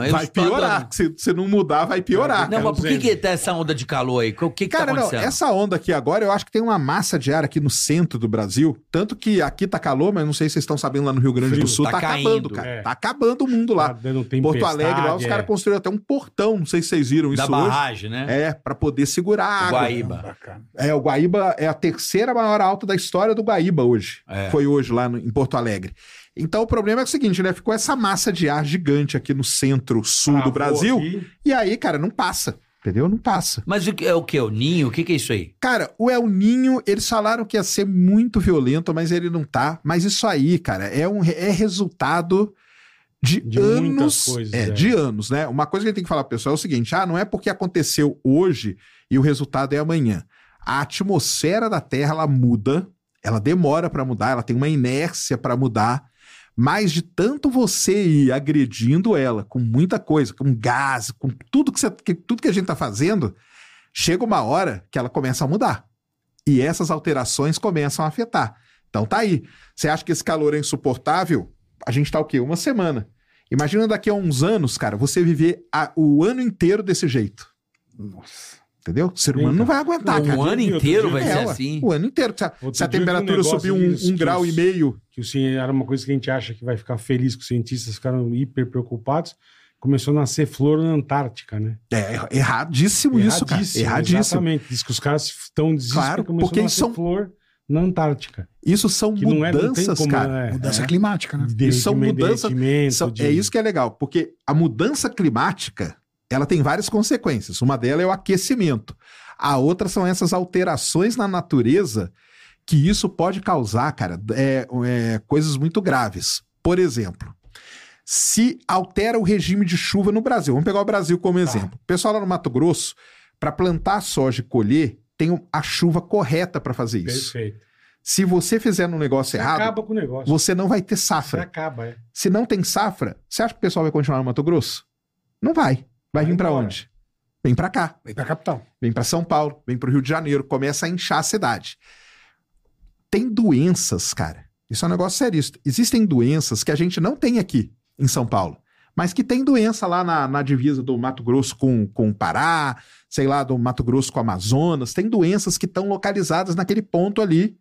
[SPEAKER 6] Eu
[SPEAKER 1] vai
[SPEAKER 6] estou
[SPEAKER 1] piorar.
[SPEAKER 6] adorando.
[SPEAKER 1] Se se não mudar, vai piorar.
[SPEAKER 6] Não,
[SPEAKER 1] cara.
[SPEAKER 6] mas por que que tá essa onda de calor aí? O que que
[SPEAKER 1] Cara,
[SPEAKER 6] tá
[SPEAKER 1] não,
[SPEAKER 6] acontecendo?
[SPEAKER 1] essa onda aqui agora, eu acho que tem uma massa de ar aqui no centro do Brasil. Tanto que aqui tá calor, mas não sei se vocês estão sabendo lá no Rio Grande
[SPEAKER 3] Frio,
[SPEAKER 1] do Sul,
[SPEAKER 6] tá
[SPEAKER 1] tá,
[SPEAKER 6] caindo,
[SPEAKER 1] acabando, cara.
[SPEAKER 3] é.
[SPEAKER 1] Tá acabando o mundo lá.
[SPEAKER 3] Tá dando
[SPEAKER 1] Em
[SPEAKER 3] tempestade,
[SPEAKER 1] Porto Alegre, lá, os
[SPEAKER 3] é.
[SPEAKER 1] caras construíram até um portão, não sei se vocês viram
[SPEAKER 6] da
[SPEAKER 1] isso hoje.
[SPEAKER 6] barragem, né?
[SPEAKER 1] É, pra poder segurar a água.
[SPEAKER 6] Guaíba.
[SPEAKER 5] Bacana.
[SPEAKER 1] É, o Guaíba é a terceira maior alta da história do Guaíba hoje.
[SPEAKER 6] É.
[SPEAKER 1] Foi hoje lá no- em Porto Alegre. Então o problema é o seguinte, né? Ficou essa massa de ar gigante aqui no centro-sul
[SPEAKER 3] Travou
[SPEAKER 1] do Brasil.
[SPEAKER 3] Ah, aqui.
[SPEAKER 1] E aí, cara, não passa. Entendeu? Não passa.
[SPEAKER 4] Mas o que é o que? O ninho? O que, que é isso aí?
[SPEAKER 1] Cara, o El Ninho, eles falaram que ia ser muito violento, mas ele não tá. Mas isso aí, cara, é um é resultado de,
[SPEAKER 3] De muitas
[SPEAKER 1] anos,
[SPEAKER 3] coisas,
[SPEAKER 1] é,
[SPEAKER 3] é.
[SPEAKER 1] de anos, né? Uma coisa que a gente tem que falar pro pessoal é o seguinte, ah, não é porque aconteceu hoje e o resultado é amanhã. A atmosfera da Terra ela muda, ela demora para mudar, ela tem uma inércia para mudar, mas de tanto você ir agredindo ela com muita coisa, com gás, com tudo que, você- que- tudo que a gente tá fazendo, chega uma hora que ela começa a mudar. E essas alterações começam a afetar. Então tá aí. Você acha que esse calor é insuportável? A gente tá o quê? Uma semana. Imagina daqui a uns anos, cara, você viver a- o ano inteiro desse jeito.
[SPEAKER 5] Nossa.
[SPEAKER 1] Entendeu? O ser humano não vai aguentar,
[SPEAKER 4] um
[SPEAKER 1] Tá, cara.
[SPEAKER 4] ano
[SPEAKER 3] dia- outro
[SPEAKER 4] inteiro
[SPEAKER 3] dia
[SPEAKER 4] vai
[SPEAKER 1] é,
[SPEAKER 4] ser
[SPEAKER 1] ué.
[SPEAKER 4] assim.
[SPEAKER 1] O ano inteiro. Se a,
[SPEAKER 3] Outro
[SPEAKER 1] se a
[SPEAKER 3] dia eu vi um
[SPEAKER 1] temperatura
[SPEAKER 3] negócio
[SPEAKER 1] subir um,
[SPEAKER 3] disso,
[SPEAKER 1] um grau
[SPEAKER 3] que
[SPEAKER 1] e
[SPEAKER 3] os-
[SPEAKER 1] meio,
[SPEAKER 3] que o cien- era uma coisa que a gente acha que vai ficar feliz que os cientistas ficaram hiper preocupados. Começou a nascer flor na Antártica, né?
[SPEAKER 1] é erradíssimo isso, cara. Erradíssimo.
[SPEAKER 3] Exatamente. Diz que os caras estão desesperados
[SPEAKER 1] Claro,
[SPEAKER 3] que começou
[SPEAKER 1] porque
[SPEAKER 3] a nascer
[SPEAKER 1] são-
[SPEAKER 3] flor na Antártica.
[SPEAKER 1] Isso são
[SPEAKER 3] Que não é, não tem
[SPEAKER 1] mudanças,
[SPEAKER 3] como...
[SPEAKER 1] cara.
[SPEAKER 3] é,
[SPEAKER 5] Mudança climática, né?
[SPEAKER 3] derretimento,
[SPEAKER 1] são mudanças-
[SPEAKER 3] derretimento
[SPEAKER 1] São-
[SPEAKER 3] de-
[SPEAKER 1] É isso que é legal, porque a mudança climática ela tem várias consequências. Uma delas é o aquecimento. A outra são essas alterações na natureza que isso pode causar, cara, é- é, coisas muito graves. Por exemplo, se altera o regime de chuva no Brasil. Vamos pegar o Brasil
[SPEAKER 3] Tá.
[SPEAKER 1] como exemplo. O pessoal lá no Mato Grosso, para plantar soja e colher, tem a chuva correta para fazer isso.
[SPEAKER 3] Perfeito.
[SPEAKER 1] Se você fizer um negócio
[SPEAKER 3] Você
[SPEAKER 1] errado,
[SPEAKER 3] acaba com o negócio.
[SPEAKER 1] você não vai ter
[SPEAKER 3] Você
[SPEAKER 1] safra.
[SPEAKER 3] acaba, é.
[SPEAKER 1] Se não tem safra, você acha que o pessoal vai continuar no Mato Grosso? Não vai. Vai vir pra
[SPEAKER 3] embora.
[SPEAKER 1] onde? Vem pra cá,
[SPEAKER 5] Vem pra capital.
[SPEAKER 1] vem pra São Paulo, vem pro Rio de Janeiro, começa a inchar a cidade. Tem doenças, cara. Isso é um negócio sério. isso. Existem doenças que a gente não tem aqui em São Paulo, mas que tem doença lá na, na divisa do Mato Grosso com, com o Pará, sei lá, do Mato Grosso com o Amazonas. Tem doenças que estão localizadas naquele ponto ali,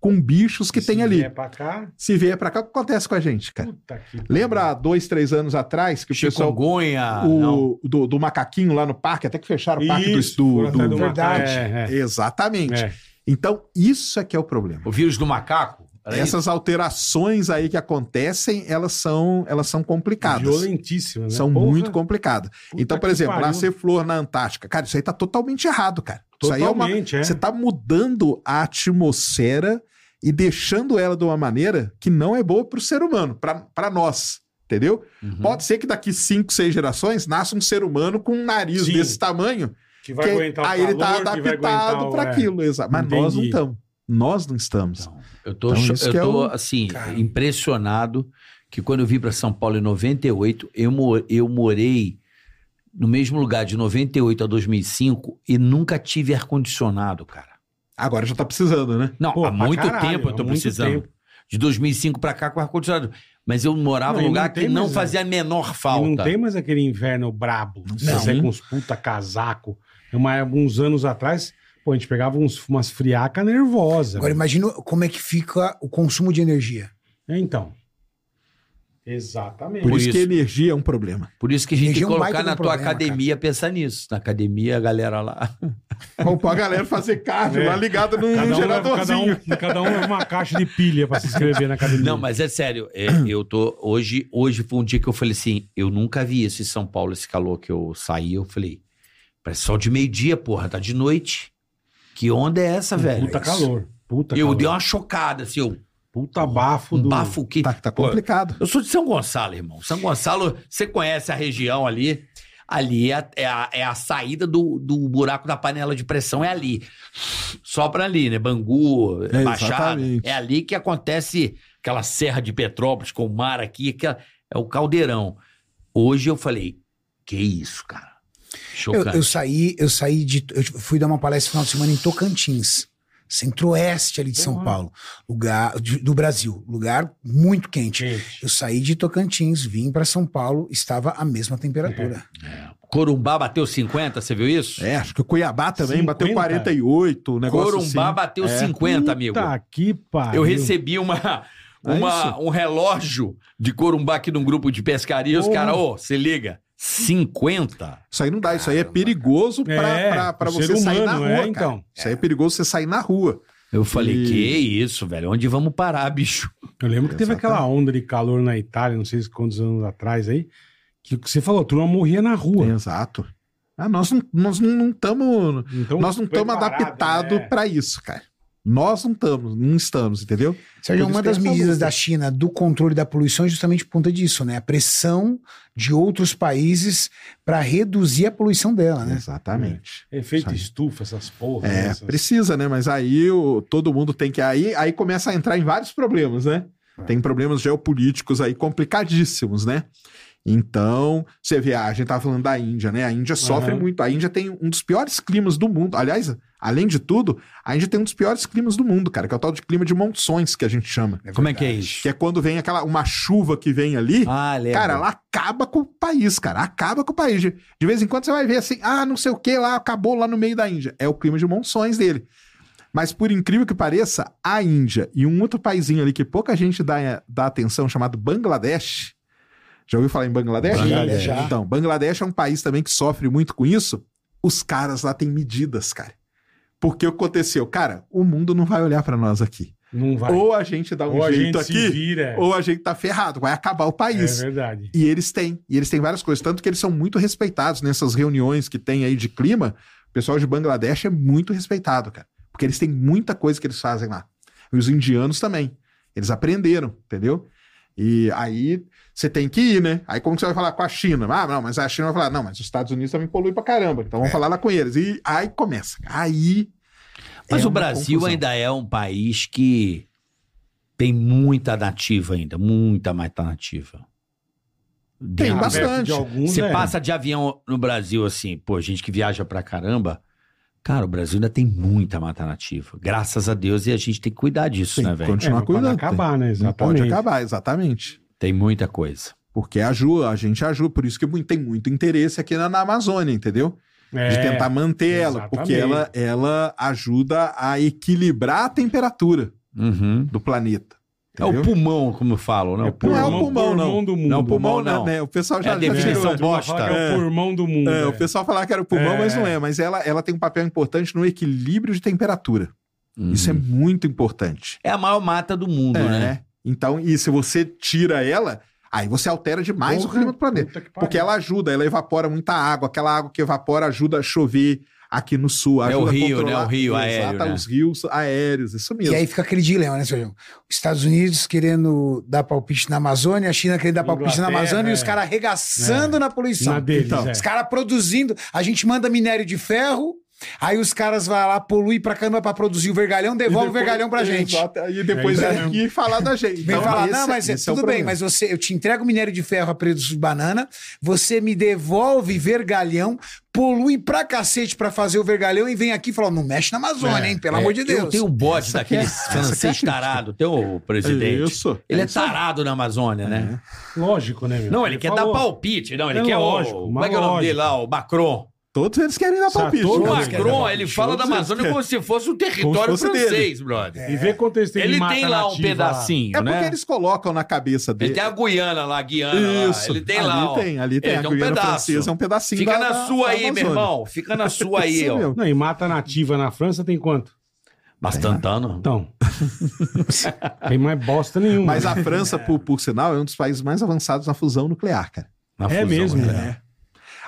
[SPEAKER 1] com bichos que
[SPEAKER 3] Se
[SPEAKER 1] tem ali.
[SPEAKER 3] vier é pra cá,
[SPEAKER 1] Se vier pra cá, o que acontece com a gente, cara?
[SPEAKER 3] puta que pariu.
[SPEAKER 1] Lembra há dois, três anos atrás que o pessoal.
[SPEAKER 4] Chikungunya.
[SPEAKER 3] Ah,
[SPEAKER 4] não.
[SPEAKER 1] O, do, do macaquinho lá no parque, até que fecharam o parque do
[SPEAKER 3] Isso,
[SPEAKER 1] do,
[SPEAKER 3] foram atrás
[SPEAKER 1] do-
[SPEAKER 3] do macaco.
[SPEAKER 5] Verdade.
[SPEAKER 3] É, é.
[SPEAKER 1] Exatamente.
[SPEAKER 3] É.
[SPEAKER 1] Então, isso é que é o problema.
[SPEAKER 4] O vírus do macaco? Era isso?
[SPEAKER 1] Essas alterações aí que acontecem, elas são, elas são complicadas.
[SPEAKER 3] Violentíssima, né?
[SPEAKER 1] São
[SPEAKER 3] Porra,
[SPEAKER 1] muito complicadas.
[SPEAKER 3] puta
[SPEAKER 1] Então, por
[SPEAKER 3] que
[SPEAKER 1] exemplo,
[SPEAKER 3] pariu.
[SPEAKER 1] nascer flor na Antártica. Cara, isso aí tá totalmente errado, cara. Isso aí é uma,
[SPEAKER 3] Totalmente, é.
[SPEAKER 1] você está mudando a atmosfera e deixando ela de uma maneira que não é boa para o ser humano, para nós. Entendeu?
[SPEAKER 3] Uhum.
[SPEAKER 1] Pode ser que daqui 5, 6 gerações nasça um ser humano com um nariz
[SPEAKER 3] Sim.
[SPEAKER 1] desse tamanho.
[SPEAKER 3] Que vai
[SPEAKER 1] que
[SPEAKER 3] aguentar o
[SPEAKER 1] aí ele tá
[SPEAKER 3] calor, que vai aguentar
[SPEAKER 1] adaptado
[SPEAKER 3] o-
[SPEAKER 1] para
[SPEAKER 3] é.
[SPEAKER 1] aquilo. exato. Mas nós não
[SPEAKER 3] Entendi.
[SPEAKER 1] estamos. Nós não estamos.
[SPEAKER 4] Eu tô,
[SPEAKER 1] Então,
[SPEAKER 4] cho-
[SPEAKER 1] isso
[SPEAKER 4] eu
[SPEAKER 1] que é
[SPEAKER 4] tô
[SPEAKER 3] um
[SPEAKER 1] o-
[SPEAKER 4] assim,
[SPEAKER 5] Cara.
[SPEAKER 4] impressionado que quando eu vim para São Paulo em 98, eu, mo- eu morei no mesmo lugar de 98 a 2005 e nunca tive ar-condicionado, cara.
[SPEAKER 1] Agora já está precisando, né?
[SPEAKER 4] Não,
[SPEAKER 3] Pô,
[SPEAKER 4] há
[SPEAKER 3] pra
[SPEAKER 4] muito
[SPEAKER 3] caralho,
[SPEAKER 4] tempo eu tô
[SPEAKER 3] há muito
[SPEAKER 4] precisando.
[SPEAKER 3] tempo.
[SPEAKER 4] De 2005 para cá com ar-condicionado. Mas eu morava
[SPEAKER 3] Não,
[SPEAKER 4] num
[SPEAKER 3] e
[SPEAKER 4] lugar
[SPEAKER 3] não
[SPEAKER 4] que
[SPEAKER 3] tem
[SPEAKER 4] não
[SPEAKER 3] mais,
[SPEAKER 4] fazia a menor
[SPEAKER 3] E
[SPEAKER 4] falta.
[SPEAKER 3] não tem mais aquele inverno brabo. Você
[SPEAKER 1] tem.
[SPEAKER 3] sai com uns puta casaco. É Uma, alguns anos atrás, pô, a gente pegava uns, umas friacas nervosas.
[SPEAKER 5] Agora imagina como é que fica o consumo de energia.
[SPEAKER 3] Então. Exatamente.
[SPEAKER 1] Por,
[SPEAKER 4] Por
[SPEAKER 1] isso, que a
[SPEAKER 4] isso.
[SPEAKER 1] energia é um problema.
[SPEAKER 4] Por isso que a gente tem que
[SPEAKER 5] Energia é um
[SPEAKER 4] colocar
[SPEAKER 5] baita de um
[SPEAKER 4] na tua
[SPEAKER 5] problema,
[SPEAKER 4] academia pensar nisso. Na academia, a galera lá.
[SPEAKER 1] Vamos pôr a galera fazer cardio
[SPEAKER 3] É.
[SPEAKER 1] lá ligada num
[SPEAKER 3] Cada um, leva, cada,
[SPEAKER 1] geradorzinho.
[SPEAKER 3] um, cada um leva uma caixa de pilha pra se inscrever na academia.
[SPEAKER 4] Não, mas é sério. é, eu tô. Hoje, hoje foi um dia que eu falei assim: eu nunca vi isso em São Paulo, esse calor que eu saí. Eu falei: parece sol de meio-dia, porra, tá de noite. Que onda é essa, velho?
[SPEAKER 3] Puta calor. Puta
[SPEAKER 4] eu
[SPEAKER 3] calor.
[SPEAKER 4] dei uma chocada, assim, eu,
[SPEAKER 3] Puta bafo
[SPEAKER 4] um
[SPEAKER 3] do.
[SPEAKER 4] bafo que.
[SPEAKER 1] Tá, tá complicado.
[SPEAKER 4] Eu sou de São Gonçalo, irmão. São Gonçalo, você conhece a região ali. Ali é, a- é a, é a saída do, do buraco da panela de pressão, é ali. Só pra ali, né? Bangu,
[SPEAKER 1] É,
[SPEAKER 4] Baixada.
[SPEAKER 1] exatamente.
[SPEAKER 4] É ali que acontece aquela serra de Petrópolis com o mar aqui, que é é o caldeirão. Hoje eu falei, que isso, cara?
[SPEAKER 5] Eu,
[SPEAKER 4] Chocante.
[SPEAKER 5] eu saí, eu saí de. Eu fui dar uma palestra no final de semana em Tocantins, centro-oeste ali de São
[SPEAKER 3] Porra.
[SPEAKER 5] Paulo, lugar de- do Brasil, lugar muito quente.
[SPEAKER 3] Gente,
[SPEAKER 5] Eu saí de Tocantins, vim pra São Paulo, estava a mesma temperatura.
[SPEAKER 4] Corumbá bateu 50, você viu isso?
[SPEAKER 1] É, acho que o Cuiabá também
[SPEAKER 3] 50.
[SPEAKER 1] bateu 48, o negócio
[SPEAKER 4] Corumbá
[SPEAKER 1] assim.
[SPEAKER 4] bateu
[SPEAKER 1] É.
[SPEAKER 4] 50,
[SPEAKER 3] puta
[SPEAKER 4] amigo.
[SPEAKER 3] que pariu.
[SPEAKER 4] Eu recebi uma, uma-
[SPEAKER 1] É
[SPEAKER 4] um relógio de Corumbá aqui num grupo de pescaria. Os
[SPEAKER 3] Porra.
[SPEAKER 4] caras, ô, se liga, 50?
[SPEAKER 1] Isso aí não dá, isso aí é
[SPEAKER 4] Caramba,
[SPEAKER 1] perigoso pra,
[SPEAKER 3] É,
[SPEAKER 1] pra, pra
[SPEAKER 3] o
[SPEAKER 1] você
[SPEAKER 3] ser
[SPEAKER 1] sair na
[SPEAKER 3] humano,
[SPEAKER 1] rua,
[SPEAKER 3] é,
[SPEAKER 1] cara.
[SPEAKER 3] então.
[SPEAKER 1] Isso aí é perigoso você sair na rua.
[SPEAKER 4] Eu falei,
[SPEAKER 1] E-
[SPEAKER 4] que isso, velho? Onde vamos parar, bicho?
[SPEAKER 3] Eu lembro que teve aquela onda de calor na Itália, não sei se quantos anos atrás aí, que o que você falou, a turma morria na rua.
[SPEAKER 1] Exato. Ah, nós não nós não estamos
[SPEAKER 3] Então,
[SPEAKER 1] nós não estamos
[SPEAKER 3] preparado,
[SPEAKER 1] adaptados
[SPEAKER 3] né?
[SPEAKER 1] para isso, cara. Nós não estamos, não estamos, entendeu?
[SPEAKER 5] Sérgio,
[SPEAKER 1] Por isso
[SPEAKER 5] uma
[SPEAKER 1] tem
[SPEAKER 5] das
[SPEAKER 1] essa
[SPEAKER 5] medidas
[SPEAKER 1] luta.
[SPEAKER 5] da China do controle da poluição é justamente por conta disso, né? A pressão de outros países para reduzir a poluição
[SPEAKER 3] É.
[SPEAKER 5] dela, né?
[SPEAKER 1] Exatamente.
[SPEAKER 3] Efeito
[SPEAKER 1] Sabe?
[SPEAKER 3] estufa, essas porras.
[SPEAKER 1] É, precisa, né? Mas aí o, todo mundo tem que. Aí, aí começa a entrar em vários problemas, né? Tem problemas geopolíticos aí complicadíssimos, né? Então, você vê, a gente tava falando da Índia, né? A Índia sofre
[SPEAKER 3] Aham.
[SPEAKER 1] muito. A Índia tem um dos piores climas do mundo. Aliás, além de tudo, a Índia tem um dos piores climas do mundo, cara, que é o tal de clima de monções que a gente chama.
[SPEAKER 4] Como é que é isso?
[SPEAKER 1] Que é quando vem aquela uma chuva que vem ali.
[SPEAKER 4] Ah,
[SPEAKER 5] É,
[SPEAKER 4] lembro.
[SPEAKER 5] né?
[SPEAKER 1] Cara, ela acaba com o país, cara. Acaba com o país. De de vez em quando você vai ver assim, ah, não sei o que lá, acabou lá no meio da Índia. É o clima de monções dele. Mas por incrível que pareça, a Índia e um outro paizinho ali que pouca gente dá, é, dá atenção, chamado Bangladesh. Já ouviu falar em Bangladesh?
[SPEAKER 3] Bangladesh,
[SPEAKER 5] já.
[SPEAKER 1] Então, Bangladesh é um país também que sofre muito com isso. Os caras lá têm medidas, cara. Porque o que aconteceu? Cara, o mundo não vai olhar pra nós aqui.
[SPEAKER 3] Não vai.
[SPEAKER 1] Ou a gente dá um
[SPEAKER 3] Ou a
[SPEAKER 1] jeito
[SPEAKER 3] gente se
[SPEAKER 1] aqui,
[SPEAKER 3] vira.
[SPEAKER 1] ou a gente tá ferrado, vai acabar o país.
[SPEAKER 3] É verdade.
[SPEAKER 1] E eles têm, e eles têm várias coisas, tanto que eles são muito respeitados nessas reuniões que tem aí de clima. O pessoal de Bangladesh é muito respeitado, cara, porque eles têm muita coisa que eles fazem lá. E os indianos também. Eles aprenderam, entendeu? E aí você tem que ir, né? Aí como que você vai falar com a China? Ah, não, mas a China vai falar, não, mas os Estados Unidos também polui pra caramba, então vamos falar lá com eles. E aí começa. Aí.
[SPEAKER 4] Mas
[SPEAKER 1] é
[SPEAKER 4] o
[SPEAKER 1] uma
[SPEAKER 4] Brasil
[SPEAKER 1] confusão.
[SPEAKER 4] ainda é um país que tem muita nativa ainda, muita mais nativa.
[SPEAKER 1] Tem
[SPEAKER 4] Dentro-
[SPEAKER 1] bastante.
[SPEAKER 3] Perto de alguns,
[SPEAKER 4] Você
[SPEAKER 3] é.
[SPEAKER 4] passa de avião no Brasil assim, pô, gente que viaja pra caramba. Cara, o Brasil ainda tem muita mata nativa. Graças a Deus, e a gente tem que cuidar disso,
[SPEAKER 1] Tem
[SPEAKER 4] né,
[SPEAKER 1] que
[SPEAKER 4] velho?
[SPEAKER 1] continuar
[SPEAKER 3] é, cuidando.
[SPEAKER 1] cuidando.
[SPEAKER 3] acabar, né?
[SPEAKER 1] Não
[SPEAKER 3] Exatamente.
[SPEAKER 1] pode acabar, exatamente.
[SPEAKER 4] Tem muita coisa.
[SPEAKER 1] Porque ajuda, a gente ajuda, por isso que mu- tem muito interesse aqui na, na Amazônia, entendeu?
[SPEAKER 3] É,
[SPEAKER 1] De tentar manter ela,
[SPEAKER 3] exatamente.
[SPEAKER 1] porque ela, ela ajuda a equilibrar a temperatura
[SPEAKER 4] Uhum.
[SPEAKER 1] do planeta.
[SPEAKER 4] É o
[SPEAKER 1] entendeu?
[SPEAKER 4] pulmão, como falam, né?
[SPEAKER 3] É
[SPEAKER 4] O pulmão.
[SPEAKER 1] não é o pulmão, não.
[SPEAKER 3] do mundo.
[SPEAKER 4] Não,
[SPEAKER 1] O pulmão,
[SPEAKER 4] pulmão, não.
[SPEAKER 1] né? O pessoal
[SPEAKER 4] É
[SPEAKER 1] já
[SPEAKER 4] a
[SPEAKER 1] já
[SPEAKER 3] Um É,
[SPEAKER 4] definição
[SPEAKER 1] tirou.
[SPEAKER 3] todo mundo
[SPEAKER 4] bosta.
[SPEAKER 3] fala que É o
[SPEAKER 1] É.
[SPEAKER 3] pulmão do mundo.
[SPEAKER 1] É,
[SPEAKER 3] é.
[SPEAKER 1] o pessoal falava que era o pulmão,
[SPEAKER 3] É.
[SPEAKER 1] mas não é. Mas ela, ela tem um papel importante no equilíbrio de temperatura.
[SPEAKER 4] Uhum.
[SPEAKER 1] Isso é muito importante.
[SPEAKER 4] É a maior mata do mundo,
[SPEAKER 1] É,
[SPEAKER 4] né?
[SPEAKER 1] né? Então, e se você tira ela, aí você altera demais o
[SPEAKER 3] Porra,
[SPEAKER 1] clima do planeta.
[SPEAKER 3] puta que pariu.
[SPEAKER 1] Porque ela ajuda, ela evapora muita água. Aquela água que evapora ajuda a chover aqui no sul.
[SPEAKER 4] É
[SPEAKER 1] Ajuda
[SPEAKER 4] o
[SPEAKER 1] a
[SPEAKER 4] rio,
[SPEAKER 1] controlar-
[SPEAKER 4] né? O rio
[SPEAKER 1] Exato,
[SPEAKER 4] aéreo, né?
[SPEAKER 1] os rios aéreos, isso mesmo.
[SPEAKER 5] E aí fica aquele dilema, né, Sérgio? Os Estados Unidos querendo dar palpite na Amazônia, a China querendo dar palpite na
[SPEAKER 3] Inglaterra,
[SPEAKER 5] Amazônia e
[SPEAKER 3] é.
[SPEAKER 5] os caras arregaçando na poluição.
[SPEAKER 3] Na deles,
[SPEAKER 1] Então,
[SPEAKER 3] é.
[SPEAKER 5] Os caras produzindo, a gente manda minério de ferro, aí os caras vão lá, polui pra caramba pra produzir o vergalhão,
[SPEAKER 1] E
[SPEAKER 5] devolve
[SPEAKER 1] depois-
[SPEAKER 5] o vergalhão pra gente.
[SPEAKER 1] Exato, E depois
[SPEAKER 3] É isso
[SPEAKER 1] vem aqui falar da gente.
[SPEAKER 5] Vem falar, não,
[SPEAKER 1] esse-
[SPEAKER 5] mas é,
[SPEAKER 1] esse é o
[SPEAKER 5] tudo bem,
[SPEAKER 1] problema.
[SPEAKER 5] mas você, eu te entrego minério de ferro a preço de banana, você me devolve vergalhão, polui pra cacete pra fazer o vergalhão e vem aqui e fala, não mexe na Amazônia, hein, pelo
[SPEAKER 4] É,
[SPEAKER 5] amor de Deus.
[SPEAKER 4] Eu tenho um bode daquele francês tarado, tem o
[SPEAKER 1] é
[SPEAKER 4] presidente.
[SPEAKER 1] Isso.
[SPEAKER 4] Ele é tarado na Amazônia, né?
[SPEAKER 3] Lógico, né, meu?
[SPEAKER 4] Não, ele, quer
[SPEAKER 3] falou.
[SPEAKER 4] dar palpite. Não, ele
[SPEAKER 3] É
[SPEAKER 4] quer
[SPEAKER 3] lógico,
[SPEAKER 4] o. Como
[SPEAKER 3] mas
[SPEAKER 4] é que é o nome
[SPEAKER 3] lógico.
[SPEAKER 4] dele lá? O Macron.
[SPEAKER 1] Todos eles querem dar
[SPEAKER 3] Só
[SPEAKER 1] palpite.
[SPEAKER 3] todos
[SPEAKER 4] O
[SPEAKER 3] Todos
[SPEAKER 1] Todos
[SPEAKER 3] eles querem
[SPEAKER 1] querem dar
[SPEAKER 4] Macron,
[SPEAKER 1] palpite.
[SPEAKER 4] ele fala da
[SPEAKER 1] Todos eles
[SPEAKER 4] Amazônia
[SPEAKER 1] querem.
[SPEAKER 4] como se fosse um território
[SPEAKER 1] fosse dele.
[SPEAKER 4] francês, brother.
[SPEAKER 3] é. E vê quanto eles têm de
[SPEAKER 4] Ele
[SPEAKER 3] mata
[SPEAKER 4] tem lá um
[SPEAKER 3] nativa
[SPEAKER 4] pedacinho,
[SPEAKER 1] É
[SPEAKER 4] né?
[SPEAKER 1] porque eles colocam na cabeça
[SPEAKER 4] Ele
[SPEAKER 1] dele.
[SPEAKER 4] tem a Guiana lá, a Guiana
[SPEAKER 1] Isso.
[SPEAKER 4] lá. Ele tem
[SPEAKER 1] ali
[SPEAKER 4] lá, ó.
[SPEAKER 1] tem, ali tem.
[SPEAKER 4] Ele
[SPEAKER 1] a
[SPEAKER 4] tem um
[SPEAKER 1] Guiana
[SPEAKER 4] pedaço.
[SPEAKER 1] Francesa é um pedacinho
[SPEAKER 4] Fica
[SPEAKER 1] da-
[SPEAKER 4] na
[SPEAKER 1] da-
[SPEAKER 4] sua
[SPEAKER 1] da
[SPEAKER 4] aí, meu
[SPEAKER 1] Amazônia.
[SPEAKER 4] irmão. Fica na sua aí,
[SPEAKER 1] Isso
[SPEAKER 4] ó.
[SPEAKER 1] mesmo.
[SPEAKER 3] Não, e mata nativa na França tem quanto?
[SPEAKER 4] Mas tá Tantano.
[SPEAKER 3] Então. tem mais bosta nenhuma.
[SPEAKER 1] Mas
[SPEAKER 3] né?
[SPEAKER 1] a França, por, por sinal, é um dos países mais avançados na fusão nuclear, cara.
[SPEAKER 4] na
[SPEAKER 3] É
[SPEAKER 4] fusão,
[SPEAKER 3] mesmo,
[SPEAKER 4] né?
[SPEAKER 3] né?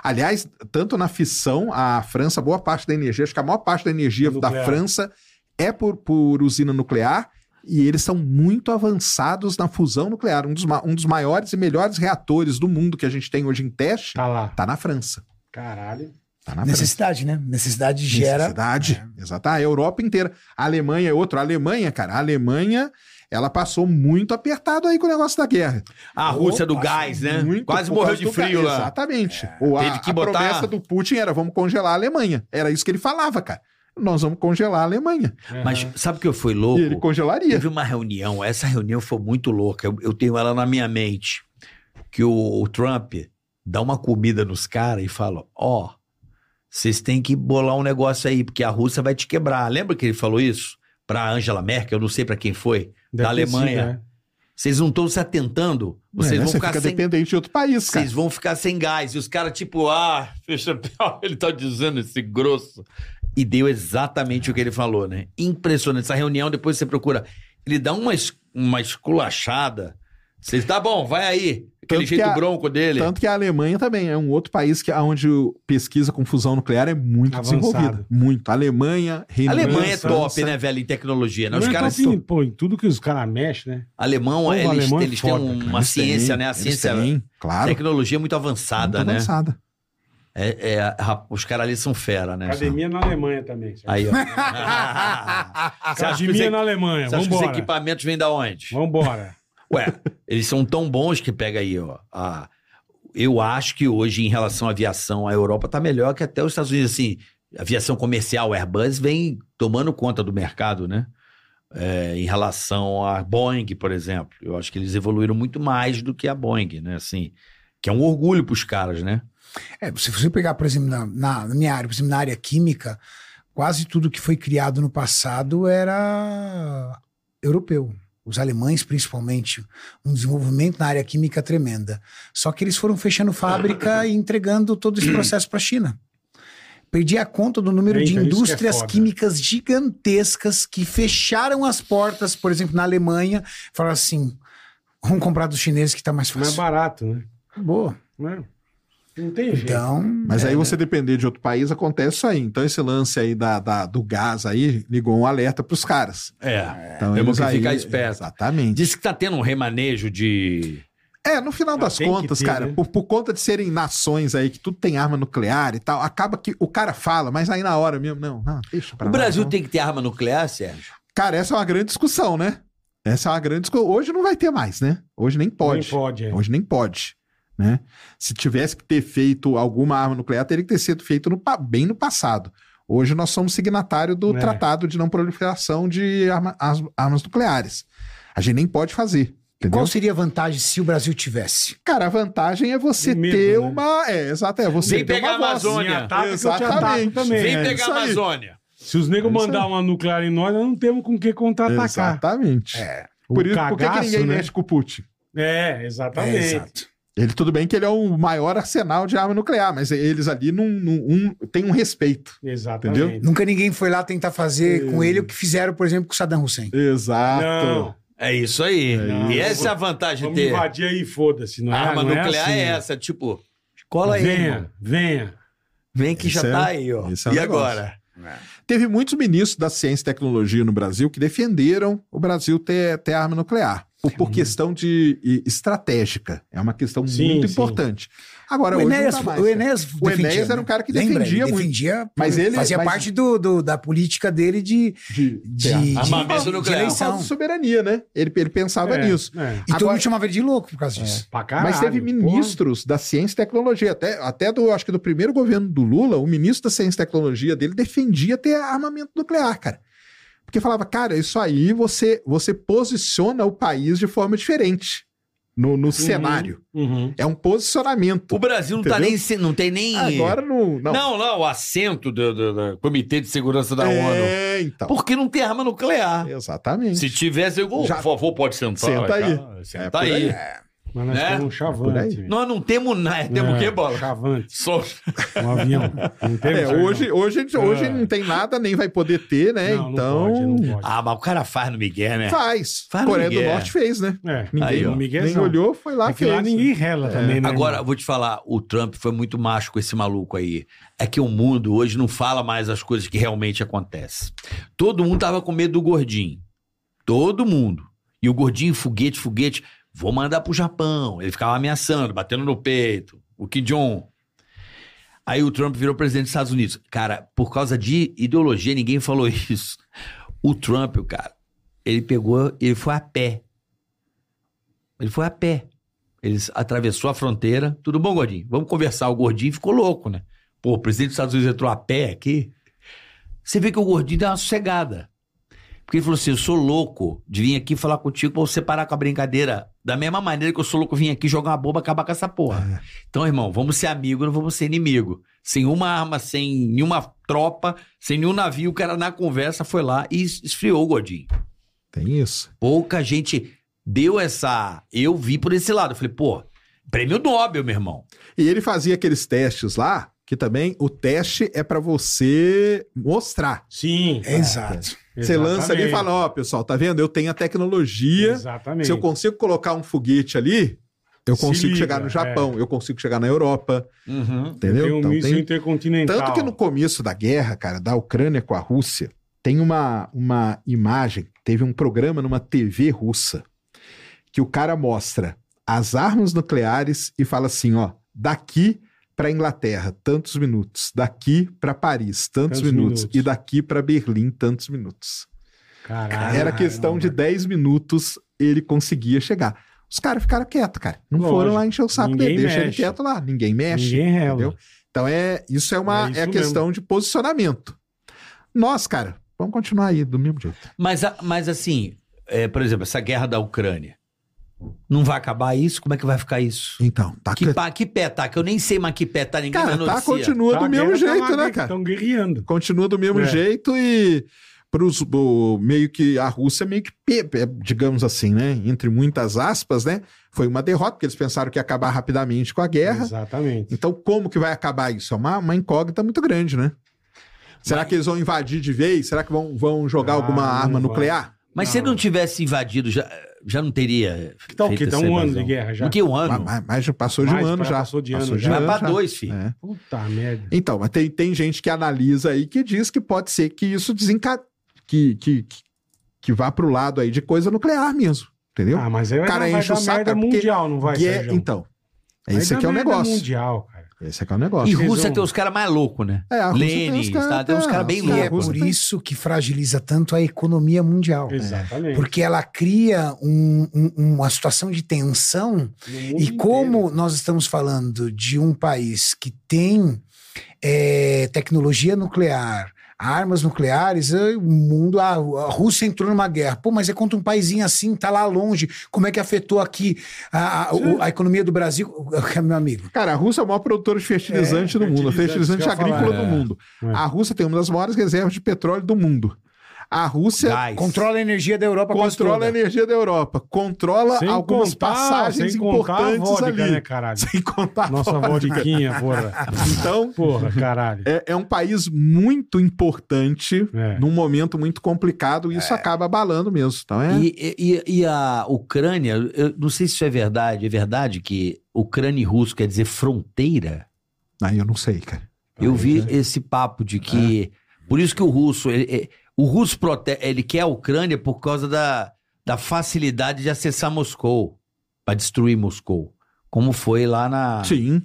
[SPEAKER 1] Aliás, tanto na fissão, a França, boa parte da energia, acho que a maior parte da energia da
[SPEAKER 3] Nuclear.
[SPEAKER 1] França é por, por usina nuclear e eles são muito avançados na fusão nuclear. Um dos, ma- um dos maiores e melhores reatores do mundo que a gente tem hoje em teste
[SPEAKER 3] Tá lá.
[SPEAKER 1] tá na França.
[SPEAKER 3] Caralho.
[SPEAKER 1] Tá na França.
[SPEAKER 5] Necessidade, né? Necessidade gera.
[SPEAKER 1] Necessidade. Exato. A Europa inteira. A Alemanha é outro. A Alemanha, cara, a Alemanha, ela passou muito apertado aí com o negócio da guerra.
[SPEAKER 4] A Rússia do
[SPEAKER 5] Opa,
[SPEAKER 4] gás, né?
[SPEAKER 1] Muito
[SPEAKER 4] Quase
[SPEAKER 1] por
[SPEAKER 4] morreu
[SPEAKER 1] causa
[SPEAKER 4] de
[SPEAKER 1] do
[SPEAKER 4] frio
[SPEAKER 1] cara.
[SPEAKER 4] lá. É,
[SPEAKER 1] Exatamente. O, a,
[SPEAKER 4] Teve que
[SPEAKER 1] a
[SPEAKER 4] botar-
[SPEAKER 1] promessa do Putin era vamos congelar a Alemanha. Era isso que ele falava, cara. Nós vamos congelar a Alemanha.
[SPEAKER 4] Mas sabe o que eu fui
[SPEAKER 1] E
[SPEAKER 4] louco?
[SPEAKER 1] ele congelaria.
[SPEAKER 4] Teve uma reunião, essa reunião foi muito louca. Eu, eu tenho ela na minha mente. Que o, o Trump dá uma comida nos caras e fala: Ó, vocês têm que bolar um negócio aí, porque a Rússia vai te quebrar. Lembra que ele falou isso? Pra Angela Merkel, eu não sei pra quem foi.
[SPEAKER 3] Deve
[SPEAKER 4] da
[SPEAKER 3] ter sido,
[SPEAKER 4] Alemanha.
[SPEAKER 3] né?
[SPEAKER 4] Vocês não estão se atentando, vocês
[SPEAKER 1] É, né?
[SPEAKER 4] vão
[SPEAKER 1] Você
[SPEAKER 4] ficar
[SPEAKER 1] fica
[SPEAKER 4] sem.
[SPEAKER 1] dependente de outro país, cara.
[SPEAKER 4] Vocês vão ficar sem gás. E os caras, tipo, ah, fecha ele tá dizendo esse grosso. E deu exatamente o que ele falou, né? Impressionante. Essa reunião, depois você procura. Ele dá uma, es- uma esculachada. Vocês, tá bom, vai aí. Aquele
[SPEAKER 1] tanto
[SPEAKER 4] jeito
[SPEAKER 1] que a-
[SPEAKER 4] bronco dele.
[SPEAKER 1] Tanto que a Alemanha também é um outro país que, onde o- pesquisa com fusão nuclear é muito
[SPEAKER 3] Avançado.
[SPEAKER 1] desenvolvida. Muito. Alemanha, Reino
[SPEAKER 4] A
[SPEAKER 1] Unido.
[SPEAKER 4] Alemanha é
[SPEAKER 3] França,
[SPEAKER 4] top, né, velho, em tecnologia. né?
[SPEAKER 3] Não
[SPEAKER 4] Os
[SPEAKER 3] é
[SPEAKER 1] então, assim,
[SPEAKER 4] caras.
[SPEAKER 3] top, pô, em tudo que os caras mexem, né?
[SPEAKER 4] Alemão,
[SPEAKER 3] Pô, o
[SPEAKER 4] eles,
[SPEAKER 3] alemão é
[SPEAKER 4] eles têm
[SPEAKER 3] foda,
[SPEAKER 4] uma
[SPEAKER 1] Eles
[SPEAKER 4] ciência,
[SPEAKER 1] têm,
[SPEAKER 4] né? A
[SPEAKER 1] eles
[SPEAKER 4] ciência.
[SPEAKER 1] têm, claro.
[SPEAKER 4] Tecnologia muito avançada,
[SPEAKER 1] muito
[SPEAKER 4] né?
[SPEAKER 1] avançada.
[SPEAKER 4] É, é, rap- os caras ali são fera, né?
[SPEAKER 3] Academia na Alemanha também. certo? Ah,
[SPEAKER 4] Aí, ó. Você acha que é os
[SPEAKER 3] Academia
[SPEAKER 4] equi-
[SPEAKER 3] na Alemanha,
[SPEAKER 1] É,
[SPEAKER 4] você acha que os
[SPEAKER 3] vambora.
[SPEAKER 4] equipamentos vêm da onde?
[SPEAKER 3] Vambora.
[SPEAKER 4] Ué, eles são tão bons que pega aí, ó. a- eu acho que hoje, em relação à aviação, a Europa tá melhor que até os Estados Unidos. Assim, aviação comercial, Airbus, vem tomando conta do mercado, né? É, em relação à Boeing, por exemplo. Eu acho que eles evoluíram muito mais do que a Boeing, né? Assim, que é um orgulho pros caras, né?
[SPEAKER 5] É, se você pegar, por exemplo, na, na- na minha área, por exemplo, na área química, quase tudo que foi criado no passado era europeu. Os alemães, principalmente, um desenvolvimento na área química tremenda. Só que eles foram fechando fábrica e entregando todo esse processo para a China. Perdi a conta do número de
[SPEAKER 3] Então, isso que é
[SPEAKER 5] indústrias
[SPEAKER 3] foda.
[SPEAKER 5] químicas gigantescas que fecharam as portas, por exemplo, na Alemanha, falaram assim: vamos comprar dos chineses que está mais
[SPEAKER 3] Não é
[SPEAKER 5] fácil.
[SPEAKER 3] barato, né?
[SPEAKER 5] Boa.
[SPEAKER 3] Não, é? não tem jeito.
[SPEAKER 5] Então,
[SPEAKER 1] Mas
[SPEAKER 4] É, né?
[SPEAKER 1] aí você depender de outro país, acontece isso aí. Então esse lance aí da, da- do gás aí ligou um alerta pros caras.
[SPEAKER 4] É.
[SPEAKER 1] Então
[SPEAKER 4] temos
[SPEAKER 1] eles
[SPEAKER 4] que
[SPEAKER 1] aí-
[SPEAKER 4] ficar esperto.
[SPEAKER 1] Exatamente.
[SPEAKER 4] Diz que tá tendo um remanejo de.
[SPEAKER 1] É, no final
[SPEAKER 3] Ah,
[SPEAKER 1] das
[SPEAKER 3] tem que
[SPEAKER 1] contas,
[SPEAKER 3] ter,
[SPEAKER 1] cara,
[SPEAKER 3] né?
[SPEAKER 1] por, por conta de serem nações aí que tudo tem arma nuclear e tal, acaba que o cara fala, mas aí na hora mesmo, não, não, deixa pra
[SPEAKER 4] O
[SPEAKER 1] lá,
[SPEAKER 4] Brasil
[SPEAKER 1] não.
[SPEAKER 4] tem que ter arma nuclear, Sérgio?
[SPEAKER 1] Cara, essa é uma grande discussão, né? Essa é uma grande discussão. Hoje não vai ter mais, né? Hoje nem pode.
[SPEAKER 3] Nem pode, é.
[SPEAKER 1] Hoje nem pode, né? Se tivesse que ter feito alguma arma nuclear, teria que ter sido feito no pa- bem no passado. Hoje nós somos signatário do
[SPEAKER 3] É.
[SPEAKER 1] Tratado de Não Proliferação de Arma- As- Armas Nucleares. A gente nem pode fazer, entendeu?
[SPEAKER 5] Qual seria a vantagem se o Brasil tivesse?
[SPEAKER 1] Cara, a vantagem é você
[SPEAKER 3] Medo,
[SPEAKER 1] ter
[SPEAKER 3] né?
[SPEAKER 1] uma... É, exato, é você
[SPEAKER 4] Vem
[SPEAKER 1] ter
[SPEAKER 4] pegar
[SPEAKER 1] uma
[SPEAKER 4] a
[SPEAKER 1] voz.
[SPEAKER 4] Amazônia.
[SPEAKER 3] Me ataca que eu te ataco
[SPEAKER 1] Exatamente.
[SPEAKER 3] também,
[SPEAKER 4] Vem
[SPEAKER 3] né?
[SPEAKER 1] É,
[SPEAKER 4] pegar
[SPEAKER 1] isso
[SPEAKER 4] a
[SPEAKER 1] aí.
[SPEAKER 4] Amazônia.
[SPEAKER 3] Se os negros
[SPEAKER 1] É isso aí.
[SPEAKER 3] mandar uma nuclear em nós, nós não temos com o que contra-atacar.
[SPEAKER 1] Exatamente.
[SPEAKER 3] O
[SPEAKER 1] É. Por isso, por que que
[SPEAKER 3] cagaço,
[SPEAKER 1] ninguém
[SPEAKER 3] né?
[SPEAKER 1] mexe com o Putin?
[SPEAKER 3] É, exatamente.
[SPEAKER 1] Ele, tudo bem que ele é o maior arsenal de arma nuclear, mas eles ali não, não- um, tem um respeito.
[SPEAKER 3] Exatamente.
[SPEAKER 1] Entendeu?
[SPEAKER 5] Nunca ninguém foi lá tentar fazer
[SPEAKER 1] É.
[SPEAKER 5] com ele o que fizeram, por exemplo, com o Saddam Hussein.
[SPEAKER 1] Exato.
[SPEAKER 3] Não,
[SPEAKER 4] É isso aí.
[SPEAKER 3] Não,
[SPEAKER 4] e
[SPEAKER 3] eu
[SPEAKER 4] essa
[SPEAKER 3] vou-
[SPEAKER 4] é a vantagem de
[SPEAKER 3] vamos
[SPEAKER 4] ter.
[SPEAKER 3] invadir aí, foda-se. Não
[SPEAKER 4] A
[SPEAKER 3] é,
[SPEAKER 4] arma
[SPEAKER 3] não
[SPEAKER 4] nuclear é,
[SPEAKER 3] assim, né?
[SPEAKER 4] essa, tipo, cola aí, irmão.
[SPEAKER 3] Venha, venha.
[SPEAKER 4] Vem que já
[SPEAKER 1] Esse é-
[SPEAKER 4] tá aí, ó.
[SPEAKER 1] esse é o
[SPEAKER 4] e
[SPEAKER 1] negócio.
[SPEAKER 4] agora?
[SPEAKER 1] Teve muitos ministros da ciência e tecnologia no Brasil que defenderam o Brasil ter, ter arma nuclear. Por, por questão de e, estratégica. É uma questão
[SPEAKER 3] Uhum. Sim,
[SPEAKER 1] muito
[SPEAKER 3] sim.
[SPEAKER 1] importante. Agora,
[SPEAKER 5] o,
[SPEAKER 1] hoje
[SPEAKER 5] Enéas,
[SPEAKER 1] não tá mais,
[SPEAKER 5] o
[SPEAKER 1] né?
[SPEAKER 5] Enéas
[SPEAKER 1] O Enéas
[SPEAKER 5] defendia, né?
[SPEAKER 1] era um cara que
[SPEAKER 5] Lembra? Ele
[SPEAKER 1] defendia muito.
[SPEAKER 5] defendia,
[SPEAKER 1] Mas ele-
[SPEAKER 5] fazia
[SPEAKER 1] mas-
[SPEAKER 5] parte do, do- da política dele de,
[SPEAKER 1] de,
[SPEAKER 5] de,
[SPEAKER 1] de,
[SPEAKER 5] de-
[SPEAKER 4] Armamento
[SPEAKER 5] de
[SPEAKER 4] nuclear.
[SPEAKER 5] eleição.
[SPEAKER 1] de soberania, né? Ele, ele pensava
[SPEAKER 3] É,
[SPEAKER 1] nisso.
[SPEAKER 3] É.
[SPEAKER 5] E todo
[SPEAKER 1] Agora-
[SPEAKER 5] mundo chamava ele de louco por causa disso.
[SPEAKER 3] Pra caralho.
[SPEAKER 1] Mas teve
[SPEAKER 3] porra.
[SPEAKER 1] ministros da ciência e tecnologia, até, até do, acho que do primeiro governo do Lula, o ministro da ciência e tecnologia dele defendia ter armamento nuclear, cara. Porque falava, cara, isso aí você, você posiciona o país de forma diferente no, no cenário.
[SPEAKER 3] Uhum.
[SPEAKER 1] É um posicionamento.
[SPEAKER 4] O Brasil não, tá
[SPEAKER 1] Entendeu?
[SPEAKER 4] nem, se- não tem nem.
[SPEAKER 1] Agora não.
[SPEAKER 4] não.
[SPEAKER 1] Não,
[SPEAKER 4] não, o assento do, do- do Comitê de Segurança da ONU.
[SPEAKER 1] é, então.
[SPEAKER 4] Porque não tem arma nuclear.
[SPEAKER 1] Exatamente.
[SPEAKER 4] Se tivesse, eu,
[SPEAKER 1] Já-
[SPEAKER 4] por favor, pode sentar.
[SPEAKER 1] Senta
[SPEAKER 4] cara.
[SPEAKER 3] Ah,
[SPEAKER 1] aí. É,
[SPEAKER 3] tá
[SPEAKER 4] Senta
[SPEAKER 1] por
[SPEAKER 4] aí.
[SPEAKER 3] Mas nós
[SPEAKER 4] Né?
[SPEAKER 3] temos um
[SPEAKER 1] É
[SPEAKER 3] chavante.
[SPEAKER 1] por aí.
[SPEAKER 3] velho.
[SPEAKER 4] Nós não temos nada. Temos o
[SPEAKER 3] É,
[SPEAKER 4] quê, bola?
[SPEAKER 3] Chavante.
[SPEAKER 4] Só-
[SPEAKER 3] Um avião. Não temos,
[SPEAKER 1] É,
[SPEAKER 3] avião.
[SPEAKER 1] hoje, hoje, hoje não tem nada, nem vai poder ter, né?
[SPEAKER 3] Não, não
[SPEAKER 1] então.
[SPEAKER 3] pode, não pode.
[SPEAKER 4] Ah, mas o cara faz no Miguel, né?
[SPEAKER 1] Faz.
[SPEAKER 4] Faz
[SPEAKER 1] Coreia do
[SPEAKER 4] Miguel.
[SPEAKER 1] Norte fez, né?
[SPEAKER 3] É.
[SPEAKER 1] Ninguém,
[SPEAKER 4] Aí, ó.
[SPEAKER 1] nem
[SPEAKER 3] Miguelzão.
[SPEAKER 1] olhou, foi lá
[SPEAKER 3] É que
[SPEAKER 1] fez.
[SPEAKER 3] lá ninguém rela também, né?
[SPEAKER 4] Agora,
[SPEAKER 3] irmão?
[SPEAKER 4] vou te falar, o Trump foi muito macho com esse maluco aí. É que o mundo hoje não fala mais as coisas que realmente acontecem. Todo mundo tava com medo do gordinho. Todo mundo. E o gordinho, foguete, foguete, vou mandar pro Japão. Ele ficava ameaçando, batendo no peito. O Kim Jong. Aí o Trump virou presidente dos Estados Unidos. Cara, por causa de ideologia, ninguém falou isso. O Trump, o cara, ele pegou, ele foi a pé. Ele foi a pé. Ele atravessou a fronteira. Tudo bom, Gordinho? Vamos conversar. O Gordinho ficou louco, né? Pô, o presidente dos Estados Unidos entrou a pé aqui. Você vê que o Gordinho deu uma sossegada. Porque ele falou assim: eu sou louco de vir aqui falar contigo pra você parar com a brincadeira. Da mesma maneira que eu sou louco de vir aqui jogar uma bomba e acabar com essa porra. Então, irmão, vamos ser amigo, não vamos ser inimigo. Sem uma arma, sem nenhuma tropa, sem nenhum navio, o cara na conversa foi lá e es- esfriou o Gordinho
[SPEAKER 1] Tem isso.
[SPEAKER 4] pouca gente deu essa. Eu vi por esse lado. Eu falei, pô, prêmio Nobel, meu irmão.
[SPEAKER 1] E ele fazia aqueles testes lá, que também o teste é pra você mostrar.
[SPEAKER 3] Sim.
[SPEAKER 5] Exato.
[SPEAKER 1] Você lança ali e
[SPEAKER 3] Exatamente.
[SPEAKER 1] fala: Ó, pessoal, tá vendo? Eu tenho a tecnologia.
[SPEAKER 3] Exatamente.
[SPEAKER 1] Se eu consigo colocar um foguete ali, Eu
[SPEAKER 3] Se
[SPEAKER 1] consigo
[SPEAKER 3] liga,
[SPEAKER 1] chegar no Japão, eu consigo chegar na Europa,
[SPEAKER 4] Uhum.
[SPEAKER 1] entendeu?
[SPEAKER 3] Tem um
[SPEAKER 1] Então,
[SPEAKER 3] míssil
[SPEAKER 1] tem-
[SPEAKER 3] intercontinental.
[SPEAKER 1] Tanto que no começo da guerra, cara, da Ucrânia com a Rússia, tem uma, uma imagem, teve um programa numa TV russa, que o cara mostra as armas nucleares e fala assim, ó, daqui para Inglaterra, tantos minutos, daqui para Paris, tantos,
[SPEAKER 3] Tantos
[SPEAKER 1] minutos,
[SPEAKER 3] minutos.
[SPEAKER 1] e daqui para Berlim, tantos minutos.
[SPEAKER 3] Caralho,
[SPEAKER 1] Era questão de 10 minutos ele conseguia chegar. Os caras ficaram quietos, cara. Não
[SPEAKER 3] Lógico.
[SPEAKER 1] foram lá encher o saco
[SPEAKER 3] Ninguém
[SPEAKER 1] dele, deixa ele
[SPEAKER 3] mexe.
[SPEAKER 1] quieto lá, ninguém mexe.
[SPEAKER 3] Ninguém rela.
[SPEAKER 1] Entendeu? Então é isso é
[SPEAKER 3] É
[SPEAKER 1] uma
[SPEAKER 3] isso
[SPEAKER 1] é, a
[SPEAKER 3] mesmo.
[SPEAKER 1] questão de posicionamento. Nós, cara, vamos continuar aí do mesmo jeito.
[SPEAKER 4] Mas, a- mas assim, é, por exemplo, essa guerra da Ucrânia. Não vai acabar isso? Como é que vai ficar isso?
[SPEAKER 1] Então, tá
[SPEAKER 4] Que, pá, que pé tá? Que eu nem sei mais que pé tá, ninguém
[SPEAKER 1] cara,
[SPEAKER 4] me
[SPEAKER 1] tá
[SPEAKER 4] noticia.
[SPEAKER 1] continua
[SPEAKER 3] Tá,
[SPEAKER 1] do
[SPEAKER 3] a
[SPEAKER 1] mesmo
[SPEAKER 3] guerra tá
[SPEAKER 1] jeito,
[SPEAKER 3] lá,
[SPEAKER 1] né, cara?
[SPEAKER 3] Estão guerreando.
[SPEAKER 1] Continua do mesmo
[SPEAKER 3] É.
[SPEAKER 1] jeito e pros, o- meio que a Rússia meio que pe- é, digamos assim, né, entre muitas aspas, né, foi uma derrota porque eles pensaram que ia acabar rapidamente com a guerra.
[SPEAKER 3] Exatamente.
[SPEAKER 1] Então, como que vai acabar isso? É uma, uma incógnita muito grande, né? Será que eles vão invadir de vez? Será que vão, vão jogar
[SPEAKER 3] Ah,
[SPEAKER 1] alguma
[SPEAKER 3] não
[SPEAKER 1] arma
[SPEAKER 3] vai.
[SPEAKER 1] nuclear?
[SPEAKER 4] Mas se
[SPEAKER 3] Não.
[SPEAKER 4] não tivesse invadido, já, já não teria.
[SPEAKER 3] Que tá o
[SPEAKER 4] feito
[SPEAKER 3] quê? Tá
[SPEAKER 4] essa
[SPEAKER 3] um ano
[SPEAKER 4] invasão.
[SPEAKER 3] de guerra já.
[SPEAKER 4] Não que um ano.
[SPEAKER 1] Mas, mas já passou de
[SPEAKER 3] Mais,
[SPEAKER 1] um ano já.
[SPEAKER 3] passou de ano já.
[SPEAKER 4] Vai pra
[SPEAKER 1] já.
[SPEAKER 4] dois, filho.
[SPEAKER 1] É.
[SPEAKER 3] Puta merda.
[SPEAKER 1] Então, mas tem, tem gente que analisa aí que diz que pode ser que isso desenca... que, que, que, que vá pro lado aí de coisa nuclear mesmo, entendeu?
[SPEAKER 3] Ah, mas aí vai,
[SPEAKER 1] Cara,
[SPEAKER 3] dar- vai
[SPEAKER 1] enche o
[SPEAKER 3] dar
[SPEAKER 1] saco,
[SPEAKER 3] merda
[SPEAKER 1] é porque
[SPEAKER 3] mundial, não vai,
[SPEAKER 1] Que é-
[SPEAKER 3] Sérgio?
[SPEAKER 1] então,
[SPEAKER 3] Vai
[SPEAKER 1] esse
[SPEAKER 3] dar
[SPEAKER 1] aqui é o
[SPEAKER 3] merda
[SPEAKER 1] negócio.
[SPEAKER 3] mundial, cara.
[SPEAKER 1] Esse aqui é o
[SPEAKER 4] E
[SPEAKER 1] negócio.
[SPEAKER 3] Vocês
[SPEAKER 4] Rússia
[SPEAKER 3] vão-
[SPEAKER 4] tem os caras mais loucos, né?
[SPEAKER 1] É, a Rússia tem
[SPEAKER 4] Lenin,
[SPEAKER 1] uns caras-
[SPEAKER 4] tá? Tem uns caras bem
[SPEAKER 1] os
[SPEAKER 5] E é
[SPEAKER 4] loucos.
[SPEAKER 1] Rússia
[SPEAKER 5] por
[SPEAKER 1] tem-
[SPEAKER 5] isso que fragiliza tanto a economia
[SPEAKER 1] É.
[SPEAKER 5] mundial.
[SPEAKER 3] Exatamente.
[SPEAKER 5] Porque ela cria um- um- uma situação de tensão
[SPEAKER 3] No mundo
[SPEAKER 5] E como
[SPEAKER 3] inteiro.
[SPEAKER 5] nós estamos falando de um país que tem eh, tecnologia nuclear, armas nucleares, eh, o mundo, ah, a Rússia entrou numa guerra. Pô, mas é contra um paizinho assim, tá lá longe. Como é que afetou aqui a, a- o- a economia do Brasil? Meu amigo,
[SPEAKER 1] Cara, a Rússia é a maior produtora de fertilizante
[SPEAKER 3] É,
[SPEAKER 1] do mundo,
[SPEAKER 3] fertilizante,
[SPEAKER 1] fertilizante
[SPEAKER 3] isso que eu ia
[SPEAKER 1] agrícola
[SPEAKER 4] falar,
[SPEAKER 1] do
[SPEAKER 4] é.
[SPEAKER 1] mundo.
[SPEAKER 3] É.
[SPEAKER 1] A Rússia tem uma das maiores reservas de petróleo do mundo. A Rússia
[SPEAKER 4] Gás.
[SPEAKER 5] controla a energia da Europa quase
[SPEAKER 1] controla a
[SPEAKER 5] toda.
[SPEAKER 1] energia da Europa, controla
[SPEAKER 3] Sem
[SPEAKER 1] algumas
[SPEAKER 3] contar-
[SPEAKER 1] passagens
[SPEAKER 3] sem contar a
[SPEAKER 1] importantes
[SPEAKER 3] vodka,
[SPEAKER 1] ali.
[SPEAKER 3] né, caralho?
[SPEAKER 1] Sem contar a
[SPEAKER 3] Nossa
[SPEAKER 1] vodka.
[SPEAKER 3] vodiquinha, porra.
[SPEAKER 1] Então,
[SPEAKER 3] Porra, caralho.
[SPEAKER 1] é, é um país muito importante
[SPEAKER 3] É.
[SPEAKER 1] num momento muito complicado e isso acaba abalando mesmo. Então é.
[SPEAKER 4] E, e- e a Ucrânia, eu não sei se isso é verdade. É verdade que Ucrânia e russo quer dizer fronteira?
[SPEAKER 1] Aí eu não sei, cara.
[SPEAKER 4] Eu vi
[SPEAKER 3] né?
[SPEAKER 4] esse papo de que.
[SPEAKER 1] É.
[SPEAKER 4] Por isso que o russo. ele- ele- o russo prote... ele quer a Ucrânia por causa da, da facilidade de acessar Moscou para destruir Moscou. Como foi lá na.
[SPEAKER 1] Sim.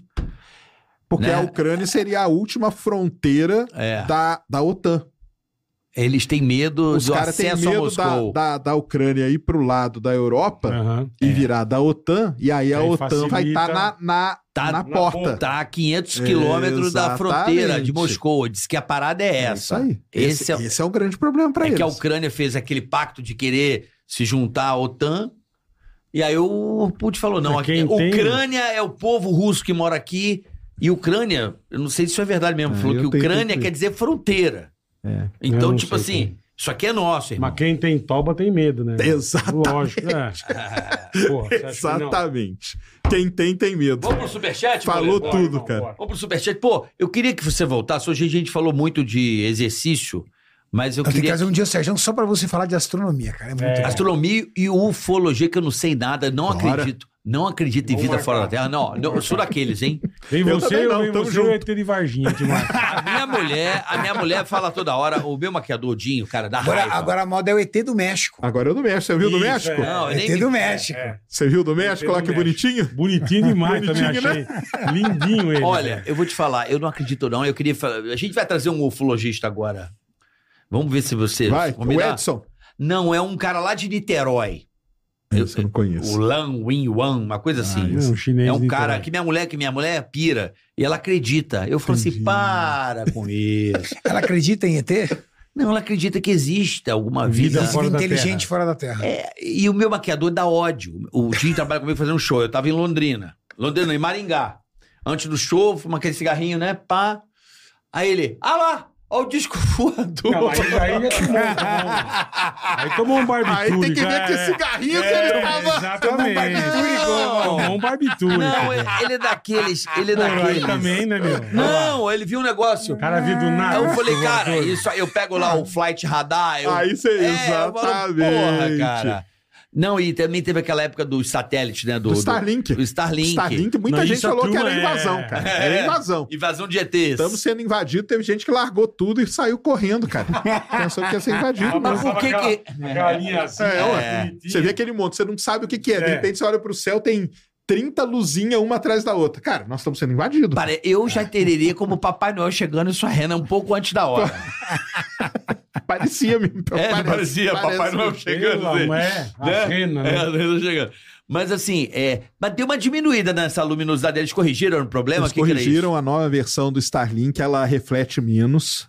[SPEAKER 1] Porque
[SPEAKER 4] Ah. Né?
[SPEAKER 1] a Ucrânia seria a última fronteira
[SPEAKER 4] É,
[SPEAKER 1] da, da OTAN.
[SPEAKER 4] eles têm medo
[SPEAKER 1] Os
[SPEAKER 4] do
[SPEAKER 1] caras têm
[SPEAKER 4] acesso a
[SPEAKER 1] medo da,
[SPEAKER 4] Moscou.
[SPEAKER 1] da, da Ucrânia ir pro lado da Europa
[SPEAKER 3] Aham.
[SPEAKER 1] e virar da OTAN, e aí a
[SPEAKER 3] Aí
[SPEAKER 1] OTAN vai estar
[SPEAKER 3] facilita.
[SPEAKER 1] na, na,
[SPEAKER 4] Tá
[SPEAKER 1] na
[SPEAKER 4] na
[SPEAKER 1] porta.
[SPEAKER 4] Tá a 500 quilômetros da
[SPEAKER 1] Exatamente.
[SPEAKER 4] fronteira de Moscou. Diz que a parada é
[SPEAKER 1] É
[SPEAKER 4] essa.
[SPEAKER 1] isso aí.
[SPEAKER 4] Esse
[SPEAKER 1] Esse,
[SPEAKER 4] é
[SPEAKER 1] é,
[SPEAKER 4] o-
[SPEAKER 1] esse é um grande problema para
[SPEAKER 4] É
[SPEAKER 1] eles.
[SPEAKER 4] que a Ucrânia fez aquele pacto de querer se juntar à OTAN. E aí o Putin falou: não,
[SPEAKER 3] Mas
[SPEAKER 4] aqui,
[SPEAKER 3] quem tem-
[SPEAKER 4] Ucrânia é o povo russo que mora aqui. E Ucrânia, eu não sei se isso é verdade mesmo,
[SPEAKER 1] É,
[SPEAKER 4] falou
[SPEAKER 1] eu
[SPEAKER 4] que
[SPEAKER 1] tenho
[SPEAKER 4] Ucrânia
[SPEAKER 1] que-
[SPEAKER 4] quer dizer fronteira.
[SPEAKER 1] É.
[SPEAKER 3] Eu
[SPEAKER 4] Então,
[SPEAKER 3] não
[SPEAKER 4] tipo
[SPEAKER 3] sei
[SPEAKER 4] assim,
[SPEAKER 3] também.
[SPEAKER 4] isso aqui é nosso, irmão.
[SPEAKER 3] Mas quem tem toba tem medo, né?
[SPEAKER 1] Exatamente.
[SPEAKER 3] Lógico, é. Porra, você acha que não?
[SPEAKER 1] Exatamente. Quem tem, tem medo.
[SPEAKER 4] Vamos pro superchat?
[SPEAKER 1] Falou
[SPEAKER 4] Boleta?
[SPEAKER 1] tudo,
[SPEAKER 3] não,
[SPEAKER 1] cara.
[SPEAKER 3] bora.
[SPEAKER 4] Vamos pro superchat. Pô, eu queria que você voltasse. Hoje a gente falou muito de exercício, mas eu
[SPEAKER 5] Eu tenho que
[SPEAKER 4] queria.
[SPEAKER 5] fazer um dia, Sérgio, só pra você falar de astronomia, cara. É muito
[SPEAKER 3] É.
[SPEAKER 5] bom.
[SPEAKER 4] Astronomia e ufologia, que eu não sei nada, não
[SPEAKER 1] Bora.
[SPEAKER 4] acredito. Não acredito em
[SPEAKER 3] Vamos
[SPEAKER 4] vida
[SPEAKER 3] marcar.
[SPEAKER 4] fora da Terra. Não, não, eu sou daqueles, hein?
[SPEAKER 3] Vem
[SPEAKER 1] Eu
[SPEAKER 3] você,
[SPEAKER 1] também
[SPEAKER 3] eu
[SPEAKER 1] não,
[SPEAKER 3] vem
[SPEAKER 1] tamo
[SPEAKER 3] você,
[SPEAKER 1] junto.
[SPEAKER 3] eu ia ter de Varginha demais.
[SPEAKER 4] A minha mulher, a minha mulher fala toda hora, o meu maquiador Dinho, cara, dá
[SPEAKER 5] Agora,
[SPEAKER 4] raiva.
[SPEAKER 5] agora a moda é o ET do México.
[SPEAKER 1] Agora eu do México. Você viu do
[SPEAKER 3] Isso,
[SPEAKER 1] México?
[SPEAKER 3] é.
[SPEAKER 4] Não, eu nem
[SPEAKER 5] ET do
[SPEAKER 4] me-
[SPEAKER 5] México.
[SPEAKER 3] É.
[SPEAKER 1] Você viu do México
[SPEAKER 3] Eu
[SPEAKER 1] lá
[SPEAKER 3] do
[SPEAKER 1] que
[SPEAKER 3] México.
[SPEAKER 1] bonitinho?
[SPEAKER 3] Bonitinho demais
[SPEAKER 1] Bonitinho, né?
[SPEAKER 3] também, achei. Lindinho ele. né?
[SPEAKER 4] Olha,
[SPEAKER 3] cara.
[SPEAKER 4] eu vou te falar, eu não acredito não. Eu queria falar, a gente vai trazer um ufologista agora. Vamos ver se você
[SPEAKER 1] Vai, o
[SPEAKER 4] combinar.
[SPEAKER 1] Edson.
[SPEAKER 4] Não, é um cara lá de Niterói. Eu-
[SPEAKER 1] Esse eu não
[SPEAKER 4] O
[SPEAKER 1] conheço.
[SPEAKER 4] Lan Win Wan, uma coisa assim.
[SPEAKER 3] Não, Ah, chinês então.
[SPEAKER 4] É um
[SPEAKER 3] de
[SPEAKER 4] cara
[SPEAKER 3] Itaú.
[SPEAKER 4] que minha mulher, que minha mulher pira. E ela acredita. Eu falo assim,
[SPEAKER 1] Entendi.
[SPEAKER 4] para com isso.
[SPEAKER 5] Ela acredita em ET?
[SPEAKER 4] Não, ela acredita que existe alguma
[SPEAKER 3] Vida
[SPEAKER 4] vida.
[SPEAKER 5] Vida
[SPEAKER 3] fora da
[SPEAKER 5] inteligente
[SPEAKER 3] Terra.
[SPEAKER 5] fora da Terra.
[SPEAKER 4] E o meu maquiador dá ódio. O Jim trabalha comigo fazendo um show. Eu tava em Londrina. Londrina, em Maringá. Antes do show, fuma aquele cigarrinho, né? Pá. Aí ele, ah lá, ó o disco voador.
[SPEAKER 3] Não, aí, aí já tomou, tomou. Aí tomou um barbitúrico.
[SPEAKER 1] Aí Ah, tem que ver
[SPEAKER 3] é.
[SPEAKER 1] que cigarrinho que
[SPEAKER 3] É,
[SPEAKER 1] ele tava.
[SPEAKER 3] Exatamente. Tomou um barbitúrico.
[SPEAKER 4] Não, ele ele é daqueles, ele é
[SPEAKER 3] Pô, aí
[SPEAKER 4] daqueles.
[SPEAKER 3] também, né, meu?
[SPEAKER 4] Não, ele viu um negócio.
[SPEAKER 3] O cara viu do nada.
[SPEAKER 4] Aí eu falei,
[SPEAKER 3] Pô,
[SPEAKER 4] cara, isso aí, eu pego lá o flight radar. Eu...
[SPEAKER 1] Aí você.
[SPEAKER 4] É, eu falo,
[SPEAKER 1] exatamente.
[SPEAKER 4] Porra, cara. Não, e também teve aquela época dos satélites, né? Do,
[SPEAKER 1] Do Starlink.
[SPEAKER 4] do Starlink.
[SPEAKER 1] Starlink, muita
[SPEAKER 3] é Não,
[SPEAKER 1] gente
[SPEAKER 3] isso a
[SPEAKER 1] falou que
[SPEAKER 3] turma
[SPEAKER 1] era invasão,
[SPEAKER 3] é-
[SPEAKER 1] cara. Era
[SPEAKER 4] É.
[SPEAKER 1] invasão.
[SPEAKER 4] Invasão de ETs.
[SPEAKER 1] Estamos sendo invadidos, teve gente que largou tudo e saiu correndo, cara. Pensou que ia ser
[SPEAKER 3] É
[SPEAKER 1] invadido.
[SPEAKER 4] Mas por que
[SPEAKER 3] Aquela-
[SPEAKER 4] que...
[SPEAKER 3] A galinha assim.
[SPEAKER 1] É, ué.
[SPEAKER 3] bonitinha.
[SPEAKER 1] Você vê aquele monte, você não sabe o que, que é. De
[SPEAKER 3] É.
[SPEAKER 1] repente você olha pro céu, tem 30 luzinhas uma atrás da outra. Cara, nós estamos sendo invadidos.
[SPEAKER 4] Pare- Eu já teria como Papai Noel chegando em sua rena um pouco antes da hora.
[SPEAKER 1] Parecia mesmo. então
[SPEAKER 4] É, parecia Papai Noel
[SPEAKER 1] mesmo.
[SPEAKER 4] chegando.
[SPEAKER 3] Pela,
[SPEAKER 4] assim.
[SPEAKER 3] ué, a
[SPEAKER 4] Né?
[SPEAKER 3] rena,
[SPEAKER 4] É,
[SPEAKER 3] né?
[SPEAKER 4] as renas chegando. Mas assim, é, mas deu uma diminuída nessa luminosidade. Eles corrigiram o problema?
[SPEAKER 1] Eles
[SPEAKER 4] O que que era isso?
[SPEAKER 1] corrigiram a nova versão do Starlink, ela reflete menos.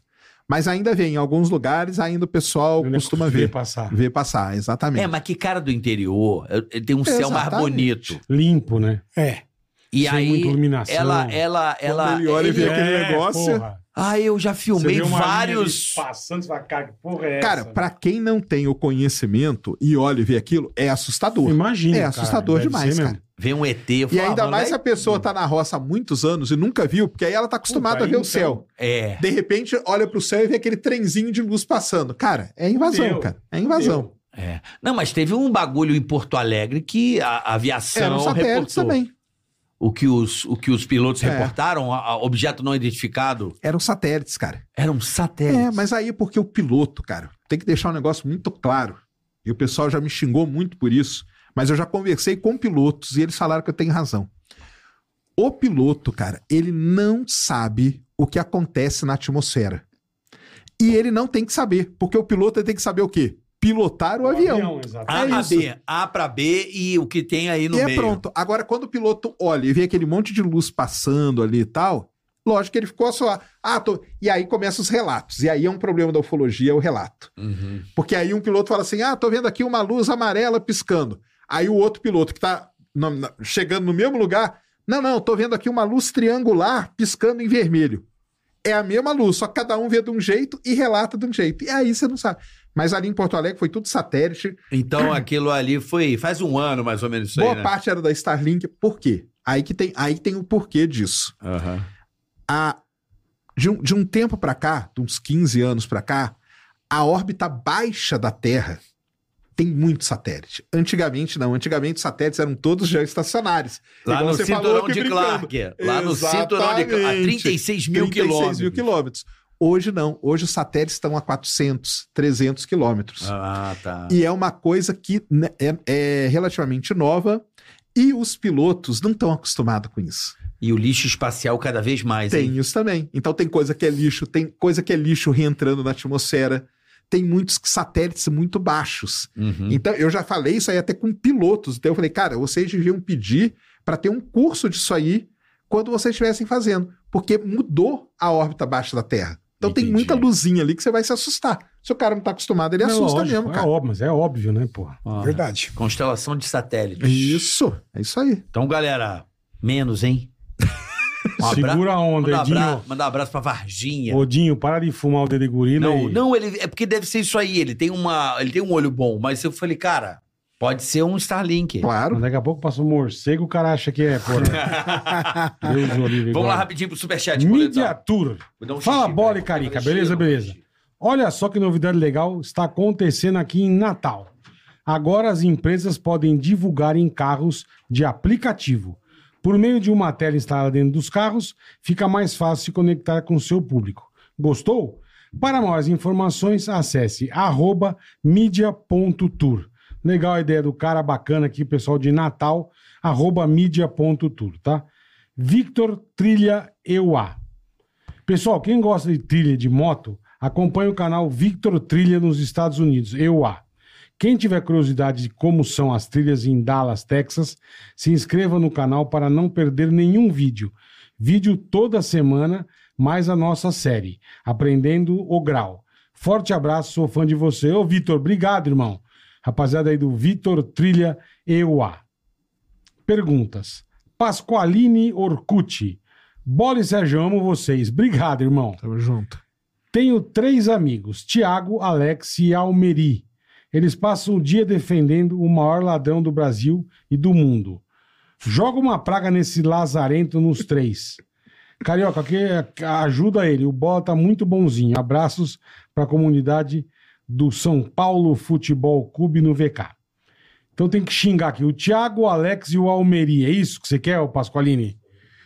[SPEAKER 1] Mas ainda vem, em alguns lugares ainda o pessoal
[SPEAKER 3] Ele
[SPEAKER 1] costuma
[SPEAKER 3] vê
[SPEAKER 1] ver.
[SPEAKER 3] passar.
[SPEAKER 1] Ver passar, exatamente.
[SPEAKER 4] É, mas que cara do interior. eu- eu- Tem um céu mais
[SPEAKER 1] Exatamente.
[SPEAKER 4] bonito.
[SPEAKER 3] Limpo, né?
[SPEAKER 5] É.
[SPEAKER 4] E
[SPEAKER 3] Sem muita
[SPEAKER 4] aí,
[SPEAKER 3] iluminação. É,
[SPEAKER 4] ela, é ela, ela.
[SPEAKER 1] ele olha e vê
[SPEAKER 4] ele-
[SPEAKER 1] aquele negócio.
[SPEAKER 3] porra.
[SPEAKER 4] Ah, eu já
[SPEAKER 3] Você
[SPEAKER 4] filmei
[SPEAKER 3] vê uma linha
[SPEAKER 4] vários.
[SPEAKER 3] ali Passando, você fala, cara, que porra é
[SPEAKER 1] Cara,
[SPEAKER 3] essa?
[SPEAKER 1] pra quem não tem o conhecimento e olha e vê aquilo, é assustador.
[SPEAKER 3] Imagina.
[SPEAKER 1] é
[SPEAKER 3] cara,
[SPEAKER 1] assustador
[SPEAKER 3] deve
[SPEAKER 1] demais,
[SPEAKER 3] ser
[SPEAKER 1] cara.
[SPEAKER 3] mesmo.
[SPEAKER 4] Vem um ET. eu
[SPEAKER 1] E
[SPEAKER 4] falo, ah,
[SPEAKER 1] ainda
[SPEAKER 4] mano,
[SPEAKER 1] mais se
[SPEAKER 4] vai-
[SPEAKER 1] a pessoa tá na roça há muitos anos e nunca viu, porque aí ela tá acostumada
[SPEAKER 3] Puta,
[SPEAKER 1] a ver
[SPEAKER 3] então-
[SPEAKER 1] o céu.
[SPEAKER 4] É.
[SPEAKER 1] De repente, olha pro céu e vê aquele trenzinho de luz passando. Cara, é invasão,
[SPEAKER 3] Meu.
[SPEAKER 1] cara. É invasão.
[SPEAKER 4] É. Não, mas teve um bagulho em Porto Alegre que a a aviação
[SPEAKER 1] Era um satélite
[SPEAKER 4] reportou.
[SPEAKER 1] também.
[SPEAKER 4] O que os, o que os pilotos
[SPEAKER 1] É.
[SPEAKER 4] reportaram, a- a objeto não identificado,
[SPEAKER 1] Eram satélites, cara.
[SPEAKER 4] era um satélite.
[SPEAKER 1] É, mas aí porque o piloto, cara, tem que deixar um negócio muito claro. E o pessoal já me xingou muito por isso, mas eu já conversei com pilotos e eles falaram que eu tenho razão. O piloto, cara, ele não sabe o que acontece na atmosfera. E ele não tem que saber, porque o piloto ele tem que saber o quê? Pilotar o,
[SPEAKER 3] O
[SPEAKER 1] avião.
[SPEAKER 3] avião, exato.
[SPEAKER 4] A
[SPEAKER 1] É
[SPEAKER 4] pra
[SPEAKER 1] isso.
[SPEAKER 4] B, A pra B e o que tem aí no
[SPEAKER 1] E é
[SPEAKER 4] meio.
[SPEAKER 1] pronto. Agora, quando o piloto olha e vê aquele monte de luz passando ali e tal, lógico que ele ficou só. Ah, tô... E aí começam os relatos. E aí é um problema da ufologia, é o relato.
[SPEAKER 4] Uhum.
[SPEAKER 1] Porque aí um piloto fala assim: ah, tô vendo aqui uma luz amarela piscando. Aí o outro piloto que tá na- na- chegando no mesmo lugar. Não, não, tô vendo aqui uma luz triangular piscando em vermelho. É a mesma luz, só que cada um vê de um jeito e relata de um jeito. E aí você não sabe. Mas ali em Porto Alegre foi tudo satélite.
[SPEAKER 4] Então aquilo ali foi faz um ano mais ou menos isso
[SPEAKER 1] Ah. Boa
[SPEAKER 4] aí, né?
[SPEAKER 1] parte era da Starlink. Por quê? Aí que tem, aí que tem o porquê disso.
[SPEAKER 4] Aham.
[SPEAKER 1] A, de, um, de um tempo pra cá, de uns 15 anos pra cá, a órbita baixa da Terra tem muito satélite. Antigamente não. Antigamente os satélites eram todos geoestacionários.
[SPEAKER 4] Lá
[SPEAKER 1] Igual
[SPEAKER 4] no
[SPEAKER 1] você falou
[SPEAKER 4] cinturão
[SPEAKER 1] aqui
[SPEAKER 4] de
[SPEAKER 1] brincando.
[SPEAKER 4] Clark. Lá no
[SPEAKER 1] Exatamente.
[SPEAKER 4] cinturão de Clark. a 36 mil
[SPEAKER 1] 36
[SPEAKER 4] quilômetros.
[SPEAKER 1] mil quilômetros. Hoje não. Hoje os satélites estão a 400, 300 quilômetros.
[SPEAKER 4] Ah, tá.
[SPEAKER 1] E é uma coisa que né, é, é relativamente nova e os pilotos não estão acostumados com isso.
[SPEAKER 4] E o lixo espacial cada vez mais, hein?
[SPEAKER 1] Tem isso também. Então tem coisa que é lixo, tem coisa que é lixo reentrando na atmosfera. Tem muitos satélites muito baixos.
[SPEAKER 4] Uhum.
[SPEAKER 1] Então eu já falei isso aí até com pilotos. Então eu falei, cara, vocês deviam pedir para ter um curso disso aí quando vocês estivessem fazendo, porque mudou a órbita baixa da Terra. Então tem
[SPEAKER 4] Entendi.
[SPEAKER 1] muita luzinha ali que você vai se assustar. Se o cara não tá acostumado, ele
[SPEAKER 3] É
[SPEAKER 1] assusta
[SPEAKER 3] lógico,
[SPEAKER 1] mesmo,
[SPEAKER 3] É
[SPEAKER 1] cara.
[SPEAKER 3] óbvio, mas é óbvio, né, porra?
[SPEAKER 4] Ó,
[SPEAKER 5] Verdade.
[SPEAKER 4] Constelação de satélites.
[SPEAKER 1] Isso, é isso aí.
[SPEAKER 4] Então, galera, menos, hein? Um abra-
[SPEAKER 3] Segura a onda,
[SPEAKER 4] Manda um
[SPEAKER 3] Edinho.
[SPEAKER 4] abraço, manda um abraço pra Varginha.
[SPEAKER 3] Odinho, para de fumar o dedo de gorila
[SPEAKER 4] Não,
[SPEAKER 3] e-
[SPEAKER 4] não, ele é porque deve ser isso aí. Ele tem uma, ele tem um olho bom, mas eu falei, cara, pode ser um Starlink.
[SPEAKER 1] Claro.
[SPEAKER 3] Mas Daqui a pouco passa um morcego, o cara acha que é, porra. Deus o livre,
[SPEAKER 4] Vamos lá
[SPEAKER 3] guarda.
[SPEAKER 4] rapidinho pro superchat.
[SPEAKER 3] Mídia
[SPEAKER 4] Mídia.
[SPEAKER 3] Tour.
[SPEAKER 4] um
[SPEAKER 3] Fala bola e carica, beleza, beleza. Olha só que novidade legal está acontecendo aqui em Natal. Agora as empresas podem divulgar em carros de aplicativo. Por meio de uma tela instalada dentro dos carros, fica mais fácil se conectar com o seu público. Gostou? Para mais informações, acesse arroba media.tour. Legal a ideia do cara, bacana aqui, pessoal de Natal, arroba media.tour, tá? Victor Trilha Euá. Pessoal, quem gosta de trilha de moto, acompanhe o canal Victor Trilha nos Estados Unidos, EUA. Quem tiver curiosidade de como são as trilhas em Dallas, Texas, se inscreva no canal para não perder nenhum vídeo. Vídeo toda semana, mais a nossa série, Aprendendo o Grau. Forte abraço, sou fã de você. Ô, Vitor, obrigado, irmão. Rapaziada aí do Vitor Trilha EUA. Perguntas. Pasqualine Orcucci. Bola e Sérgio, amo vocês. Obrigado, irmão.
[SPEAKER 1] Tamo junto.
[SPEAKER 3] Tenho três amigos, Tiago, Alex e Almeri. Eles passam o dia defendendo o maior ladrão do Brasil e do mundo. Joga uma praga nesse lazarento nos três. Carioca, que ajuda ele. O Bola tá muito bonzinho. Abraços para a comunidade do São Paulo Futebol Clube no VK. Então tem que xingar aqui. O Thiago, o Alex e o Almeria. É isso que você quer, ô Pasqualini?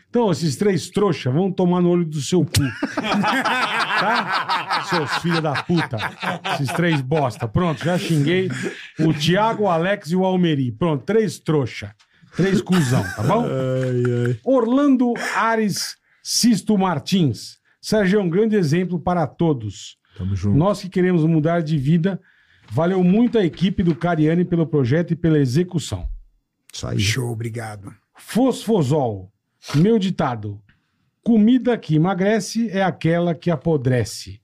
[SPEAKER 3] Então, esses três trouxas vão tomar no olho do seu cu.
[SPEAKER 4] um
[SPEAKER 3] tá? Seus filhos da puta. Esses três bosta. Pronto, já xinguei. O Thiago, o Alex e o Almeri. Pronto, três trouxa. Três cuzão, tá bom? Orlando Ares Sisto Martins. Sérgio é um grande exemplo para todos.
[SPEAKER 1] Tamo junto.
[SPEAKER 3] Nós que queremos mudar de vida, valeu muito a equipe do Cariani pelo projeto e pela execução.
[SPEAKER 1] Isso aí.
[SPEAKER 5] Show, obrigado.
[SPEAKER 3] Fosfosol, meu ditado. Comida que emagrece é aquela que apodrece.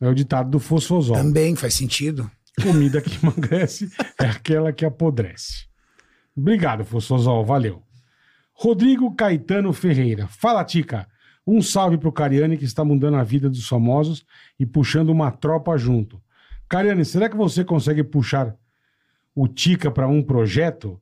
[SPEAKER 3] É o ditado do Fosfosol.
[SPEAKER 5] Também faz sentido.
[SPEAKER 3] Comida que emagrece é aquela que apodrece. Obrigado, Fosfosol. Valeu. Rodrigo Caetano Ferreira. Fala, Tica. Um salve pro Cariani que está mudando a vida dos famosos e puxando uma tropa junto. Cariani, será que você consegue puxar o Tica para um projeto?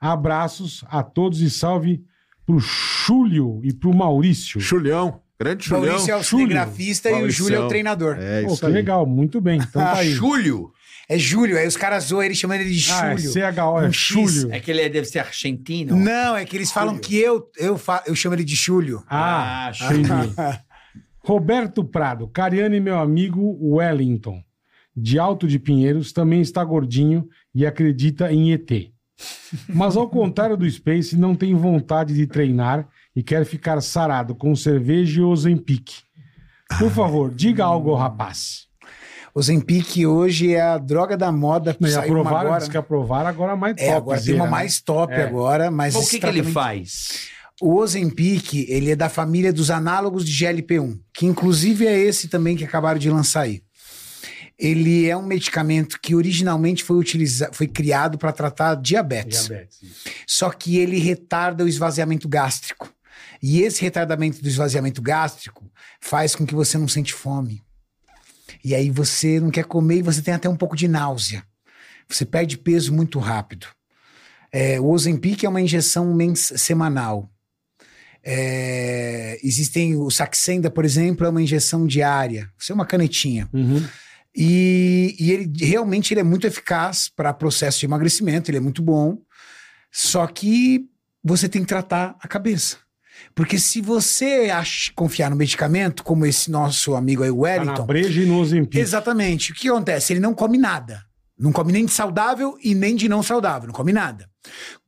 [SPEAKER 3] Abraços a todos e salve pro Júlio e pro Maurício.
[SPEAKER 1] Julião, grande Julião.
[SPEAKER 5] Maurício é o
[SPEAKER 3] Júlio.
[SPEAKER 5] cinegrafista e o
[SPEAKER 1] Mauricião.
[SPEAKER 5] Júlio é o treinador.
[SPEAKER 1] É
[SPEAKER 5] É,
[SPEAKER 3] Pô,
[SPEAKER 1] isso
[SPEAKER 3] que
[SPEAKER 1] aí. Ah,
[SPEAKER 3] legal, muito bem. Então tá aí.
[SPEAKER 4] Júlio?
[SPEAKER 5] Júlio, aí os caras zoam ele chamando ele de
[SPEAKER 3] Ah, é
[SPEAKER 5] Júlio.
[SPEAKER 3] CHO, é
[SPEAKER 5] Um X.
[SPEAKER 3] Júlio.
[SPEAKER 4] É que ele é- deve ser argentino.
[SPEAKER 5] Não, é que eles falam que eu, eu, fa- eu chamo ele de Júlio.
[SPEAKER 3] Ah,
[SPEAKER 4] Ah,
[SPEAKER 3] entendi. Roberto Prado, Cariani, meu amigo Wellington, de Alto de Pinheiros, também está gordinho e acredita em ET. Mas ao contrário do Space, não tem vontade de treinar e quer ficar sarado com cerveja e Ozempic. Por favor, diga algo, ao rapaz.
[SPEAKER 5] O Zempic hoje é a droga da moda.
[SPEAKER 3] Mas
[SPEAKER 5] saiu uma
[SPEAKER 3] aprovaram,
[SPEAKER 5] agora.
[SPEAKER 3] diz que aprovaram, agora mais
[SPEAKER 5] É, agora tem uma
[SPEAKER 3] né?
[SPEAKER 5] mais top
[SPEAKER 3] É.
[SPEAKER 5] agora, mas...
[SPEAKER 4] Bom, o que, que ele
[SPEAKER 5] extremamente-
[SPEAKER 4] faz?
[SPEAKER 5] O Ozempic, ele é da família dos análogos de GLP-1, que inclusive é esse também que acabaram de lançar aí. Ele é um medicamento que originalmente foi, utiliza- foi criado para tratar diabetes.
[SPEAKER 3] Diabetes.
[SPEAKER 5] Só que ele retarda o esvaziamento gástrico. E esse retardamento do esvaziamento gástrico faz com que você não sente fome. E aí você não quer comer e você tem até um pouco de náusea. Você perde peso muito rápido. É, o Ozempic é uma injeção mens semanal. É, existem o Saxenda, por exemplo, é uma injeção diária. Isso é uma canetinha.
[SPEAKER 3] Uhum.
[SPEAKER 5] E, e ele realmente ele é muito eficaz para processo de emagrecimento, ele é muito bom. Só que você tem que tratar a cabeça. Porque se você ach- confiar no medicamento, como esse nosso amigo aí, o
[SPEAKER 3] Tá na
[SPEAKER 5] Wellington,
[SPEAKER 3] breja e no Ozempic.
[SPEAKER 5] exatamente, o que acontece? Ele não come nada. Não come nem de saudável e nem de não saudável, não come nada.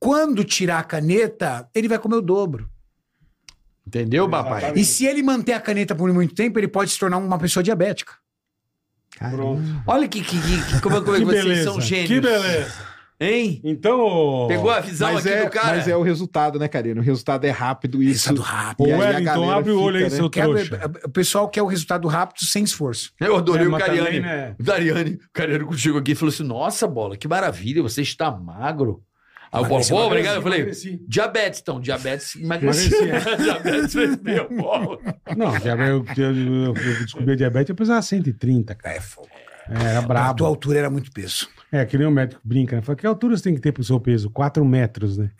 [SPEAKER 5] Quando tirar a caneta, ele vai comer o dobro.
[SPEAKER 4] Entendeu, papai?
[SPEAKER 5] E se ele manter a caneta por muito tempo, ele pode se tornar uma pessoa diabética.
[SPEAKER 3] Pronto.
[SPEAKER 4] Olha que, que, que- como, como é
[SPEAKER 3] Que
[SPEAKER 4] que vocês
[SPEAKER 3] beleza.
[SPEAKER 4] são gênios.
[SPEAKER 3] Que beleza.
[SPEAKER 4] Hein?
[SPEAKER 3] Então, ô-
[SPEAKER 4] Pegou a visão
[SPEAKER 1] Mas
[SPEAKER 4] aqui
[SPEAKER 1] é,
[SPEAKER 4] do cara?
[SPEAKER 1] mas é o resultado, né, Karina? O resultado é rápido. Isso.
[SPEAKER 5] Resultado rápido.
[SPEAKER 3] Ô,
[SPEAKER 1] E aí a
[SPEAKER 3] Wellington,
[SPEAKER 1] galera
[SPEAKER 3] abre o olho aí,
[SPEAKER 1] fica, né?
[SPEAKER 3] seu
[SPEAKER 5] Quer-
[SPEAKER 3] trouxa.
[SPEAKER 5] o pessoal quer o resultado rápido, sem esforço.
[SPEAKER 4] Eu adorei
[SPEAKER 3] É,
[SPEAKER 4] o
[SPEAKER 3] mas
[SPEAKER 4] Cariani.
[SPEAKER 3] também, né?
[SPEAKER 4] O Dariane, o Cariani contigo aqui, falou assim: Nossa, bola, que maravilha, você está magro. Aí o Bola,
[SPEAKER 5] Emagreci,
[SPEAKER 4] pô, obrigado. Eu falei:
[SPEAKER 3] Emagreci.
[SPEAKER 4] Diabetes, então, diabetes emagreci.
[SPEAKER 3] Emagreci,
[SPEAKER 4] diabetes fez meu, bola.
[SPEAKER 3] Não, diabetes, eu, eu, eu descobri a diabetes, eu pesava 130, cara.
[SPEAKER 5] É fogo.
[SPEAKER 3] É, era
[SPEAKER 5] A tua
[SPEAKER 3] brabo.
[SPEAKER 5] altura era muito peso.
[SPEAKER 3] É, que nem o médico brinca, né? Fala, que altura você tem que ter pro seu peso? 4 metros, né?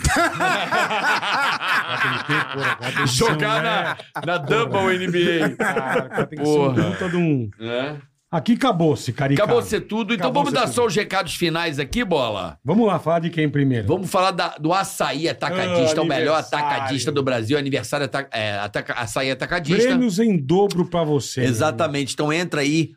[SPEAKER 3] um,
[SPEAKER 4] Jogar
[SPEAKER 3] né?
[SPEAKER 4] na, na Dumble NBA.
[SPEAKER 3] Cara, Ah, cara, tem que ser
[SPEAKER 4] Porra.
[SPEAKER 3] um puta de um...
[SPEAKER 4] Né?
[SPEAKER 3] Aqui acabou-se, caricado.
[SPEAKER 4] Acabou de ser tudo. Então
[SPEAKER 3] Acabou
[SPEAKER 4] vamos
[SPEAKER 3] ser
[SPEAKER 4] dar
[SPEAKER 3] tudo.
[SPEAKER 4] só os recados finais aqui, bola.
[SPEAKER 3] Vamos lá, falar de quem primeiro?
[SPEAKER 4] Vamos falar da- do açaí atacadista,
[SPEAKER 3] Ah,
[SPEAKER 4] o melhor
[SPEAKER 3] aniversário.
[SPEAKER 4] atacadista do Brasil, aniversário ata- é, ataca- açaí atacadista.
[SPEAKER 3] Prêmios em dobro pra você.
[SPEAKER 4] tá? Exatamente. Então entra aí,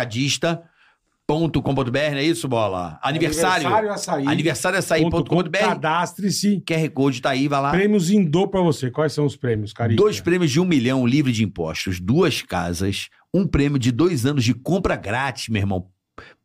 [SPEAKER 4] açaiatacadista.com.br, não é isso, Bola? Aniversário.
[SPEAKER 3] Aniversário açaí.
[SPEAKER 4] Aniversário é
[SPEAKER 3] Ponto com,
[SPEAKER 4] açaí.com.br.
[SPEAKER 3] Cadastre-se.
[SPEAKER 4] QR Code tá aí, vai lá.
[SPEAKER 3] Prêmios em dobro pra você. Quais são os prêmios, Carica?
[SPEAKER 4] Dois prêmios de um milhão livre de impostos, duas casas, um prêmio de dois anos de compra grátis, meu irmão.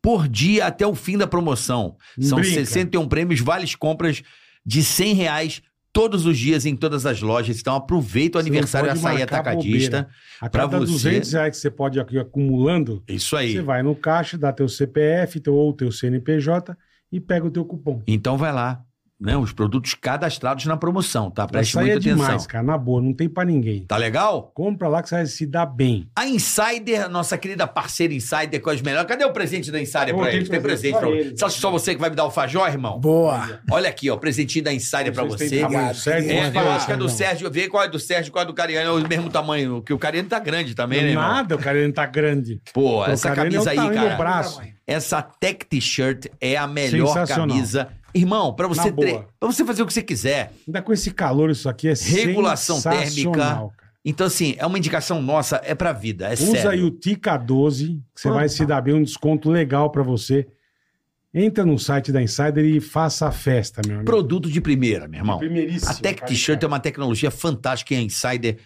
[SPEAKER 4] Por dia até o fim da promoção. São
[SPEAKER 3] Brinca.
[SPEAKER 4] 61 prêmios, vales compras de 100 reais todos os dias em todas as lojas. Então aproveita o
[SPEAKER 3] Você não
[SPEAKER 4] aniversário
[SPEAKER 3] pode
[SPEAKER 4] Açaí
[SPEAKER 3] marcar
[SPEAKER 4] Atacadista.
[SPEAKER 3] A
[SPEAKER 4] pra
[SPEAKER 3] cada
[SPEAKER 4] você.
[SPEAKER 3] 200 reais que você pode ir acumulando,
[SPEAKER 4] Isso aí.
[SPEAKER 3] Você vai no caixa, dá teu CPF teu, ou teu CNPJ e pega o teu cupom.
[SPEAKER 4] Então vai lá, né? Os produtos cadastrados na promoção, tá? Preste
[SPEAKER 3] Açaí
[SPEAKER 4] muita
[SPEAKER 3] é
[SPEAKER 4] atenção.
[SPEAKER 3] demais, cara. Na boa, não tem pra ninguém.
[SPEAKER 4] Tá legal?
[SPEAKER 3] Compra lá que você vai se dar bem.
[SPEAKER 4] A Insider, nossa querida parceira Insider com as melhores. Cadê o presente da Insider
[SPEAKER 3] Ô,
[SPEAKER 4] pra
[SPEAKER 3] tem
[SPEAKER 4] eles? Tem
[SPEAKER 3] presente
[SPEAKER 4] presente
[SPEAKER 3] pra
[SPEAKER 4] pra
[SPEAKER 3] eles.
[SPEAKER 4] Você acha que só você que vai me dar o fajó, irmão?
[SPEAKER 5] Boa.
[SPEAKER 4] Olha aqui, ó, presentinho da Insider É pra
[SPEAKER 3] Vocês
[SPEAKER 4] você.
[SPEAKER 3] têm tamanho
[SPEAKER 5] Obrigado.
[SPEAKER 3] certo?
[SPEAKER 4] É,
[SPEAKER 3] Não,
[SPEAKER 4] eu acho que é
[SPEAKER 3] não.
[SPEAKER 4] do Sérgio. Vê qual é do Sérgio, qual é do Cariano. É o mesmo tamanho, que o Cariano tá grande também, né, irmão?
[SPEAKER 3] Nada, o cara não tá grande.
[SPEAKER 4] Pô,
[SPEAKER 3] O
[SPEAKER 4] essa
[SPEAKER 3] Cariani é o
[SPEAKER 4] camisa aí,
[SPEAKER 3] tamanho
[SPEAKER 4] cara.
[SPEAKER 3] do braço.
[SPEAKER 4] Essa Tech T-shirt é a melhor
[SPEAKER 3] Sensacional.
[SPEAKER 4] camisa Irmão, pra você,
[SPEAKER 3] Na boa.
[SPEAKER 4] tre- pra você fazer o que você quiser.
[SPEAKER 3] Ainda tá com esse calor, isso aqui é
[SPEAKER 4] Regulação
[SPEAKER 3] sensacional, cara.
[SPEAKER 4] Então, assim, é uma indicação nossa, é pra vida, é
[SPEAKER 3] Usa
[SPEAKER 4] sério.
[SPEAKER 3] aí o TICA12, que você vai se dar bem, um desconto legal pra você. Entra no site da Insider e faça a festa, meu amigo.
[SPEAKER 4] Produto de primeira, meu irmão.
[SPEAKER 3] Primeiríssimo.
[SPEAKER 4] A Tech
[SPEAKER 3] cara,
[SPEAKER 4] T-Shirt é
[SPEAKER 3] cara.
[SPEAKER 4] uma tecnologia fantástica e a Insider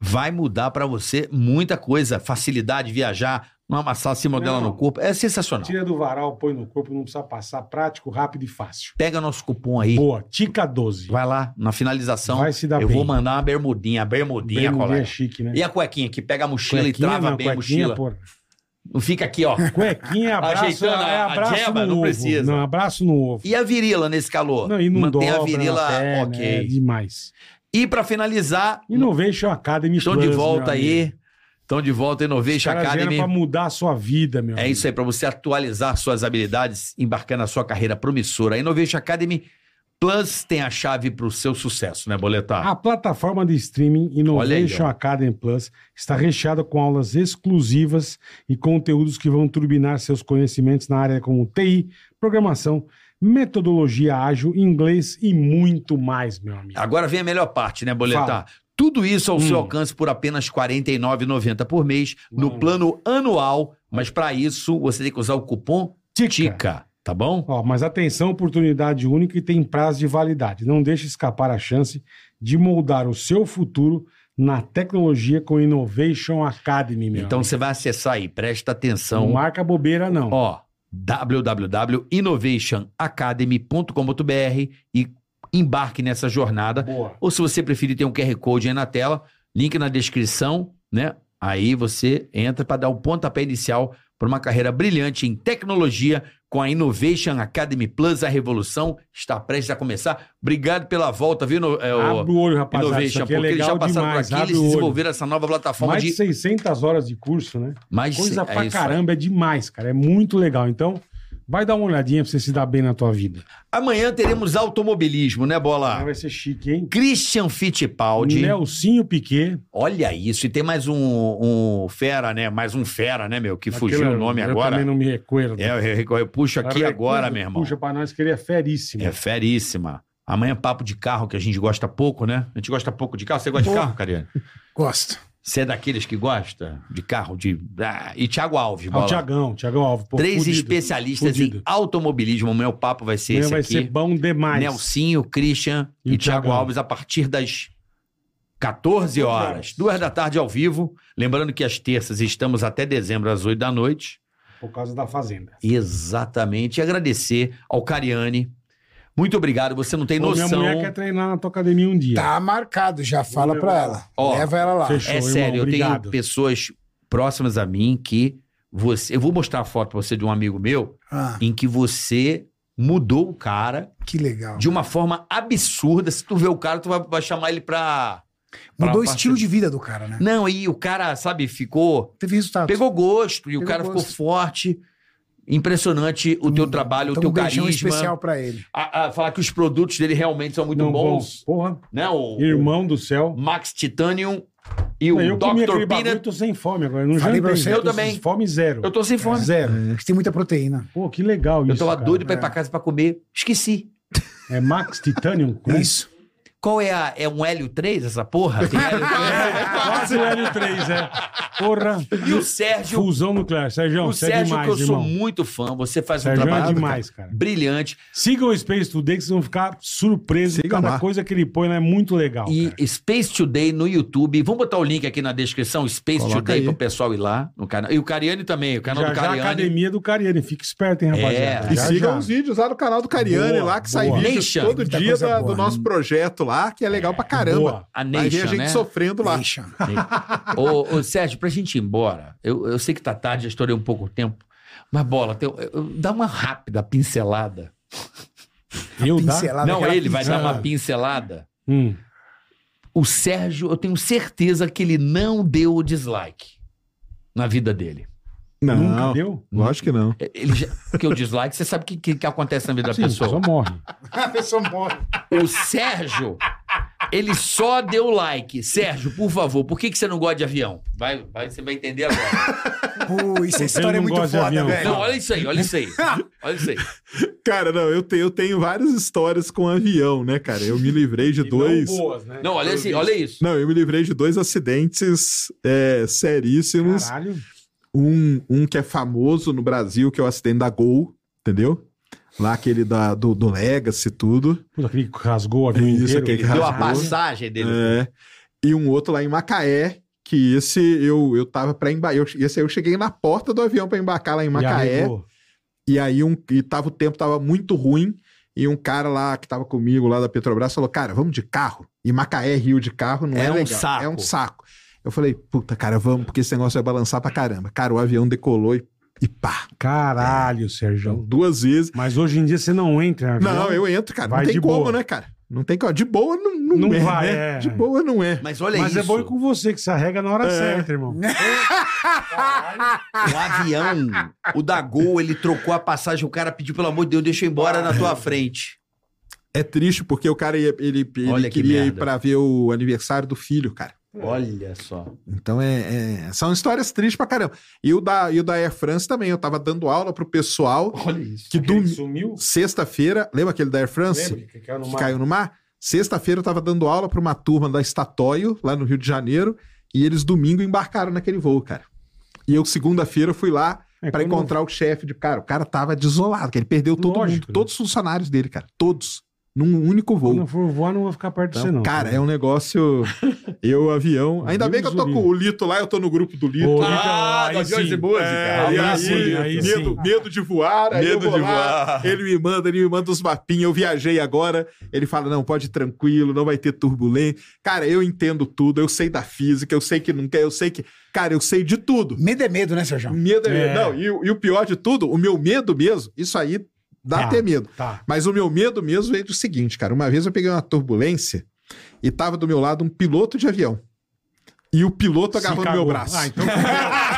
[SPEAKER 4] vai mudar pra você muita coisa. Facilidade, viajar, não é amassar a modela
[SPEAKER 3] Não.
[SPEAKER 4] no corpo. É sensacional.
[SPEAKER 3] Tira do varal, põe no corpo, não precisa passar. Prático, rápido e fácil.
[SPEAKER 4] Pega nosso cupom aí.
[SPEAKER 3] Boa, TICA12.
[SPEAKER 4] Vai lá, na finalização,
[SPEAKER 3] Vai se dar
[SPEAKER 4] eu
[SPEAKER 3] bem.
[SPEAKER 4] vou mandar uma bermudinha, a bermudinha,
[SPEAKER 3] Bermudinha
[SPEAKER 4] colega.
[SPEAKER 3] chique, né?
[SPEAKER 4] E a cuequinha que pega a mochila
[SPEAKER 3] Cuequinha
[SPEAKER 4] e trava
[SPEAKER 3] não,
[SPEAKER 4] bem a
[SPEAKER 3] cuequinha,
[SPEAKER 4] mochila.
[SPEAKER 3] porra.
[SPEAKER 4] Não fica aqui, ó.
[SPEAKER 3] Cuequinha, abraço,
[SPEAKER 4] Ajeitando a-
[SPEAKER 3] é abraço
[SPEAKER 4] a jeba,
[SPEAKER 3] no
[SPEAKER 4] não
[SPEAKER 3] ovo.
[SPEAKER 4] precisa.
[SPEAKER 3] Não, abraço no ovo.
[SPEAKER 4] E a virila nesse calor?
[SPEAKER 3] Não, e não
[SPEAKER 4] Mantém
[SPEAKER 3] dobra
[SPEAKER 4] a virila
[SPEAKER 3] na perna,
[SPEAKER 4] ok.
[SPEAKER 3] É demais.
[SPEAKER 4] E pra finalizar,
[SPEAKER 3] Innovation Academy
[SPEAKER 4] estão
[SPEAKER 3] Plus,
[SPEAKER 4] de
[SPEAKER 3] meu
[SPEAKER 4] volta
[SPEAKER 3] amigo.
[SPEAKER 4] aí. Estão de volta,
[SPEAKER 3] Os
[SPEAKER 4] Innovation
[SPEAKER 3] caras vieram
[SPEAKER 4] Academy.
[SPEAKER 3] pra mudar a sua vida, meu
[SPEAKER 4] É isso aí, pra você atualizar suas habilidades, embarcar na sua carreira promissora. A Innovation Academy Plus tem a chave pro seu sucesso, né, Boletar?
[SPEAKER 3] A plataforma de streaming Innovation
[SPEAKER 4] Olha aí, ó.
[SPEAKER 3] Academy Plus está recheada com aulas exclusivas e conteúdos que vão turbinar seus conhecimentos na área como TI, programação, metodologia ágil, inglês e muito mais, meu amigo.
[SPEAKER 4] Agora vem a melhor parte, né, Boletar?
[SPEAKER 3] Fala.
[SPEAKER 4] Tudo isso ao seu
[SPEAKER 3] Hum.
[SPEAKER 4] alcance por apenas R$ 49,90 por mês, no
[SPEAKER 3] Mano.
[SPEAKER 4] plano anual. Mas pra isso, você tem que usar o cupom TICA, tá bom?
[SPEAKER 3] Ó, mas atenção, oportunidade única e tem prazo de validade. Não deixe escapar a chance de moldar o seu futuro na tecnologia com Innovation Academy, meu
[SPEAKER 4] Então
[SPEAKER 3] amigo.
[SPEAKER 4] você vai acessar aí, presta atenção.
[SPEAKER 3] Não marca bobeira, não.
[SPEAKER 4] Ó, www.innovationacademy.com.br e embarque nessa jornada.
[SPEAKER 3] Boa.
[SPEAKER 4] Ou se você preferir, tem um QR Code aí na tela, link na descrição, né? Aí você entra para dar o pontapé inicial para uma carreira brilhante em tecnologia com a Innovation Academy Plus. A revolução está prestes a começar. Obrigado pela volta, viu? No, é, o
[SPEAKER 3] Abre o olho, rapaziada. Isso
[SPEAKER 4] Innovation,
[SPEAKER 3] aqui
[SPEAKER 4] porque
[SPEAKER 3] é
[SPEAKER 4] eles já
[SPEAKER 3] legal
[SPEAKER 4] passaram
[SPEAKER 3] demais.
[SPEAKER 4] por aqui,
[SPEAKER 3] Abre
[SPEAKER 4] eles
[SPEAKER 3] o olho.
[SPEAKER 4] desenvolveram essa nova plataforma
[SPEAKER 3] Mais de
[SPEAKER 4] de.
[SPEAKER 3] 600 horas de curso, né?
[SPEAKER 4] Mais de
[SPEAKER 3] Coisa
[SPEAKER 4] cem-
[SPEAKER 3] pra
[SPEAKER 4] isso aí.
[SPEAKER 3] caramba, é demais, cara. É muito legal. Então, vai dar uma olhadinha pra você se dar bem na tua vida.
[SPEAKER 4] Amanhã teremos automobilismo, né, Bola?
[SPEAKER 3] Vai ser chique, hein?
[SPEAKER 4] Christian Fittipaldi.
[SPEAKER 3] Nelsinho Piquet.
[SPEAKER 4] Olha isso. E tem mais um, um fera, né? Mais um fera, né, meu? Que fugiu
[SPEAKER 3] Aquela-
[SPEAKER 4] o nome
[SPEAKER 3] eu
[SPEAKER 4] agora.
[SPEAKER 3] também não me recuerdo.
[SPEAKER 4] É, eu, eu- eu puxo aqui
[SPEAKER 3] Ela
[SPEAKER 4] agora,
[SPEAKER 3] recuerda,
[SPEAKER 4] meu irmão.
[SPEAKER 3] Puxa pra nós que ele é feríssimo.
[SPEAKER 4] É feríssima. Amanhã é papo de carro, que a gente gosta pouco, né? A gente gosta pouco de carro. Você gosta de
[SPEAKER 5] Porra.
[SPEAKER 4] carro, Cariano?
[SPEAKER 5] Gosto.
[SPEAKER 4] Você é daqueles que gosta de carro? de ah, E Thiago Alves,
[SPEAKER 3] Ah, o
[SPEAKER 4] bola.
[SPEAKER 3] Tiagão, Tiagão Alves. pô,
[SPEAKER 4] Três
[SPEAKER 3] fudido.
[SPEAKER 4] especialistas
[SPEAKER 3] Fudido.
[SPEAKER 4] em automobilismo. O meu papo vai ser
[SPEAKER 3] Amanhã
[SPEAKER 4] esse
[SPEAKER 3] vai
[SPEAKER 4] aqui.
[SPEAKER 3] ser bom demais.
[SPEAKER 4] Nelsinho, Christian
[SPEAKER 3] E
[SPEAKER 4] e,
[SPEAKER 3] o
[SPEAKER 4] Thiago
[SPEAKER 3] Thiagão.
[SPEAKER 4] Alves a partir das 14 horas, duas da tarde ao vivo. Lembrando que às terças estamos até dezembro às 8 da noite.
[SPEAKER 3] Por causa da Fazenda.
[SPEAKER 4] Exatamente. E agradecer ao Cariani. Muito obrigado. Você não tem
[SPEAKER 3] Pô, minha
[SPEAKER 4] noção.
[SPEAKER 3] mulher quer treinar na tua academia um dia.
[SPEAKER 5] Tá marcado, já fala pra ela.
[SPEAKER 4] Ó,
[SPEAKER 5] Leva ela lá.
[SPEAKER 3] fechou.
[SPEAKER 4] É
[SPEAKER 3] irmão,
[SPEAKER 4] sério, eu
[SPEAKER 3] obrigado.
[SPEAKER 4] tenho pessoas próximas a mim que você. Eu vou mostrar a foto pra você de um amigo meu
[SPEAKER 5] Ah,
[SPEAKER 4] em que você mudou o cara
[SPEAKER 5] que legal.
[SPEAKER 4] de uma forma absurda. Se tu vê o cara, tu vai, vai chamar ele pra. pra
[SPEAKER 5] Mudou o
[SPEAKER 4] parte-
[SPEAKER 5] estilo de vida do cara, né?
[SPEAKER 4] Não, e o cara, sabe, ficou.
[SPEAKER 5] Teve resultado.
[SPEAKER 4] Pegou gosto e o
[SPEAKER 5] Pegou
[SPEAKER 4] cara
[SPEAKER 5] gosto.
[SPEAKER 4] ficou forte. Impressionante o teu trabalho,
[SPEAKER 5] Então,
[SPEAKER 4] o teu
[SPEAKER 5] um beijão
[SPEAKER 4] carisma.
[SPEAKER 5] especial pra ele.
[SPEAKER 4] A- a falar que os produtos dele realmente são muito
[SPEAKER 3] Não,
[SPEAKER 4] bons.
[SPEAKER 3] Porra,
[SPEAKER 4] Né? O,
[SPEAKER 3] irmão do
[SPEAKER 4] o
[SPEAKER 3] céu.
[SPEAKER 4] Max Titanium e o
[SPEAKER 3] Não, eu comi
[SPEAKER 4] Dr.
[SPEAKER 3] aquele
[SPEAKER 4] Peanut.
[SPEAKER 3] bagulho, tô sem fome agora. Eu não
[SPEAKER 5] Falei
[SPEAKER 3] jantei.
[SPEAKER 5] pra você,
[SPEAKER 3] tô
[SPEAKER 4] eu também.
[SPEAKER 3] sem Fome zero.
[SPEAKER 4] Eu tô sem fome.
[SPEAKER 3] Zero.
[SPEAKER 5] É, que tem muita proteína.
[SPEAKER 3] Pô, que legal isso.
[SPEAKER 4] eu tava
[SPEAKER 3] cara.
[SPEAKER 4] doido pra ir pra
[SPEAKER 5] É.
[SPEAKER 4] casa pra comer. Esqueci.
[SPEAKER 3] É Max Titanium?
[SPEAKER 4] É
[SPEAKER 3] né?
[SPEAKER 5] Isso.
[SPEAKER 4] Qual é a. É um Hélio 3 essa porra? Tem Hélio
[SPEAKER 3] É,
[SPEAKER 4] 3?
[SPEAKER 3] quase o Hélio 3, é. Porra.
[SPEAKER 4] e o Sérgio.
[SPEAKER 3] Fusão nuclear. Sérgio,
[SPEAKER 4] o
[SPEAKER 3] você
[SPEAKER 4] Sérgio,
[SPEAKER 3] é demais,
[SPEAKER 4] que eu sou
[SPEAKER 3] irmão.
[SPEAKER 4] muito fã. Você faz
[SPEAKER 3] Sérgio
[SPEAKER 4] um trabalho
[SPEAKER 3] é demais, cara.
[SPEAKER 4] brilhante.
[SPEAKER 3] Sigam o Space Today que vocês vão ficar surpresos.
[SPEAKER 1] Sigam
[SPEAKER 3] Cada
[SPEAKER 1] lá.
[SPEAKER 3] coisa que ele põe lá é muito legal.
[SPEAKER 4] E
[SPEAKER 3] cara.
[SPEAKER 4] Space Today no YouTube. Vamos botar o link aqui na descrição, Space
[SPEAKER 1] Coloca
[SPEAKER 4] Today,
[SPEAKER 1] aí.
[SPEAKER 4] para pro pessoal ir lá no canal. E o Cariani também, o canal
[SPEAKER 3] já,
[SPEAKER 4] é do
[SPEAKER 3] já a
[SPEAKER 4] Cariani.
[SPEAKER 3] academia do Cariani. Fica esperto, hein, rapaziada.
[SPEAKER 4] É.
[SPEAKER 1] E
[SPEAKER 3] Já,
[SPEAKER 1] sigam
[SPEAKER 3] já.
[SPEAKER 1] os vídeos lá do canal do Cariani,
[SPEAKER 3] Boa,
[SPEAKER 1] lá que sai
[SPEAKER 3] boa.
[SPEAKER 1] vídeo
[SPEAKER 4] Nation.
[SPEAKER 1] todo
[SPEAKER 5] Muita
[SPEAKER 1] dia
[SPEAKER 5] coisa
[SPEAKER 1] da-
[SPEAKER 5] boa,
[SPEAKER 1] do nosso
[SPEAKER 5] né?
[SPEAKER 1] projeto lá, que é legal pra caramba.
[SPEAKER 3] Boa.
[SPEAKER 4] A
[SPEAKER 1] Aí vê a
[SPEAKER 4] Nation,
[SPEAKER 1] gente
[SPEAKER 4] né?
[SPEAKER 1] sofrendo lá.
[SPEAKER 5] Deixa.
[SPEAKER 4] Ô, ô, Sérgio, pra gente ir embora, eu, eu sei que tá tarde, já estourei um pouco o tempo, mas bola, tem- eu- eu- dá uma rápida pincelada.
[SPEAKER 3] Eu dá?
[SPEAKER 5] Pincelada.
[SPEAKER 4] Não,
[SPEAKER 5] aquela
[SPEAKER 4] ele vai dar
[SPEAKER 5] pincelada.
[SPEAKER 4] uma pincelada.
[SPEAKER 3] Hum.
[SPEAKER 4] O Sérgio, eu tenho certeza que ele não deu o dislike na vida dele.
[SPEAKER 3] Nunca deu?
[SPEAKER 1] lógico que não.
[SPEAKER 4] Ele já- porque o dislike, você sabe o que, que, que acontece na vida da
[SPEAKER 3] Sim,
[SPEAKER 4] pessoa.
[SPEAKER 3] só morre.
[SPEAKER 5] A pessoa morre.
[SPEAKER 4] O Sérgio, ele só deu like. Sérgio, por favor, por que, que você não gosta de avião? Vai, vai, você vai entender agora.
[SPEAKER 5] Pô, isso, essa história é
[SPEAKER 3] não
[SPEAKER 5] muito
[SPEAKER 3] gosto de
[SPEAKER 5] foda,
[SPEAKER 3] avião.
[SPEAKER 5] velho.
[SPEAKER 4] Não, olha isso aí, olha isso aí. Olha isso aí.
[SPEAKER 1] Cara, não, eu, te- eu tenho várias histórias com avião, né, cara? Eu me livrei de dois.
[SPEAKER 3] boas, né?
[SPEAKER 4] Não, olha
[SPEAKER 6] assim,
[SPEAKER 4] isso, olha isso.
[SPEAKER 1] Não, eu me livrei de dois acidentes é, seríssimos.
[SPEAKER 3] Caralho.
[SPEAKER 1] Um, um que é famoso no Brasil, que é o acidente da Gol, entendeu? Lá aquele da, do, do Legacy e tudo.
[SPEAKER 3] Puta, aquele que rasgou o avião
[SPEAKER 1] Isso,
[SPEAKER 3] inteiro.
[SPEAKER 1] aquele que
[SPEAKER 6] Deu a
[SPEAKER 1] Rasgou.
[SPEAKER 6] passagem dele.
[SPEAKER 1] É. E um outro lá em Macaé, que esse eu, eu tava pra embarcar. Esse aí eu cheguei na porta do avião pra embarcar lá em
[SPEAKER 3] E
[SPEAKER 1] Macaé.
[SPEAKER 3] arregou.
[SPEAKER 1] E aí um, e tava, o tempo tava muito ruim. E um cara lá que tava comigo, lá da Petrobras, falou: Cara, vamos de carro. E Macaé, Rio de carro, não é,
[SPEAKER 6] É um
[SPEAKER 1] legal.
[SPEAKER 6] saco.
[SPEAKER 1] É um saco. Eu falei: Puta, cara, vamos, porque esse negócio vai balançar pra caramba. Cara, o avião decolou e, e pá.
[SPEAKER 3] Caralho,
[SPEAKER 1] Então,
[SPEAKER 3] Sérgio.
[SPEAKER 1] duas vezes.
[SPEAKER 3] Mas hoje em dia você não entra em avião.
[SPEAKER 1] Não, eu entro, cara.
[SPEAKER 3] Vai
[SPEAKER 1] não tem
[SPEAKER 3] de
[SPEAKER 1] como,
[SPEAKER 3] boa.
[SPEAKER 1] né, cara? Não tem como. De boa não, não,
[SPEAKER 3] Não
[SPEAKER 1] é,
[SPEAKER 3] vai,
[SPEAKER 1] né?
[SPEAKER 3] é.
[SPEAKER 1] De boa não é.
[SPEAKER 6] Mas olha
[SPEAKER 3] Mas
[SPEAKER 6] isso.
[SPEAKER 3] é bom ir com você, que se arrega na hora certa, irmão.
[SPEAKER 6] O avião, o da Gol, ele trocou a passagem. O cara pediu, pelo amor de Deus, deixa eu ir embora na tua frente.
[SPEAKER 1] É triste porque o cara ia- ele, ele
[SPEAKER 6] Olha que
[SPEAKER 1] queria ir
[SPEAKER 6] merda.
[SPEAKER 1] pra ver o aniversário do filho, cara.
[SPEAKER 6] Olha só.
[SPEAKER 1] Então é, é- são histórias tristes pra caramba. E o da e o da Air France também, eu tava dando aula pro pessoal
[SPEAKER 4] Olha isso.
[SPEAKER 1] que
[SPEAKER 3] Aquele que
[SPEAKER 1] domingo,
[SPEAKER 3] sumiu.
[SPEAKER 1] sexta-feira, lembra aquele da Air France
[SPEAKER 3] Lembra que caiu no
[SPEAKER 1] que
[SPEAKER 3] mar?
[SPEAKER 1] caiu no mar? Sexta-feira eu tava dando aula pra uma turma da Estatoio, lá no Rio de Janeiro, e eles domingo embarcaram naquele voo, cara. E eu segunda-feira fui lá
[SPEAKER 3] É,
[SPEAKER 1] pra
[SPEAKER 3] quando-
[SPEAKER 1] encontrar o chefe de cara. O cara tava desolado, que ele perdeu todo
[SPEAKER 3] Lógico,
[SPEAKER 1] mundo,
[SPEAKER 3] né?
[SPEAKER 1] todos os funcionários dele, cara, todos, num único voo.
[SPEAKER 3] Quando eu for voar, não vou ficar perto de você,
[SPEAKER 1] Então,
[SPEAKER 3] não.
[SPEAKER 1] cara, é um negócio. Eu, avião.
[SPEAKER 3] Meu
[SPEAKER 1] Ainda bem que eu tô
[SPEAKER 3] Deus,
[SPEAKER 1] com o Lito lá, eu tô no grupo do Lito.
[SPEAKER 3] Ô,
[SPEAKER 1] Ah,
[SPEAKER 4] Ah,
[SPEAKER 3] então, Aí
[SPEAKER 4] nós
[SPEAKER 3] sim.
[SPEAKER 4] vimos esse música.
[SPEAKER 1] É, e
[SPEAKER 3] abraço,
[SPEAKER 1] aí,
[SPEAKER 3] Lito, aí
[SPEAKER 1] medo,
[SPEAKER 3] sim.
[SPEAKER 1] medo de voar, aí eu
[SPEAKER 6] Medo
[SPEAKER 1] vou
[SPEAKER 6] de
[SPEAKER 1] lá,
[SPEAKER 6] voar.
[SPEAKER 1] Ele me manda, ele me manda os mapinhos. Eu viajei agora. Ele fala: não, pode ir tranquilo, não vai ter turbulência. Cara, eu entendo tudo, eu sei da física, eu sei que não quer, eu sei que. Cara, eu sei de tudo.
[SPEAKER 5] Medo é medo, né, Sérgio?
[SPEAKER 1] Medo é.
[SPEAKER 3] É.
[SPEAKER 1] Não, e, o- e o pior de tudo, o meu medo mesmo, isso aí dá
[SPEAKER 3] Tá.
[SPEAKER 1] até medo.
[SPEAKER 3] Tá.
[SPEAKER 1] Mas o meu medo mesmo veio do seguinte, cara. Uma vez eu peguei uma turbulência e tava do meu lado um piloto de avião. E o piloto
[SPEAKER 3] Se
[SPEAKER 1] agarrou no
[SPEAKER 3] cagou.
[SPEAKER 1] meu braço.
[SPEAKER 3] Ah, então fudeu.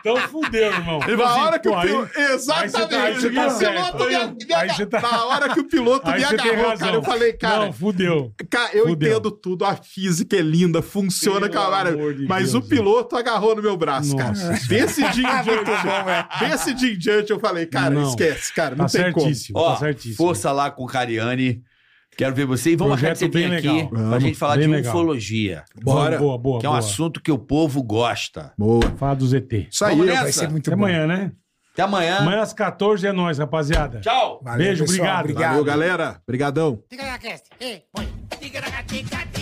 [SPEAKER 3] então fudeu, irmão.
[SPEAKER 1] Na hora que o
[SPEAKER 3] assim, Pô, aí-
[SPEAKER 1] piloto.
[SPEAKER 3] aí
[SPEAKER 1] Exatamente.
[SPEAKER 3] você tá
[SPEAKER 1] o piloto
[SPEAKER 3] certo.
[SPEAKER 1] me,
[SPEAKER 3] Aí
[SPEAKER 1] me aga-
[SPEAKER 3] você tá-
[SPEAKER 1] Na hora que o piloto
[SPEAKER 3] Aí
[SPEAKER 1] me
[SPEAKER 3] você tem
[SPEAKER 1] agarrou,
[SPEAKER 3] razão.
[SPEAKER 1] cara, eu falei, cara.
[SPEAKER 3] Não, fudeu.
[SPEAKER 1] Cara, eu
[SPEAKER 3] Fudeu.
[SPEAKER 1] entendo tudo, a física é linda, funciona,
[SPEAKER 3] Pelo
[SPEAKER 1] cara.
[SPEAKER 3] amor de
[SPEAKER 1] Mas
[SPEAKER 3] Deus,
[SPEAKER 1] o piloto agarrou no meu braço,
[SPEAKER 3] Nossa
[SPEAKER 1] cara. Desse dia em diante, desse dia em diante, eu falei, cara,
[SPEAKER 3] é. Não.
[SPEAKER 1] esquece, cara, não
[SPEAKER 3] Tá
[SPEAKER 1] tem como.
[SPEAKER 3] certíssimo,
[SPEAKER 6] Ó,
[SPEAKER 3] tá certíssimo.
[SPEAKER 6] força lá com o Cariani. Quero ver você. E vamos achar que
[SPEAKER 3] Projeto
[SPEAKER 6] você vem
[SPEAKER 3] bem
[SPEAKER 6] aqui
[SPEAKER 3] legal.
[SPEAKER 6] pra
[SPEAKER 1] Vamos,
[SPEAKER 6] gente falar de
[SPEAKER 3] bem legal.
[SPEAKER 6] ufologia.
[SPEAKER 3] Bora. Boa, boa,
[SPEAKER 6] Que é um
[SPEAKER 3] boa.
[SPEAKER 6] assunto que o povo gosta.
[SPEAKER 1] Boa.
[SPEAKER 3] Fala do ZT.
[SPEAKER 1] Isso aí,
[SPEAKER 6] Vamos
[SPEAKER 1] eu-
[SPEAKER 6] nessa? é
[SPEAKER 5] Vai ser muito
[SPEAKER 3] Até
[SPEAKER 5] bom.
[SPEAKER 3] amanhã, né?
[SPEAKER 6] Até amanhã.
[SPEAKER 3] Amanhã às 14 é nóis, rapaziada.
[SPEAKER 6] Tchau.
[SPEAKER 5] Valeu,
[SPEAKER 3] Beijo,
[SPEAKER 5] pessoal.
[SPEAKER 3] obrigado.
[SPEAKER 5] Obrigado.
[SPEAKER 1] Valeu, galera. Obrigadão.
[SPEAKER 2] Tigaracast, e põe. Tigaracati, cati,